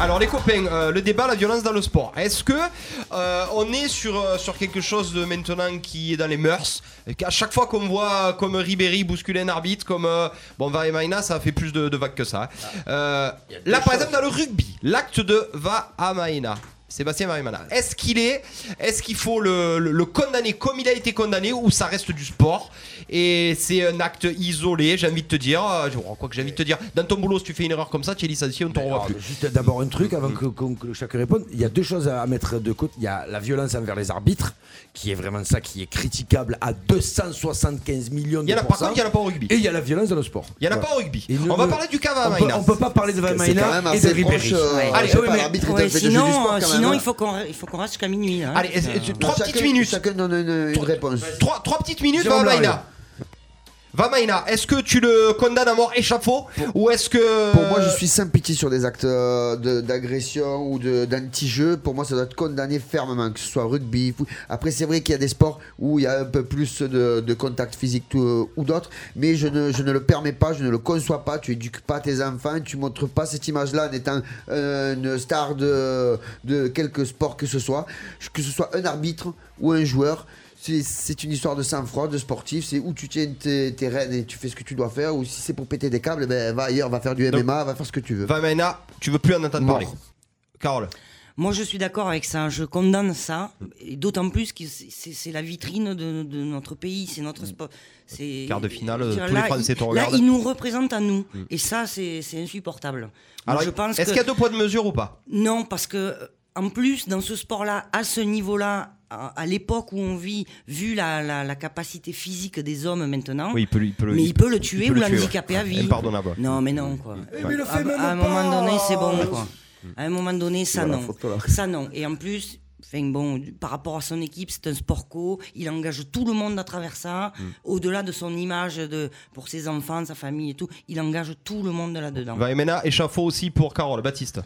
Speaker 2: Alors les copains, euh, le débat, la violence dans le sport. Est-ce que euh, on est sur, euh, sur quelque chose de maintenant qui est dans les mœurs et qu'à chaque fois qu'on voit euh, comme Ribéry bousculer un arbitre, comme euh, bon Maina, ça fait plus de, de vagues que ça. hein. Euh, là par exemple dans le rugby, l'acte de Vahamaina. Sébastien Varimana, est-ce qu'il est, est-ce qu'il faut le, le- le condamner comme il a été condamné ou ça reste du sport et c'est un acte isolé, j'ai envie de te dire, euh, quoi que j'ai envie de te dire, dans ton boulot si tu fais une erreur comme ça, tu es licencié, on t'en revoit plus.
Speaker 3: Juste d'abord un truc avant que, qu'on- que chacun réponde. Il y a deux choses à à mettre de côté. Il y a la violence envers les arbitres, qui est vraiment ça qui est critiquable à 275 millions de
Speaker 2: Il y en a- par
Speaker 3: pourcents.
Speaker 2: contre, il y en a pas au rugby.
Speaker 3: Et il y a la violence dans le sport.
Speaker 2: Il y en a
Speaker 3: Voilà.
Speaker 2: pas au rugby.
Speaker 3: Et
Speaker 2: On
Speaker 3: ne-
Speaker 2: va parler du cas
Speaker 3: on peut-
Speaker 2: Vamaina.
Speaker 3: On peut pas parler de
Speaker 2: C'est quand même
Speaker 3: Vamaina et de
Speaker 2: assez
Speaker 3: Ribéry.
Speaker 2: proche, euh,
Speaker 3: Allez,
Speaker 2: je sais
Speaker 3: oui,
Speaker 2: pas,
Speaker 3: mais-
Speaker 6: l'arbitre
Speaker 5: Ouais,
Speaker 6: il fait
Speaker 5: sinon,
Speaker 6: du sport, quand
Speaker 5: euh,
Speaker 6: même,
Speaker 5: sinon
Speaker 6: hein.
Speaker 5: il faut qu'on il faut qu'on reste jusqu'à minuit. hein.
Speaker 2: Allez, est-ce- est-ce- trois
Speaker 6: Chacun-
Speaker 2: petites minutes.
Speaker 6: Chacun donne une, une réponse.
Speaker 2: Trois, trois petites minutes,
Speaker 6: Jérôme
Speaker 2: Vamaina.
Speaker 6: Lario.
Speaker 2: Vamaina, est-ce que tu le condamnes à mort échafaud ou est-ce que.
Speaker 6: Pour moi, je suis sans pitié sur des actes euh, de- d'agression ou de- d'anti-jeu. Pour moi, ça doit être condamné fermement, que ce soit rugby. foot. Après, c'est vrai qu'il y a des sports où il y a un peu plus de, de contact physique tout- euh, ou d'autres, mais je ne, je ne le permets pas, je ne le conçois pas. Tu éduques pas tes enfants, tu montres pas cette image-là en étant euh, une star de, de quelque sport que ce soit, que ce soit un arbitre ou un joueur. C'est- C'est une histoire de sang-froid, de sportif. C'est où tu tiens tes, tes rênes et tu fais ce que tu dois faire. Ou si c'est pour péter des câbles, eh ben, va ailleurs, va faire du MMA, va faire ce que tu veux.
Speaker 2: Vamaina, tu veux plus en entendre parler. Carole.
Speaker 5: Moi, je suis d'accord avec ça. hein. Je condamne ça, et d'autant plus que c'est- c'est c'est la vitrine de, de notre pays, c'est notre sport. C'est-
Speaker 2: Mm. Quart de finale,
Speaker 5: Je veux dire,
Speaker 2: tous les
Speaker 5: là,
Speaker 2: Français
Speaker 5: il-
Speaker 2: te
Speaker 5: Là,
Speaker 2: regardent.
Speaker 5: ils nous représentent à nous,
Speaker 2: Mm.
Speaker 5: et ça, c'est c'est insupportable. Moi,
Speaker 2: Alors,
Speaker 5: je pense
Speaker 2: est-ce
Speaker 5: que-
Speaker 2: qu'il y a deux poids de mesure ou pas
Speaker 5: Non, parce que euh, en plus, dans ce sport-là, à ce niveau-là, à, à l'époque où on vit, vu la, la- la capacité physique des hommes maintenant,
Speaker 2: Oui, il peut, lui- il peut le-
Speaker 5: mais
Speaker 2: il
Speaker 5: il peut le
Speaker 2: peut-
Speaker 5: tuer
Speaker 2: il peut
Speaker 5: ou
Speaker 2: le tuer,
Speaker 5: l'handicaper
Speaker 2: ouais.
Speaker 5: à vie.
Speaker 2: Impardonnable.
Speaker 5: Non, mais non, quoi.
Speaker 2: Eh, mais le
Speaker 5: À-
Speaker 2: fait même
Speaker 5: à, un moment
Speaker 2: pas.
Speaker 5: donné, c'est bon, quoi. À un moment donné, ça
Speaker 2: Voilà,
Speaker 5: non.
Speaker 2: faut pas là.
Speaker 5: Ça non. Et en plus, enfin, bon, par rapport à son équipe, c'est un sport co. Il engage tout le monde à travers ça.
Speaker 2: Mm.
Speaker 5: Au-delà de son image de, pour ses enfants, sa famille et tout, il engage tout le monde là-dedans.
Speaker 2: Vamaina, échafaud aussi pour Carole, Baptiste.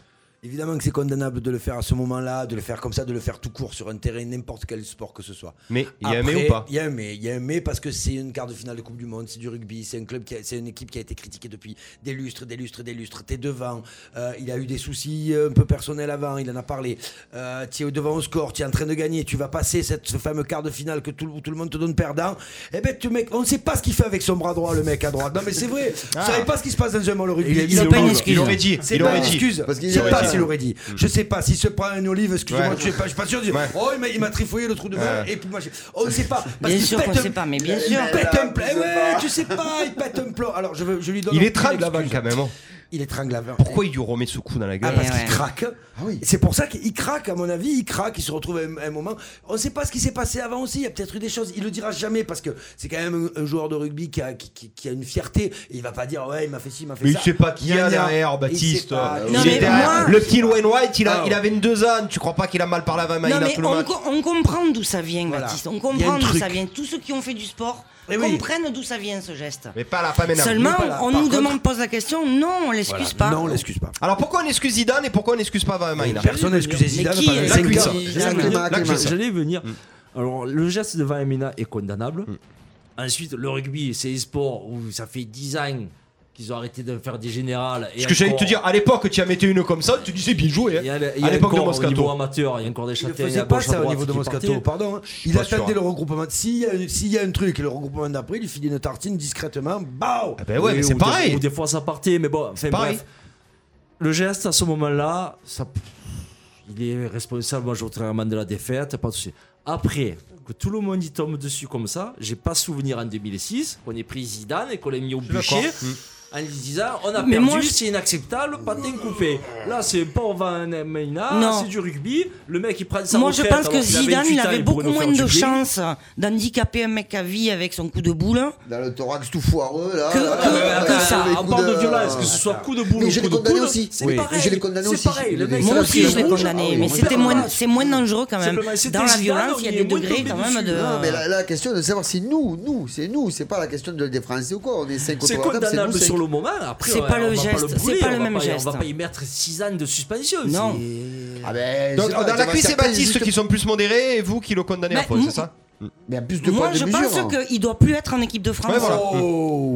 Speaker 3: Évidemment que c'est condamnable de le faire à ce moment-là, de le faire comme ça, de le faire tout court sur un terrain, n'importe quel sport que ce soit.
Speaker 2: Mais il y a un mais
Speaker 3: Après,
Speaker 2: ou pas
Speaker 3: Il y a un mais, il y a un mais parce que c'est une quart de finale de Coupe du Monde, c'est du rugby, c'est un club, qui a- c'est une équipe qui a été critiquée depuis des lustres, des lustres, des lustres. T'es devant, euh, il a eu des soucis euh, un peu personnels avant, il en a parlé. Euh, t'es devant au score, t'es en train de gagner, tu vas passer cette, ce fameux quart de finale que tout, où tout le monde te donne perdant. Eh ben, tu, mec, on ne sait pas ce qu'il fait avec son bras droit, le mec à droite. Non mais c'est vrai, on ne
Speaker 2: Ah.
Speaker 3: savait pas ce qui se passe dans un mall au rugby.
Speaker 2: Il a- il a
Speaker 3: n'a
Speaker 2: pas une excuse. Il aurait dit,
Speaker 3: C'est
Speaker 2: il
Speaker 3: pas
Speaker 2: aurait
Speaker 3: une
Speaker 2: dit.
Speaker 3: excuse.
Speaker 2: Parce qu'il
Speaker 3: Je sais
Speaker 2: aurait
Speaker 3: pas
Speaker 2: dit.
Speaker 3: s'il aurait dit. Je sais pas s'il se prend une olive, excusez-moi,
Speaker 2: Ouais.
Speaker 3: je sais pas, je suis pas sûr de dire,
Speaker 2: Ouais.
Speaker 3: Oh, il m'a- il m'a trifouillé le trou de balle
Speaker 2: Ouais.
Speaker 3: et puis moi, j'ai- on ne sait pas.
Speaker 5: Bien
Speaker 3: qu'il
Speaker 5: sûr
Speaker 3: pète
Speaker 5: qu'on
Speaker 3: un-
Speaker 5: sait pas, mais bien
Speaker 3: Il
Speaker 5: sûr.
Speaker 3: pète un pla-
Speaker 5: Je sais
Speaker 3: ouais,
Speaker 5: pas.
Speaker 3: tu sais pas, il pète un plomb. Alors je, veux- je lui donne.
Speaker 2: Il
Speaker 3: un-
Speaker 2: est
Speaker 3: une
Speaker 2: tringle la
Speaker 3: excuse.
Speaker 2: quand même. hein.
Speaker 3: Il est tringle avant.
Speaker 2: Pourquoi il lui remet ce coup dans la
Speaker 3: Ah,
Speaker 2: gueule
Speaker 3: parce qu'il craque.
Speaker 2: Ah
Speaker 3: C'est pour ça qu'il craque, à mon avis, il craque, il se retrouve à un, à un moment. On ne sait pas ce qui s'est passé avant aussi, il y a peut-être eu des choses, il le dira jamais parce que c'est quand même un, un joueur de rugby qui a, qui, qui- qui a une fierté. Et il va pas dire, ouais, il m'a fait ci, il m'a fait
Speaker 2: Mais il
Speaker 3: ça.
Speaker 2: sait pas qui il y a
Speaker 3: Gna, gna.
Speaker 2: derrière,
Speaker 3: Il sait
Speaker 2: Baptiste. euh,
Speaker 3: pas.
Speaker 2: Il
Speaker 5: Non,
Speaker 2: est
Speaker 5: mais
Speaker 2: derrière.
Speaker 5: moi-
Speaker 2: Le petit Wayne White, il a,
Speaker 3: Ah.
Speaker 2: il a 22 ans. Tu crois pas qu'il a mal parlé à Vamaina
Speaker 5: Non, mais
Speaker 2: tout le
Speaker 5: on,
Speaker 2: match
Speaker 5: co- on comprend d'où ça vient, Baptiste.
Speaker 2: Il
Speaker 5: On
Speaker 2: y a un
Speaker 5: comprend d'où
Speaker 2: truc.
Speaker 5: ça vient. Tous ceux qui ont fait du sport
Speaker 2: Eh oui.
Speaker 5: comprennent d'où ça vient ce geste.
Speaker 2: Mais pas là, pas maintenant.
Speaker 5: Seulement,
Speaker 2: Mais pas là.
Speaker 5: on
Speaker 2: Par
Speaker 5: nous
Speaker 2: contre-
Speaker 5: demande, pose la question, non, on l'excuse pas.
Speaker 3: l'excuse pas.
Speaker 2: Alors pourquoi on excuse Zidane et pourquoi on n'excuse pas Vamaina
Speaker 3: Personne n'a excusé Zidane pendant
Speaker 2: La
Speaker 3: cinq
Speaker 2: cuisse.
Speaker 3: ans.
Speaker 2: La cuisse. La cuisse.
Speaker 4: J'allais venir. Alors, le geste de Vaemena est condamnable.
Speaker 2: Hmm.
Speaker 4: Ensuite, le rugby, c'est les sports où ça fait 10 ans qu'ils ont arrêté de faire des générales. et
Speaker 2: Parce que j'allais
Speaker 4: encore-
Speaker 2: te dire, à l'époque, tu as mettais une comme ça, tu disais bien joué. hein.
Speaker 4: Il y a, le- il y a
Speaker 2: À l'époque de
Speaker 4: encore Au niveau
Speaker 2: Moscato.
Speaker 4: amateur, il y a encore des
Speaker 3: Il ne
Speaker 4: châtaignes.
Speaker 3: faisait
Speaker 4: à
Speaker 3: pas
Speaker 4: gauche, à
Speaker 3: ça au
Speaker 4: droite
Speaker 3: niveau de
Speaker 4: qui
Speaker 3: Moscato,
Speaker 4: partaient.
Speaker 3: pardon.
Speaker 4: suis
Speaker 3: Il
Speaker 4: pas sûr,
Speaker 3: attendait
Speaker 4: hein.
Speaker 3: le regroupement. S'il y, a une- s'il y a un truc, le regroupement d'après, il finit une tartine discrètement. Bao
Speaker 2: Ah ben
Speaker 4: Eh oui, ou des- ou des fois ça partait, mais bon, enfin,
Speaker 3: pareil.
Speaker 4: bref. Le geste à ce moment-là, ça, il est responsable majoritairement de la défaite, pas de souci. Après, que tout le monde y tombe dessus comme ça, j'ai pas souvenir en 2006 qu'on ait pris Zidane et qu'on l'ait mis au
Speaker 2: suis d'accord.
Speaker 4: bûcher.
Speaker 2: Mm.
Speaker 4: en disant on a
Speaker 5: Mais
Speaker 4: perdu,
Speaker 5: moi, je-
Speaker 4: c'est inacceptable, patin coupé. Là, c'est pas on va en
Speaker 5: Non.
Speaker 4: Meina, c'est du rugby. Le mec il prend sa
Speaker 5: Moi, je
Speaker 4: retraite
Speaker 5: pense que
Speaker 4: alors qu'il
Speaker 5: Zidane,
Speaker 4: 28
Speaker 5: il
Speaker 4: ans, pourrait
Speaker 5: avait beaucoup
Speaker 4: nous faire
Speaker 5: moins
Speaker 4: du
Speaker 5: de
Speaker 4: bien.
Speaker 5: chance d'handicaper un mec à vie avec son coup de boule.
Speaker 6: Dans le thorax tout foireux, là. Ah,
Speaker 5: Que,
Speaker 6: là,
Speaker 5: que-
Speaker 6: là, là,
Speaker 5: que
Speaker 6: là,
Speaker 5: ça.
Speaker 6: les
Speaker 4: On
Speaker 6: coups Ah,
Speaker 4: parle de violence, que ce soit coup de boule
Speaker 6: Mais
Speaker 4: ou
Speaker 6: je
Speaker 4: coup
Speaker 6: l'ai
Speaker 4: de
Speaker 6: condamné
Speaker 4: boule,
Speaker 6: aussi.
Speaker 4: c'est pareil.
Speaker 6: Je l'ai condamné
Speaker 4: C'est
Speaker 6: aussi.
Speaker 4: pareil, le mec,
Speaker 5: Moi
Speaker 4: ça
Speaker 5: aussi,
Speaker 4: fait
Speaker 5: je l'ai
Speaker 4: rouge. Ah
Speaker 5: condamné,
Speaker 4: oui,
Speaker 5: mais
Speaker 4: on
Speaker 5: c'était
Speaker 4: perd le
Speaker 5: moins,
Speaker 4: match.
Speaker 5: c'est moins dangereux quand même.
Speaker 4: Simplement, c'était
Speaker 5: Dans la
Speaker 4: Zidane,
Speaker 5: violence,
Speaker 4: on
Speaker 5: il y
Speaker 4: y
Speaker 5: a
Speaker 4: est
Speaker 5: des
Speaker 4: moins
Speaker 5: degrés
Speaker 4: tombé
Speaker 5: quand même
Speaker 4: dessus.
Speaker 5: de.
Speaker 6: Non, mais la, la question est de savoir si nous, nous, c'est nous, c'est pas la question de, des Français ou quoi. On est 5 contre
Speaker 4: C'est
Speaker 6: 3, c'est nous
Speaker 4: condamnable
Speaker 6: cinq.
Speaker 4: sur le moment. hein. Après,
Speaker 5: C'est
Speaker 4: on-
Speaker 5: pas le
Speaker 4: on va
Speaker 5: geste, c'est
Speaker 4: brûler,
Speaker 5: pas
Speaker 4: on
Speaker 5: le
Speaker 4: va
Speaker 5: même
Speaker 4: pas y-
Speaker 5: geste.
Speaker 4: On va pas y mettre 6 ans de suspension.
Speaker 5: Non.
Speaker 4: c'est-
Speaker 6: Ah ben,
Speaker 2: Donc,
Speaker 6: je sais pas,
Speaker 2: dans
Speaker 6: tu
Speaker 2: la
Speaker 6: vas
Speaker 2: crise, c'est
Speaker 6: certains,
Speaker 2: Baptiste
Speaker 6: juste-
Speaker 2: qui sont plus modérés et vous qui le condamnez à
Speaker 5: Bah,
Speaker 2: fond,
Speaker 5: m-
Speaker 2: c'est ça
Speaker 6: Mais en plus de
Speaker 5: Moi,
Speaker 6: poids, de
Speaker 5: je
Speaker 6: mesure. hein. Oh.
Speaker 5: pense qu'il doit plus être en équipe de France.
Speaker 2: Ouais, voilà.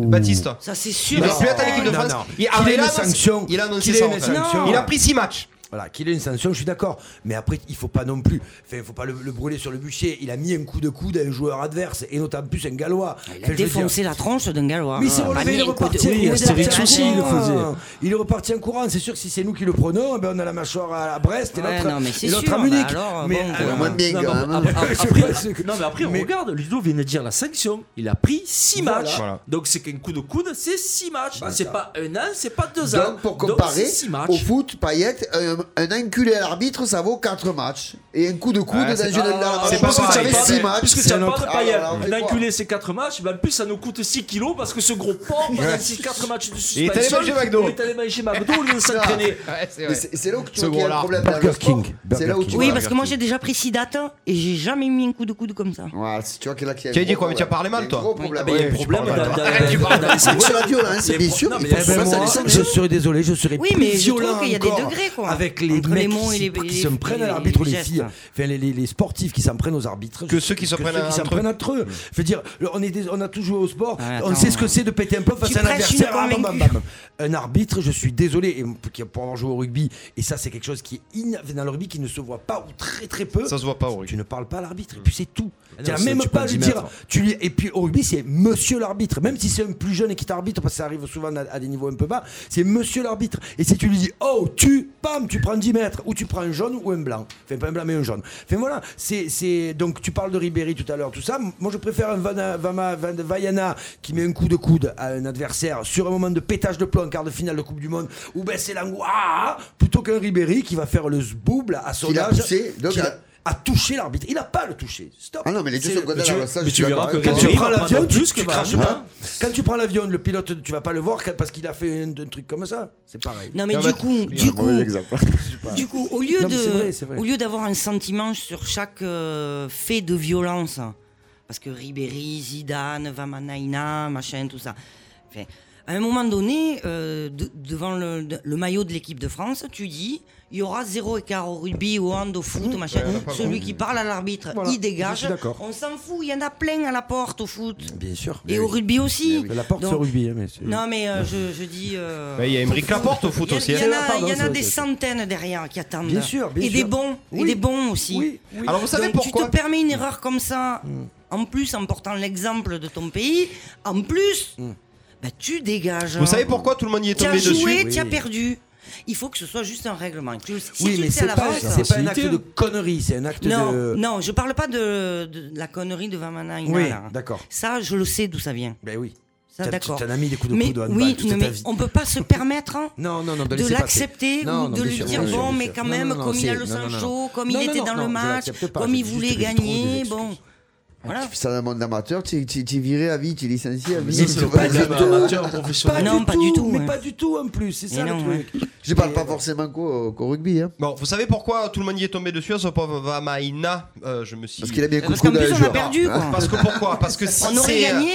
Speaker 2: Baptiste.
Speaker 5: Ça, c'est sûr.
Speaker 2: Il a
Speaker 5: et
Speaker 2: pu être à
Speaker 5: certain.
Speaker 2: l'équipe de France.
Speaker 3: non.
Speaker 2: Il,
Speaker 3: Qu'il ait
Speaker 2: il, a
Speaker 3: une
Speaker 2: annoncé-
Speaker 3: sanction.
Speaker 2: il a annoncé
Speaker 3: Qu'il ait
Speaker 2: ça.
Speaker 3: une
Speaker 2: en fait.
Speaker 3: sanction.
Speaker 2: Il a pris 6 matchs.
Speaker 3: Voilà, qu'il ait une sanction, je suis d'accord. Mais après, il faut pas non plus. Enfin, il faut pas le, le brûler sur le bûcher. Il a mis un coup de coude à un joueur adverse, et notamment plus un Gallois.
Speaker 2: Ah,
Speaker 5: Il
Speaker 3: Enfin,
Speaker 5: a
Speaker 3: je veux
Speaker 5: défoncé
Speaker 3: dire-
Speaker 5: la tronche d'un gallois.
Speaker 3: Mais il s'est
Speaker 5: Pas
Speaker 3: relevé,
Speaker 5: mis
Speaker 3: il est
Speaker 5: un coup de-
Speaker 3: reparti.
Speaker 5: Ah, Oui,
Speaker 3: il est
Speaker 5: c'était
Speaker 3: reparti en
Speaker 5: Ritsushi, il le
Speaker 3: courant.
Speaker 4: faisait.
Speaker 3: Il est reparti en courant. C'est sûr que si c'est nous qui le prenons, eh ben on a la mâchoire à à Brest et
Speaker 5: Ouais,
Speaker 3: l'autre
Speaker 5: non, mais c'est
Speaker 3: et l'autre
Speaker 5: sûr,
Speaker 3: à
Speaker 5: bah
Speaker 3: Munich.
Speaker 5: alors, bon,
Speaker 3: euh,
Speaker 5: quoi.
Speaker 6: Ah, Moins bien,
Speaker 4: Non,
Speaker 6: hein. quand
Speaker 4: mais
Speaker 6: même.
Speaker 4: ap- ap-
Speaker 3: Je
Speaker 4: après,
Speaker 3: sais pas ce que-
Speaker 4: non, mais après, on
Speaker 3: Mais-
Speaker 4: regarde, Ludo vient de dire la sanction. Il a pris 6
Speaker 3: Voilà.
Speaker 4: matchs.
Speaker 2: Voilà.
Speaker 4: Donc c'est qu'un coup de coude, c'est 6 matchs.
Speaker 6: Bah,
Speaker 4: c'est
Speaker 6: ça.
Speaker 4: pas un an, c'est pas deux ans.
Speaker 6: Donc, pour comparer,
Speaker 4: c'est six matchs.
Speaker 6: au foot, Payet, euh, un inculé à l'arbitre, ça vaut 4 matchs. Et un coup de coude
Speaker 2: Ouais,
Speaker 6: dans
Speaker 2: c'est-
Speaker 6: une dans la
Speaker 2: c'est
Speaker 6: parce
Speaker 2: pas
Speaker 6: que tu
Speaker 2: pareil.
Speaker 6: avais 6 matchs.
Speaker 4: Puisque
Speaker 6: c'est
Speaker 4: ça
Speaker 6: notre-
Speaker 4: parle
Speaker 6: Ah,
Speaker 4: pas hier.
Speaker 6: là, là, on fait quoi
Speaker 4: L'inculé, c'est 4 matchs. mais en plus, ça nous coûte 6 kilos parce que ce gros porc, pendant 4 matchs de suspension.
Speaker 2: Il est allé manger McDo.
Speaker 4: Il est allé manger McDo au lieu de s'entraîner.
Speaker 2: Ouais, c'est
Speaker 6: Mais
Speaker 2: vrai.
Speaker 6: c'est c'est là où que tu
Speaker 2: Ce
Speaker 6: vois qu'il y a
Speaker 2: gros-là.
Speaker 6: le problème dans le
Speaker 3: Burger
Speaker 6: sport.
Speaker 3: King.
Speaker 6: C'est là où tu
Speaker 5: Oui,
Speaker 6: vois.
Speaker 5: parce que moi, j'ai déjà pris 6 dates hein, et j'ai jamais mis un coup de coude comme ça.
Speaker 6: Ouais, c'est- tu vois qu'il y a- qu'il y a
Speaker 2: Tu as
Speaker 6: un
Speaker 2: dit
Speaker 6: gros
Speaker 2: quoi, mais tu as
Speaker 6: problème.
Speaker 2: parlé mal,
Speaker 6: Il y a
Speaker 2: toi
Speaker 6: un gros problème.
Speaker 4: Mais
Speaker 3: Ah,
Speaker 4: il y a un problème dans-
Speaker 2: parles pas.
Speaker 4: dans- dans- dans les
Speaker 6: Ouais. C'est
Speaker 4: sanctions.
Speaker 6: la violence,
Speaker 4: Il y a
Speaker 6: bien
Speaker 4: pro-
Speaker 6: sûr.
Speaker 4: non,
Speaker 6: il
Speaker 4: mais
Speaker 6: faut
Speaker 4: il y a
Speaker 6: que ça,
Speaker 4: vraiment-
Speaker 6: ça les
Speaker 4: je-
Speaker 6: sanctions.
Speaker 3: Je serais désolé, je serais
Speaker 5: Oui,
Speaker 3: plus
Speaker 5: mais je
Speaker 3: violent
Speaker 5: trouve qu'il y a des
Speaker 3: encore
Speaker 5: degrés, quoi.
Speaker 3: Avec les
Speaker 5: Entre
Speaker 3: mecs
Speaker 5: les mots
Speaker 3: qui,
Speaker 5: et les-
Speaker 3: qui
Speaker 5: les-
Speaker 3: se prennent à
Speaker 5: les-
Speaker 3: l'arbitre ou les
Speaker 5: les gestes.
Speaker 3: filles, enfin, les, les- les sportifs qui s'en prennent aux arbitres,
Speaker 2: Que ceux qui s'en prennent
Speaker 3: qui
Speaker 2: entre
Speaker 3: s'en
Speaker 2: eux. Hmm.
Speaker 3: prennent entre eux. Je veux dire, le- on, est des- on a tout joué au sport,
Speaker 5: Ah,
Speaker 3: on
Speaker 5: attends.
Speaker 3: sait ce que c'est de péter un peu face
Speaker 5: Tu
Speaker 3: à un
Speaker 5: prêches une
Speaker 3: adversaire. ah, bam, bam,
Speaker 5: convaincue.
Speaker 3: bam. Un arbitre, je suis désolé, et qui- pour avoir joué au rugby, et ça c'est quelque chose qui est in- dans le rugby qui ne se voit pas ou très très peu.
Speaker 2: Ça se voit pas au rugby.
Speaker 3: Tu ne parles pas à l'arbitre, et puis c'est tout.
Speaker 4: Ah
Speaker 3: Tu
Speaker 4: non,
Speaker 3: n'as
Speaker 4: c'est-
Speaker 3: même
Speaker 4: tu peux
Speaker 3: pas à
Speaker 4: le
Speaker 3: lui
Speaker 4: mettre.
Speaker 3: dire. Tu lui- Et puis au rugby, c'est monsieur l'arbitre. Même si c'est un plus jeune et qui t'arbitre, parce que ça arrive souvent à, à des niveaux un peu bas, c'est monsieur l'arbitre. Et si tu lui dis, oh, tu, pam, tu prends 10 mètres, ou tu prends un jaune ou un blanc. Enfin, pas un blanc, mais un jaune. Enfin, voilà. C'est, c'est... Donc, tu parles de Ribéry tout à l'heure, tout ça. Moi, je préfère un Vana- Vama- Van- Vaiana qui met un coup de coude à un adversaire sur un moment de pétage de plomb en quart de finale de Coupe du Monde, ou ben c'est l'angoisse, plutôt qu'un Ribéry qui va faire le zbouble à son
Speaker 6: Qui l'a
Speaker 3: âge.
Speaker 6: poussé, donc
Speaker 3: qui
Speaker 6: à-
Speaker 3: l'a- a touché l'arbitre. Il n'a pas le touché. Stop.
Speaker 6: Ah non, mais les deux
Speaker 3: C'est
Speaker 6: sont
Speaker 3: le-
Speaker 6: condamnables. ça, je
Speaker 4: mais
Speaker 6: suis
Speaker 4: tu verras
Speaker 6: d'accord
Speaker 4: que
Speaker 6: avec
Speaker 3: quand
Speaker 6: toi.
Speaker 3: tu
Speaker 4: Ribéry-
Speaker 3: prends
Speaker 4: va prendre
Speaker 3: l'avion, tu,
Speaker 4: plus
Speaker 3: tu
Speaker 4: que
Speaker 3: craches
Speaker 4: Varane.
Speaker 3: pas. Quand tu prends l'avion, le pilote, tu vas pas le voir quand- parce qu'il a fait un, un truc comme ça. C'est pareil.
Speaker 5: Non, mais
Speaker 2: Non,
Speaker 5: du
Speaker 2: mais-
Speaker 5: coup,
Speaker 9: C'est
Speaker 5: du
Speaker 9: un mauvais
Speaker 5: coup,
Speaker 9: exemple.
Speaker 5: Du coup, au lieu
Speaker 3: Non, mais c'est vrai, c'est vrai.
Speaker 5: de, au lieu d'avoir un sentiment sur chaque euh, fait de violence, parce que Ribéry, Zidane, Vamanaina, machin, tout ça. Enfin, à un moment donné, euh, de- devant le, de- le maillot de l'équipe de France, tu dis, il y aura zéro écart au rugby, au hand, au foot, machin.
Speaker 2: ouais, pas
Speaker 5: Celui qui parle à l'arbitre,
Speaker 3: Voilà,
Speaker 5: il
Speaker 3: je
Speaker 5: dégage.
Speaker 3: suis d'accord.
Speaker 5: On s'en fout, il y en a plein à la porte au foot
Speaker 3: Bien sûr.
Speaker 5: et au rugby aussi.
Speaker 3: La porte
Speaker 5: Donc,
Speaker 3: sur rugby. hein, mais c'est-
Speaker 5: Non mais euh, je, je dis. euh,
Speaker 2: Ouais, Il y a Emmerich Laporte au foot
Speaker 5: il y a-
Speaker 2: aussi.
Speaker 5: Il y, en
Speaker 2: hein.
Speaker 5: a,
Speaker 3: Pardon,
Speaker 5: il y en a
Speaker 3: c'est-
Speaker 5: des
Speaker 3: c'est-
Speaker 5: centaines derrière qui attendent.
Speaker 3: Bien sûr, bien
Speaker 5: et des
Speaker 3: sûr.
Speaker 5: bons, et
Speaker 3: Oui.
Speaker 5: des bons aussi.
Speaker 3: Oui, oui. Mm.
Speaker 2: Alors, vous savez
Speaker 5: Donc,
Speaker 2: pourquoi
Speaker 5: Tu te permets une erreur comme ça, en plus en portant l'exemple de ton pays, en plus,
Speaker 3: Mm.
Speaker 5: bah, tu dégages.
Speaker 2: Vous savez pourquoi tout le monde y est
Speaker 5: Tu
Speaker 2: tombé
Speaker 5: joué,
Speaker 2: dessus
Speaker 5: tu as
Speaker 3: Oui.
Speaker 5: perdu. Il faut que ce soit juste un règlement. Tu le- si
Speaker 3: Oui,
Speaker 5: tu
Speaker 3: mais
Speaker 5: le sais à
Speaker 3: c'est pas,
Speaker 5: l'avance-
Speaker 3: c'est pas un acte
Speaker 4: C'est
Speaker 3: de connerie, c'est un acte
Speaker 5: non,
Speaker 3: de.
Speaker 5: non, je parle pas de, de la connerie de Vamana Ina,
Speaker 3: Oui,
Speaker 5: là.
Speaker 3: d'accord.
Speaker 5: Ça, je le sais d'où ça vient.
Speaker 3: Ben oui.
Speaker 5: Ça,
Speaker 3: T'as-
Speaker 5: d'accord.
Speaker 3: t'en as mis des coups de bah,
Speaker 5: mais
Speaker 3: coude au handball
Speaker 5: oui,
Speaker 3: toute
Speaker 5: non,
Speaker 3: ta
Speaker 5: mais
Speaker 3: vie.
Speaker 5: on peut pas se permettre. hein,
Speaker 3: Non, non, non, de,
Speaker 5: de
Speaker 3: laisser passer.
Speaker 5: l'accepter
Speaker 3: Non,
Speaker 5: ou
Speaker 3: non,
Speaker 5: de
Speaker 3: bien
Speaker 5: lui
Speaker 3: sûr,
Speaker 5: dire
Speaker 3: bien sûr,
Speaker 5: bon
Speaker 3: bien
Speaker 5: mais
Speaker 3: sûr.
Speaker 5: quand
Speaker 3: Non,
Speaker 5: même
Speaker 3: non, non,
Speaker 5: comme il
Speaker 3: c'est-
Speaker 5: a le
Speaker 3: non,
Speaker 5: sang
Speaker 3: non, non.
Speaker 5: chaud comme
Speaker 3: Non,
Speaker 5: il
Speaker 3: non,
Speaker 5: était
Speaker 3: non,
Speaker 5: dans
Speaker 3: non,
Speaker 5: le
Speaker 3: je
Speaker 5: match
Speaker 3: l'accepte pas,
Speaker 5: comme
Speaker 3: je
Speaker 5: il
Speaker 3: dis, je
Speaker 5: voulait
Speaker 3: te mets trop
Speaker 5: gagner
Speaker 3: des
Speaker 5: bon
Speaker 3: excuses.
Speaker 5: voilà
Speaker 6: Tu fais ça dans le monde amateur, tu tu- tu es viré à vie, tu es licencié à vie.
Speaker 4: Ça,
Speaker 6: tu
Speaker 4: c'est le
Speaker 6: vois.
Speaker 4: problème
Speaker 3: tout.
Speaker 4: amateur professionnel.
Speaker 3: Pas
Speaker 5: Non,
Speaker 3: du
Speaker 5: pas
Speaker 3: tout,
Speaker 5: du tout,
Speaker 3: mais
Speaker 5: ouais.
Speaker 3: pas du tout en plus, c'est ça
Speaker 5: Mais non,
Speaker 3: le truc.
Speaker 6: Je parle pas forcément qu'au qu'au rugby. hein.
Speaker 2: Bon, vous savez pourquoi tout le monde y est tombé dessus à ce pauvre Vamaina Euh, Je me suis.
Speaker 6: Parce qu'il a bien
Speaker 5: parce
Speaker 6: coucou
Speaker 5: qu'en
Speaker 6: dans les
Speaker 5: plus on a
Speaker 6: joueurs.
Speaker 5: perdu quoi
Speaker 2: Parce que pourquoi Parce que si
Speaker 5: on aurait
Speaker 2: c'est, euh,
Speaker 5: gagné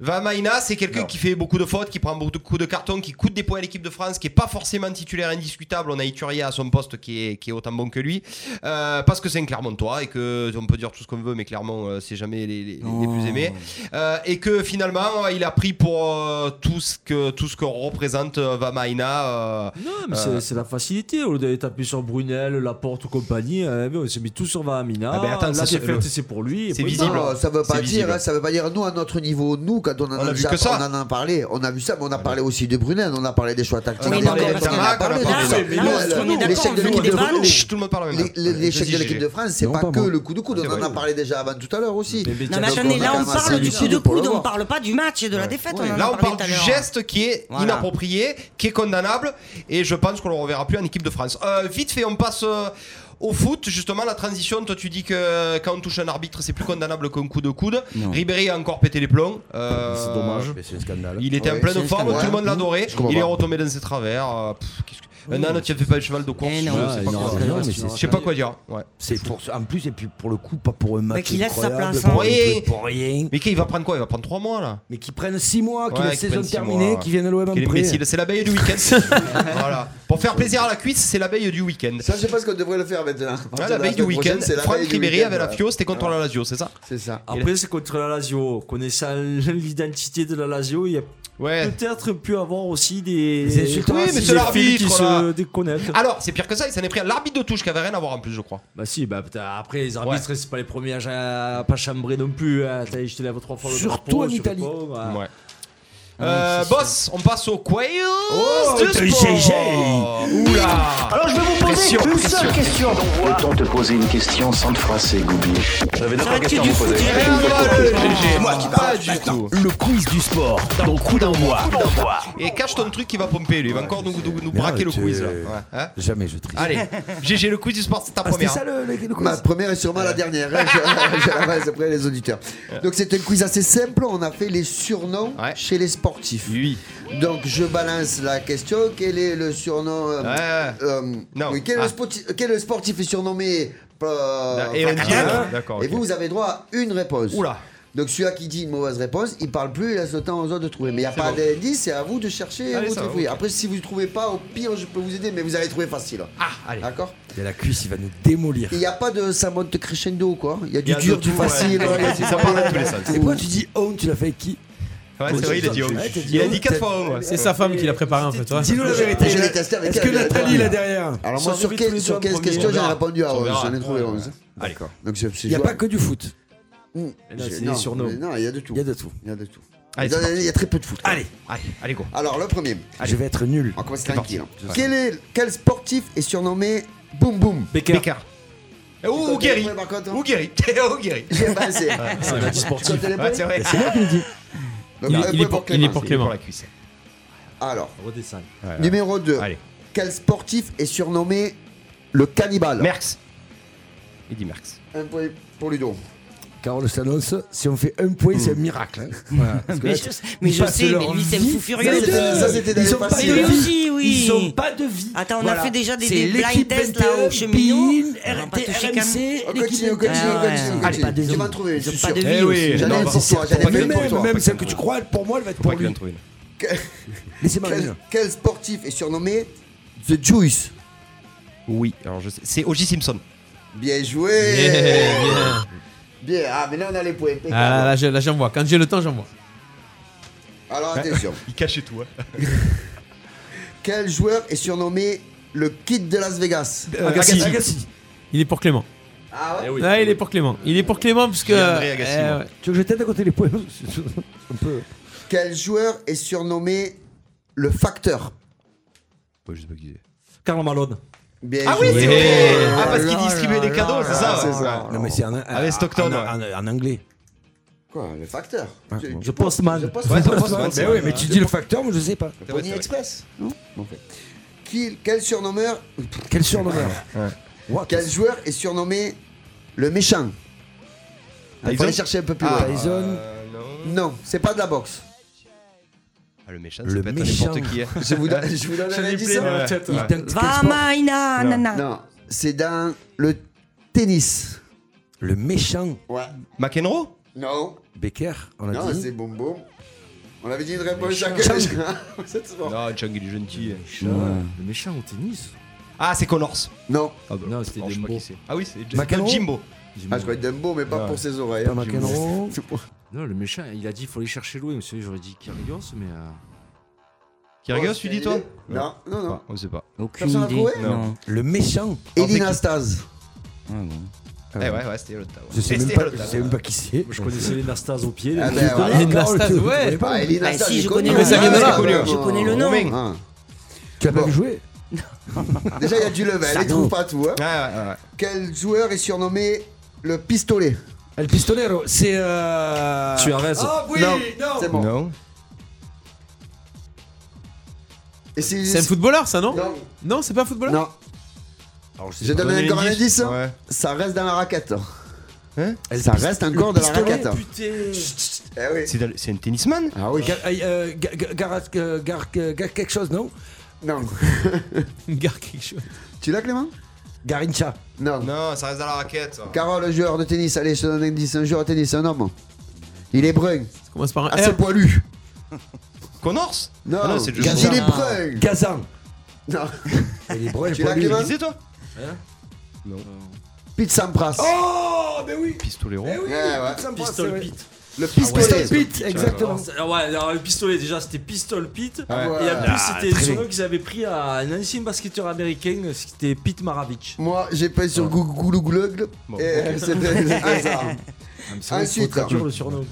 Speaker 2: Vamaina, c'est quelqu'un qui fait beaucoup de fautes, qui prend beaucoup de coups de carton, qui coûte des points à l'équipe de France, qui est pas forcément titulaire indiscutable. On a Ituria à son poste qui est, qui est autant bon que lui. Euh, parce que c'est un Clermontois et que on peut dire tout ce qu'on veut, mais clairement, euh, c'est jamais les, les- les plus aimés. Euh, et que finalement, euh, il a pris pour euh, tout ce que tout ce que représente euh, Vamaina. euh,
Speaker 4: Non, mais c'est-
Speaker 2: Euh.
Speaker 4: c'est la facilité. Au lieu d'aller taper sur Brunel, Laporte ou compagnie, euh, on s'est mis tout sur Vahamina.
Speaker 2: Ah ben attends,
Speaker 4: la
Speaker 2: ça se-
Speaker 4: défaite,
Speaker 2: le-
Speaker 4: c'est pour lui. et
Speaker 2: c'est
Speaker 4: puis-
Speaker 2: visible.
Speaker 6: Non, ça veut
Speaker 2: C'est
Speaker 6: pas
Speaker 2: visible.
Speaker 6: dire, hein, ça veut pas dire nous à notre niveau, nous quand on en
Speaker 2: On a
Speaker 6: a,
Speaker 2: vu
Speaker 6: déjà-
Speaker 2: que ça. Ah
Speaker 6: on en a parlé, on a vu ça, mais on a parlé aussi de Brunen, on a parlé des choix tactiques,
Speaker 2: On a parlé
Speaker 6: de
Speaker 2: de Tamac, on a parlé de- Là, là, on est d'accord,
Speaker 6: l'échec
Speaker 2: on
Speaker 6: de
Speaker 2: joue
Speaker 6: l'équipe
Speaker 2: des
Speaker 6: de
Speaker 2: balles.
Speaker 6: France.
Speaker 2: Chut, tout le monde parle en même temps.
Speaker 6: Les- les- L'échec
Speaker 2: Vas-y,
Speaker 6: de l'équipe
Speaker 2: Gégé.
Speaker 6: de France, c'est
Speaker 2: Non,
Speaker 6: pas
Speaker 2: pas
Speaker 6: que
Speaker 2: moi.
Speaker 6: le coup de coude, on en a parlé déjà avant tout à l'heure aussi.
Speaker 5: Non, mais attendez, là, on parle du coup de coude, on parle pas du match et de la défaite. On en
Speaker 2: Là,
Speaker 5: a
Speaker 2: on
Speaker 5: parlé
Speaker 2: parle
Speaker 5: tout à
Speaker 2: du
Speaker 5: l'heure.
Speaker 2: geste qui est
Speaker 5: Voilà.
Speaker 2: inapproprié, qui est condamnable, et je pense qu'on le reverra plus en équipe de France. Euh, vite fait, on passe euh, au foot. Justement, la transition, toi, tu dis que euh, quand on touche un arbitre, c'est plus condamnable qu'un coup de coude.
Speaker 3: Non.
Speaker 2: Ribéry a encore pété les plombs. Euh,
Speaker 3: C'est dommage. Mais c'est un scandale.
Speaker 2: Il était en
Speaker 3: Ouais, c'est
Speaker 2: pleine
Speaker 3: un
Speaker 2: forme,
Speaker 3: scandale.
Speaker 2: tout le monde l'adorait.
Speaker 3: Je comprends
Speaker 2: Il est
Speaker 3: pas.
Speaker 2: retombé dans ses travers. euh, pff, qu'est-ce que- Un
Speaker 3: Oui.
Speaker 2: âne, tu as fait pas le cheval de course.
Speaker 3: Eh
Speaker 2: je
Speaker 3: non,
Speaker 2: sais
Speaker 3: il
Speaker 2: pas
Speaker 3: n'en
Speaker 2: quoi.
Speaker 3: reste rien, mais
Speaker 2: Je
Speaker 3: c'est-
Speaker 2: sais pas quoi dire. Ouais.
Speaker 3: C'est pour ça- En plus, et puis pour le coup, pas pour un match.
Speaker 2: Mais qu'il laisse sa
Speaker 3: Bah, incroyable,
Speaker 2: place,
Speaker 3: pour
Speaker 2: hein.
Speaker 3: un
Speaker 2: Oui.
Speaker 3: truc Pour rien.
Speaker 2: Mais qui il va prendre quoi Il va prendre 3 mois là
Speaker 3: Mais qui prennent 6 mois, qui
Speaker 2: Ouais,
Speaker 3: la
Speaker 2: qui
Speaker 3: saison
Speaker 2: prennent six
Speaker 3: terminée,
Speaker 2: mois,
Speaker 3: qui viennent à l'OM
Speaker 2: Quel
Speaker 3: après.
Speaker 2: imbécile, c'est l'abeille du week-end. voilà. Pour faire plaisir à la cuisse, c'est l'abeille du week-end.
Speaker 6: Ça, je sais pas ce qu'on devrait le faire maintenant.
Speaker 2: Ah, l'abeille du week-end,
Speaker 6: c'est
Speaker 2: Franck
Speaker 6: veille du
Speaker 2: Ribéry
Speaker 6: week-end,
Speaker 2: avait la
Speaker 6: ouais.
Speaker 2: Fio, c'était contre la Lazio, c'est ça
Speaker 6: C'est ça.
Speaker 4: Après, c'est contre la Lazio. Connaissant l'identité de la Lazio, il y a peut-être pu avoir aussi des.
Speaker 2: Des insultes
Speaker 4: Oui, mais
Speaker 2: racistes.
Speaker 4: c'est l'arbitre qui
Speaker 2: L'arbitre, là.
Speaker 4: se déconnectent.
Speaker 2: Alors, c'est pire que ça, il s'en est pris à l'arbitre de touche qui avait rien à voir en plus, je crois.
Speaker 4: Bah si, bah putain, après les arbitres, c'est pas les premiers à à pas chambrer non plus. hein. T'as- Je te lève trois fois le
Speaker 2: Surtout
Speaker 4: drapeau,
Speaker 2: en
Speaker 4: je sais
Speaker 2: Italie.
Speaker 4: pas, bah.
Speaker 2: Ouais. Euh, boss, on passe au Quails du
Speaker 11: t'as eu
Speaker 2: sport.
Speaker 11: GG.
Speaker 2: Oula
Speaker 11: Alors, je vais vous poser
Speaker 2: Question,
Speaker 11: une seule question.
Speaker 2: question.
Speaker 11: Autant te poser une question sans te frasser, Goubi. J'avais d'autres questions à vous poser.
Speaker 2: Moi qui parle du tout.
Speaker 8: Le quiz du sport dans Coup d'envoi.
Speaker 2: Et cache ton truc qui va pomper, lui. Il va encore nous, nous- nous braquer le
Speaker 3: tu-
Speaker 2: quiz. Là. Ouais. Hein
Speaker 3: Jamais je triche.
Speaker 2: Allez, GG, le quiz du sport, c'est ta
Speaker 6: Ah, c'était
Speaker 2: première. Euh.
Speaker 6: ça, Ma première et sûrement la dernière. hein. Je- je la reste après les auditeurs. Donc c'était un quiz assez simple. On a fait les surnoms chez les sportifs. Donc je balance la question. Quel est le surnom euh, euh, oui, quel, est le
Speaker 2: Ah.
Speaker 6: spoti- quel est le sportif est surnommé euh,
Speaker 2: Et on dit,
Speaker 6: Fernandez
Speaker 2: hein. D'accord,
Speaker 6: Et
Speaker 2: ok.
Speaker 6: vous, vous avez droit à une réponse.
Speaker 2: Oula.
Speaker 6: Donc celui-là qui dit une mauvaise réponse, il parle plus, il laisse le temps aux autres de trouver. Mais il n'y a
Speaker 2: C'est
Speaker 6: pas
Speaker 2: bon.
Speaker 6: d'indice, c'est à vous de chercher. et
Speaker 2: Allez,
Speaker 6: vous
Speaker 2: ça va,
Speaker 6: trouver.
Speaker 2: ok.
Speaker 6: Après, si vous ne trouvez pas, au pire, je peux vous aider, mais vous allez trouver facile.
Speaker 2: Ah, allez.
Speaker 6: D'accord
Speaker 3: Et la cuisse, il va nous démolir.
Speaker 6: il n'y a pas de ça monte crescendo quoi. Il y a
Speaker 3: Il
Speaker 6: du
Speaker 3: y a
Speaker 6: dur,
Speaker 3: de
Speaker 6: du
Speaker 3: tout,
Speaker 6: facile.
Speaker 3: ouais.
Speaker 6: il y a du-
Speaker 3: Ça part dans tous les sens. Et pourquoi tu dis
Speaker 6: oh,
Speaker 3: Home, tu l'as fait avec qui
Speaker 2: Ouais, c'est vrai, il a dit home. Il a dit 4 fois home. ouais.
Speaker 1: C'est sa femme qui l'a préparé un peu, toi.
Speaker 3: Dis-nous la vérité.
Speaker 6: Je l'ai testé avec
Speaker 3: Est-ce que
Speaker 6: elle,
Speaker 3: Nathalie,
Speaker 6: elle.
Speaker 3: là derrière
Speaker 6: Alors
Speaker 3: Sans
Speaker 6: moi sur,
Speaker 3: doute
Speaker 6: quel-
Speaker 3: tous les
Speaker 6: sur
Speaker 3: deux
Speaker 6: 15
Speaker 3: premiers.
Speaker 6: questions
Speaker 3: On
Speaker 6: j'ai
Speaker 3: verra.
Speaker 6: répondu à
Speaker 3: On
Speaker 6: 11,
Speaker 3: verra.
Speaker 6: j'en ai trouvé
Speaker 3: Ouais,
Speaker 6: 11.
Speaker 2: Allez.
Speaker 6: Donc
Speaker 3: Il n'y a pas que du foot. c'est des surnoms.
Speaker 6: Mm. Non, il y a de tout.
Speaker 3: Il y a de tout.
Speaker 6: Il y a de tout.
Speaker 2: Allez,
Speaker 6: Il y a-
Speaker 2: c'est
Speaker 6: il y a très peu de foot.
Speaker 2: Allez, allez, allez, go.
Speaker 6: Alors le premier.
Speaker 3: Je vais être nul.
Speaker 6: On commence
Speaker 2: C'est
Speaker 6: tranquille.
Speaker 2: parti.
Speaker 6: hein. Quel est quel sportif est surnommé Boum Boum
Speaker 4: Becker.
Speaker 2: Ou ou Guéry.
Speaker 6: Par contre,
Speaker 2: Ou Guéry. Ou Guéry.
Speaker 6: j'ai passé.
Speaker 2: c'est un anti sportif.
Speaker 6: Tu comptes les points
Speaker 2: Ouais, c'est vrai.
Speaker 6: moi qui le dis.
Speaker 1: Il- il est pour- il est pour Clément.
Speaker 2: la cuisse.
Speaker 6: Alors,
Speaker 4: Redescend.
Speaker 6: numéro 2. Quel sportif est surnommé le cannibale
Speaker 2: Merx. Il dit Merx.
Speaker 6: Un point pour Ludo.
Speaker 3: Carole s'annonce, si on fait un point, c'est un
Speaker 2: Hmm.
Speaker 3: miracle. hein. Parce que
Speaker 5: Mais
Speaker 3: là,
Speaker 5: je-
Speaker 3: tu-
Speaker 5: mais
Speaker 3: ils
Speaker 5: je
Speaker 3: passent
Speaker 5: sais,
Speaker 3: leur
Speaker 5: mais lui, c'est
Speaker 3: vie.
Speaker 5: fou furieux.
Speaker 3: Les deux.
Speaker 6: Ça, c'était dans
Speaker 3: Ils
Speaker 6: les
Speaker 3: ont pas
Speaker 6: faciles.
Speaker 3: de
Speaker 6: Mais
Speaker 3: vie.
Speaker 5: aussi, oui.
Speaker 3: Ils ont pas de vie.
Speaker 5: Attends, on
Speaker 3: Voilà.
Speaker 5: a fait déjà des,
Speaker 3: C'est
Speaker 5: des blind
Speaker 3: l'équipe
Speaker 5: tests là au
Speaker 3: 22,
Speaker 5: cheminot.
Speaker 3: BIN,
Speaker 5: On va pas
Speaker 3: RT,
Speaker 5: toucher
Speaker 3: RMC,
Speaker 6: On
Speaker 3: l'équipe
Speaker 6: continue, on continue, on continue, on
Speaker 3: Allez,
Speaker 6: continue.
Speaker 3: pas de
Speaker 6: Tu
Speaker 3: vie.
Speaker 6: vas en trouver, je suis sûr.
Speaker 5: de vie
Speaker 6: Eh oui,
Speaker 3: Non,
Speaker 6: j'en ai
Speaker 3: mais
Speaker 6: une pour toi, j'en ai
Speaker 3: mais
Speaker 6: une pour
Speaker 3: même,
Speaker 6: toi.
Speaker 3: même celle que tu crois, pour moi, elle va être pour lui. Laissez-moi
Speaker 6: Quel-
Speaker 3: venir.
Speaker 6: Quel sportif est surnommé The Juice
Speaker 2: Oui, alors je sais. C'est O.J. Simpson.
Speaker 6: Bien joué
Speaker 1: Yeah, yeah.
Speaker 6: Bien, ah, mais là on a les points. impeccable.
Speaker 1: Ah, là, là, je- là, j'envoie. Quand j'ai le temps, j'envoie.
Speaker 6: Alors attention.
Speaker 2: Il cachait tout. hein.
Speaker 6: Quel joueur est surnommé le Kid de Las Vegas
Speaker 1: Euh, Agassi. Il est pour Clément.
Speaker 6: Ah
Speaker 2: Eh
Speaker 6: ouais
Speaker 1: Ah, il est pour Clément. Il est pour Clément parce que.
Speaker 2: André Agassi,
Speaker 1: Eh,
Speaker 2: moi.
Speaker 1: ouais.
Speaker 3: Tu veux que je t'aide à compter les points C'est un peu-
Speaker 6: Quel joueur est surnommé le Facteur
Speaker 2: Ouais, je sais pas qui c'est.
Speaker 4: Karl Malone.
Speaker 6: Bien
Speaker 2: Ah oui,
Speaker 6: joué.
Speaker 2: c'est vrai Ah, parce
Speaker 6: Oh
Speaker 2: qu'il
Speaker 6: là
Speaker 2: distribuait des
Speaker 6: là
Speaker 2: cadeaux,
Speaker 6: là
Speaker 2: c'est ça
Speaker 6: là,
Speaker 2: ouais.
Speaker 6: C'est ça.
Speaker 3: Non, mais c'est en, en-
Speaker 2: Avec Stockton,
Speaker 3: en- en,
Speaker 2: ouais.
Speaker 3: en anglais.
Speaker 6: Quoi, le Facteur
Speaker 3: Hein,
Speaker 6: Tu-
Speaker 3: bon.
Speaker 6: tu
Speaker 4: Je
Speaker 6: penses-
Speaker 4: pense mal.
Speaker 6: Je pense
Speaker 2: Ouais,
Speaker 6: mal.
Speaker 2: c'est Postman, c'est
Speaker 3: Mais oui,
Speaker 2: vrai.
Speaker 3: mais tu dis le facteur, moi je sais pas.
Speaker 2: C'est vrai, c'est
Speaker 6: Pony
Speaker 2: vrai.
Speaker 6: Express Non Qui- Quel surnommeur
Speaker 3: Quel surnommeur What
Speaker 6: Quel joueur est surnommé le méchant Il
Speaker 2: Tyson
Speaker 6: faut aller chercher un peu plus
Speaker 2: Ah,
Speaker 6: loin.
Speaker 3: Tyson
Speaker 2: euh, non.
Speaker 6: Non, c'est pas de la boxe.
Speaker 2: Ah, le méchant,
Speaker 3: Le
Speaker 2: c'est peut être
Speaker 3: méchant.
Speaker 2: n'importe qui. hein.
Speaker 6: Je vous donne, je vous donne un indice. hein.
Speaker 2: Ouais.
Speaker 3: Il
Speaker 2: Ouais.
Speaker 3: tente- quel
Speaker 5: Va,
Speaker 3: sport
Speaker 5: Maïna, nana.
Speaker 6: Non, c'est dans le tennis.
Speaker 3: Le méchant
Speaker 6: Ouais.
Speaker 2: McEnroe
Speaker 6: Non.
Speaker 3: Becker, on a
Speaker 6: Non,
Speaker 3: dit.
Speaker 6: c'est boum boum. On avait dit une réponse chacun. C'est bon.
Speaker 2: Non, Chung, il est gentil.
Speaker 4: Le méchant au tennis.
Speaker 2: Ah, c'est Connors.
Speaker 6: Non.
Speaker 2: Ah, bah,
Speaker 4: Non, c'était
Speaker 2: je sais pas
Speaker 4: Dembo.
Speaker 2: qui c'est. Ah oui, c'est
Speaker 3: McEnroe
Speaker 2: Jimbo.
Speaker 6: Ah, je croyais Dumbo, mais pas
Speaker 2: Ouais.
Speaker 6: pour ses oreilles.
Speaker 3: Pas
Speaker 6: hein.
Speaker 3: McEnroe.
Speaker 6: C'est pour-
Speaker 4: Non, le méchant, il a dit il faut aller chercher l'eau. Et monsieur, j'aurais dit Kyrgios, mais. euh,
Speaker 2: Qui regarde, tu dis, toi
Speaker 6: Non, non,
Speaker 4: Ah,
Speaker 6: non.
Speaker 2: Ah, On sait pas.
Speaker 5: Aucune
Speaker 6: Personne a
Speaker 5: idée.
Speaker 6: trouvé
Speaker 2: Non.
Speaker 3: Le méchant.
Speaker 6: Elina Staz.
Speaker 5: Ah bon.
Speaker 2: Eh ouais, ouais, c'était Yolanda.
Speaker 3: Je sais
Speaker 2: Et
Speaker 3: même
Speaker 2: c'était
Speaker 3: pas-
Speaker 2: Yolanda.
Speaker 3: je sais même pas qui c'est.
Speaker 4: Je connaissais les Nastas au pied.
Speaker 3: Ah
Speaker 4: les-
Speaker 3: ben,
Speaker 4: les-
Speaker 3: voilà.
Speaker 4: les
Speaker 3: Encore,
Speaker 4: Nastas,
Speaker 3: tu- tu
Speaker 4: ouais.
Speaker 3: connais pas Ah, les Nastas,
Speaker 5: Bah, si,
Speaker 3: j'ai
Speaker 5: je
Speaker 3: connu.
Speaker 5: connais
Speaker 3: Mais
Speaker 5: le
Speaker 3: ça vient de là.
Speaker 5: nom. Je
Speaker 3: Ah,
Speaker 5: connais le nom.
Speaker 6: Ah.
Speaker 3: Tu as pas vu jouer
Speaker 6: Déjà, il y a du level,
Speaker 3: Ça
Speaker 6: il trouve
Speaker 3: nous.
Speaker 6: pas tout. hein. Quel joueur est surnommé le pistolet
Speaker 3: El pistolero, c'est. Euh...
Speaker 4: Suarez.
Speaker 3: Ah oui,
Speaker 6: Non,
Speaker 3: non.
Speaker 6: c'est bon.
Speaker 2: Non.
Speaker 6: Et c'est
Speaker 1: C'est un footballeur, ça, non
Speaker 6: Non.
Speaker 1: Non, c'est pas un footballeur
Speaker 6: Non. J'ai donné encore un indice. Ça reste dans la raquette. Ça
Speaker 3: pist-
Speaker 6: reste
Speaker 3: le
Speaker 6: encore dans la
Speaker 3: pistolet,
Speaker 6: raquette. Eh oui.
Speaker 2: C'est dans- C'est un tennisman
Speaker 6: Ah oui.
Speaker 3: Ga- euh, ga- ga- Garas- euh, gar- euh, gar- quelque chose, non
Speaker 6: Non.
Speaker 1: Gare quelque chose.
Speaker 6: Tu l'as, Clément
Speaker 3: Garincha.
Speaker 6: Non.
Speaker 2: Non, ça reste dans la raquette. ça.
Speaker 6: Carole, joueur de tennis. Allez, je te donne un indice. Un joueur de tennis, un homme. Il est brun.
Speaker 1: Ça commence par un
Speaker 6: Assez
Speaker 1: R.
Speaker 6: poilu.
Speaker 2: Connors
Speaker 6: Non.
Speaker 2: Ah non, c'est le jeu.
Speaker 6: il est brun.
Speaker 3: Gazan.
Speaker 6: Non.
Speaker 3: Il est brun,
Speaker 6: Tu
Speaker 3: il est
Speaker 6: l'as,
Speaker 3: poilu.
Speaker 6: Clément
Speaker 2: Disais toi
Speaker 4: Hein Euh.
Speaker 6: Pete Sampras.
Speaker 3: Oh,
Speaker 2: ben
Speaker 3: mais oui
Speaker 2: Pistolero.
Speaker 3: Eh oui
Speaker 6: Ouais, ouais.
Speaker 3: Pete Sampras, c'est
Speaker 4: Pistol
Speaker 3: vrai.
Speaker 4: Pete.
Speaker 6: Le pistolet.
Speaker 3: Pistol Pete, exactement.
Speaker 4: Alors, c'est- ah ouais, alors le pistolet, déjà, c'était Pistol Pete.
Speaker 6: Ah ouais.
Speaker 4: Et en plus,
Speaker 3: Ah,
Speaker 4: c'était
Speaker 3: très
Speaker 4: sur
Speaker 3: bien.
Speaker 4: eux qu'ils avaient pris à un ancien basketteur américain, c'était Pete Maravich.
Speaker 6: Moi, j'ai pas sur Google Google.
Speaker 2: Bon,
Speaker 6: Et c'était un hasard. Ensuite,
Speaker 4: Traduire le surnom.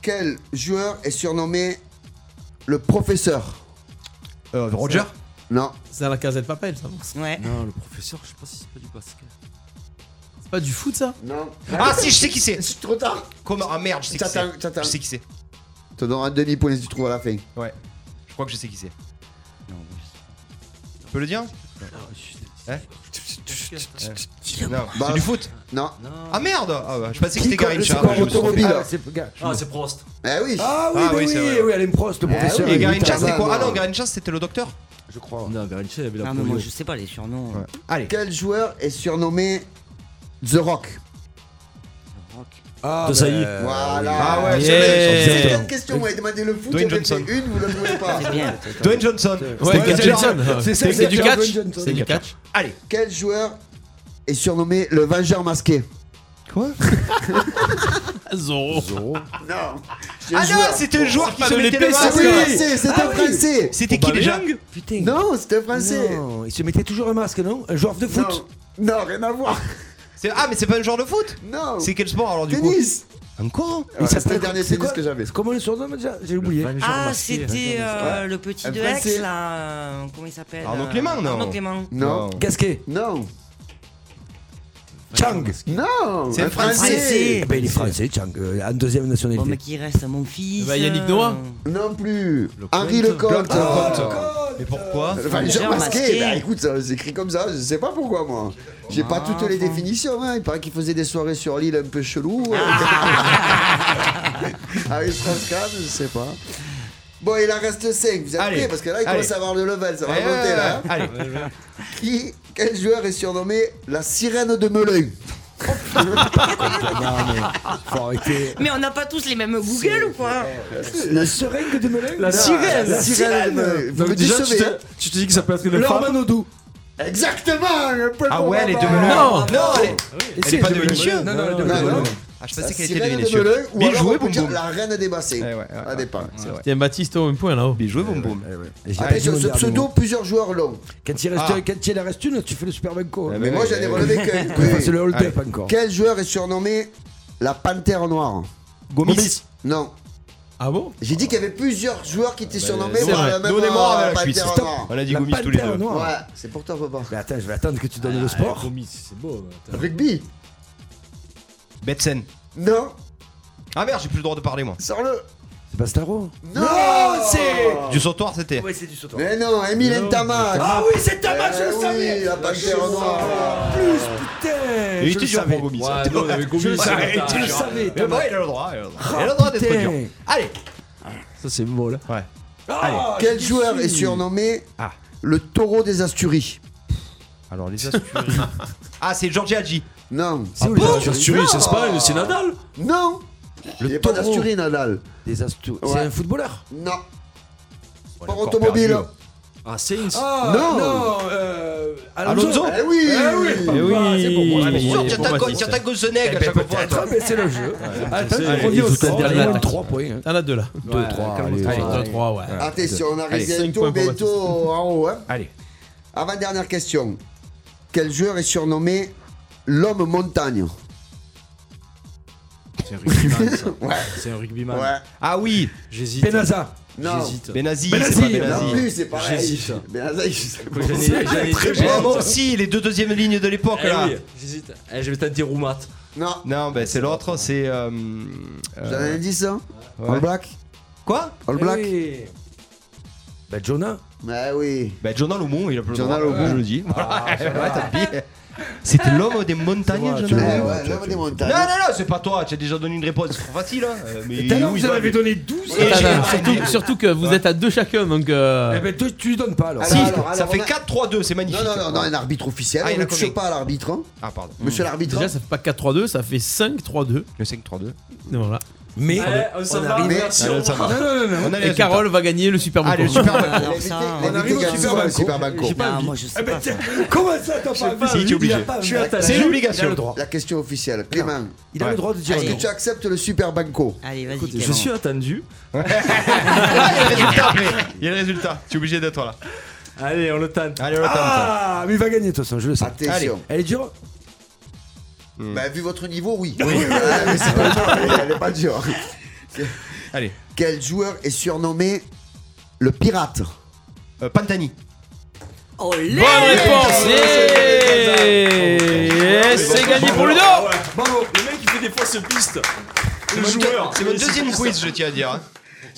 Speaker 6: quel joueur est surnommé le professeur
Speaker 2: Euh, Roger
Speaker 6: Non.
Speaker 1: C'est à la casette papel, ça. non
Speaker 5: Ouais.
Speaker 4: Non, le professeur, je sais pas si c'est pas du basket.
Speaker 1: C'est pas du foot, ça
Speaker 6: Non.
Speaker 2: Ah si, je sais qui c'est
Speaker 6: C'est trop tard.
Speaker 2: Connor, ah merde, je sais qui c'est.
Speaker 6: T'attends, t'attends.
Speaker 2: Je sais qui c'est.
Speaker 6: Je te donnerai un demi-point si tu trouves à la fin.
Speaker 2: Ouais. Je crois que je sais qui c'est. Tu peux le dire Hein Non,
Speaker 6: Bah.
Speaker 2: c'est du foot.
Speaker 6: Non.
Speaker 2: Ah merde Ah bah, je pensais que
Speaker 6: Qui
Speaker 2: c'était
Speaker 6: co-
Speaker 2: Garincha.
Speaker 6: c'est quoi,
Speaker 2: je me suis trompé.
Speaker 6: automobile
Speaker 3: Ah, c'est- ga-
Speaker 4: Ah, c'est Prost.
Speaker 6: Eh oui.
Speaker 3: Ah oui,
Speaker 2: Ah
Speaker 3: mais
Speaker 2: oui,
Speaker 3: oui,
Speaker 2: c'est vrai,
Speaker 3: oui, Alain Prost, le
Speaker 6: Eh
Speaker 3: professeur.
Speaker 6: oui,
Speaker 2: Et
Speaker 3: il est
Speaker 2: Garincha,
Speaker 6: Garincha,
Speaker 2: c'est quoi Ah
Speaker 6: non.
Speaker 2: non, Garincha, c'était le docteur
Speaker 6: Je crois.
Speaker 4: Non, Garincha, il avait la
Speaker 5: Non, mais
Speaker 4: polio.
Speaker 5: moi, je sais pas les surnoms.
Speaker 2: Ouais. Allez.
Speaker 6: Quel joueur est surnommé The Rock
Speaker 3: Ah,
Speaker 4: De Sailly.
Speaker 3: ben,
Speaker 6: Voilà.
Speaker 2: Ah
Speaker 1: yeah.
Speaker 2: ouais, j'avais- j'avais-
Speaker 6: C'était
Speaker 1: Yeah.
Speaker 6: une question, vous m'avez demandé le foot,
Speaker 2: Dwayne
Speaker 6: j'avais fait
Speaker 2: Johnson.
Speaker 6: une, vous ne voulez pas.
Speaker 5: C'est bien.
Speaker 2: Dwayne Johnson.
Speaker 1: Ouais,
Speaker 2: C'était
Speaker 1: Gary
Speaker 2: quel
Speaker 1: Johnson.
Speaker 2: genre
Speaker 1: C'est
Speaker 3: ça,
Speaker 1: c'est du
Speaker 3: c'est
Speaker 1: catch.
Speaker 3: Dwayne Johnson.
Speaker 1: C'est du catch.
Speaker 2: Allez.
Speaker 6: Quel joueur est surnommé le Vengeur masqué
Speaker 2: Quoi
Speaker 1: Zorro.
Speaker 6: Non.
Speaker 2: Ah non, c'était le joueur qui
Speaker 1: Pas
Speaker 2: se
Speaker 1: de
Speaker 2: mettait
Speaker 1: l'épée,
Speaker 2: le
Speaker 6: Ah
Speaker 2: masque.
Speaker 6: oui,
Speaker 2: là.
Speaker 6: français, c'était un français.
Speaker 2: C'était qui déjà
Speaker 3: Putain.
Speaker 6: Non, c'était un français.
Speaker 3: Bah, Non, il se mettait toujours un masque, non Un joueur de foot.
Speaker 6: Non. Non, rien à voir.
Speaker 2: C'est- Ah mais c'est pas un joueur de foot
Speaker 6: Non.
Speaker 2: C'est quel sport alors du coup
Speaker 6: tennis.
Speaker 2: Encore
Speaker 6: Ouais,
Speaker 3: Oh. s'appelle-
Speaker 6: C'était le dernier
Speaker 3: c'est
Speaker 6: tennis
Speaker 3: quoi
Speaker 6: que j'avais.
Speaker 3: Comment on le surnomme déjà J'ai oublié.
Speaker 4: Vengeur
Speaker 5: Ah,
Speaker 4: masqué.
Speaker 5: c'était euh, le petit
Speaker 6: Un
Speaker 5: de
Speaker 6: Français.
Speaker 5: Aix, là. euh, Comment il s'appelle
Speaker 2: Arnaud
Speaker 5: euh,
Speaker 2: Clément, non
Speaker 5: Arnaud Clément.
Speaker 6: Non.
Speaker 3: Gasquet.
Speaker 6: Non.
Speaker 3: Chang.
Speaker 6: Non.
Speaker 2: C'est
Speaker 6: un
Speaker 2: le français.
Speaker 5: Ah,
Speaker 3: Eh ben, il est français, Chang. euh, En deuxième
Speaker 5: Bon,
Speaker 3: nationalité.
Speaker 5: mais qui reste à mon fils.
Speaker 1: Bah, Yannick
Speaker 5: euh,
Speaker 1: Noah.
Speaker 6: Non plus. Henri Ah, Lecomte.
Speaker 3: Ah,
Speaker 2: Mais pourquoi
Speaker 6: Oh. Enfin,
Speaker 5: Le
Speaker 6: le genre
Speaker 5: genre
Speaker 6: masqué,
Speaker 5: masqué.
Speaker 6: bah, écoute, ça c'est écrit comme ça, je sais pas pourquoi moi. J'ai pas toutes
Speaker 2: Ah,
Speaker 6: les définitions, hein. il paraît qu'il faisait des soirées sur l'île un peu hein. chelou. Avec France 4, je sais pas. Bon, il en reste 5, vous êtes
Speaker 2: Allez.
Speaker 6: prêts Parce que là, il
Speaker 2: Allez.
Speaker 6: commence à avoir le level, ça va
Speaker 2: Eh,
Speaker 6: monter
Speaker 2: ouais,
Speaker 6: là. hein.
Speaker 2: Allez.
Speaker 6: Qui, quel joueur est surnommé la sirène de Melun
Speaker 2: Ah.
Speaker 3: Faut arrêter.
Speaker 5: Mais on n'a pas tous les mêmes Google ou quoi
Speaker 3: La seringue de Melun
Speaker 4: La sirène.
Speaker 6: La sirène de Melun. Vous me
Speaker 4: déjà, tu
Speaker 6: décevez,
Speaker 4: te, tu te dis que ça peut être une
Speaker 3: Laure
Speaker 4: femme.
Speaker 3: Manodou.
Speaker 6: hein. Exactement un peu
Speaker 2: Ah
Speaker 6: pour
Speaker 2: ouais,
Speaker 6: ma
Speaker 2: les deux
Speaker 6: part.
Speaker 2: meneurs.
Speaker 1: Non
Speaker 2: Non, elle est-
Speaker 3: Et
Speaker 2: Ah elle est
Speaker 3: si,
Speaker 2: pas
Speaker 3: de
Speaker 2: de Vinicieux
Speaker 3: Melun. Non, non, elle est de
Speaker 6: Non,
Speaker 3: Melun.
Speaker 6: non.
Speaker 2: Ah, je
Speaker 6: La
Speaker 2: pensais qu'elle était
Speaker 6: sirène
Speaker 2: devinée.
Speaker 6: de Melun, ou
Speaker 2: Bien
Speaker 6: alors
Speaker 2: joué,
Speaker 6: on peut
Speaker 2: Boum
Speaker 6: dire
Speaker 2: Boum.
Speaker 6: la reine des bassins.
Speaker 2: Eh ouais, ouais,
Speaker 6: Ah,
Speaker 2: ouais.
Speaker 6: des pins.
Speaker 2: C'est vrai.
Speaker 1: Tiens, Baptiste, au même point là-haut.
Speaker 2: Bien joué, Boum Boum.
Speaker 3: Et j'ai pas
Speaker 6: Après,
Speaker 3: dit
Speaker 6: Ah, sur
Speaker 3: mon
Speaker 6: ce
Speaker 3: dernier
Speaker 6: pseudo,
Speaker 3: mot.
Speaker 6: plusieurs joueurs l'ont.
Speaker 3: Quand il, reste,
Speaker 2: Ah.
Speaker 3: quand il en reste une, tu fais le super banco.
Speaker 2: Eh
Speaker 3: hein.
Speaker 2: ben,
Speaker 6: Mais moi, j'en ai relevé qu'un. Ah.
Speaker 3: Qu'on fasse le hold-up encore.
Speaker 6: Quel joueur est surnommé la panthère noire
Speaker 2: Gomis.
Speaker 6: Non.
Speaker 1: Ah bon
Speaker 6: J'ai dit qu'il y avait plusieurs joueurs qui étaient surnommés
Speaker 1: c'est
Speaker 6: par
Speaker 1: vrai.
Speaker 6: la même
Speaker 2: Bah, Donnez-moi
Speaker 6: euh,
Speaker 2: avec la cuisse.
Speaker 6: panthère
Speaker 2: Stop.
Speaker 6: noire.
Speaker 2: On a dit
Speaker 3: La
Speaker 2: Gomis tous les
Speaker 3: panthère
Speaker 2: deux.
Speaker 3: noire.
Speaker 6: Ouais, c'est pour toi, papa.
Speaker 3: Mais attends, je vais attendre que tu donnes le
Speaker 4: Ah,
Speaker 3: sport.
Speaker 4: Gomis, c'est beau. attends.
Speaker 6: Rugby
Speaker 2: Betsen.
Speaker 6: Non.
Speaker 2: Ah merde, j'ai plus le droit de parler moi.
Speaker 6: Sors-le.
Speaker 3: C'est pas Staro
Speaker 6: Non,
Speaker 2: Du sautoir, c'était.
Speaker 3: Ouais, c'est du sautoir.
Speaker 6: Mais non, Emile Ntamak.
Speaker 3: Ah oui, c'est ta match, je
Speaker 6: Eh
Speaker 3: le
Speaker 6: oui,
Speaker 3: savais
Speaker 6: la panthère noire.
Speaker 3: Plus,
Speaker 4: Euh,
Speaker 3: putain
Speaker 2: Il
Speaker 3: je
Speaker 2: était
Speaker 3: le
Speaker 2: dur
Speaker 3: savais.
Speaker 2: pour Gomis.
Speaker 4: Ouais, nous, on avait Gomis.
Speaker 3: Je le savais,
Speaker 4: Attends,
Speaker 3: tu le
Speaker 4: attends.
Speaker 3: savais,
Speaker 2: Mais
Speaker 3: Thomas.
Speaker 2: bon, il a le droit. Il a le droit,
Speaker 4: Oh,
Speaker 2: Il a le
Speaker 3: Ah,
Speaker 2: droit d'être
Speaker 3: putain.
Speaker 2: dur. Allez.
Speaker 6: Ah,
Speaker 4: Ça, c'est beau là.
Speaker 2: Ouais.
Speaker 3: Ah,
Speaker 6: Quel
Speaker 3: je
Speaker 6: joueur
Speaker 3: suis.
Speaker 6: est surnommé
Speaker 2: Ah.
Speaker 6: le taureau des Asturies
Speaker 2: Alors les Asturies. Ah, c'est Georgie Hadji.
Speaker 6: Non.
Speaker 3: C'est où les
Speaker 4: Sur
Speaker 3: Asturies
Speaker 4: Turin, c'est Espagne, c'est Nadal.
Speaker 6: Non. Il n'y a pas
Speaker 3: taureau.
Speaker 6: d'Asturies, Nadal.
Speaker 3: Des Asturies.
Speaker 6: Ouais.
Speaker 3: C'est un footballeur
Speaker 6: Non. Sport
Speaker 2: encore
Speaker 6: automobile.
Speaker 2: perdu.
Speaker 4: Ah, Sainz.
Speaker 3: Ah,
Speaker 6: Non.
Speaker 3: non euh,
Speaker 2: Alonso.
Speaker 6: Eh oui.
Speaker 3: Eh oui,
Speaker 1: Eh oui.
Speaker 3: papa, c'est pour moi.
Speaker 2: Ah, mais
Speaker 1: Il est
Speaker 2: sûr, tu
Speaker 1: bon,
Speaker 2: attaques-
Speaker 1: Baptiste.
Speaker 2: tu attaques Gozeneg à chaque fois. toi.
Speaker 3: Ah, mais c'est le jeu. Attends,
Speaker 4: Allez,
Speaker 3: on revient au
Speaker 1: tout un
Speaker 3: score.
Speaker 1: dernier
Speaker 3: Il y a eu
Speaker 1: attaque.
Speaker 3: 3 points. hein.
Speaker 1: T'en as deux là.
Speaker 4: Ouais, comme on
Speaker 1: Allez,
Speaker 4: dit.
Speaker 1: deux, trois, ouais.
Speaker 6: Attention, on arrive
Speaker 2: Allez, cinq
Speaker 6: bientôt,
Speaker 1: points pour
Speaker 6: bientôt en haut. Hein.
Speaker 2: Allez.
Speaker 6: Avant-dernière question. Quel joueur est surnommé l'homme montagne
Speaker 4: C'est un rugbyman, ça.
Speaker 6: Ouais.
Speaker 4: C'est un rugbyman.
Speaker 6: Ouais.
Speaker 2: Ah oui
Speaker 4: J'hésite.
Speaker 3: Benaza.
Speaker 6: Non.
Speaker 4: J'hésite.
Speaker 2: Benazi, Benazi, c'est pas Benazi.
Speaker 6: Non plus, c'est pareil.
Speaker 4: J'hésite.
Speaker 6: Benaza, il-
Speaker 4: J'en ai- j'en ai-
Speaker 2: Très
Speaker 4: j'en ai-
Speaker 2: bon. Moi aussi, les deux deuxièmes lignes de l'époque
Speaker 4: Eh
Speaker 2: là.
Speaker 4: oui, j'hésite. Eh, je vais peut-être dire Roumat.
Speaker 6: Non.
Speaker 2: Non, ben c'est l'autre, c'est. Euh,
Speaker 6: Vous avez dit ça
Speaker 2: Ouais.
Speaker 6: All Black
Speaker 2: Quoi
Speaker 6: All Black
Speaker 3: Bah, Jonah.
Speaker 6: Bah oui.
Speaker 2: Ben Jonah Lomu, il a plus le
Speaker 6: Jonah Ah,
Speaker 2: droit,
Speaker 6: Lomu.
Speaker 2: Je le dis. Voilà. Ouais, tant pis. C'était l'homme des montagnes,
Speaker 6: Eh
Speaker 2: Jonah Lomu.
Speaker 6: ouais, l'homme des montagnes.
Speaker 2: Non, non, non, c'est pas toi, tu as déjà donné une réponse, c'est trop facile. Hein. Euh, Mais
Speaker 3: Tout à l'heure,
Speaker 2: où
Speaker 3: vous
Speaker 2: ils
Speaker 3: en
Speaker 2: ont-
Speaker 3: avez donné 12
Speaker 2: Et
Speaker 1: Attends,
Speaker 2: j'ai-
Speaker 1: attends, surtout, surtout que vous êtes à deux chacun, donc. euh,
Speaker 3: Eh ben, toi, tu lui donnes pas alors.
Speaker 2: Si,
Speaker 6: Alors, alors,
Speaker 2: ça
Speaker 6: on
Speaker 2: fait
Speaker 6: a-
Speaker 2: 4-3-2, c'est magnifique.
Speaker 6: Non, non, non, non, un arbitre officiel.
Speaker 2: Ah, il
Speaker 6: on
Speaker 2: a
Speaker 6: ne touche
Speaker 2: combien
Speaker 6: pas à l'arbitre. hein.
Speaker 2: Ah, pardon.
Speaker 6: Monsieur l'arbitre. hein.
Speaker 1: déjà, ça fait pas 4-3-2, ça fait 5-3-2.
Speaker 2: Le 5-3-2.
Speaker 1: Voilà.
Speaker 3: Mais.
Speaker 4: Eh, on s'en
Speaker 3: on
Speaker 4: va.
Speaker 3: arrive-
Speaker 4: Merci. au
Speaker 2: Allez, ça
Speaker 4: revoir.
Speaker 2: va.
Speaker 3: Non, non, non, non.
Speaker 2: On a les
Speaker 1: Et Carole va gagner le Super
Speaker 2: Ah,
Speaker 1: Bowl.
Speaker 2: le super Bowl.
Speaker 5: Alors ça,
Speaker 6: On
Speaker 3: arrive au Super Banco.
Speaker 6: Super Banco.
Speaker 3: J'ai pas
Speaker 5: non,
Speaker 3: envie.
Speaker 5: moi je
Speaker 6: Ah,
Speaker 5: sais
Speaker 3: Eh ben,
Speaker 5: pas. ça.
Speaker 3: tiens, Comment ça, t'as pas
Speaker 6: bah,
Speaker 2: pas, si,
Speaker 3: vu
Speaker 2: t'es obligé.
Speaker 3: Il a pas
Speaker 4: Je suis
Speaker 3: vu.
Speaker 4: à
Speaker 2: C'est
Speaker 4: ta gueule.
Speaker 3: Il a le
Speaker 2: l'obligation.
Speaker 3: droit.
Speaker 6: La question officielle, Clément.
Speaker 3: Il a le droit de dire
Speaker 6: Est-ce
Speaker 5: Allez.
Speaker 6: que tu acceptes le Super Banco
Speaker 5: Allez, vas-y.
Speaker 4: Écoutez, Je
Speaker 5: Clément.
Speaker 4: suis attendu.
Speaker 2: Ah, il y a le résultat après. Il y a le résultat. Tu es obligé d'être là.
Speaker 4: Allez, on le tente.
Speaker 2: Allez, on le tente.
Speaker 3: Ah, mais il va gagner de toute façon, je le sais.
Speaker 6: Attention.
Speaker 3: Elle est dure
Speaker 6: Bah, vu votre niveau, oui. Ouais, mais c'est pas dur, elle est pas dure.
Speaker 2: Allez.
Speaker 6: Quel joueur est surnommé le pirate
Speaker 2: Euh, Pantani.
Speaker 5: Oh là
Speaker 1: Bonne réponse!
Speaker 4: Yeah.
Speaker 1: Yes, c'est gagné pour Ludo!
Speaker 4: Bravo. Le mec, il fait des fois ce piste. Le
Speaker 2: C'est mon-
Speaker 4: joueur.
Speaker 2: C'est mon deuxième quiz, je tiens à dire. hein.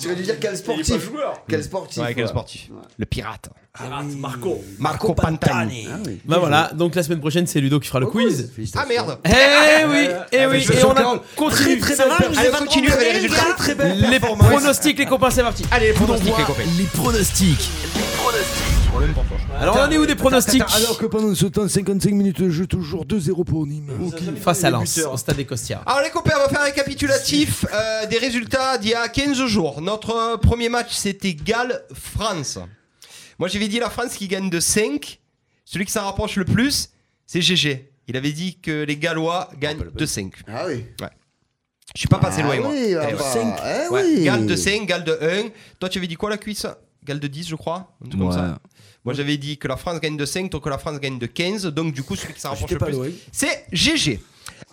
Speaker 6: J'aurais dû dire quel
Speaker 4: Il est pas
Speaker 6: sportif.
Speaker 4: joueur.
Speaker 6: Quel sportif
Speaker 2: Ouais, Ah quel
Speaker 6: voilà.
Speaker 2: sportif. Le pirate.
Speaker 4: Pirate, Marco.
Speaker 2: Marco Pantani.
Speaker 6: Ah oui.
Speaker 1: Bah voilà, donc la semaine prochaine, c'est Ludo qui fera le quiz.
Speaker 2: Ah merde.
Speaker 1: Eh oui,
Speaker 4: Euh,
Speaker 1: eh oui, et on a continué.
Speaker 5: Ça va, vous
Speaker 2: Allez,
Speaker 5: avez
Speaker 2: on continue
Speaker 5: pas
Speaker 2: avec les
Speaker 5: compris,
Speaker 2: résultats.
Speaker 5: gars
Speaker 1: Les pronostics, les copains, c'est parti.
Speaker 2: Allez, les pronostics, les copains.
Speaker 8: Les pronostics.
Speaker 1: Alors on en est où des pronostics
Speaker 3: Alors que pendant ce temps, 55 minutes de jeu, toujours 2-0 pour Nîmes.
Speaker 1: Face à Lens, au stade des Costières.
Speaker 2: Alors les copains, on va faire un récapitulatif euh, des résultats d'il y a 15 jours. Notre euh, premier match, c'était Galles-France. Moi, j'avais dit la France qui gagne de 5. Celui qui s'en rapproche le plus, c'est GG. Il avait dit que les Gallois gagnent de 5.
Speaker 6: Ah oui.
Speaker 2: Je suis pas passé loin,
Speaker 6: ah
Speaker 2: moi.
Speaker 6: oui,
Speaker 2: Eh
Speaker 6: ah
Speaker 2: ouais.
Speaker 6: bah, eh
Speaker 2: Ouais.
Speaker 6: oui.
Speaker 2: Galles de 5, Galles de 1. Toi, tu avais dit quoi, la cuisse Galles de 10, je crois Un truc comme
Speaker 4: Ouais.
Speaker 2: ça. Moi, j'avais dit que la France gagne de 5, toi que la France gagne de 15. Donc, du coup, celui qui s'en rapproche le
Speaker 3: pas
Speaker 2: plus,
Speaker 3: loin.
Speaker 2: c'est GG.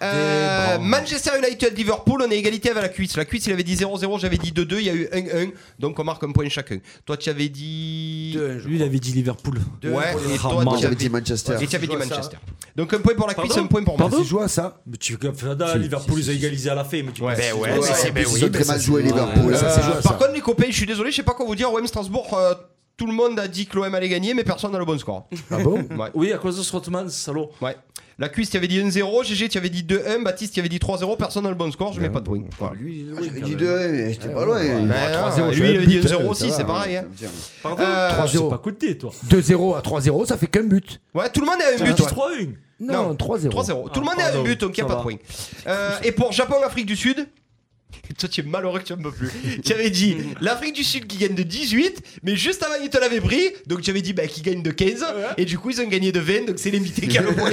Speaker 2: Euh, Manchester United Liverpool, on est égalité avec la cuisse. La cuisse, il avait dit 0-0, j'avais dit 2-2, il y a eu 1-1, donc on marque un point chacun. Toi, tu avais dit.
Speaker 4: Lui, il avait dit Liverpool.
Speaker 2: Ouais, et toi,
Speaker 4: Rarement.
Speaker 2: tu avais
Speaker 6: J'avais dit Manchester.
Speaker 2: Et tu avais dit Manchester. Donc un point pour la cuisse,
Speaker 4: Pardon
Speaker 2: un point pour moi.
Speaker 3: Pardon joue à ça.
Speaker 4: Mais tu Fada, Liverpool, ils ont égalisé à la fin. Mais tu
Speaker 2: Ouais,
Speaker 4: penses-
Speaker 2: ben ouais,
Speaker 6: Ouais,
Speaker 2: c'est- c'est- ben
Speaker 6: ils
Speaker 2: oui,
Speaker 6: ont
Speaker 2: ben
Speaker 6: très
Speaker 2: ça,
Speaker 6: mal
Speaker 2: c'est-
Speaker 6: joué Liverpool.
Speaker 3: Ouais,
Speaker 6: ça,
Speaker 3: ouais,
Speaker 6: c'est joué.
Speaker 3: ouais.
Speaker 2: Par contre, les copains, je suis désolé, je sais pas quoi vous dire. OM Strasbourg, euh, tout le monde a dit que l'OM allait gagner, mais personne n'a le bon score.
Speaker 3: Ah bon
Speaker 2: Ouais.
Speaker 4: Oui, à cause de Strotman, salaud.
Speaker 2: ouais. La cuisse, tu avais dit 1-0, GG, tu avais dit 2-1, Baptiste, tu avais dit 3-0, personne n'a le bon score,
Speaker 3: Ah
Speaker 2: je mets pas de point. Voilà.
Speaker 6: J'avais dit deux, mais j'étais pas loin.
Speaker 2: Ouais, ouais, lui, il avait dit 1-0 aussi, c'est pareil. hein.
Speaker 4: Pardon
Speaker 2: Euh,
Speaker 4: C'est
Speaker 3: 3-0.
Speaker 4: pas coup de dé, toi.
Speaker 3: 2-0 à 3-0, ça fait qu'un but.
Speaker 2: Ouais, Ah, tout le monde a un
Speaker 4: Tu
Speaker 2: but.
Speaker 4: dis
Speaker 2: ouais.
Speaker 4: 3-1.
Speaker 3: Non,
Speaker 2: Non,
Speaker 3: 3-0.
Speaker 2: 3-0. Tout le
Speaker 4: Ah,
Speaker 2: monde a un
Speaker 4: pardon,
Speaker 2: but, donc il n'y a pas
Speaker 4: ça
Speaker 2: de point.
Speaker 4: va.
Speaker 2: Euh, et pour Japon-Afrique du Sud. Toi, tu es malheureux que tu ne peux plus. Tu avais dit l'Afrique du Sud qui gagne de 18, mais juste avant, ils te l'avaient pris. Donc, tu avais dit bah, qui gagne de 15. Et du coup, ils ont gagné de 20. Donc, c'est l'invité qui a le point.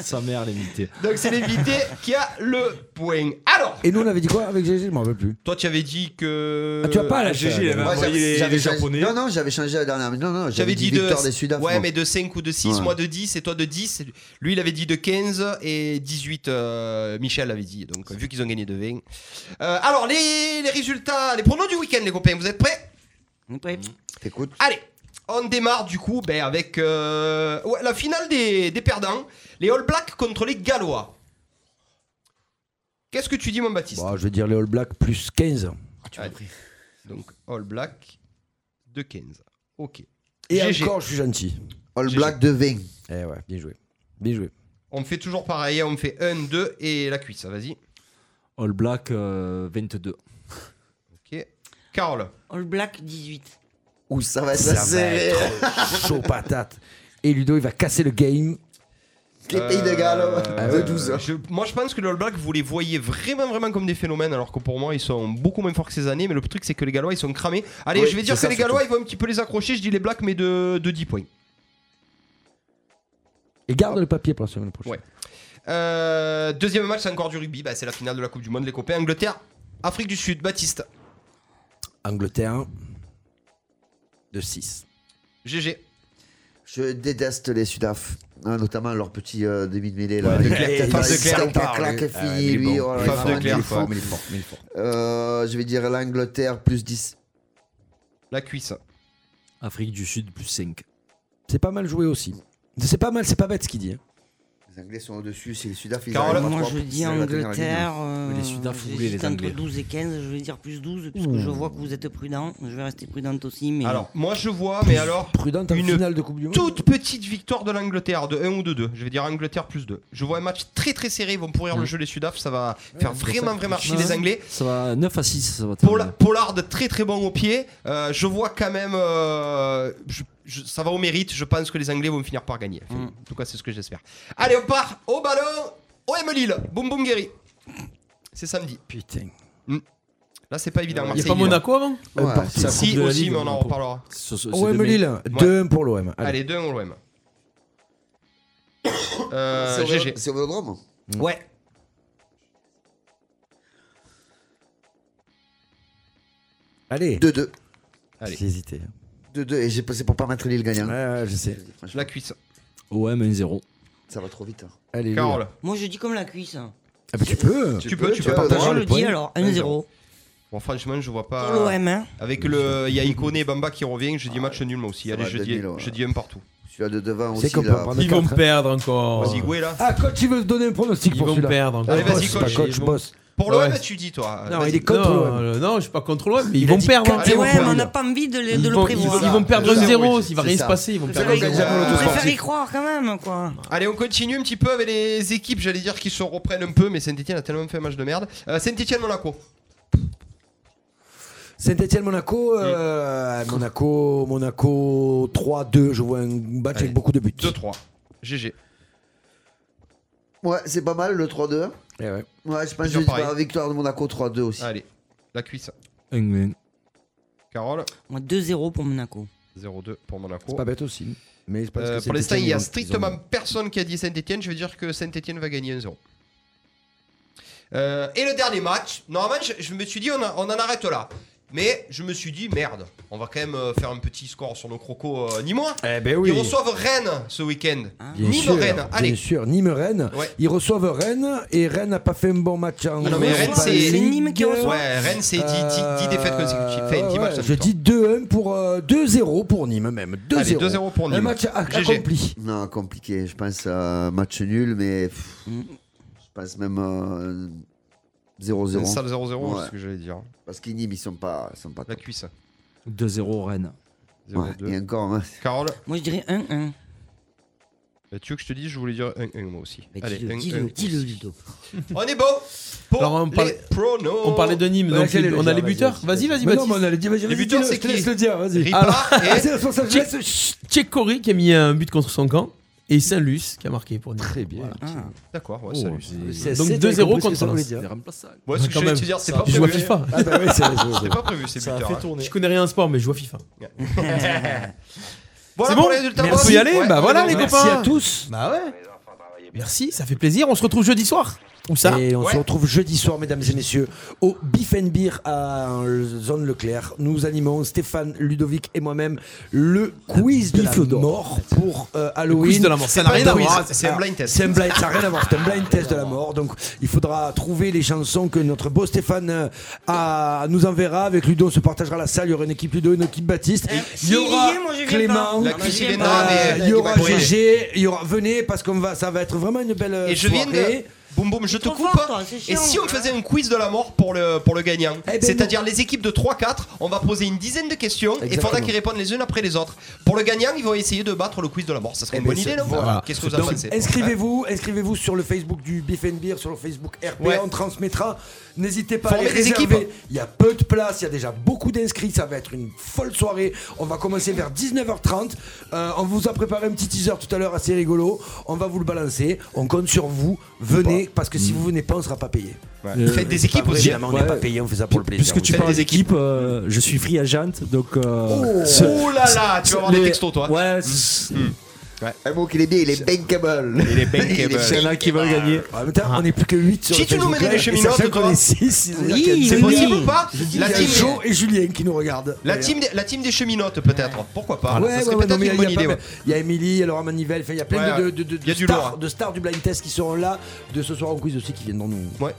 Speaker 4: Sa mère, l'imité.
Speaker 2: donc, c'est l'invité qui a le point. Alors,
Speaker 3: Et nous, on avait dit quoi avec GG Je m'en veux plus.
Speaker 2: toi, tu avais dit que.
Speaker 3: Ah, tu as pas la
Speaker 4: GG, il
Speaker 3: GG.
Speaker 4: avait envoyé les, les Japonais.
Speaker 6: Non, non, j'avais changé à la dernière minute. Non, non,
Speaker 2: J'avais dit, de.
Speaker 6: victoire des Sud-Africains.
Speaker 2: Ouais, mais de 5 ou de 6.
Speaker 6: Ouais.
Speaker 2: Moi, de 10 et toi, de 10. Lui, il avait dit de 15 et 18. euh, Michel avait dit. Donc, vu qu'ils ont gagné de 20. Euh, alors, les, les résultats, les pronos du week-end, les copains, vous êtes prêts
Speaker 5: On est prêt
Speaker 6: Mmh. T'écoutes.
Speaker 2: Allez, on démarre du coup ben, avec euh, ouais, la finale des, des perdants. Les All Blacks contre les Gallois. Qu'est-ce que tu dis, mon Baptiste
Speaker 3: Bon, Bah, je vais dire les All Blacks plus 15.
Speaker 5: Oh,
Speaker 2: Allez. Donc, All Black de 15. Ok.
Speaker 3: Et
Speaker 2: GG.
Speaker 3: encore, je suis gentil.
Speaker 6: All Black de 20.
Speaker 3: Eh ouais, bien joué. Bien joué.
Speaker 2: On fait toujours pareil, on fait 1, 2 et la cuisse, vas-y.
Speaker 4: All Black euh, 22.
Speaker 2: Ok. Carole.
Speaker 5: All Black 18.
Speaker 6: Ouh, ça va être
Speaker 3: Ça va
Speaker 6: serré.
Speaker 3: Chaud patate. Et Ludo, il va casser le game.
Speaker 6: Les pays de Galles, Ah de
Speaker 2: Euh,
Speaker 6: 12.
Speaker 2: je- moi, je pense que les All Blacks, vous les voyez vraiment, vraiment comme des phénomènes, alors que pour moi, ils sont beaucoup moins forts que ces années. Mais le truc, c'est que les Gallois, ils sont cramés. Allez,
Speaker 6: Oui,
Speaker 2: je vais dire que
Speaker 6: c'est ça,
Speaker 2: les Gallois, ils vont un petit peu les accrocher. Je dis les Blacks, mais de, de 10 points.
Speaker 3: Et garde le papier pour la semaine prochaine.
Speaker 2: Ouais. Euh, deuxième match, c'est encore du rugby. Bah, c'est la finale de la Coupe du Monde, les copains. Angleterre, Afrique du Sud, Baptiste,
Speaker 3: Angleterre de 6.
Speaker 2: GG.
Speaker 6: Je déteste les Sudaf. hein, notamment leur petit euh, demi-mêlée
Speaker 2: Ouais,
Speaker 6: là.
Speaker 2: de Claire, Fab de Claire, on parle.
Speaker 6: claque,
Speaker 2: Ah, il
Speaker 6: fille,
Speaker 2: est
Speaker 6: lui.
Speaker 2: bon.
Speaker 6: oh
Speaker 2: Fab
Speaker 6: là là, il est
Speaker 2: de
Speaker 6: vraiment
Speaker 2: Claire,
Speaker 6: il est fort.
Speaker 2: Fab. Il est fort, il est
Speaker 6: Euh, Je vais dire l'Angleterre plus 10.
Speaker 2: La cuisse.
Speaker 4: Afrique du Sud plus 5.
Speaker 3: C'est pas mal joué aussi. C'est pas mal, c'est pas bête ce qu'il dit. hein.
Speaker 6: Les Anglais sont au-dessus, c'est les Sud-Africains. ils
Speaker 3: Carole,
Speaker 6: arrivent à
Speaker 3: moi,
Speaker 6: trois
Speaker 3: je
Speaker 6: pour
Speaker 3: dis
Speaker 6: se la tenir à la ligne.
Speaker 5: Angleterre,
Speaker 1: hein.
Speaker 5: euh,
Speaker 6: Mais les Sudaf, vous voulez, les
Speaker 5: j'hésite entre
Speaker 6: Anglais.
Speaker 5: 12 et 15, je vais dire plus 12, puisque
Speaker 2: Ouh.
Speaker 1: Mmh.
Speaker 5: je vois que vous êtes prudent. Je vais rester prudente aussi, mais.
Speaker 2: Alors, moi je vois, mais alors.
Speaker 3: Prudent,
Speaker 2: une
Speaker 3: finale de Coupe du Monde.
Speaker 2: Toute petite victoire de l'Angleterre, de 1 ou de 2. Je vais dire Angleterre plus 2. Je vois un match très très serré, ils vont pourrir le jeu les Sudaf, ça va faire vraiment vraiment marcher les Anglais.
Speaker 4: Ça va 9 à 6, ça va
Speaker 1: Mm.
Speaker 2: Paula- Pollard très très bon au pied. Euh, je vois quand même. euh, je- je- ça va au mérite. Je pense que les Anglais vont finir par gagner.
Speaker 1: Mm.
Speaker 2: Enfin, En tout cas, c'est ce que j'espère. Allez, on part au ballon. OM Lille. Boum boum guéri. C'est samedi. Mm.
Speaker 3: Putain.
Speaker 2: Là, c'est pas évident.
Speaker 1: Il y a
Speaker 2: Marseille,
Speaker 1: pas
Speaker 2: Lille.
Speaker 1: Monaco avant
Speaker 3: Euh, par-
Speaker 2: Si, si, aussi, mais on en reparlera.
Speaker 3: OM Lille, 2-1 pour l'OM.
Speaker 2: Allez, 2 on l'OM. Euh,
Speaker 6: C'est
Speaker 2: GG.
Speaker 6: au Vélodrome- C'est au Vélodrome
Speaker 2: Euh,
Speaker 3: Mm.
Speaker 2: Ouais.
Speaker 3: Allez.
Speaker 6: 2-2.
Speaker 2: Allez.
Speaker 3: J'ai hésité.
Speaker 6: 2-2, et j'ai passé pour pas mettre hein. l'île gagnant.
Speaker 3: Ouais, je sais.
Speaker 2: La cuisse.
Speaker 4: OM 1-0.
Speaker 6: Ça va trop vite. hein.
Speaker 3: Allez,
Speaker 2: Carole.
Speaker 5: Moi, je dis comme la cuisse. hein.
Speaker 3: Ah bah tu peux.
Speaker 2: Tu peux, tu peux
Speaker 5: peux.
Speaker 2: partager
Speaker 5: Moi, je
Speaker 2: le
Speaker 5: le
Speaker 2: point.
Speaker 5: dis, alors, 1-0.
Speaker 2: Bon, franchement, je vois pas.
Speaker 5: Pour l'OM, hein.
Speaker 2: Avec le. Il y a Ikoné et Bamba qui revient. Je dis match nul, moi aussi. Allez, je dis, je dis un partout.
Speaker 6: Celui-là de devant
Speaker 3: C'est qu'on
Speaker 6: aussi.
Speaker 3: peut
Speaker 6: là.
Speaker 3: prendre Ils vont quatre, hein.
Speaker 1: perdre Oh. encore.
Speaker 2: Oh. Vas-y, Goué là.
Speaker 3: Ah, coach, il veut se donner un pronostic
Speaker 1: Ils
Speaker 3: pour
Speaker 1: vont
Speaker 3: celui-là.
Speaker 1: perdre encore.
Speaker 3: Ah,
Speaker 1: Allez,
Speaker 3: boss,
Speaker 1: vas-y,
Speaker 3: c'est
Speaker 1: coach,
Speaker 3: pas coach,
Speaker 1: ils vont-
Speaker 3: boss.
Speaker 2: Eh, Pour l'OM,
Speaker 1: Ouais.
Speaker 2: tu dis, toi.
Speaker 3: Non,
Speaker 2: Vas-y.
Speaker 3: il est contre
Speaker 1: non,
Speaker 3: l'OM.
Speaker 1: euh, non, je suis pas contre l'OM, mais ils
Speaker 5: Il
Speaker 1: vont
Speaker 5: a dit
Speaker 1: perdre. hein.
Speaker 5: quatre
Speaker 1: Ils vont
Speaker 5: OM,
Speaker 1: perdre.
Speaker 5: on n'a pas envie de, le- de
Speaker 1: Ils
Speaker 5: le
Speaker 1: vont-
Speaker 5: prévoir.
Speaker 1: Ils vont perdre
Speaker 2: C'est ça,
Speaker 1: 1-0,
Speaker 2: oui,
Speaker 1: il va
Speaker 2: c'est
Speaker 1: rien
Speaker 2: ça.
Speaker 1: se passer. Ils vont
Speaker 2: C'est
Speaker 1: perdre
Speaker 2: vrai, ils
Speaker 1: 1-0.
Speaker 2: ont-
Speaker 5: On
Speaker 2: Auto
Speaker 5: préfère y
Speaker 2: sportif.
Speaker 5: croire quand même, quoi.
Speaker 2: Allez, on continue un petit peu avec les équipes, j'allais dire, qui se reprennent un peu, mais Saint-Etienne a tellement fait un match de merde. Euh, Saint-Etienne-Monaco.
Speaker 3: Saint-Etienne-Monaco, euh, Monaco, Monaco 3-2. Je vois un match
Speaker 2: Allez.
Speaker 3: avec beaucoup de buts.
Speaker 2: 2-3. GG.
Speaker 6: Ouais, c'est pas mal le 3-2.
Speaker 3: Eh ouais.
Speaker 6: Ouais, je pense que je
Speaker 2: Plusieurs
Speaker 6: vais dire
Speaker 2: pareils.
Speaker 6: victoire de Monaco 3-2 aussi.
Speaker 2: Allez, la cuisse. Carole,
Speaker 5: Moi, 2-0 pour Monaco.
Speaker 2: 0-2 pour Monaco.
Speaker 3: C'est pas bête aussi. Mais c'est parce
Speaker 2: Euh,
Speaker 3: que
Speaker 2: pour l'instant, il y a
Speaker 3: Saint-Étienne, ils ont-
Speaker 2: strictement personne qui a dit Saint-Etienne. Je vais dire que Saint-Etienne va gagner 1-0. Euh, et le dernier match, normalement, je, je me suis dit, on, a- on en arrête là. Mais je me suis dit, merde, on va quand même euh, faire un petit score sur nos crocos euh, nîmois.
Speaker 3: Eh ben oui.
Speaker 2: Ils reçoivent Rennes ce week-end.
Speaker 5: Ah.
Speaker 3: Bien sûr,
Speaker 2: Nîmes-Rennes,
Speaker 3: Bien
Speaker 2: allez.
Speaker 3: sûr, Nîmes-Rennes.
Speaker 2: Ouais.
Speaker 3: Ils reçoivent Rennes et Rennes n'a pas fait un bon match en
Speaker 2: Ah non, mais
Speaker 3: Europa
Speaker 2: Rennes, c'est-
Speaker 5: C'est Nîmes qui
Speaker 3: League.
Speaker 5: reçoit.
Speaker 2: Ouais, Rennes, c'est 10,
Speaker 3: Euh,
Speaker 2: défaites consécutives. Enfin, 10
Speaker 3: ouais,
Speaker 2: matchs.
Speaker 3: ouais,
Speaker 2: en
Speaker 3: je
Speaker 2: même temps.
Speaker 3: dis 2-1 pour euh, 2-0 pour Nîmes même. 2-0.
Speaker 2: Allez, 2-0 pour
Speaker 3: Un
Speaker 2: Nîmes.
Speaker 3: match ac-
Speaker 2: GG.
Speaker 3: accompli.
Speaker 6: Non, compliqué. Je pense à match nul, mais pff, je pense même euh, 0-0.
Speaker 2: Un sale 0-0, c'est
Speaker 6: Ouais.
Speaker 2: ce que j'allais dire.
Speaker 6: Parce qu'ils Nîmes, ils sont pas, ils sont pas
Speaker 2: La
Speaker 6: top.
Speaker 2: cuisse.
Speaker 4: 2-0 Rennes.
Speaker 6: Ouais,
Speaker 2: 0-2.
Speaker 6: Et encore, hein.
Speaker 2: Carole,
Speaker 5: Moi, je dirais 1-1.
Speaker 2: euh, tu veux que je te dise, je voulais dire 1-1 moi aussi.
Speaker 5: Mais
Speaker 2: Allez,
Speaker 5: Bah, Dis-le,
Speaker 2: 1-1.
Speaker 5: dis-le, dis-le, Ludo.
Speaker 2: On est beau pour
Speaker 1: Alors, on parlait-
Speaker 2: les pronos.
Speaker 1: On parlait de Nîmes, donc
Speaker 3: Ouais, quel est le
Speaker 1: on a
Speaker 3: genre,
Speaker 1: les
Speaker 3: vas-y,
Speaker 1: buteurs. Vas-y, vas-y,
Speaker 3: Mais non, mais on
Speaker 1: Baptiste.
Speaker 3: a les- vas-y, vas-y,
Speaker 2: Les buteurs,
Speaker 3: dis-le,
Speaker 2: c'est
Speaker 3: je te
Speaker 2: qui
Speaker 3: laisse le dire, vas-y.
Speaker 2: Ripa
Speaker 3: Ah,
Speaker 2: et
Speaker 3: c'est responsable, je
Speaker 1: Check-
Speaker 3: laisse- Chut.
Speaker 1: Check Corey qui a mis un but contre son camp et Saint-Luc qui a marqué pour Nîmes. Très bien.
Speaker 5: Ah.
Speaker 2: D'accord, ouais,
Speaker 1: Oh,
Speaker 2: salut.
Speaker 3: C'est-
Speaker 1: Donc
Speaker 3: c'est-
Speaker 1: 2-0
Speaker 3: t'avais compris
Speaker 1: contre
Speaker 3: ce que ça voulait
Speaker 1: Saint-Luc.
Speaker 3: dire.
Speaker 2: Ouais, ce que
Speaker 1: Quand
Speaker 2: j'allais
Speaker 1: même.
Speaker 2: te dire, c'est pas
Speaker 1: Je vois
Speaker 2: prévu.
Speaker 1: FIFA.
Speaker 3: Ah bah oui, c'est- c'est- c'est-
Speaker 2: C'est pas prévu, c'est
Speaker 4: Ça a
Speaker 2: buteur.
Speaker 4: fait
Speaker 2: hein.
Speaker 4: tourner.
Speaker 1: Je connais rien en sport, mais je vois FIFA.
Speaker 2: Voilà
Speaker 1: C'est bon
Speaker 2: pour les résultats.
Speaker 1: On peut y aller
Speaker 2: Ouais,
Speaker 1: Bah voilà
Speaker 2: ouais,
Speaker 1: les
Speaker 2: ouais.
Speaker 1: copains.
Speaker 3: Merci à tous.
Speaker 1: Bah ouais. Merci, ça fait plaisir. On se retrouve jeudi soir. Où ça
Speaker 3: Et on
Speaker 2: Ouais.
Speaker 3: se retrouve jeudi soir, mesdames et messieurs, au Beef and Beer à euh, Zone Leclerc. Nous animons Stéphane, Ludovic et moi-même le quiz de
Speaker 1: Bifle
Speaker 3: la
Speaker 1: d'or.
Speaker 3: mort pour euh, Halloween.
Speaker 1: quiz de la mort. Ça n'a
Speaker 3: pas
Speaker 1: rien à
Speaker 3: un
Speaker 1: voir,
Speaker 3: quiz.
Speaker 2: c'est un blind test.
Speaker 3: C'est un blind, ça n'a rien à voir. C'est un blind test de la mort. Donc il faudra trouver les chansons que notre beau Stéphane euh, a- nous enverra. Avec Ludo, on se partagera la salle. Il y aura une équipe Ludo, une équipe Baptiste.
Speaker 5: Euh,
Speaker 3: Il y
Speaker 5: s'il y
Speaker 3: aura
Speaker 5: est, moi, je viens
Speaker 3: Clément.
Speaker 5: pas.
Speaker 2: La
Speaker 5: Ah,
Speaker 2: cuisse
Speaker 5: bah,
Speaker 2: il
Speaker 5: j'aime
Speaker 2: viendra,
Speaker 5: pas.
Speaker 2: mais.
Speaker 3: Il y aura
Speaker 2: il va-
Speaker 3: GG, il y aura venez parce qu'on va, ça va être vraiment une belle euh,
Speaker 2: Et je viens
Speaker 3: soirée.
Speaker 2: de. Boum boum, je te
Speaker 5: trop
Speaker 2: coupe.
Speaker 5: fort, toi, c'est
Speaker 2: et
Speaker 5: chiant.
Speaker 2: si on faisait un quiz de la mort pour le, pour le gagnant
Speaker 3: Eh ben,
Speaker 2: C'est-à-dire les équipes de 3-4, on va poser une dizaine de questions et il faudra
Speaker 3: Exactement.
Speaker 2: qu'ils répondent les unes après les autres. Pour le gagnant, ils vont essayer de battre le quiz de la mort. Ça serait
Speaker 3: Eh
Speaker 2: une
Speaker 3: ben,
Speaker 2: bonne idée,
Speaker 3: c'est-
Speaker 2: non
Speaker 3: voilà.
Speaker 2: Qu'est-ce que vous en
Speaker 3: Donc,
Speaker 2: pensez
Speaker 3: Inscrivez-vous, inscrivez-vous sur le Facebook du Beef and Beer, sur le Facebook RPA,
Speaker 2: Ouais.
Speaker 3: on transmettra. N'hésitez pas
Speaker 2: Formez
Speaker 3: à les
Speaker 2: des
Speaker 3: réserver.
Speaker 2: équipes.
Speaker 3: Il y a peu de place, il y a déjà beaucoup d'inscrits, ça va être une folle soirée. On va commencer vers 19h30. Euh, on vous a préparé un petit teaser tout à l'heure assez rigolo. On va vous le balancer. On compte sur vous. Venez, parce que si vous venez pas, on sera pas payé.
Speaker 2: Mm. Ouais. Faites des équipes
Speaker 3: Pas vrai,
Speaker 2: aussi.
Speaker 3: Évidemment, on
Speaker 4: Ouais.
Speaker 3: n'est pas payé, on fait ça pour le plaisir.
Speaker 4: Puisque tu
Speaker 2: Faites
Speaker 4: parles
Speaker 2: des équipes.
Speaker 4: d'équipe, euh,
Speaker 3: Oh.
Speaker 4: je suis free agent, donc. euh,
Speaker 2: Oh là là, tu vas avoir des textos, toi.
Speaker 4: Ouais. c'est-
Speaker 6: mot qu'il est bien, il est bankable.
Speaker 2: Il est bankable.
Speaker 6: Il est bankable.
Speaker 3: Ah, putain, on est plus que 8 sur
Speaker 6: Si
Speaker 3: le
Speaker 6: tu nous
Speaker 3: Facebook
Speaker 6: mets des
Speaker 3: Live,
Speaker 6: cheminots,
Speaker 3: et sachant
Speaker 2: de
Speaker 3: qu'on
Speaker 2: toi.
Speaker 3: est 6.
Speaker 2: Oui, c'est possible ou pas La
Speaker 3: La team
Speaker 2: team-
Speaker 3: Joe et Julien qui nous regardent.
Speaker 2: La team, des, la team des cheminotes, peut-être. Pourquoi pas
Speaker 3: Ouais,
Speaker 2: Ça
Speaker 3: ouais,
Speaker 2: serait
Speaker 3: ouais, non,
Speaker 2: peut-être une
Speaker 3: mais il y a
Speaker 2: bonne
Speaker 3: pas
Speaker 2: idée.
Speaker 3: mal-
Speaker 2: ouais.
Speaker 3: Il y a Émilie, Laura Manivelle, enfin, il y a plein
Speaker 2: Ouais,
Speaker 3: de, de, de,
Speaker 2: il y a
Speaker 3: de
Speaker 2: du
Speaker 3: stars,
Speaker 2: lourd, hein.
Speaker 3: de stars du blind test qui seront là, de ce soir au quiz aussi qui viennent dans nous.
Speaker 2: Ouais.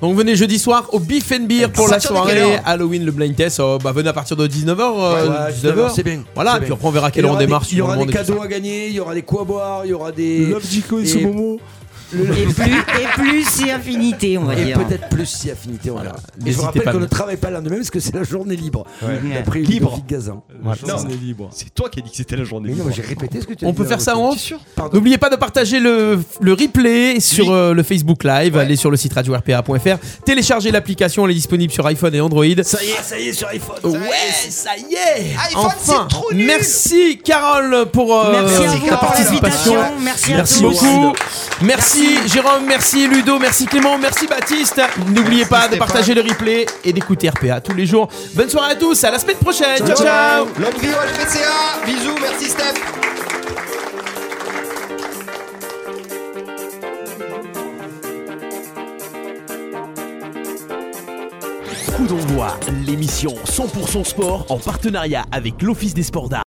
Speaker 1: Donc venez jeudi soir au Beef and Beer pour
Speaker 3: À
Speaker 1: la
Speaker 3: partir de quelle
Speaker 1: soirée
Speaker 3: heure
Speaker 1: Halloween le blind test. Oh, bah venez à partir de 19h.
Speaker 3: Ouais, ouais, 19h, c'est bien.
Speaker 1: Voilà,
Speaker 3: c'est
Speaker 1: et puis
Speaker 3: bien.
Speaker 1: après on verra à quelle
Speaker 3: Il y
Speaker 1: heure on
Speaker 3: aura des-
Speaker 1: démarre. si
Speaker 3: Il y aura
Speaker 1: on
Speaker 3: des
Speaker 1: demande et tout
Speaker 3: cadeaux
Speaker 1: ça.
Speaker 3: à gagner, il y aura des coups à boire, il y aura des.
Speaker 1: Love Jico et Somomo.
Speaker 3: Le-
Speaker 5: Et plus, et plus si affinité, on va
Speaker 3: Et
Speaker 5: dire.
Speaker 3: peut-être plus si affinité, on verra. Et je
Speaker 1: N'hésitez
Speaker 3: vous rappelle
Speaker 1: pas,
Speaker 3: qu'on
Speaker 1: nous.
Speaker 3: ne travaille pas l'un de même parce que c'est la journée libre.
Speaker 2: Ouais.
Speaker 3: D'après
Speaker 2: Libre.
Speaker 3: Ludovic Gazan.
Speaker 2: Non,
Speaker 4: on est libre.
Speaker 2: C'est toi qui as dit que c'était la journée.
Speaker 3: Mais non,
Speaker 2: libre.
Speaker 3: mais j'ai répété ce que tu as
Speaker 1: On
Speaker 3: dit hein,
Speaker 1: peut
Speaker 3: là,
Speaker 1: faire ça
Speaker 3: Gauthier.
Speaker 1: en off N'oubliez pas de partager le, le replay sur euh, le Facebook Live. Allez sur le site radio-rpa.fr. Téléchargez l'application, elle est disponible sur iPhone et Android.
Speaker 3: Ça y est, ça y est sur iPhone.
Speaker 1: Ouais, ça y est Enfin, merci Carole pour euh,
Speaker 5: Merci à vous
Speaker 1: ta
Speaker 5: pour
Speaker 1: participation.
Speaker 5: l'invitation. Merci à tous.
Speaker 1: beaucoup. Merci, Jérôme, merci Ludo, merci Clément, merci Baptiste. N'oubliez pas de
Speaker 2: Stéphane.
Speaker 1: partager le replay et d'écouter RPA tous les jours. Bonne soirée à tous, à la semaine prochaine. Ciao, ciao.
Speaker 2: L'homme vidéo LPCA. Bisous, merci Steph.
Speaker 8: Coup d'envoi, l'émission 100% sport en partenariat avec l'Office des sports d'art.